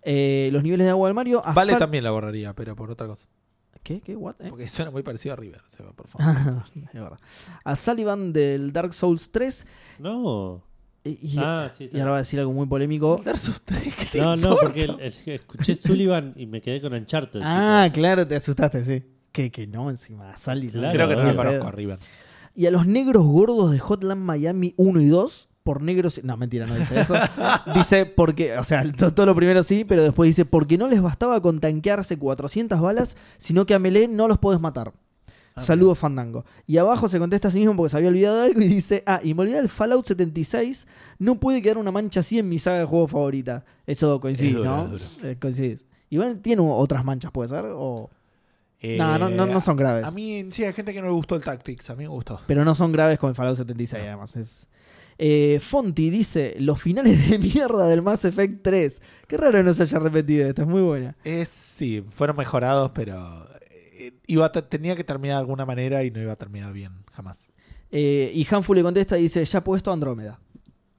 Speaker 3: Eh, los niveles de agua del Mario. a
Speaker 2: Vale
Speaker 3: sal-
Speaker 2: también la borraría, pero por otra cosa.
Speaker 3: ¿Qué? ¿Qué? ¿What? Eh.
Speaker 2: Porque suena muy parecido a River, se va, por favor.
Speaker 3: Es verdad. A Sullivan del Dark Souls 3.
Speaker 1: No.
Speaker 3: eh, Y,
Speaker 1: Ah, sí. está
Speaker 3: y ahora va a decir algo muy polémico.
Speaker 2: Dar sus- ¿Qué
Speaker 1: No, no,
Speaker 2: importa?
Speaker 1: porque el- el- escuché Sullivan y me quedé con Uncharted.
Speaker 3: Ah,
Speaker 1: tipo.
Speaker 3: claro, te asustaste, sí. Que, que no, encima, a Sullivan.
Speaker 1: Claro,
Speaker 2: Creo que no
Speaker 1: Ni
Speaker 2: lo
Speaker 1: en
Speaker 2: conozco a River.
Speaker 3: Y a los negros gordos de Hotline Miami 1 y 2 por negros... No, mentira, no dice eso. dice porque, o sea, to- todo lo primero sí, pero después dice porque no les bastaba con tanquearse 400 balas, sino que a Melee no los podés matar.
Speaker 2: Ah,
Speaker 3: Saludos, Fandango. Y abajo se contesta a sí mismo porque se había olvidado de algo y dice, ah, y me olvidé del Fallout 76, no puede quedar una mancha así en mi saga de juego favorita. Eso coincide,
Speaker 2: Es duro,
Speaker 3: ¿no?
Speaker 2: es duro.
Speaker 3: Eh, coincidís. Igual tiene u- otras manchas, puede ser, o...
Speaker 2: Eh,
Speaker 3: no, no, no, no son graves.
Speaker 2: A mí, sí, hay gente que no le gustó el Tactics. A mí me gustó.
Speaker 3: Pero no son graves con el Fallout 76, además. Es... Eh, Fonti dice: Los finales de mierda del Mass Effect 3. Qué raro no se haya repetido esto, es muy buena.
Speaker 2: Es, sí, fueron mejorados, pero eh, iba a te- tenía que terminar de alguna manera y no iba a terminar bien, jamás.
Speaker 3: Eh, y Hanfu le contesta y dice: Ya puesto Andrómeda.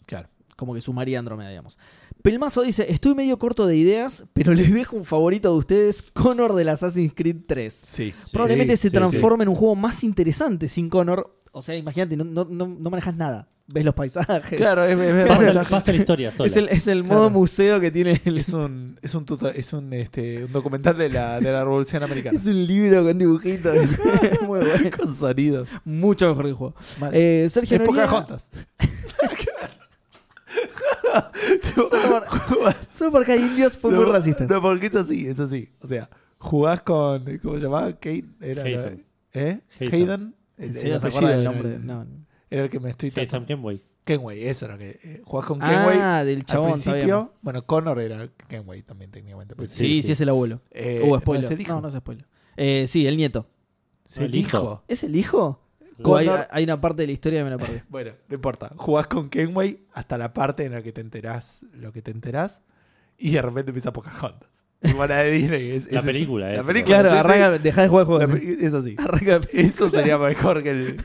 Speaker 2: Claro.
Speaker 3: Como que sumaría Andrómeda, digamos. Pelmazo dice: Estoy medio corto de ideas, pero les dejo un favorito de ustedes: Connor del Assassin's Creed 3.
Speaker 2: Sí.
Speaker 3: Probablemente se
Speaker 1: sí,
Speaker 3: transforme en un juego más interesante sin Connor. O sea, imagínate, no, no, no- no manejas nada. Ves los paisajes.
Speaker 2: Claro, es, es- es-
Speaker 1: Pasa, pasa la historia sola.
Speaker 3: Es el, es el modo
Speaker 2: Claro.
Speaker 3: museo que tiene el,
Speaker 2: es un es un, tuto- es un, este, un documental de la, de la Revolución Americana.
Speaker 3: Es un libro con dibujitos. Es Muy bueno.
Speaker 2: Con sonidos.
Speaker 3: Mucho mejor que el juego.
Speaker 2: Mal.
Speaker 3: Eh, Sergio
Speaker 2: es
Speaker 3: Noriega,
Speaker 2: Pocahontas.
Speaker 3: Solo por- solo porque hay indios fue muy
Speaker 2: No,
Speaker 3: racista.
Speaker 2: No, porque es así, es así. O sea, jugás con. ¿Cómo se llamaba? Kate. Era,
Speaker 1: Haytham.
Speaker 2: ¿Eh?
Speaker 1: Haytham.
Speaker 2: Hayden. Eh,
Speaker 3: ¿En serio
Speaker 2: el
Speaker 3: Eh, se acuerda del
Speaker 2: apellido
Speaker 3: nombre?
Speaker 2: Era el,
Speaker 3: No.
Speaker 2: era el que me estoy
Speaker 1: Ethan
Speaker 2: tratando.
Speaker 1: Kenway.
Speaker 2: Kenway, eso era que. eh, jugás con Kenway.
Speaker 3: Ah, del
Speaker 2: Al
Speaker 3: chabón. está bien.
Speaker 2: principio, bueno, Connor era Kenway también técnicamente. pues,
Speaker 3: Sí,
Speaker 1: Sí,
Speaker 3: sí,
Speaker 1: sí.
Speaker 3: es el abuelo.
Speaker 2: Eh,
Speaker 3: Uh,
Speaker 2: ¿no
Speaker 3: spoiler.
Speaker 2: es el hijo?
Speaker 3: No, no es spoiler. Eh, sí, el nieto.
Speaker 2: Es
Speaker 1: No,
Speaker 2: el hijo.
Speaker 3: ¿Es el hijo?
Speaker 2: Con-
Speaker 3: O hay, hay una parte de la historia que me la perdí.
Speaker 2: Bueno, no importa. Jugás con Kenway hasta la parte en la que te enterás lo que te enterás y de repente empieza Pocahontas. Igual la de Disney. Es,
Speaker 1: La
Speaker 2: es-
Speaker 1: película, eh.
Speaker 2: La película.
Speaker 3: Claro,
Speaker 2: sí, sí.
Speaker 3: arranca, dejá de jugar el
Speaker 2: La
Speaker 3: juego. ¿eh?
Speaker 2: pe- Es así.
Speaker 3: Arranca.
Speaker 2: Eso sería mejor que el.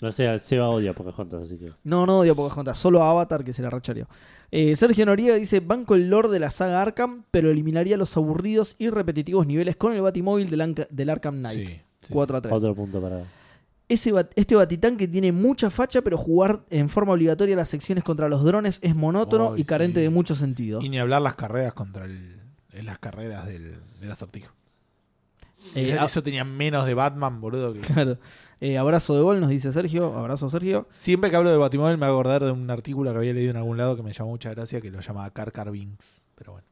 Speaker 1: No sé, Seba odia Pocahontas, así que.
Speaker 3: No, no odio Pocahontas, solo a Avatar que se la rachareó. Eh, Sergio Noriega dice: Banco el lore de la saga Arkham, pero eliminaría los aburridos y repetitivos niveles con el batimóvil del, Anca- del Arkham Knight. 4 a 3.
Speaker 1: Otro punto para.
Speaker 3: Ese bat- este batitán que tiene mucha facha, pero jugar en forma obligatoria las secciones contra los drones es monótono
Speaker 2: Ay,
Speaker 3: y carente
Speaker 2: sí.
Speaker 3: de mucho sentido. Eh,
Speaker 2: Y ni hablar las carreras contra el. en Las carreras del, del acertijo.
Speaker 3: Eh, a-
Speaker 2: Eso tenía menos de Batman, boludo. Que...
Speaker 3: claro. Eh, abrazo de gol, nos dice Sergio. Abrazo, Sergio.
Speaker 2: Siempre que hablo de Batimóvil me voy a acordar de un artículo que había leído en algún lado que me llamó mucha gracia que lo llamaba Car Car Binks. Pero bueno.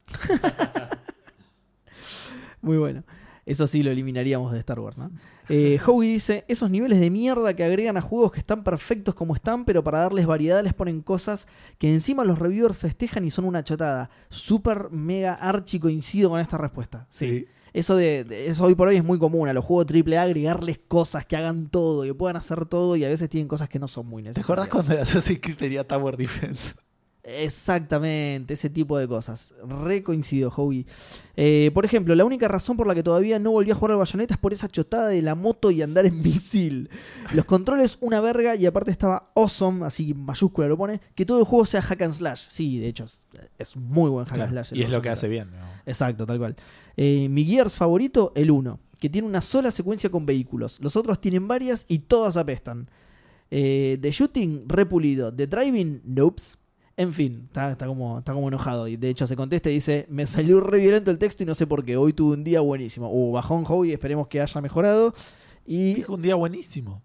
Speaker 3: Muy bueno. Eso sí lo eliminaríamos de Star Wars, ¿no? Eh, Howie dice, esos niveles de mierda que agregan a juegos que están perfectos como están, pero para darles variedad les ponen cosas que encima los reviewers festejan y son una chotada. Super, mega, archi coincido con esta respuesta. Sí. Eso de, de- eso hoy por hoy es muy común. A los juegos AAA agregarles cosas que hagan todo, que puedan hacer todo y a veces tienen cosas que no son muy
Speaker 2: ¿Te
Speaker 3: necesarias.
Speaker 2: acordás cuando el Assassin's Creed tenía Tower Defense?
Speaker 3: Exactamente, ese tipo de cosas. Re coincido, Howie. Eh, por ejemplo, la única razón por la que todavía no volví a jugar al bayoneta es por esa chotada de la moto y andar en misil. Los controles, una verga, y aparte estaba awesome, así en mayúscula lo pone, que todo el juego sea hack and slash. Sí, de hecho, es, es un muy buen hack and slash. el
Speaker 2: y es lo que
Speaker 3: Bayonetta.
Speaker 2: hace bien. ¿no?
Speaker 3: Exacto, tal cual. Eh, mi Gears favorito, el 1, que tiene una sola secuencia con vehículos. Los otros tienen varias y todas apestan. Eh, de shooting, repulido. De driving, nopes. En fin, está, está como, está como enojado. Y de hecho se contesta y dice, me salió re violento el texto y no sé por qué. Hoy tuve un día buenísimo. Uh, bajón hobby, esperemos que haya mejorado. Y
Speaker 2: Dijo un día buenísimo.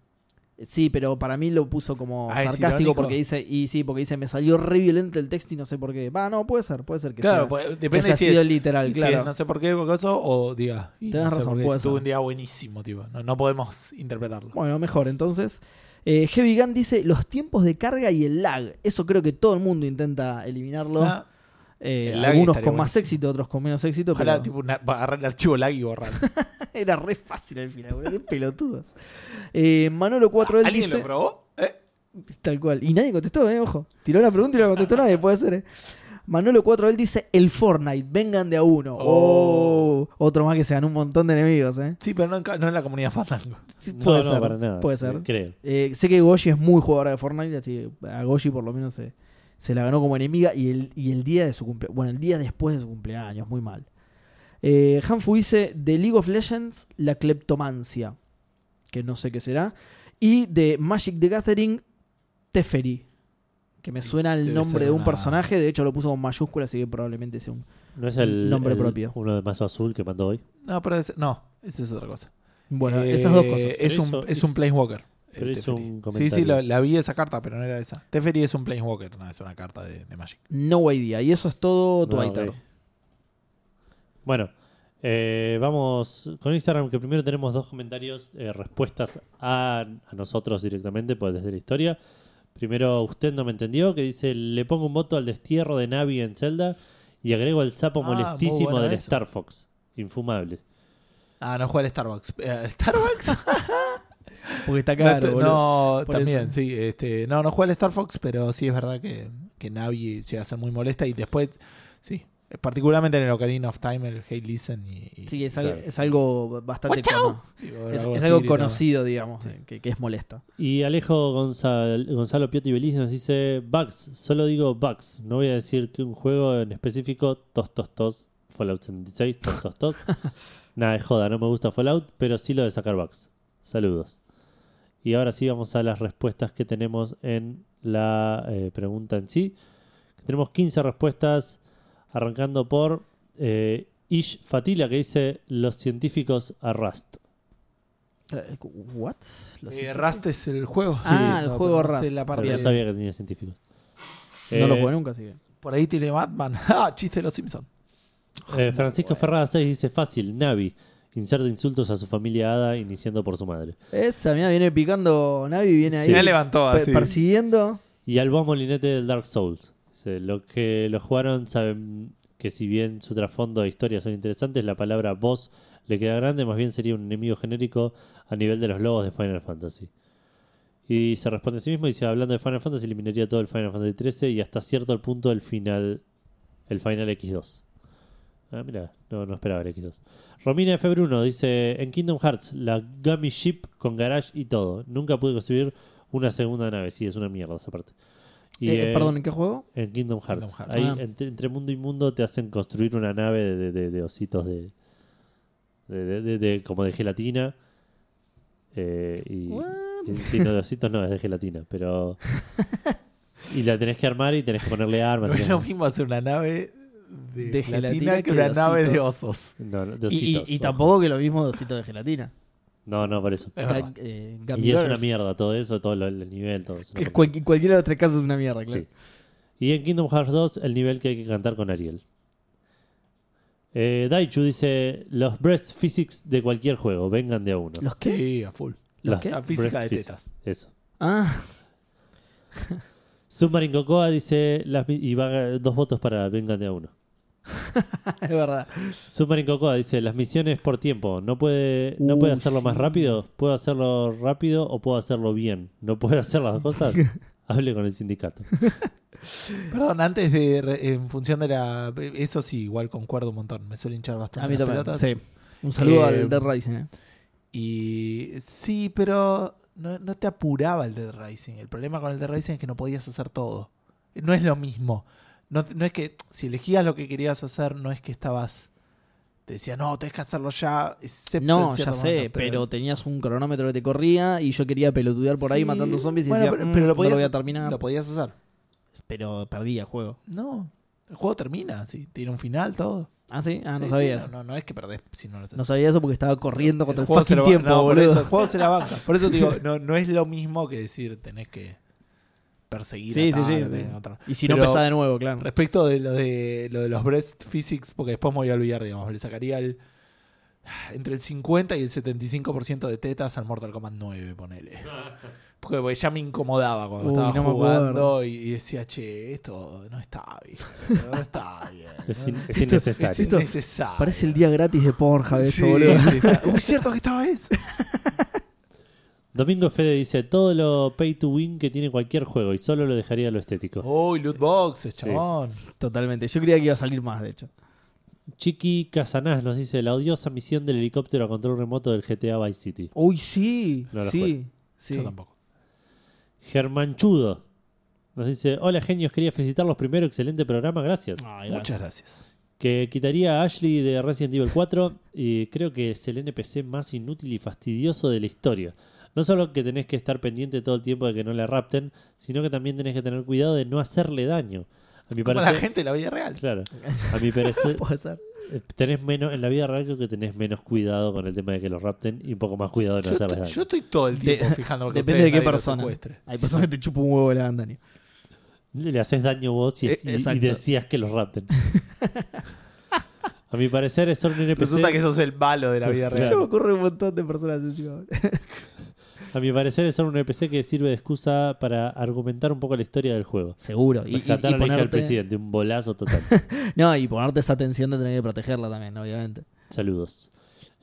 Speaker 3: sí, pero para mí lo puso como
Speaker 2: Ah, es
Speaker 3: sarcástico
Speaker 2: irónico.
Speaker 3: porque dice, y sí, porque dice, me salió re violento el texto y no sé por qué. Va, no, puede ser, puede ser que sea-
Speaker 2: Claro, pues,
Speaker 3: que
Speaker 2: depende
Speaker 3: haya
Speaker 2: si
Speaker 3: sido
Speaker 2: es,
Speaker 3: literal,
Speaker 2: si
Speaker 3: claro.
Speaker 2: es no sé por qué, porque eso, o diga, y
Speaker 3: Tenés
Speaker 2: no sé
Speaker 3: razón,
Speaker 2: por qué,
Speaker 3: puede
Speaker 2: si tuve
Speaker 3: ser.
Speaker 2: un día buenísimo, tipo. No, no podemos interpretarlo.
Speaker 3: Bueno, mejor entonces. Eh, Heavy Gun dice los tiempos de carga y el lag. Eso creo que todo el mundo intenta eliminarlo.
Speaker 2: Ah,
Speaker 3: Eh,
Speaker 2: el lag
Speaker 3: algunos con
Speaker 2: estaría
Speaker 3: más
Speaker 2: buenísimo.
Speaker 3: éxito, otros con menos éxito.
Speaker 2: ojalá
Speaker 3: pero
Speaker 2: tipo, una- agarrar el archivo lag y borrar.
Speaker 3: era re fácil al final, boludo. Qué pelotudos. Eh, Manolo 4 él
Speaker 2: ¿Alguien
Speaker 3: dice.
Speaker 2: lo probó? ¿Eh?
Speaker 3: Tal cual. Y nadie contestó, eh, ojo. Tiró la pregunta y no la contestó nadie, puede ser. eh. Manolo 4 él dice el Fortnite, vengan de a uno.
Speaker 2: Oh.
Speaker 3: Oh, otro más que se ganó un montón de enemigos, eh.
Speaker 2: Sí, pero no en, ca- no en la comunidad Fandango.
Speaker 3: Sí,
Speaker 1: No,
Speaker 3: puede
Speaker 1: no,
Speaker 3: ser,
Speaker 1: para nada.
Speaker 3: Puede ser.
Speaker 1: Creo.
Speaker 3: Eh, sé que Goji es muy jugadora de Fortnite, así que a Goji por lo menos se, se la ganó como enemiga y el, y el día de su cumpleaños. Bueno, el día después de su cumpleaños, muy mal. Eh, Hanfu dice de League of Legends, la cleptomancia, que no sé qué será. Y de Magic the Gathering, Teferi, que me suena el
Speaker 2: Debe
Speaker 3: nombre
Speaker 2: ser
Speaker 3: de un
Speaker 2: una-
Speaker 3: personaje. De hecho, lo puso con mayúscula, así que probablemente sea un.
Speaker 1: No es el
Speaker 3: Nombre
Speaker 1: el-
Speaker 3: propio.
Speaker 1: Uno de mazo azul que mandó hoy.
Speaker 2: No, pero es, no, esa es otra cosa.
Speaker 3: Bueno,
Speaker 2: Eh,
Speaker 3: esas dos cosas.
Speaker 2: Es
Speaker 1: Pero
Speaker 2: un,
Speaker 1: hizo-
Speaker 2: es un Planeswalker. eh,
Speaker 1: pero hizo
Speaker 2: Teferi.
Speaker 1: un
Speaker 2: Sí, sí,
Speaker 1: comentario.
Speaker 2: la, la vi esa carta, pero no era esa. Teferi es un Planeswalker, no es una carta de, de Magic.
Speaker 3: No idea. Y eso es todo tu
Speaker 1: No,
Speaker 3: Aitar.
Speaker 1: ok. Bueno, eh, vamos con Instagram, que primero tenemos dos comentarios, eh, respuestas a, a nosotros directamente, pues desde la historia. Primero, usted no me entendió, que dice, le pongo un voto al destierro de Navi en Zelda y agrego el sapo
Speaker 2: Ah, muy
Speaker 1: molestísimo
Speaker 2: bueno
Speaker 1: del
Speaker 2: eso.
Speaker 1: Star Fox. Infumable.
Speaker 2: Ah, no juega al Starbucks. Eh, ¿Starbucks?
Speaker 3: Porque está
Speaker 2: No,
Speaker 3: caro,
Speaker 2: estoy-
Speaker 3: boludo.
Speaker 2: no,
Speaker 3: Por
Speaker 2: también,
Speaker 3: eso.
Speaker 2: sí. Este, no, no juega al Star Fox, pero sí es verdad que, que Navi llega a ser muy molesta y después, sí. Particularmente en el Ocarina of Time, el Hey Listen y. y-
Speaker 3: Sí, es, al-
Speaker 1: Claro.
Speaker 3: es algo bastante cono-
Speaker 2: digo,
Speaker 3: Es,
Speaker 2: algo
Speaker 3: es
Speaker 2: así
Speaker 3: algo
Speaker 2: gritaba.
Speaker 3: conocido, digamos,
Speaker 2: Sí.
Speaker 3: eh, que, que es molesta.
Speaker 1: Y Alejo Gonzal- Gonzalo Piotti Beliz nos dice, Bugs, solo digo Bugs, no voy a decir que un juego en específico, tos, tos, tos, Fallout 76, tos, tos, tos. Nada, es joda, no me gusta Fallout, pero sí lo de sacar Bugs. Saludos. Y ahora sí vamos a las respuestas que tenemos en la eh, pregunta en sí. Tenemos 15 respuestas, arrancando por eh, Ish Fatila, que dice, los científicos a Rust.
Speaker 3: Eh, ¿What? Lo
Speaker 2: Eh,
Speaker 3: siento.
Speaker 2: Rust es el juego.
Speaker 3: Ah,
Speaker 2: Sí,
Speaker 3: el
Speaker 2: no,
Speaker 3: juego
Speaker 2: pero no sé
Speaker 3: Rust.
Speaker 2: la parte
Speaker 1: Pero no
Speaker 2: de-
Speaker 1: sabía que tenía científicos.
Speaker 3: no lo
Speaker 1: Eh,
Speaker 3: jugué nunca, así que.
Speaker 2: Por ahí tiene Batman. Ah, chiste de los Simpsons.
Speaker 1: Eh, Francisco Ferrada 6 dice fácil, Navi. Inserta insultos a su familia Hada, iniciando por su madre.
Speaker 3: Esa mira, viene picando Navi, viene ahí.
Speaker 1: Sí.
Speaker 2: Me levantó
Speaker 3: per-
Speaker 2: así.
Speaker 3: persiguiendo.
Speaker 1: Y Alba Molinete del Dark Souls. Dice, los que lo jugaron saben que si bien su trasfondo de historia son interesantes, la palabra boss le queda grande, más bien sería un enemigo genérico a nivel de los lobos de Final Fantasy. Y se responde a sí mismo y dice, hablando de Final Fantasy, eliminaría todo el Final Fantasy XIII y hasta cierto punto el final, el Final X2. Ah, mira, no, no esperaba el X2. Romina F. Bruno dice, en Kingdom Hearts, la Gummy Ship con garage y todo. Nunca pude construir una segunda nave. Sí, es una mierda esa parte. Y,
Speaker 3: Eh, eh,
Speaker 1: eh,
Speaker 3: perdón, ¿en qué juego?
Speaker 1: en Kingdom Hearts.
Speaker 2: Kingdom Hearts.
Speaker 1: Ahí,
Speaker 3: Ah.
Speaker 1: entre, entre mundo y mundo, te hacen construir una nave de, de- de- de ositos de, de- de- de- de- como de gelatina. Eh, y,
Speaker 3: What?
Speaker 1: y- sí, no, de ositos no, es de gelatina, pero... Y la tenés que armar y tenés que ponerle armas.
Speaker 2: No es
Speaker 1: tenés-
Speaker 2: lo mismo hacer una nave de,
Speaker 3: De
Speaker 2: gelatina,
Speaker 3: gelatina
Speaker 2: que
Speaker 3: que
Speaker 2: una
Speaker 3: de
Speaker 2: nave de
Speaker 3: ositos.
Speaker 2: osos.
Speaker 1: No, no, de
Speaker 3: Y, y-
Speaker 1: ositos,
Speaker 3: y
Speaker 1: ojo.
Speaker 3: tampoco que lo mismo de osito de gelatina.
Speaker 1: No, no, por eso.
Speaker 2: Es verdad.
Speaker 3: Está, eh,
Speaker 1: Y
Speaker 3: Gummy
Speaker 1: es una
Speaker 3: Bears.
Speaker 1: mierda todo eso, todo lo- el nivel, todo eso.
Speaker 3: Que cual- cualquiera de los tres casos es una mierda, claro.
Speaker 1: Sí. Y en Kingdom Hearts 2, el nivel que hay que cantar con Ariel. Eh, Daichu dice: Los breast physics de cualquier juego, vengan de a uno.
Speaker 3: ¿Los qué?
Speaker 2: Sí, a full.
Speaker 3: ¿Los
Speaker 1: Las
Speaker 3: qué?
Speaker 2: La física de
Speaker 1: breast
Speaker 2: tetas.
Speaker 1: physics, Eso.
Speaker 3: Ah,
Speaker 1: Submarine Cocoa dice: las mi- Y va dos votos para vengan de a uno.
Speaker 3: es verdad.
Speaker 1: Submarine Cocoa dice: Las misiones por tiempo. No puede, no
Speaker 3: Uh,
Speaker 1: puede hacerlo más
Speaker 3: sí.
Speaker 1: rápido. Puedo hacerlo rápido o puedo hacerlo bien. No puedo hacer las dos cosas. Hable con el sindicato.
Speaker 2: Perdón, antes de. re- en función de la. Eso sí, igual concuerdo un montón. Me suele hinchar bastante.
Speaker 3: A mí
Speaker 2: las
Speaker 3: también.
Speaker 2: pelotas.
Speaker 3: Sí. Un saludo
Speaker 2: Eh,
Speaker 3: al Dead Rising. eh.
Speaker 2: Y sí, pero no, no te apuraba el Dead Rising. El problema con el Dead Rising es que no podías hacer todo. No es lo mismo. No, no es que si elegías lo que querías hacer, no es que estabas... Te decía, no, tenés que hacerlo ya. excepto en
Speaker 3: No, ya
Speaker 2: cierta
Speaker 3: sé,
Speaker 2: manera",
Speaker 3: pero... tenías un cronómetro que te corría y yo quería pelotudear por ahí
Speaker 2: Sí,
Speaker 3: matando zombies y
Speaker 2: bueno,
Speaker 3: decía,
Speaker 2: pero-
Speaker 3: "Mm,
Speaker 2: pero lo
Speaker 3: no
Speaker 2: podías-
Speaker 3: lo voy a terminar,
Speaker 2: Lo podías hacer.
Speaker 3: pero perdía el juego.
Speaker 2: No, el juego termina, sí. Tiene un final, todo.
Speaker 3: Ah, sí, ah,
Speaker 2: Sí,
Speaker 3: no
Speaker 2: sí,
Speaker 3: sabía eso.
Speaker 2: no, no, no es que perdés si no lo haces.
Speaker 3: No sabía eso porque estaba corriendo contra el,
Speaker 2: juego
Speaker 3: fucking
Speaker 2: se lo va-
Speaker 3: tiempo,
Speaker 2: no, por
Speaker 3: boludo.
Speaker 2: eso, el juego se la banca. Por eso te digo, no, no es lo mismo que decir tenés que perseguir
Speaker 3: Sí,
Speaker 2: a
Speaker 3: sí,
Speaker 2: tal,
Speaker 3: sí,
Speaker 2: tenés
Speaker 3: sí.
Speaker 2: otra.
Speaker 3: Y si no
Speaker 2: Pero-
Speaker 3: empezaba de nuevo, claro.
Speaker 2: Respecto de lo de lo de los breast physics, porque después me voy a olvidar, digamos, le sacaría el entre el 50 y el 75% de tetas al Mortal Kombat 9, ponele. Porque, porque ya me incomodaba cuando
Speaker 3: Uy,
Speaker 2: estaba
Speaker 3: no me
Speaker 2: jugando
Speaker 3: acuerdo.
Speaker 2: y, y decía, che, esto no está bien, no está bien.
Speaker 1: Es,
Speaker 2: no-
Speaker 1: in- es
Speaker 3: Esto-
Speaker 2: es
Speaker 1: innecesario.
Speaker 3: esto-
Speaker 2: innecesario".
Speaker 3: Parece el día gratis de Pornhub eso,
Speaker 2: Sí,
Speaker 3: boludo.
Speaker 2: sí, está- Uy, cierto que estaba eso.
Speaker 1: Domingo Fede dice: Todo lo pay to win que tiene cualquier juego y solo lo dejaría a lo estético.
Speaker 2: Uy, loot boxes,
Speaker 1: Sí.
Speaker 2: chabón.
Speaker 3: Totalmente. Yo creía que iba a salir más, de hecho.
Speaker 1: Chiqui Casanás nos dice la odiosa misión del helicóptero a control remoto del GTA Vice City.
Speaker 3: Uy, sí.
Speaker 1: No lo
Speaker 3: sí. sí.
Speaker 2: Yo tampoco.
Speaker 1: Germán Chudo nos dice, hola genios, quería felicitarlos primero, excelente programa, gracias.
Speaker 3: Ay,
Speaker 2: Muchas gracias.
Speaker 1: Que quitaría a Ashley de Resident Evil 4 y creo que es el NPC más inútil y fastidioso de la historia. No solo que tenés que estar pendiente todo el tiempo de que no la rapten, sino que también tenés que tener cuidado de no hacerle daño. A mi
Speaker 2: Como
Speaker 1: parecer,
Speaker 2: la gente de la vida real.
Speaker 1: claro, a mi parecer
Speaker 3: Puede ser.
Speaker 1: eh, tenés menos en la vida real creo que tenés menos cuidado con el tema de que los rapten y un poco más cuidado de no
Speaker 2: Yo,
Speaker 1: hacerles
Speaker 2: estoy-
Speaker 1: daño.
Speaker 2: yo estoy todo el tiempo
Speaker 3: De-
Speaker 2: fijándome que
Speaker 3: Depende de
Speaker 2: ustedes
Speaker 3: qué
Speaker 2: nadie lo
Speaker 3: persona.
Speaker 2: secuestre.
Speaker 3: Hay personas que te chupan un huevo de la bandania.
Speaker 1: Le le haces daño vos y,
Speaker 3: Eh,
Speaker 1: y- y
Speaker 3: exacto.
Speaker 1: decías que los rapten. A mi parecer es solo un NPC.
Speaker 2: Resulta que sos el malo de la vida
Speaker 1: Claro.
Speaker 3: Se me
Speaker 2: real.
Speaker 3: ocurre un montón de personas encima.
Speaker 1: A mi parecer es solo un NPC que sirve de excusa para argumentar un poco la historia del juego.
Speaker 3: Seguro. Y, y- y
Speaker 1: Rescatar a la hija del
Speaker 3: ponerte,
Speaker 1: presidente, un bolazo total.
Speaker 3: no, y ponerte esa tensión de tener que protegerla también, obviamente.
Speaker 1: Saludos.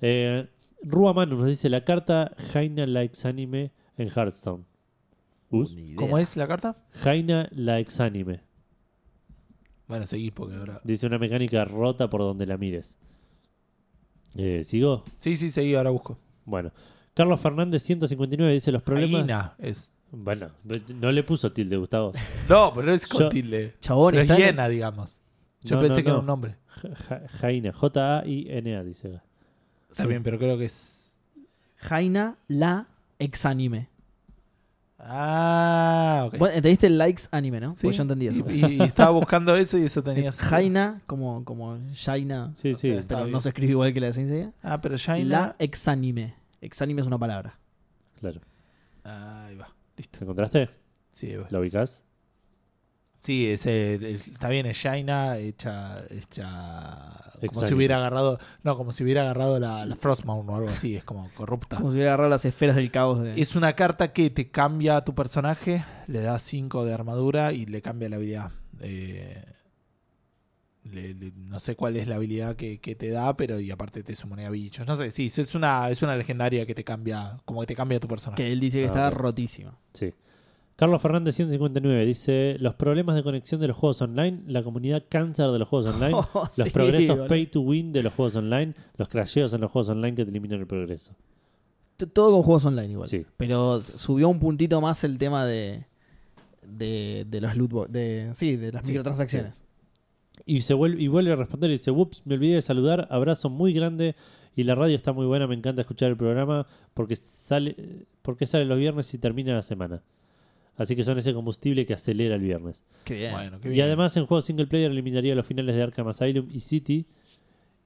Speaker 1: Eh, Rua Manu nos dice la carta Jaina likes anime en Hearthstone. Us.
Speaker 3: Ni idea.
Speaker 2: ¿Cómo es la carta?
Speaker 1: Jaina likes anime.
Speaker 2: Bueno, seguís porque ahora.
Speaker 1: Dice una mecánica rota por donde la mires. Eh, ¿Sigo?
Speaker 2: Sí, sí, seguí, ahora busco.
Speaker 1: Bueno. Carlos Fernández 159 dice los problemas.
Speaker 2: Jaina es.
Speaker 1: Bueno, no le puso tilde, Gustavo.
Speaker 2: No, pero no es con
Speaker 1: Yo-
Speaker 2: tilde.
Speaker 3: Chabón,
Speaker 2: Pero es
Speaker 3: está en-
Speaker 2: hiena, digamos. Yo
Speaker 1: No,
Speaker 2: pensé
Speaker 1: no,
Speaker 2: que era
Speaker 1: no.
Speaker 2: un nombre.
Speaker 1: Ja- ja- Jaina, J-A-I-N-A, dice.
Speaker 2: Está bien, pero creo que es.
Speaker 3: Jaina la exanime.
Speaker 2: Ah, ok.
Speaker 3: Vos entendiste el likes anime, ¿no?
Speaker 2: Sí,
Speaker 3: Pues yo entendí eso.
Speaker 2: Y, y- y estaba buscando eso y eso tenía.
Speaker 3: Es Jaina como, como Jaina,
Speaker 1: Sí, sí.
Speaker 2: sea, está
Speaker 3: pero
Speaker 2: bien.
Speaker 3: no se escribe igual que la esencia.
Speaker 2: Ah, pero
Speaker 3: La
Speaker 2: Jaina.
Speaker 3: exanime. Exanime es una palabra.
Speaker 1: Claro.
Speaker 2: Ahí va. Listo.
Speaker 1: ¿Te encontraste?
Speaker 2: Sí, ahí va.
Speaker 1: ¿La ubicás?
Speaker 2: Sí, es, eh, el- está bien, es Jaina hecha, hecha como
Speaker 1: Exacto.
Speaker 2: si hubiera agarrado, no, como si hubiera agarrado la, la Frostmourne o algo así, es como
Speaker 1: Ah.
Speaker 2: corrupta.
Speaker 3: Como si hubiera agarrado las esferas del caos de.
Speaker 2: Es una carta que te cambia a tu personaje, le da 5 de armadura y le cambia la habilidad. Eh, le- le- no sé cuál es la habilidad que, que te da, pero y aparte te sumonea bichos. No sé, sí, es una, es una legendaria que te cambia, como que te cambia a tu personaje.
Speaker 3: Que él dice que
Speaker 1: Ah,
Speaker 3: está
Speaker 1: ok.
Speaker 3: rotísima.
Speaker 1: Sí. Carlos Fernández 159 dice, los problemas de conexión de los juegos online, la comunidad cáncer de los juegos online,
Speaker 3: Oh,
Speaker 1: los
Speaker 3: sí,
Speaker 1: progresos
Speaker 3: boludo.
Speaker 1: pay to win de los juegos online, los crasheos en los juegos online que te eliminan el progreso.
Speaker 3: T- Todo con juegos online igual.
Speaker 1: Sí.
Speaker 3: Pero subió un puntito más el tema de. De, de los loot bo- de Sí, de las
Speaker 2: Sí,
Speaker 3: microtransacciones.
Speaker 1: Y, se vuelve, y vuelve a responder y dice, whoops, me olvidé de saludar, abrazo muy grande y la radio está muy buena, me encanta escuchar el programa porque sale, porque sale los viernes y termina la semana. Así que son ese combustible que acelera el viernes.
Speaker 3: Qué bien.
Speaker 2: Bueno, Ah, qué
Speaker 1: Y
Speaker 2: bien.
Speaker 1: además en juego single player eliminaría los finales de Arkham Asylum y City.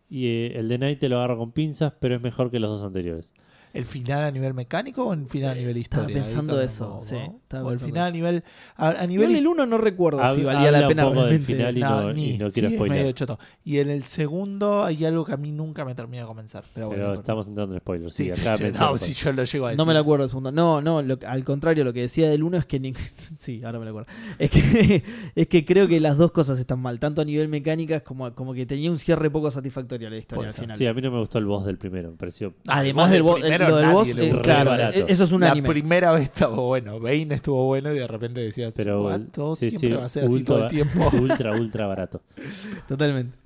Speaker 1: Y eh, el de Night te lo agarro con pinzas, pero es mejor que los dos anteriores.
Speaker 2: ¿El final a nivel mecánico o el final a nivel
Speaker 3: Estaba
Speaker 2: historia? Ahí
Speaker 3: pensando
Speaker 2: cuando-
Speaker 3: eso,
Speaker 2: ¿no?
Speaker 3: sí, estaba
Speaker 2: O el
Speaker 3: pensando
Speaker 2: final a
Speaker 3: eso.
Speaker 2: nivel. A, a nivel
Speaker 3: Igual el 1 no recuerdo si
Speaker 1: Hab-
Speaker 3: valía la
Speaker 1: habla
Speaker 3: pena
Speaker 1: un poco del
Speaker 3: realmente.
Speaker 1: final y no, y no
Speaker 2: sí,
Speaker 1: quiero
Speaker 2: es
Speaker 1: spoiler.
Speaker 2: medio choto. Y en el segundo hay algo que a mí nunca me termina de comenzar. Pero bueno.
Speaker 1: Pero
Speaker 2: no importa.
Speaker 1: estamos entrando en spoilers. Sí,
Speaker 2: Sí, sí,
Speaker 1: acá
Speaker 2: sí,
Speaker 1: me
Speaker 2: no, si yo lo llego a decir.
Speaker 3: No me lo acuerdo el segundo. No, no, lo- al contrario, lo que decía del uno es que. ni- sí, ahora me lo acuerdo. Es que, es que creo que las dos cosas están mal, tanto a nivel mecánicas como, como que tenía un cierre poco satisfactorio a la historia
Speaker 2: Puede
Speaker 3: al
Speaker 2: ser.
Speaker 3: final.
Speaker 1: Sí, a mí no me gustó el boss del primero. Me pareció.
Speaker 3: Además del
Speaker 2: El
Speaker 3: boss,
Speaker 2: boss del primero
Speaker 3: lo del
Speaker 2: nadie
Speaker 3: boss,
Speaker 2: le
Speaker 3: eh,
Speaker 1: gustó.
Speaker 3: claro,
Speaker 1: Re barato.
Speaker 3: eh, eso es un
Speaker 2: la
Speaker 3: anime.
Speaker 2: primera vez estaba bueno. Bane estuvo bueno y de repente decías,
Speaker 1: Pero
Speaker 2: "What? todo
Speaker 1: sí,
Speaker 2: siempre
Speaker 1: sí,
Speaker 2: va a ser así todo el
Speaker 1: ultra-
Speaker 2: tiempo.
Speaker 1: Ultra, ultra barato.
Speaker 3: Totalmente.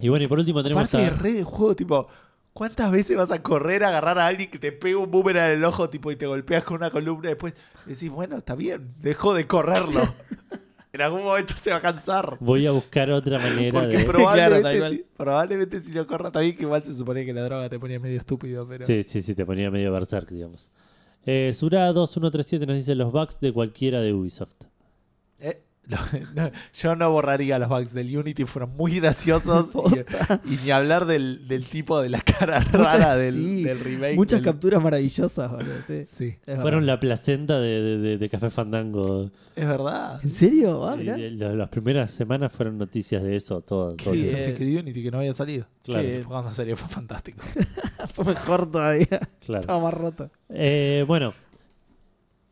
Speaker 1: Y bueno, y por último tenemos
Speaker 2: Aparte
Speaker 1: a-
Speaker 2: de re de juego, tipo, ¿cuántas veces vas a correr a agarrar a alguien que te pega un boomerang en el ojo, tipo, y te golpeas con una columna y después decís, bueno, está bien, dejó de correrlo. en algún momento se va a cansar.
Speaker 1: Voy a buscar otra manera
Speaker 2: Porque
Speaker 1: de.
Speaker 3: Claro,
Speaker 2: probablemente,
Speaker 3: tal cual.
Speaker 2: si, probablemente si lo corra, está bien que igual se suponía que la droga te ponía medio estúpido, pero...
Speaker 1: Sí, sí, sí, te ponía medio berserk, digamos. Eh, Sura 2137 nos dice los bugs de cualquiera de Ubisoft.
Speaker 2: Eh, lo- no, yo no borraría los bugs del Unity, fueron muy graciosos. y, y ni hablar del, del tipo de la cara rara del,
Speaker 3: sí,
Speaker 2: del remake.
Speaker 3: Muchas
Speaker 2: del-
Speaker 3: capturas maravillosas, boludo, sí.
Speaker 2: Sí,
Speaker 3: Es
Speaker 1: Fueron
Speaker 3: verdad.
Speaker 1: la placenta de, de- de- de Café Fandango.
Speaker 2: es verdad.
Speaker 3: ¿En serio? Ah,
Speaker 1: Y
Speaker 3: mirá.
Speaker 1: de- lo- las primeras semanas fueron noticias de eso, todo. todo
Speaker 2: Y
Speaker 1: el
Speaker 3: bien.
Speaker 1: tiempo.
Speaker 2: Assassin's Creed Unity que no había salido.
Speaker 1: Claro,
Speaker 3: qué-
Speaker 2: Cuando salió fue fantástico.
Speaker 3: Fue mejor todavía.
Speaker 1: claro.
Speaker 3: Estaba más roto.
Speaker 1: Eh, bueno,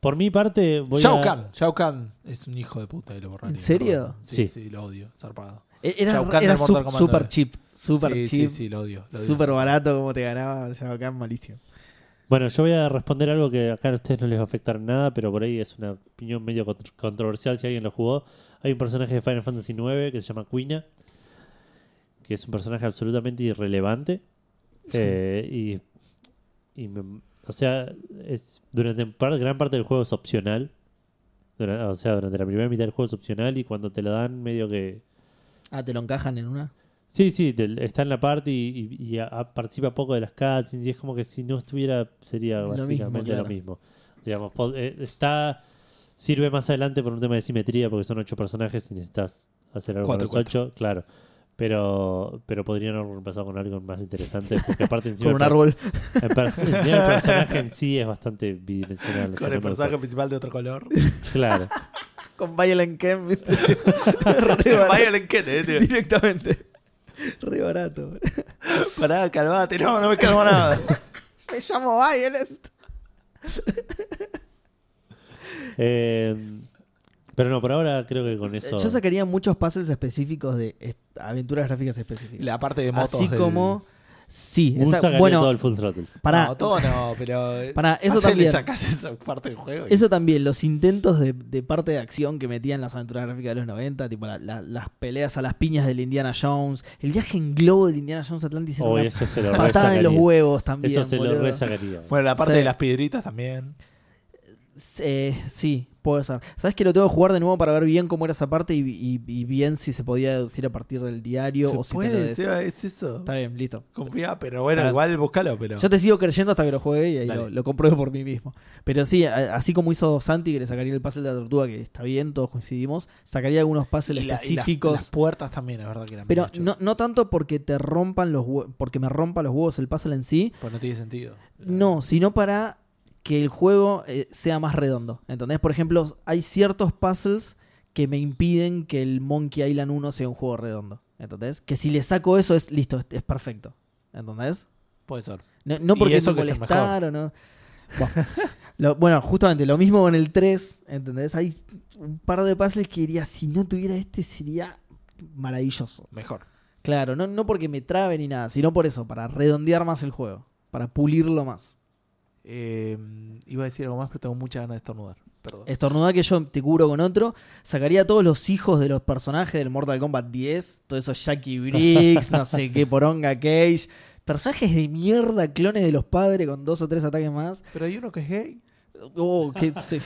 Speaker 1: por mi parte voy
Speaker 2: Shao
Speaker 1: a...
Speaker 2: Kahn. Shao Kahn es un hijo de puta y lo borraría.
Speaker 3: ¿En serio?
Speaker 2: perdón.
Speaker 1: Sí.
Speaker 2: Sí, sí, lo odio, zarpado.
Speaker 3: E- Era,
Speaker 2: Shao Kahn
Speaker 3: era
Speaker 2: del Mortal
Speaker 3: sup-
Speaker 2: Kombat
Speaker 3: super
Speaker 2: 9.
Speaker 3: cheap. Super
Speaker 2: sí,
Speaker 3: cheap.
Speaker 2: Sí, sí, lo odio. lo odio.
Speaker 3: Super barato como te ganaba Shao Kahn, malísimo.
Speaker 1: Bueno, yo voy a responder algo que acá a ustedes no les va a afectar nada, pero por ahí es una opinión medio contr- controversial si alguien lo jugó. Hay un personaje de Final Fantasy IX que se llama Quina, que es un personaje absolutamente irrelevante. Eh, y, y me- o sea, es, durante par- gran parte del juego es opcional. Dura- o sea, durante la primera mitad del juego es opcional y cuando te lo dan medio que...
Speaker 3: Ah, te lo encajan en una.
Speaker 1: Sí, sí, te- está en la parte y, y- y a- a- participa poco de las cutscenes y es como que si no estuviera sería
Speaker 3: Lo
Speaker 1: básicamente
Speaker 3: mismo, claro.
Speaker 1: lo mismo. Digamos, po- eh, está sirve más adelante por un tema de simetría porque son ocho personajes y necesitas hacer algo
Speaker 2: Cuatro,
Speaker 1: con los ocho, claro. Pero pero podrían haberlo reemplazado con algo más interesante porque aparte encima
Speaker 3: Con un
Speaker 1: el pers-
Speaker 3: árbol.
Speaker 1: el, pers- encima el personaje en sí es bastante bidimensional. o sea,
Speaker 2: Con
Speaker 1: no
Speaker 2: el
Speaker 1: me
Speaker 2: personaje
Speaker 1: gustó.
Speaker 2: principal de otro color.
Speaker 1: Claro.
Speaker 3: Con Violent Ken, ¿viste? Re barato.
Speaker 2: Violent Ken, eh, tío.
Speaker 3: Directamente. Re barato.
Speaker 2: Pará, calmate. No, no me calmo nada.
Speaker 3: Me llamo Violent.
Speaker 1: Eh, pero no, por ahora creo que con eso
Speaker 3: Eh, Yo sacaría muchos puzzles específicos de eh, aventuras gráficas específicas.
Speaker 2: La parte de motos.
Speaker 3: Así
Speaker 2: del-
Speaker 3: como. Sí,
Speaker 1: Musa
Speaker 3: esa-
Speaker 1: ganó todo
Speaker 3: bueno,
Speaker 1: el full throttle.
Speaker 3: para
Speaker 2: No, todo no, pero. eh,
Speaker 3: Pará, eso
Speaker 2: Hacele,
Speaker 3: también.
Speaker 2: sacás esa parte del juego. y-
Speaker 3: Eso también, los intentos de, de parte de acción que metían las aventuras gráficas de los 90, tipo la- la- las peleas a las piñas del Indiana Jones, el viaje en globo del Indiana Jones Atlantis era
Speaker 1: Oh,
Speaker 3: una
Speaker 1: eso se lo
Speaker 3: patada en los
Speaker 1: resacaría.
Speaker 3: huevos también.
Speaker 1: Eso se
Speaker 3: boludo.
Speaker 1: lo resacaría.
Speaker 2: Bueno, la parte
Speaker 3: Sí.
Speaker 2: de las piedritas también.
Speaker 3: Eh, sí, puede ser. ¿Sabes que lo tengo que jugar de nuevo para ver bien cómo era esa parte y, y- y bien si se podía deducir a partir del diario o
Speaker 2: Se
Speaker 3: si te lo
Speaker 2: puede,
Speaker 3: des-
Speaker 2: Seba, es eso.
Speaker 3: Está bien, listo.
Speaker 2: Confía, pero bueno,
Speaker 3: Está-
Speaker 2: igual búscalo, pero.
Speaker 3: Yo te sigo creyendo hasta que lo juegue y ahí
Speaker 2: Dale.
Speaker 3: lo, lo compruebo por mí mismo. Pero sí, a- así como hizo Santi, que le sacaría el puzzle de la tortuga, que está bien, todos coincidimos, sacaría algunos puzzles
Speaker 2: Y la- y las-
Speaker 3: específicos.
Speaker 2: las puertas también, es verdad que eran
Speaker 3: Pero
Speaker 2: medio
Speaker 3: no,
Speaker 2: chotas,
Speaker 3: no tanto porque te rompan los hue- porque me rompa los huevos el puzzle en sí,
Speaker 2: Pues no tiene sentido.
Speaker 3: no, sino para que el juego eh, sea más redondo. ¿Entendés? Por ejemplo, hay ciertos puzzles que me impiden que el Monkey Island 1 sea un juego redondo. ¿Entendés? Que si le saco eso es listo, es, es perfecto. ¿Entendés?
Speaker 2: Puede ser.
Speaker 3: No, no
Speaker 2: Y
Speaker 3: porque
Speaker 2: eso
Speaker 3: me
Speaker 2: que es el
Speaker 3: molestaron, no. Bueno, lo- bueno, justamente lo mismo con el 3, ¿entendés? Hay un par de puzzles que diría, si no tuviera este sería maravilloso.
Speaker 2: Mejor.
Speaker 3: Claro, no, no porque me trabe ni nada, sino por eso, para redondear más el juego, para pulirlo más.
Speaker 2: Eh, iba a decir algo más, pero tengo muchas ganas de estornudar. Perdón.
Speaker 3: Estornudar que yo te cubro con otro, sacaría a todos los hijos de los personajes del Mortal Kombat 10, todos esos Jackie Briggs, no sé qué, Poronga Cage, personajes de mierda, clones de los padres con dos o tres ataques más.
Speaker 2: Pero hay uno que es gay.
Speaker 3: Oh, qué, sí,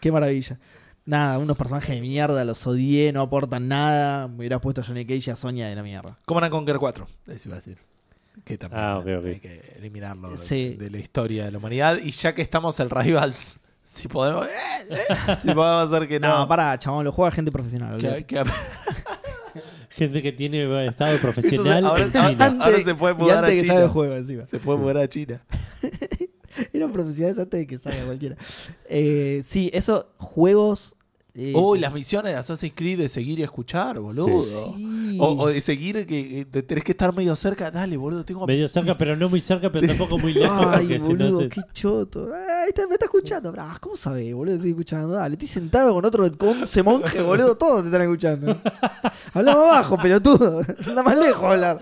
Speaker 3: qué maravilla. Nada, unos personajes de mierda, los odié, no aportan nada. Me hubieras puesto a Johnny Cage y a Sonia de la mierda.
Speaker 2: Command and Conquer 4. Eso iba a decir. Que también
Speaker 1: Ah, ok, ok.
Speaker 2: hay que eliminarlo de-
Speaker 3: Sí.
Speaker 2: de, la historia de la humanidad. Y ya que estamos el Rivals, si podemos. eh, eh, si podemos hacer que no.
Speaker 3: No, pará, chabón, lo juega gente profesional. olvídate.
Speaker 2: que, que-
Speaker 1: Gente que tiene estado
Speaker 2: Eso se-
Speaker 1: profesional
Speaker 2: ahora-
Speaker 1: en China.
Speaker 2: ahora se puede
Speaker 3: y
Speaker 2: mudar
Speaker 3: antes
Speaker 2: a
Speaker 3: que
Speaker 2: China.
Speaker 3: salga el juego encima.
Speaker 2: se puede mover a China.
Speaker 3: terminan profesionales antes de que salga cualquiera. Eh, sí, esos juegos. eh,
Speaker 2: Uy, las misiones de Assassin's Creed de seguir y escuchar, boludo.
Speaker 3: sí.
Speaker 2: O, o de seguir que que tenés que estar medio cerca. Dale, boludo, tengo
Speaker 1: Medio cerca, pero no muy cerca, pero tampoco muy lejos.
Speaker 3: Ay,
Speaker 1: porque si no
Speaker 3: boludo,
Speaker 1: te-
Speaker 3: qué choto. Ay, está- me está escuchando. Ah, ¿Cómo sabés, boludo? Estoy escuchando. Dale, estoy sentado con otro, con 11 monjes, boludo. Todos te están escuchando. Habla más abajo, pelotudo. Anda más lejos a hablar.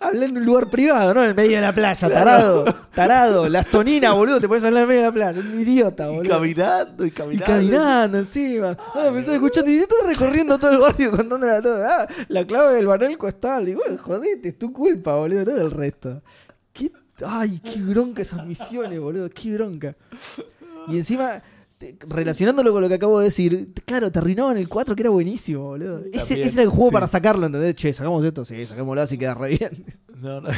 Speaker 3: Habla en un lugar privado, ¿no? En el medio de la playa, tarado. Tarado. Las toninas, boludo. Te puedes hablar en el medio de la playa. Un idiota,
Speaker 2: Y
Speaker 3: boludo.
Speaker 2: caminando, y
Speaker 3: Y
Speaker 2: caminando.
Speaker 3: caminando encima. Ah, me estás escuchando. Y estás recorriendo todo el barrio contándola todo. Ah, la clave del banelco está. Le digo, "Bueno, jodete, es tu culpa, boludo, no del resto. ¿Qué? Ay, qué bronca esas misiones, boludo. Qué bronca. Y encima, te- relacionándolo con lo que acabo de decir, te- claro, te arruinaban el 4 que era buenísimo, boludo. Ese,
Speaker 2: También,
Speaker 3: ese era el juego
Speaker 2: sí.
Speaker 3: para sacarlo, ¿entendés? Che, sacamos esto, sí, sacámoslo así queda re bien.
Speaker 2: No, no.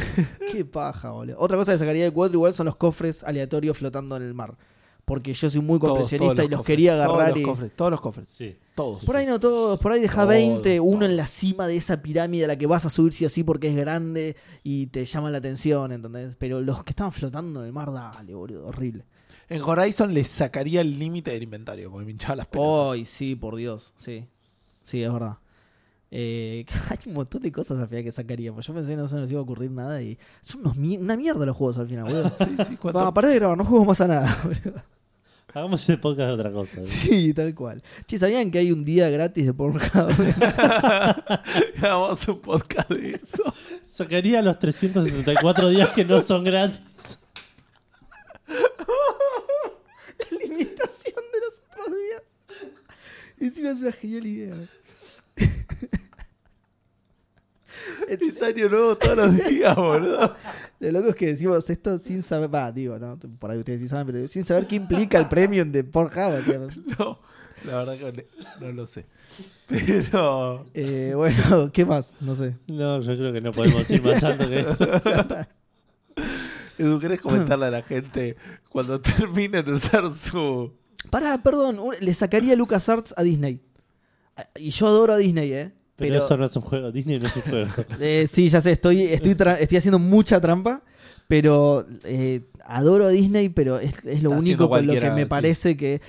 Speaker 3: Qué paja, boludo. Otra cosa que sacaría del 4 igual son los cofres aleatorios flotando en el mar. Porque yo soy muy
Speaker 2: Todos,
Speaker 3: compresionista
Speaker 2: todos
Speaker 3: y los
Speaker 2: cofres,
Speaker 3: quería agarrar
Speaker 2: Todos
Speaker 3: y.
Speaker 2: los cofres, todos los cofres.
Speaker 1: Sí.
Speaker 2: Todos.
Speaker 3: Por ahí no todos, por ahí deja
Speaker 2: Todos,
Speaker 3: 20, uno
Speaker 2: todos.
Speaker 3: en la cima de esa pirámide a la que vas a subir sí o sí porque es grande y te llama la atención, ¿entendés? Pero los que estaban flotando en el mar, dale, boludo, horrible.
Speaker 2: En Horizon les sacaría el límite del inventario, porque me hinchaba las pelotas.
Speaker 3: Ay, sí, por Dios, sí. Sí, es verdad. Eh, hay un montón de cosas al final que sacaríamos. Yo pensé que no se nos iba a ocurrir nada y. Son unos mi- una mierda los juegos al final, boludo.
Speaker 2: Sí, sí, cuánto-
Speaker 3: Va, pará de grabar, no juego más a nada, boludo.
Speaker 1: Hagamos ese podcast de otra cosa.
Speaker 3: Sí, tal cual. Che, ¿sabían que hay un día gratis de Pornhub?
Speaker 2: Vamos a hacer un podcast de eso.
Speaker 1: Sacaría los 364 días que no son gratis.
Speaker 3: la limitación de los otros días. Encima es una genial idea.
Speaker 2: Es año nuevo todos los días, boludo.
Speaker 3: Lo loco es que decimos esto sin saber, va, digo, no, por ahí ustedes sí saben, pero sin saber qué implica el premium de Pornhub. o sea,
Speaker 2: No, la verdad que no lo sé. Pero.
Speaker 3: eh, bueno, ¿qué más? No sé.
Speaker 1: No, yo creo que no podemos ir más alto que esto.
Speaker 2: Edu, ¿querés comentarle a la gente cuando terminen de usar su.
Speaker 3: Pará, perdón, un- le sacaría LucasArts a Disney. A- Y yo adoro a Disney, ¿eh?
Speaker 1: Pero, eso no es un juego. Disney no es un juego.
Speaker 3: Eh, sí, ya sé, estoy, estoy, tra- estoy haciendo mucha trampa, pero eh, adoro a Disney, pero es, es lo
Speaker 2: Está haciendo
Speaker 3: único con lo que
Speaker 2: cualquiera,
Speaker 3: me
Speaker 2: sí.
Speaker 3: parece que,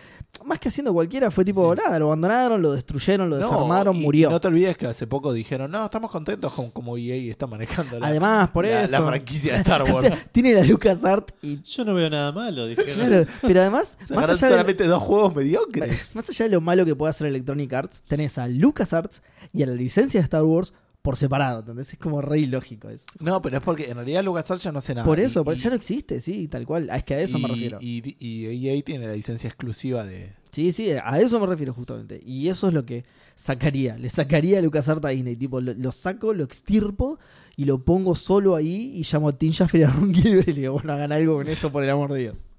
Speaker 3: más que haciendo cualquiera, fue tipo,
Speaker 2: Sí.
Speaker 3: nada, lo abandonaron, lo destruyeron, lo
Speaker 2: No,
Speaker 3: desarmaron,
Speaker 2: y-
Speaker 3: murió.
Speaker 2: y no te olvides que hace poco dijeron, no, estamos contentos con cómo EA está manejando la,
Speaker 3: Además, por
Speaker 2: la-
Speaker 3: eso...
Speaker 2: la franquicia de Star Wars.
Speaker 3: o sea, tiene la LucasArts y...
Speaker 1: Yo no veo nada malo, dije.
Speaker 3: Claro, pero además, más
Speaker 2: Sacaron
Speaker 3: allá, de,
Speaker 2: solamente dos juegos mediocres.
Speaker 3: más allá de lo malo que puede hacer Electronic Arts, tenés a LucasArts y a la licencia de Star Wars por separado, ¿entendés? Es como re ilógico eso.
Speaker 2: No, pero es porque en realidad LucasArts ya no hace nada.
Speaker 3: por
Speaker 2: Ah, Y-
Speaker 3: eso, por-
Speaker 2: y-
Speaker 3: ya no existe, sí, tal cual. Ah, Es que a eso me
Speaker 2: y-
Speaker 3: refiero.
Speaker 2: Y, y EA tiene la licencia exclusiva de.
Speaker 3: Sí, sí, a eso me refiero justamente. Y eso es lo que sacaría. Le sacaría a LucasArts a Disney. Tipo, lo, lo saco, lo extirpo y lo pongo solo ahí y llamo a Tim Schafer y a Ron Gilbert y le digo, bueno, hagan algo con esto, por el amor de Dios.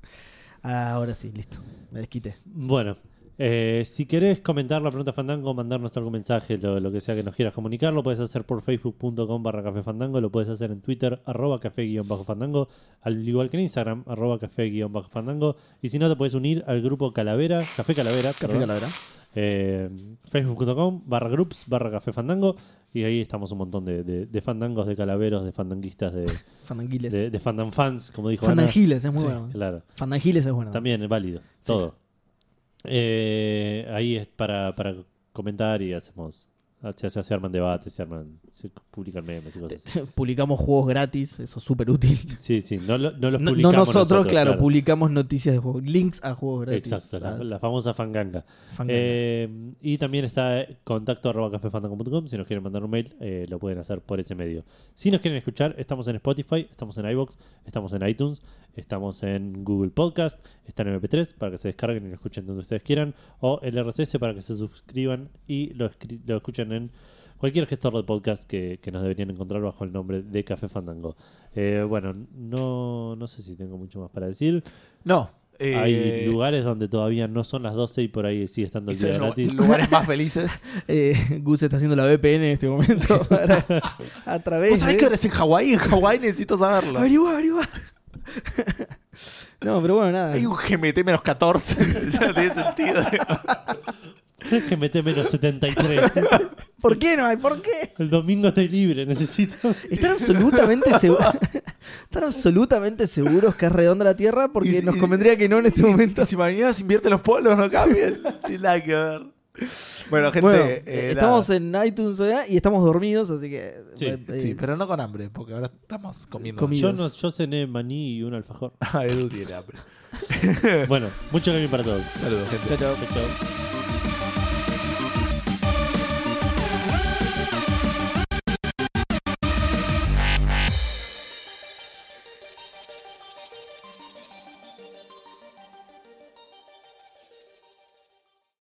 Speaker 3: Ahora sí, listo. Me desquité.
Speaker 1: Bueno, eh, si querés comentar la pregunta Fandango, mandarnos algún mensaje, lo, lo que sea que nos quieras comunicar, lo puedes hacer por facebook.com barra café fandango, lo puedes hacer en Twitter, arroba café guión bajo fandango, al igual que en Instagram, arroba café guión bajo fandango. Y si no, te puedes unir al grupo Calavera, Café Calavera,
Speaker 3: Café
Speaker 1: perdón,
Speaker 3: Calavera.
Speaker 1: eh, facebook.com barra groups barra café fandango. Y ahí estamos un montón de, de- de fandangos, de calaveros, de fandanguistas, de,
Speaker 3: Fandangiles.
Speaker 1: de, de fandan fans, como dijo Ana.
Speaker 3: Fandangiles, es muy
Speaker 2: Sí,
Speaker 3: bueno.
Speaker 1: Claro.
Speaker 3: Fandangiles es bueno.
Speaker 1: También es válido, todo. Eh, ahí es para, para comentar y hacemos. Se, se- se arman debates, se arman. Se publican memes y cosas así.
Speaker 3: Publicamos juegos gratis, eso es súper útil.
Speaker 1: Sí, sí, no, lo- no los
Speaker 3: No, no
Speaker 1: publicamos.
Speaker 3: nosotros, claro, publicamos noticias de juegos, links a juegos gratis.
Speaker 1: Exacto, la,
Speaker 3: Ah,
Speaker 1: la famosa fanganga.
Speaker 3: Fanganga.
Speaker 1: Eh, y también está eh, contacto arroba cafefandango.com. Si nos quieren mandar un mail, eh, lo pueden hacer por ese medio. Si nos quieren escuchar, estamos en Spotify, estamos en iBox, estamos en iTunes, estamos en Google Podcast, está en MP3 para que se descarguen y lo escuchen donde ustedes quieran, o el RSS para que se suscriban y lo, escri- lo escuchen en cualquier gestor de podcast que, que nos deberían encontrar bajo el nombre de Café Fandango. Eh, bueno, no, no sé si tengo mucho más para decir.
Speaker 2: No. eh,
Speaker 1: Hay lugares donde todavía no son las 12 y por ahí sigue estando el
Speaker 2: hice
Speaker 1: día
Speaker 2: lu-
Speaker 1: gratis.
Speaker 2: lugares más felices.
Speaker 3: Eh, Gus está haciendo la VPN en este momento para- a través
Speaker 2: ¿Vos sabés
Speaker 3: de-
Speaker 2: que ahora es en Hawái? En Hawái necesito saberlo.
Speaker 3: Averigua, averigua. no, pero bueno, nada.
Speaker 2: Hay un GMT menos 14. ya no tiene sentido.
Speaker 1: Es que mete menos 73.
Speaker 3: ¿Por qué no hay? ¿Por qué?
Speaker 1: El domingo estoy libre, necesito.
Speaker 3: Están absolutamente, segu- Están absolutamente seguros que es redonda la Tierra porque
Speaker 2: Y-
Speaker 3: nos
Speaker 2: y-
Speaker 3: convendría que no en este
Speaker 2: Y si-
Speaker 3: momento.
Speaker 2: y Si mañana se invierten los polos, no cambian. Tiene nada que ver. Bueno, gente.
Speaker 3: Bueno,
Speaker 2: eh, nada.
Speaker 3: estamos en iTunes ¿verdad? y estamos dormidos, así que...
Speaker 1: Sí,
Speaker 3: eh,
Speaker 2: Sí, pero no con hambre, porque ahora estamos comiendo.
Speaker 3: Comi-
Speaker 1: Yo, no, yo cené maní y un alfajor.
Speaker 2: Ah, Edu tiene hambre.
Speaker 1: Bueno, mucho gaming para todos.
Speaker 2: Saludos, gente.
Speaker 1: Eh. chao. chao.